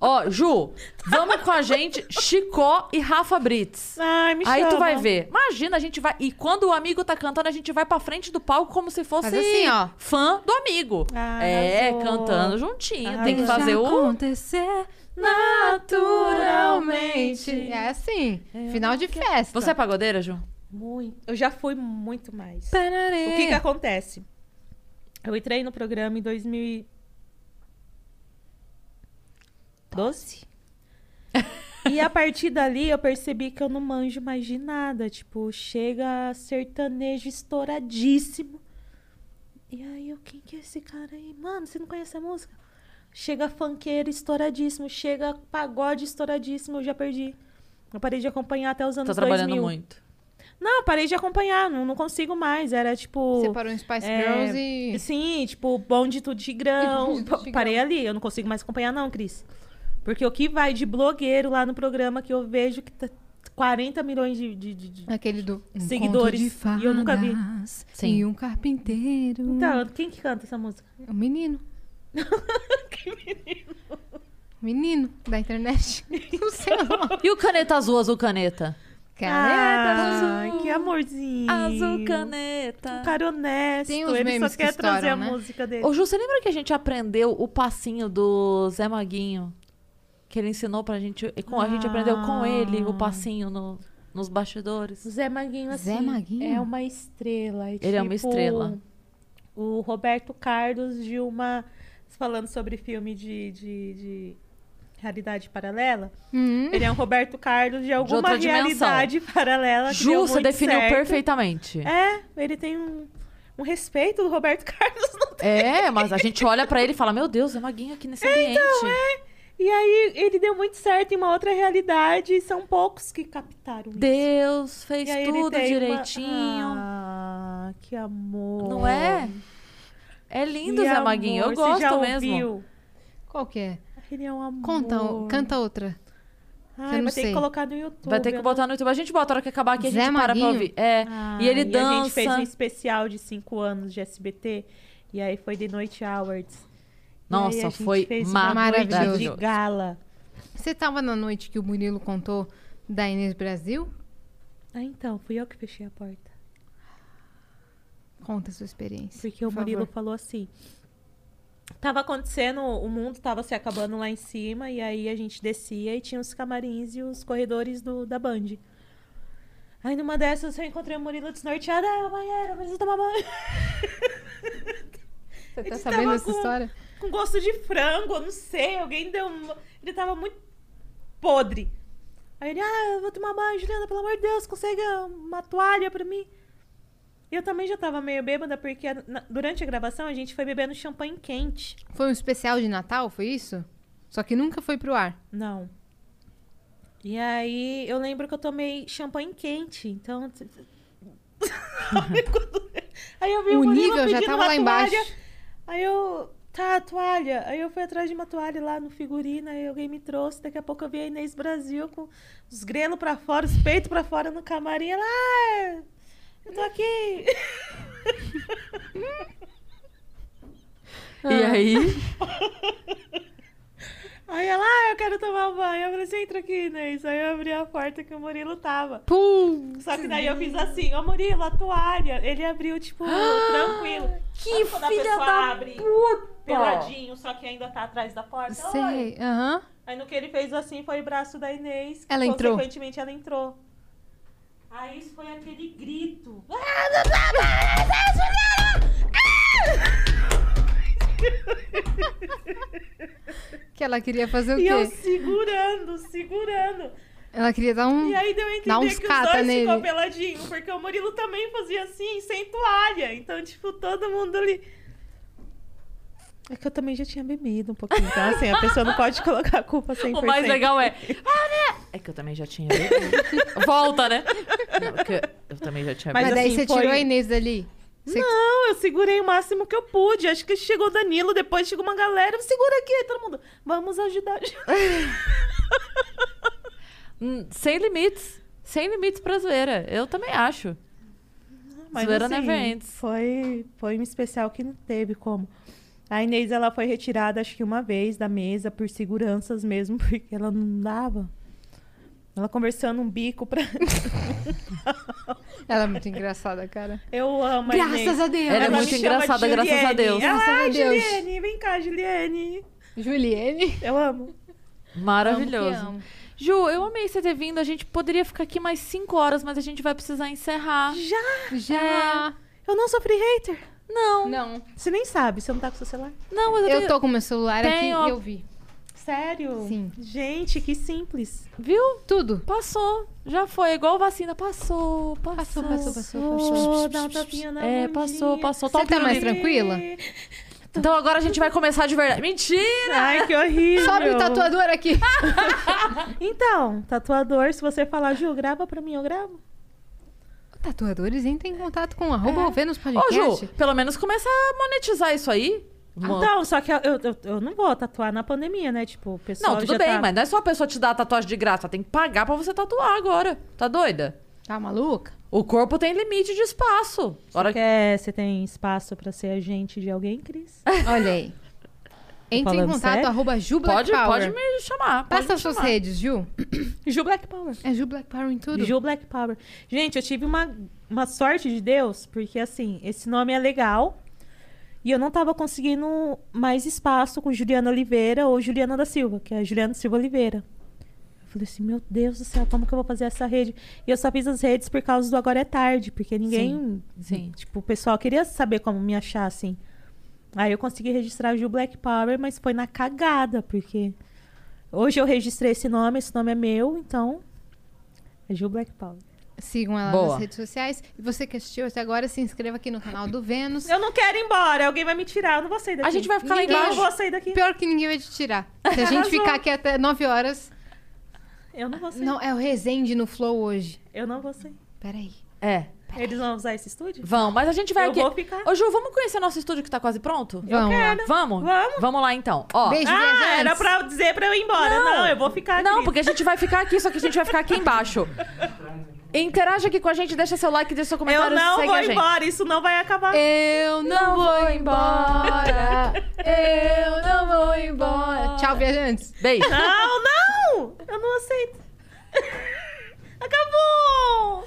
Speaker 4: Ó, Ju, vamos com a gente, Chicó e Rafa Brits.
Speaker 2: Ai, me
Speaker 4: Aí tu
Speaker 2: chama.
Speaker 4: vai ver. Imagina, a gente vai. E quando o amigo tá cantando, a gente vai pra frente do palco como se fosse
Speaker 3: Faz assim, ó.
Speaker 4: fã do amigo.
Speaker 2: Ah, Arrasou. Ah,
Speaker 4: É, cantando juntinho. Tem que
Speaker 2: Arrasou.
Speaker 4: fazer o.
Speaker 5: acontecer
Speaker 3: naturalmente. É assim. Final de festa.
Speaker 4: Você é pagodeira, Ju?
Speaker 2: Muito. Eu já fui muito mais.
Speaker 5: Pararé.
Speaker 2: O que é que acontece? Eu entrei no programa em 2012. e a partir dali eu percebi que eu não manjo mais de nada. Tipo, chega sertanejo estouradíssimo. E aí eu, quem que é esse cara aí? Mano, você não conhece a música? Chega funkeiro estouradíssimo, chega pagode estouradíssimo, eu já perdi. Eu parei de acompanhar até os
Speaker 4: Tá
Speaker 2: anos 2000.
Speaker 4: trabalhando muito.
Speaker 2: Não, eu parei de acompanhar, não, não consigo mais. Era tipo.
Speaker 3: Separou em Spice
Speaker 2: É,
Speaker 3: Girls e...
Speaker 2: Sim, tipo, bonde do
Speaker 3: E
Speaker 2: Tigrão.
Speaker 3: bonde do
Speaker 2: Pa-
Speaker 3: Tigrão.
Speaker 2: Parei ali, eu não consigo mais acompanhar, não, Cris. Porque o que vai de blogueiro lá no programa que eu vejo que tá 40 milhões de. de- de- de-
Speaker 3: Aquele do... Um
Speaker 2: Seguidores.
Speaker 3: conto de
Speaker 2: E eu nunca vi.
Speaker 3: fadas
Speaker 4: Sim.
Speaker 3: E um carpinteiro.
Speaker 2: Então, quem que canta essa música?
Speaker 3: Um menino. que menino? Menino da internet. Não sei o nome.
Speaker 4: E o caneta azul, azul caneta?
Speaker 3: Caneta
Speaker 2: Ai,
Speaker 3: azul.
Speaker 2: Ah, que amorzinho.
Speaker 4: Azul caneta.
Speaker 2: Um cara honesto.
Speaker 3: Tem uns
Speaker 2: Ele só
Speaker 3: memes que
Speaker 2: quer
Speaker 3: estouram,
Speaker 2: trazer a
Speaker 3: né?
Speaker 2: música dele.
Speaker 4: Ô, Ju, você lembra que a gente aprendeu o passinho do Zé Maguinho? Que ele ensinou pra gente. e com- A gente aprendeu com ele
Speaker 2: Ah.
Speaker 4: o passinho no- nos
Speaker 2: O
Speaker 4: bastidores.
Speaker 2: Zé Maguinho, assim,
Speaker 3: Zé Maguinho?
Speaker 2: é uma estrela.
Speaker 4: Ele é uma
Speaker 2: tipo
Speaker 4: estrela.
Speaker 2: O Roberto Carlos de uma... Falando sobre filme de, de, de realidade paralela.
Speaker 3: Hum.
Speaker 2: Ele é um Roberto Carlos de alguma
Speaker 4: outra dimensão.
Speaker 2: realidade paralela. é que deu
Speaker 4: Ju, você
Speaker 2: muito
Speaker 4: definiu
Speaker 2: certo.
Speaker 4: perfeitamente.
Speaker 2: É, ele tem um, um respeito do Roberto Carlos. não tem?
Speaker 4: É, mas a gente olha pra ele e fala: Meu Deus, Zé Maguinho aqui nesse
Speaker 2: É, então,
Speaker 4: ambiente.
Speaker 2: E aí, ele deu muito certo em uma outra realidade. E são poucos que captaram isso.
Speaker 4: Deus fez
Speaker 2: E aí ele
Speaker 4: tudo
Speaker 2: tem uma-
Speaker 4: direitinho.
Speaker 2: Ah, que amor.
Speaker 4: Não é? É lindo,
Speaker 2: Que
Speaker 4: Zé Maguinho.
Speaker 2: amor,
Speaker 4: Eu
Speaker 2: você já
Speaker 4: gosto mesmo.
Speaker 2: ouviu?
Speaker 3: Qual que é?
Speaker 2: Ele é um amor.
Speaker 3: Conta, canta outra.
Speaker 2: Ai,
Speaker 3: eu não
Speaker 2: vai ter
Speaker 3: sei.
Speaker 2: que colocar no YouTube.
Speaker 4: Vai ter que
Speaker 2: eu
Speaker 4: botar no YouTube. A gente bota a hora que acabar aqui, a
Speaker 3: Zé
Speaker 4: gente para pra
Speaker 3: Maguinho?
Speaker 4: ouvir. É.
Speaker 2: não-
Speaker 4: e ele
Speaker 2: Ai,
Speaker 4: dança.
Speaker 2: A gente fez um especial de 5 anos de SBT. E aí foi The Noite Awards. E aí
Speaker 4: Nossa,
Speaker 2: a gente
Speaker 4: foi
Speaker 2: fez uma noite de
Speaker 4: maravilhoso.
Speaker 2: gala.
Speaker 3: Você tava na noite que o Murilo contou da Inês Brasil?
Speaker 2: Ah, então, fui eu que fechei a porta.
Speaker 3: Conta a sua experiência.
Speaker 2: Porque o
Speaker 3: por favor.
Speaker 2: Murilo falou assim. Tava acontecendo, o mundo tava se acabando lá em cima, e aí a gente descia e tinha os camarins e os corredores do, da Band. Aí numa dessas eu encontrei o Murilo desnorteado, ah, banheiro, preciso tomar banho.
Speaker 3: Você tá
Speaker 2: Ele
Speaker 3: sabendo
Speaker 2: tava
Speaker 3: essa
Speaker 2: com-
Speaker 3: história?
Speaker 2: com gosto de frango, eu não sei, alguém deu. um- Ele tava muito podre. Aí ele, ah, eu vou tomar banho, Juliana, pelo amor de Deus, consegue uma toalha pra mim? E eu também já tava meio bêbada, porque na- durante a gravação a gente foi bebendo champanhe quente.
Speaker 3: Foi um especial de Natal, foi isso? Só que nunca foi pro ar.
Speaker 2: Não. E aí eu lembro que eu tomei champanhe quente, então. aí eu vi o,
Speaker 3: o
Speaker 2: Murilo
Speaker 3: nível já
Speaker 2: pedindo
Speaker 3: tava
Speaker 2: uma
Speaker 3: lá embaixo.
Speaker 2: toalha. Aí eu. Tá, a toalha. Aí eu fui atrás de uma toalha lá no figurina e alguém me trouxe. Daqui a pouco eu vi a Inês Brasil com os grelos pra fora, os peitos pra fora no camarim. Ela, ah, eu tô aqui.
Speaker 4: E aí?
Speaker 2: Aí ela, ah, eu quero tomar banho. Eu falei assim, entra aqui, Inês. Aí eu abri a porta que o Murilo tava.
Speaker 3: Pum!
Speaker 2: Só que daí eu fiz assim, ô Murilo, a toalha. Ele abriu, tipo, tranquilo.
Speaker 4: Ah, Que
Speaker 2: Sabe quando a
Speaker 4: filha
Speaker 2: pessoa
Speaker 4: da
Speaker 2: abre
Speaker 4: puta!
Speaker 2: peladinho, só que ainda tá atrás da porta.
Speaker 4: é-
Speaker 2: Oi.
Speaker 3: Sei, aham.
Speaker 2: Aí no que ele fez assim foi o braço da Inês. que
Speaker 3: Ela entrou.
Speaker 2: Consequentemente ela entrou. Aí isso foi aquele grito.
Speaker 3: Que ela queria fazer o
Speaker 2: E eu
Speaker 3: quê?
Speaker 2: segurando, segurando.
Speaker 3: Ela queria dar um.
Speaker 2: E aí deu a entender
Speaker 3: Dá uns
Speaker 2: que os
Speaker 3: cata
Speaker 2: dois
Speaker 3: nele.
Speaker 2: ficou peladinho, porque o Murilo também fazia assim, sem toalha. Então, tipo, todo mundo ali. É que eu também já tinha bebido um pouquinho. Então, assim, a pessoa não pode colocar a culpa 100%.
Speaker 4: O mais legal é. "Ah, né?" É que eu também já tinha. bebido. Volta, né? Não, que eu também já tinha.
Speaker 2: Mas
Speaker 3: Mas, daí
Speaker 2: assim,
Speaker 3: você
Speaker 2: foi-
Speaker 3: tirou a Inês dali. Você-
Speaker 2: Não, eu segurei o máximo que eu pude. Acho que chegou o Danilo, depois chegou uma galera. Segura aqui, aí todo mundo. Vamos ajudar.
Speaker 4: Hum, Sem limites. Sem limites pra zoeira. Eu também acho. Zoeira never ends.
Speaker 2: assim, Foi, foi um especial que não teve como. A Inês, ela foi retirada, acho que uma vez, da mesa, por seguranças mesmo, porque ela não dava. Ela conversando um bico pra...
Speaker 3: Ela é muito engraçada, cara.
Speaker 2: Eu amo a Inês.
Speaker 3: Graças a Deus.
Speaker 4: Ela é
Speaker 2: Ela me
Speaker 4: muito
Speaker 2: chama de
Speaker 4: engraçada, graças a
Speaker 2: Juliane.
Speaker 4: Deus.
Speaker 2: Ela,
Speaker 3: Graças a
Speaker 2: "Ai,
Speaker 3: Deus."
Speaker 2: Juliane, vem cá, Juliane.
Speaker 3: Juliane.
Speaker 2: Eu amo.
Speaker 4: Maravilhoso.
Speaker 3: Amo que amo.
Speaker 4: Ju, eu amei você ter vindo. A gente poderia ficar aqui mais cinco horas, mas a gente vai precisar encerrar.
Speaker 2: Já?
Speaker 3: Já.
Speaker 2: Eu não sofri hater.
Speaker 4: Não,
Speaker 3: Não.
Speaker 2: Você nem sabe, você não tá com seu celular.
Speaker 4: não, mas eu,
Speaker 3: Eu
Speaker 4: tenho-
Speaker 3: tô com meu celular aqui
Speaker 4: Tenho-
Speaker 3: e eu vi.
Speaker 2: Sério?
Speaker 3: Sim.
Speaker 2: Gente, que simples.
Speaker 4: Viu?
Speaker 3: Tudo.
Speaker 4: Passou. Já foi. É Igual vacina. Passou, passou.
Speaker 3: Passou, passou, passou. passou.
Speaker 2: Oh, dá um tapinha na
Speaker 4: É, passou,
Speaker 2: bundinha.
Speaker 4: passou. Tá um
Speaker 3: Você tá mais
Speaker 4: pirulito.
Speaker 3: tranquila?
Speaker 4: Então agora a gente vai começar de verdade. Mentira!
Speaker 2: Ai, que horrível.
Speaker 3: Sobe o tatuador aqui.
Speaker 2: Então, tatuador, se você falar, Ju, grava pra mim, eu gravo.
Speaker 3: Tatuadores entrem em contato com
Speaker 2: É.
Speaker 3: arroba ou Vênus
Speaker 4: Ô,
Speaker 3: Podcast.
Speaker 4: Ju, pelo menos começa a monetizar isso aí. Mo-
Speaker 2: Então, só que eu, eu, eu- eu não vou tatuar na pandemia, né? Tipo, o pessoal
Speaker 4: Não, tudo
Speaker 2: já
Speaker 4: bem,
Speaker 2: tá...
Speaker 4: mas não é só a pessoa te dar a tatuagem de graça. Tem que pagar pra você tatuar agora. Tá doida?
Speaker 3: Tá maluca?
Speaker 4: O corpo tem limite de espaço. Hora...
Speaker 2: Você, quer- você tem espaço pra ser agente de alguém, Cris?
Speaker 3: Olha aí. Entre em
Speaker 2: falando
Speaker 3: contato,
Speaker 2: sério?
Speaker 3: arroba Ju Black
Speaker 4: Pode,
Speaker 3: Power.
Speaker 4: pode me chamar. Pode
Speaker 3: Passa
Speaker 4: me
Speaker 3: as suas
Speaker 4: chamar.
Speaker 3: redes, Ju.
Speaker 2: Ju Black Power.
Speaker 3: É Ju Black Power em tudo?
Speaker 2: Ju Black Power. Gente, eu tive uma, uma sorte de Deus, porque assim, esse nome é legal. E eu não tava conseguindo mais espaço com Juliana Oliveira ou Juliana da Silva, que é a Juliana Silva Oliveira. Eu falei assim, meu Deus do céu, como que eu vou fazer essa rede? E eu só fiz as redes por causa do Agora é Tarde, porque ninguém.
Speaker 4: sim.
Speaker 2: Tipo, o pessoal queria saber como me achar, assim. Aí eu consegui registrar Ju Black Power, mas foi na cagada, porque hoje eu registrei esse nome, esse nome é meu, então. É Ju Black Power.
Speaker 3: Sigam ela
Speaker 4: Boa.
Speaker 3: nas redes sociais. E você que assistiu até agora, se inscreva aqui no canal do Vênus.
Speaker 2: Eu não quero ir embora, alguém vai me tirar, eu não vou sair daqui.
Speaker 4: A gente vai ficar lá
Speaker 3: Ninguém-
Speaker 2: Eu não
Speaker 4: embaixo.
Speaker 2: vou sair daqui.
Speaker 3: Pior que ninguém vai te tirar. Se a gente
Speaker 2: Arrasou.
Speaker 3: ficar aqui até 9 horas.
Speaker 2: Eu não vou sair.
Speaker 3: Não, é o Resende no Flow hoje.
Speaker 2: Eu não vou sair.
Speaker 3: Peraí.
Speaker 4: É,
Speaker 2: Eles vão usar esse estúdio?
Speaker 4: vão. Mas a gente vai
Speaker 2: Eu
Speaker 4: aqui.
Speaker 2: vou ficar.
Speaker 4: Ô, Ju, vamos conhecer nosso estúdio que tá quase pronto?
Speaker 3: Vamos lá.
Speaker 4: Vamos?
Speaker 2: Vamos.
Speaker 4: Vamos lá, então. Ó.
Speaker 3: Beijo,
Speaker 2: Ah,
Speaker 3: viajantes.
Speaker 2: era pra dizer pra eu ir embora. Não, eu vou ficar
Speaker 4: Não,
Speaker 2: aqui.
Speaker 4: porque a gente vai ficar aqui, só que a gente vai ficar aqui embaixo. Interage aqui com a gente, deixa seu like, deixa seu
Speaker 2: Eu
Speaker 4: comentário,
Speaker 2: não
Speaker 4: segue
Speaker 2: vou
Speaker 4: a gente.
Speaker 2: embora, isso não vai acabar.
Speaker 4: Eu não vou embora. Eu não vou embora.
Speaker 3: Tchau, viajantes.
Speaker 4: Beijo.
Speaker 2: Não, não! Eu não aceito. Acabou!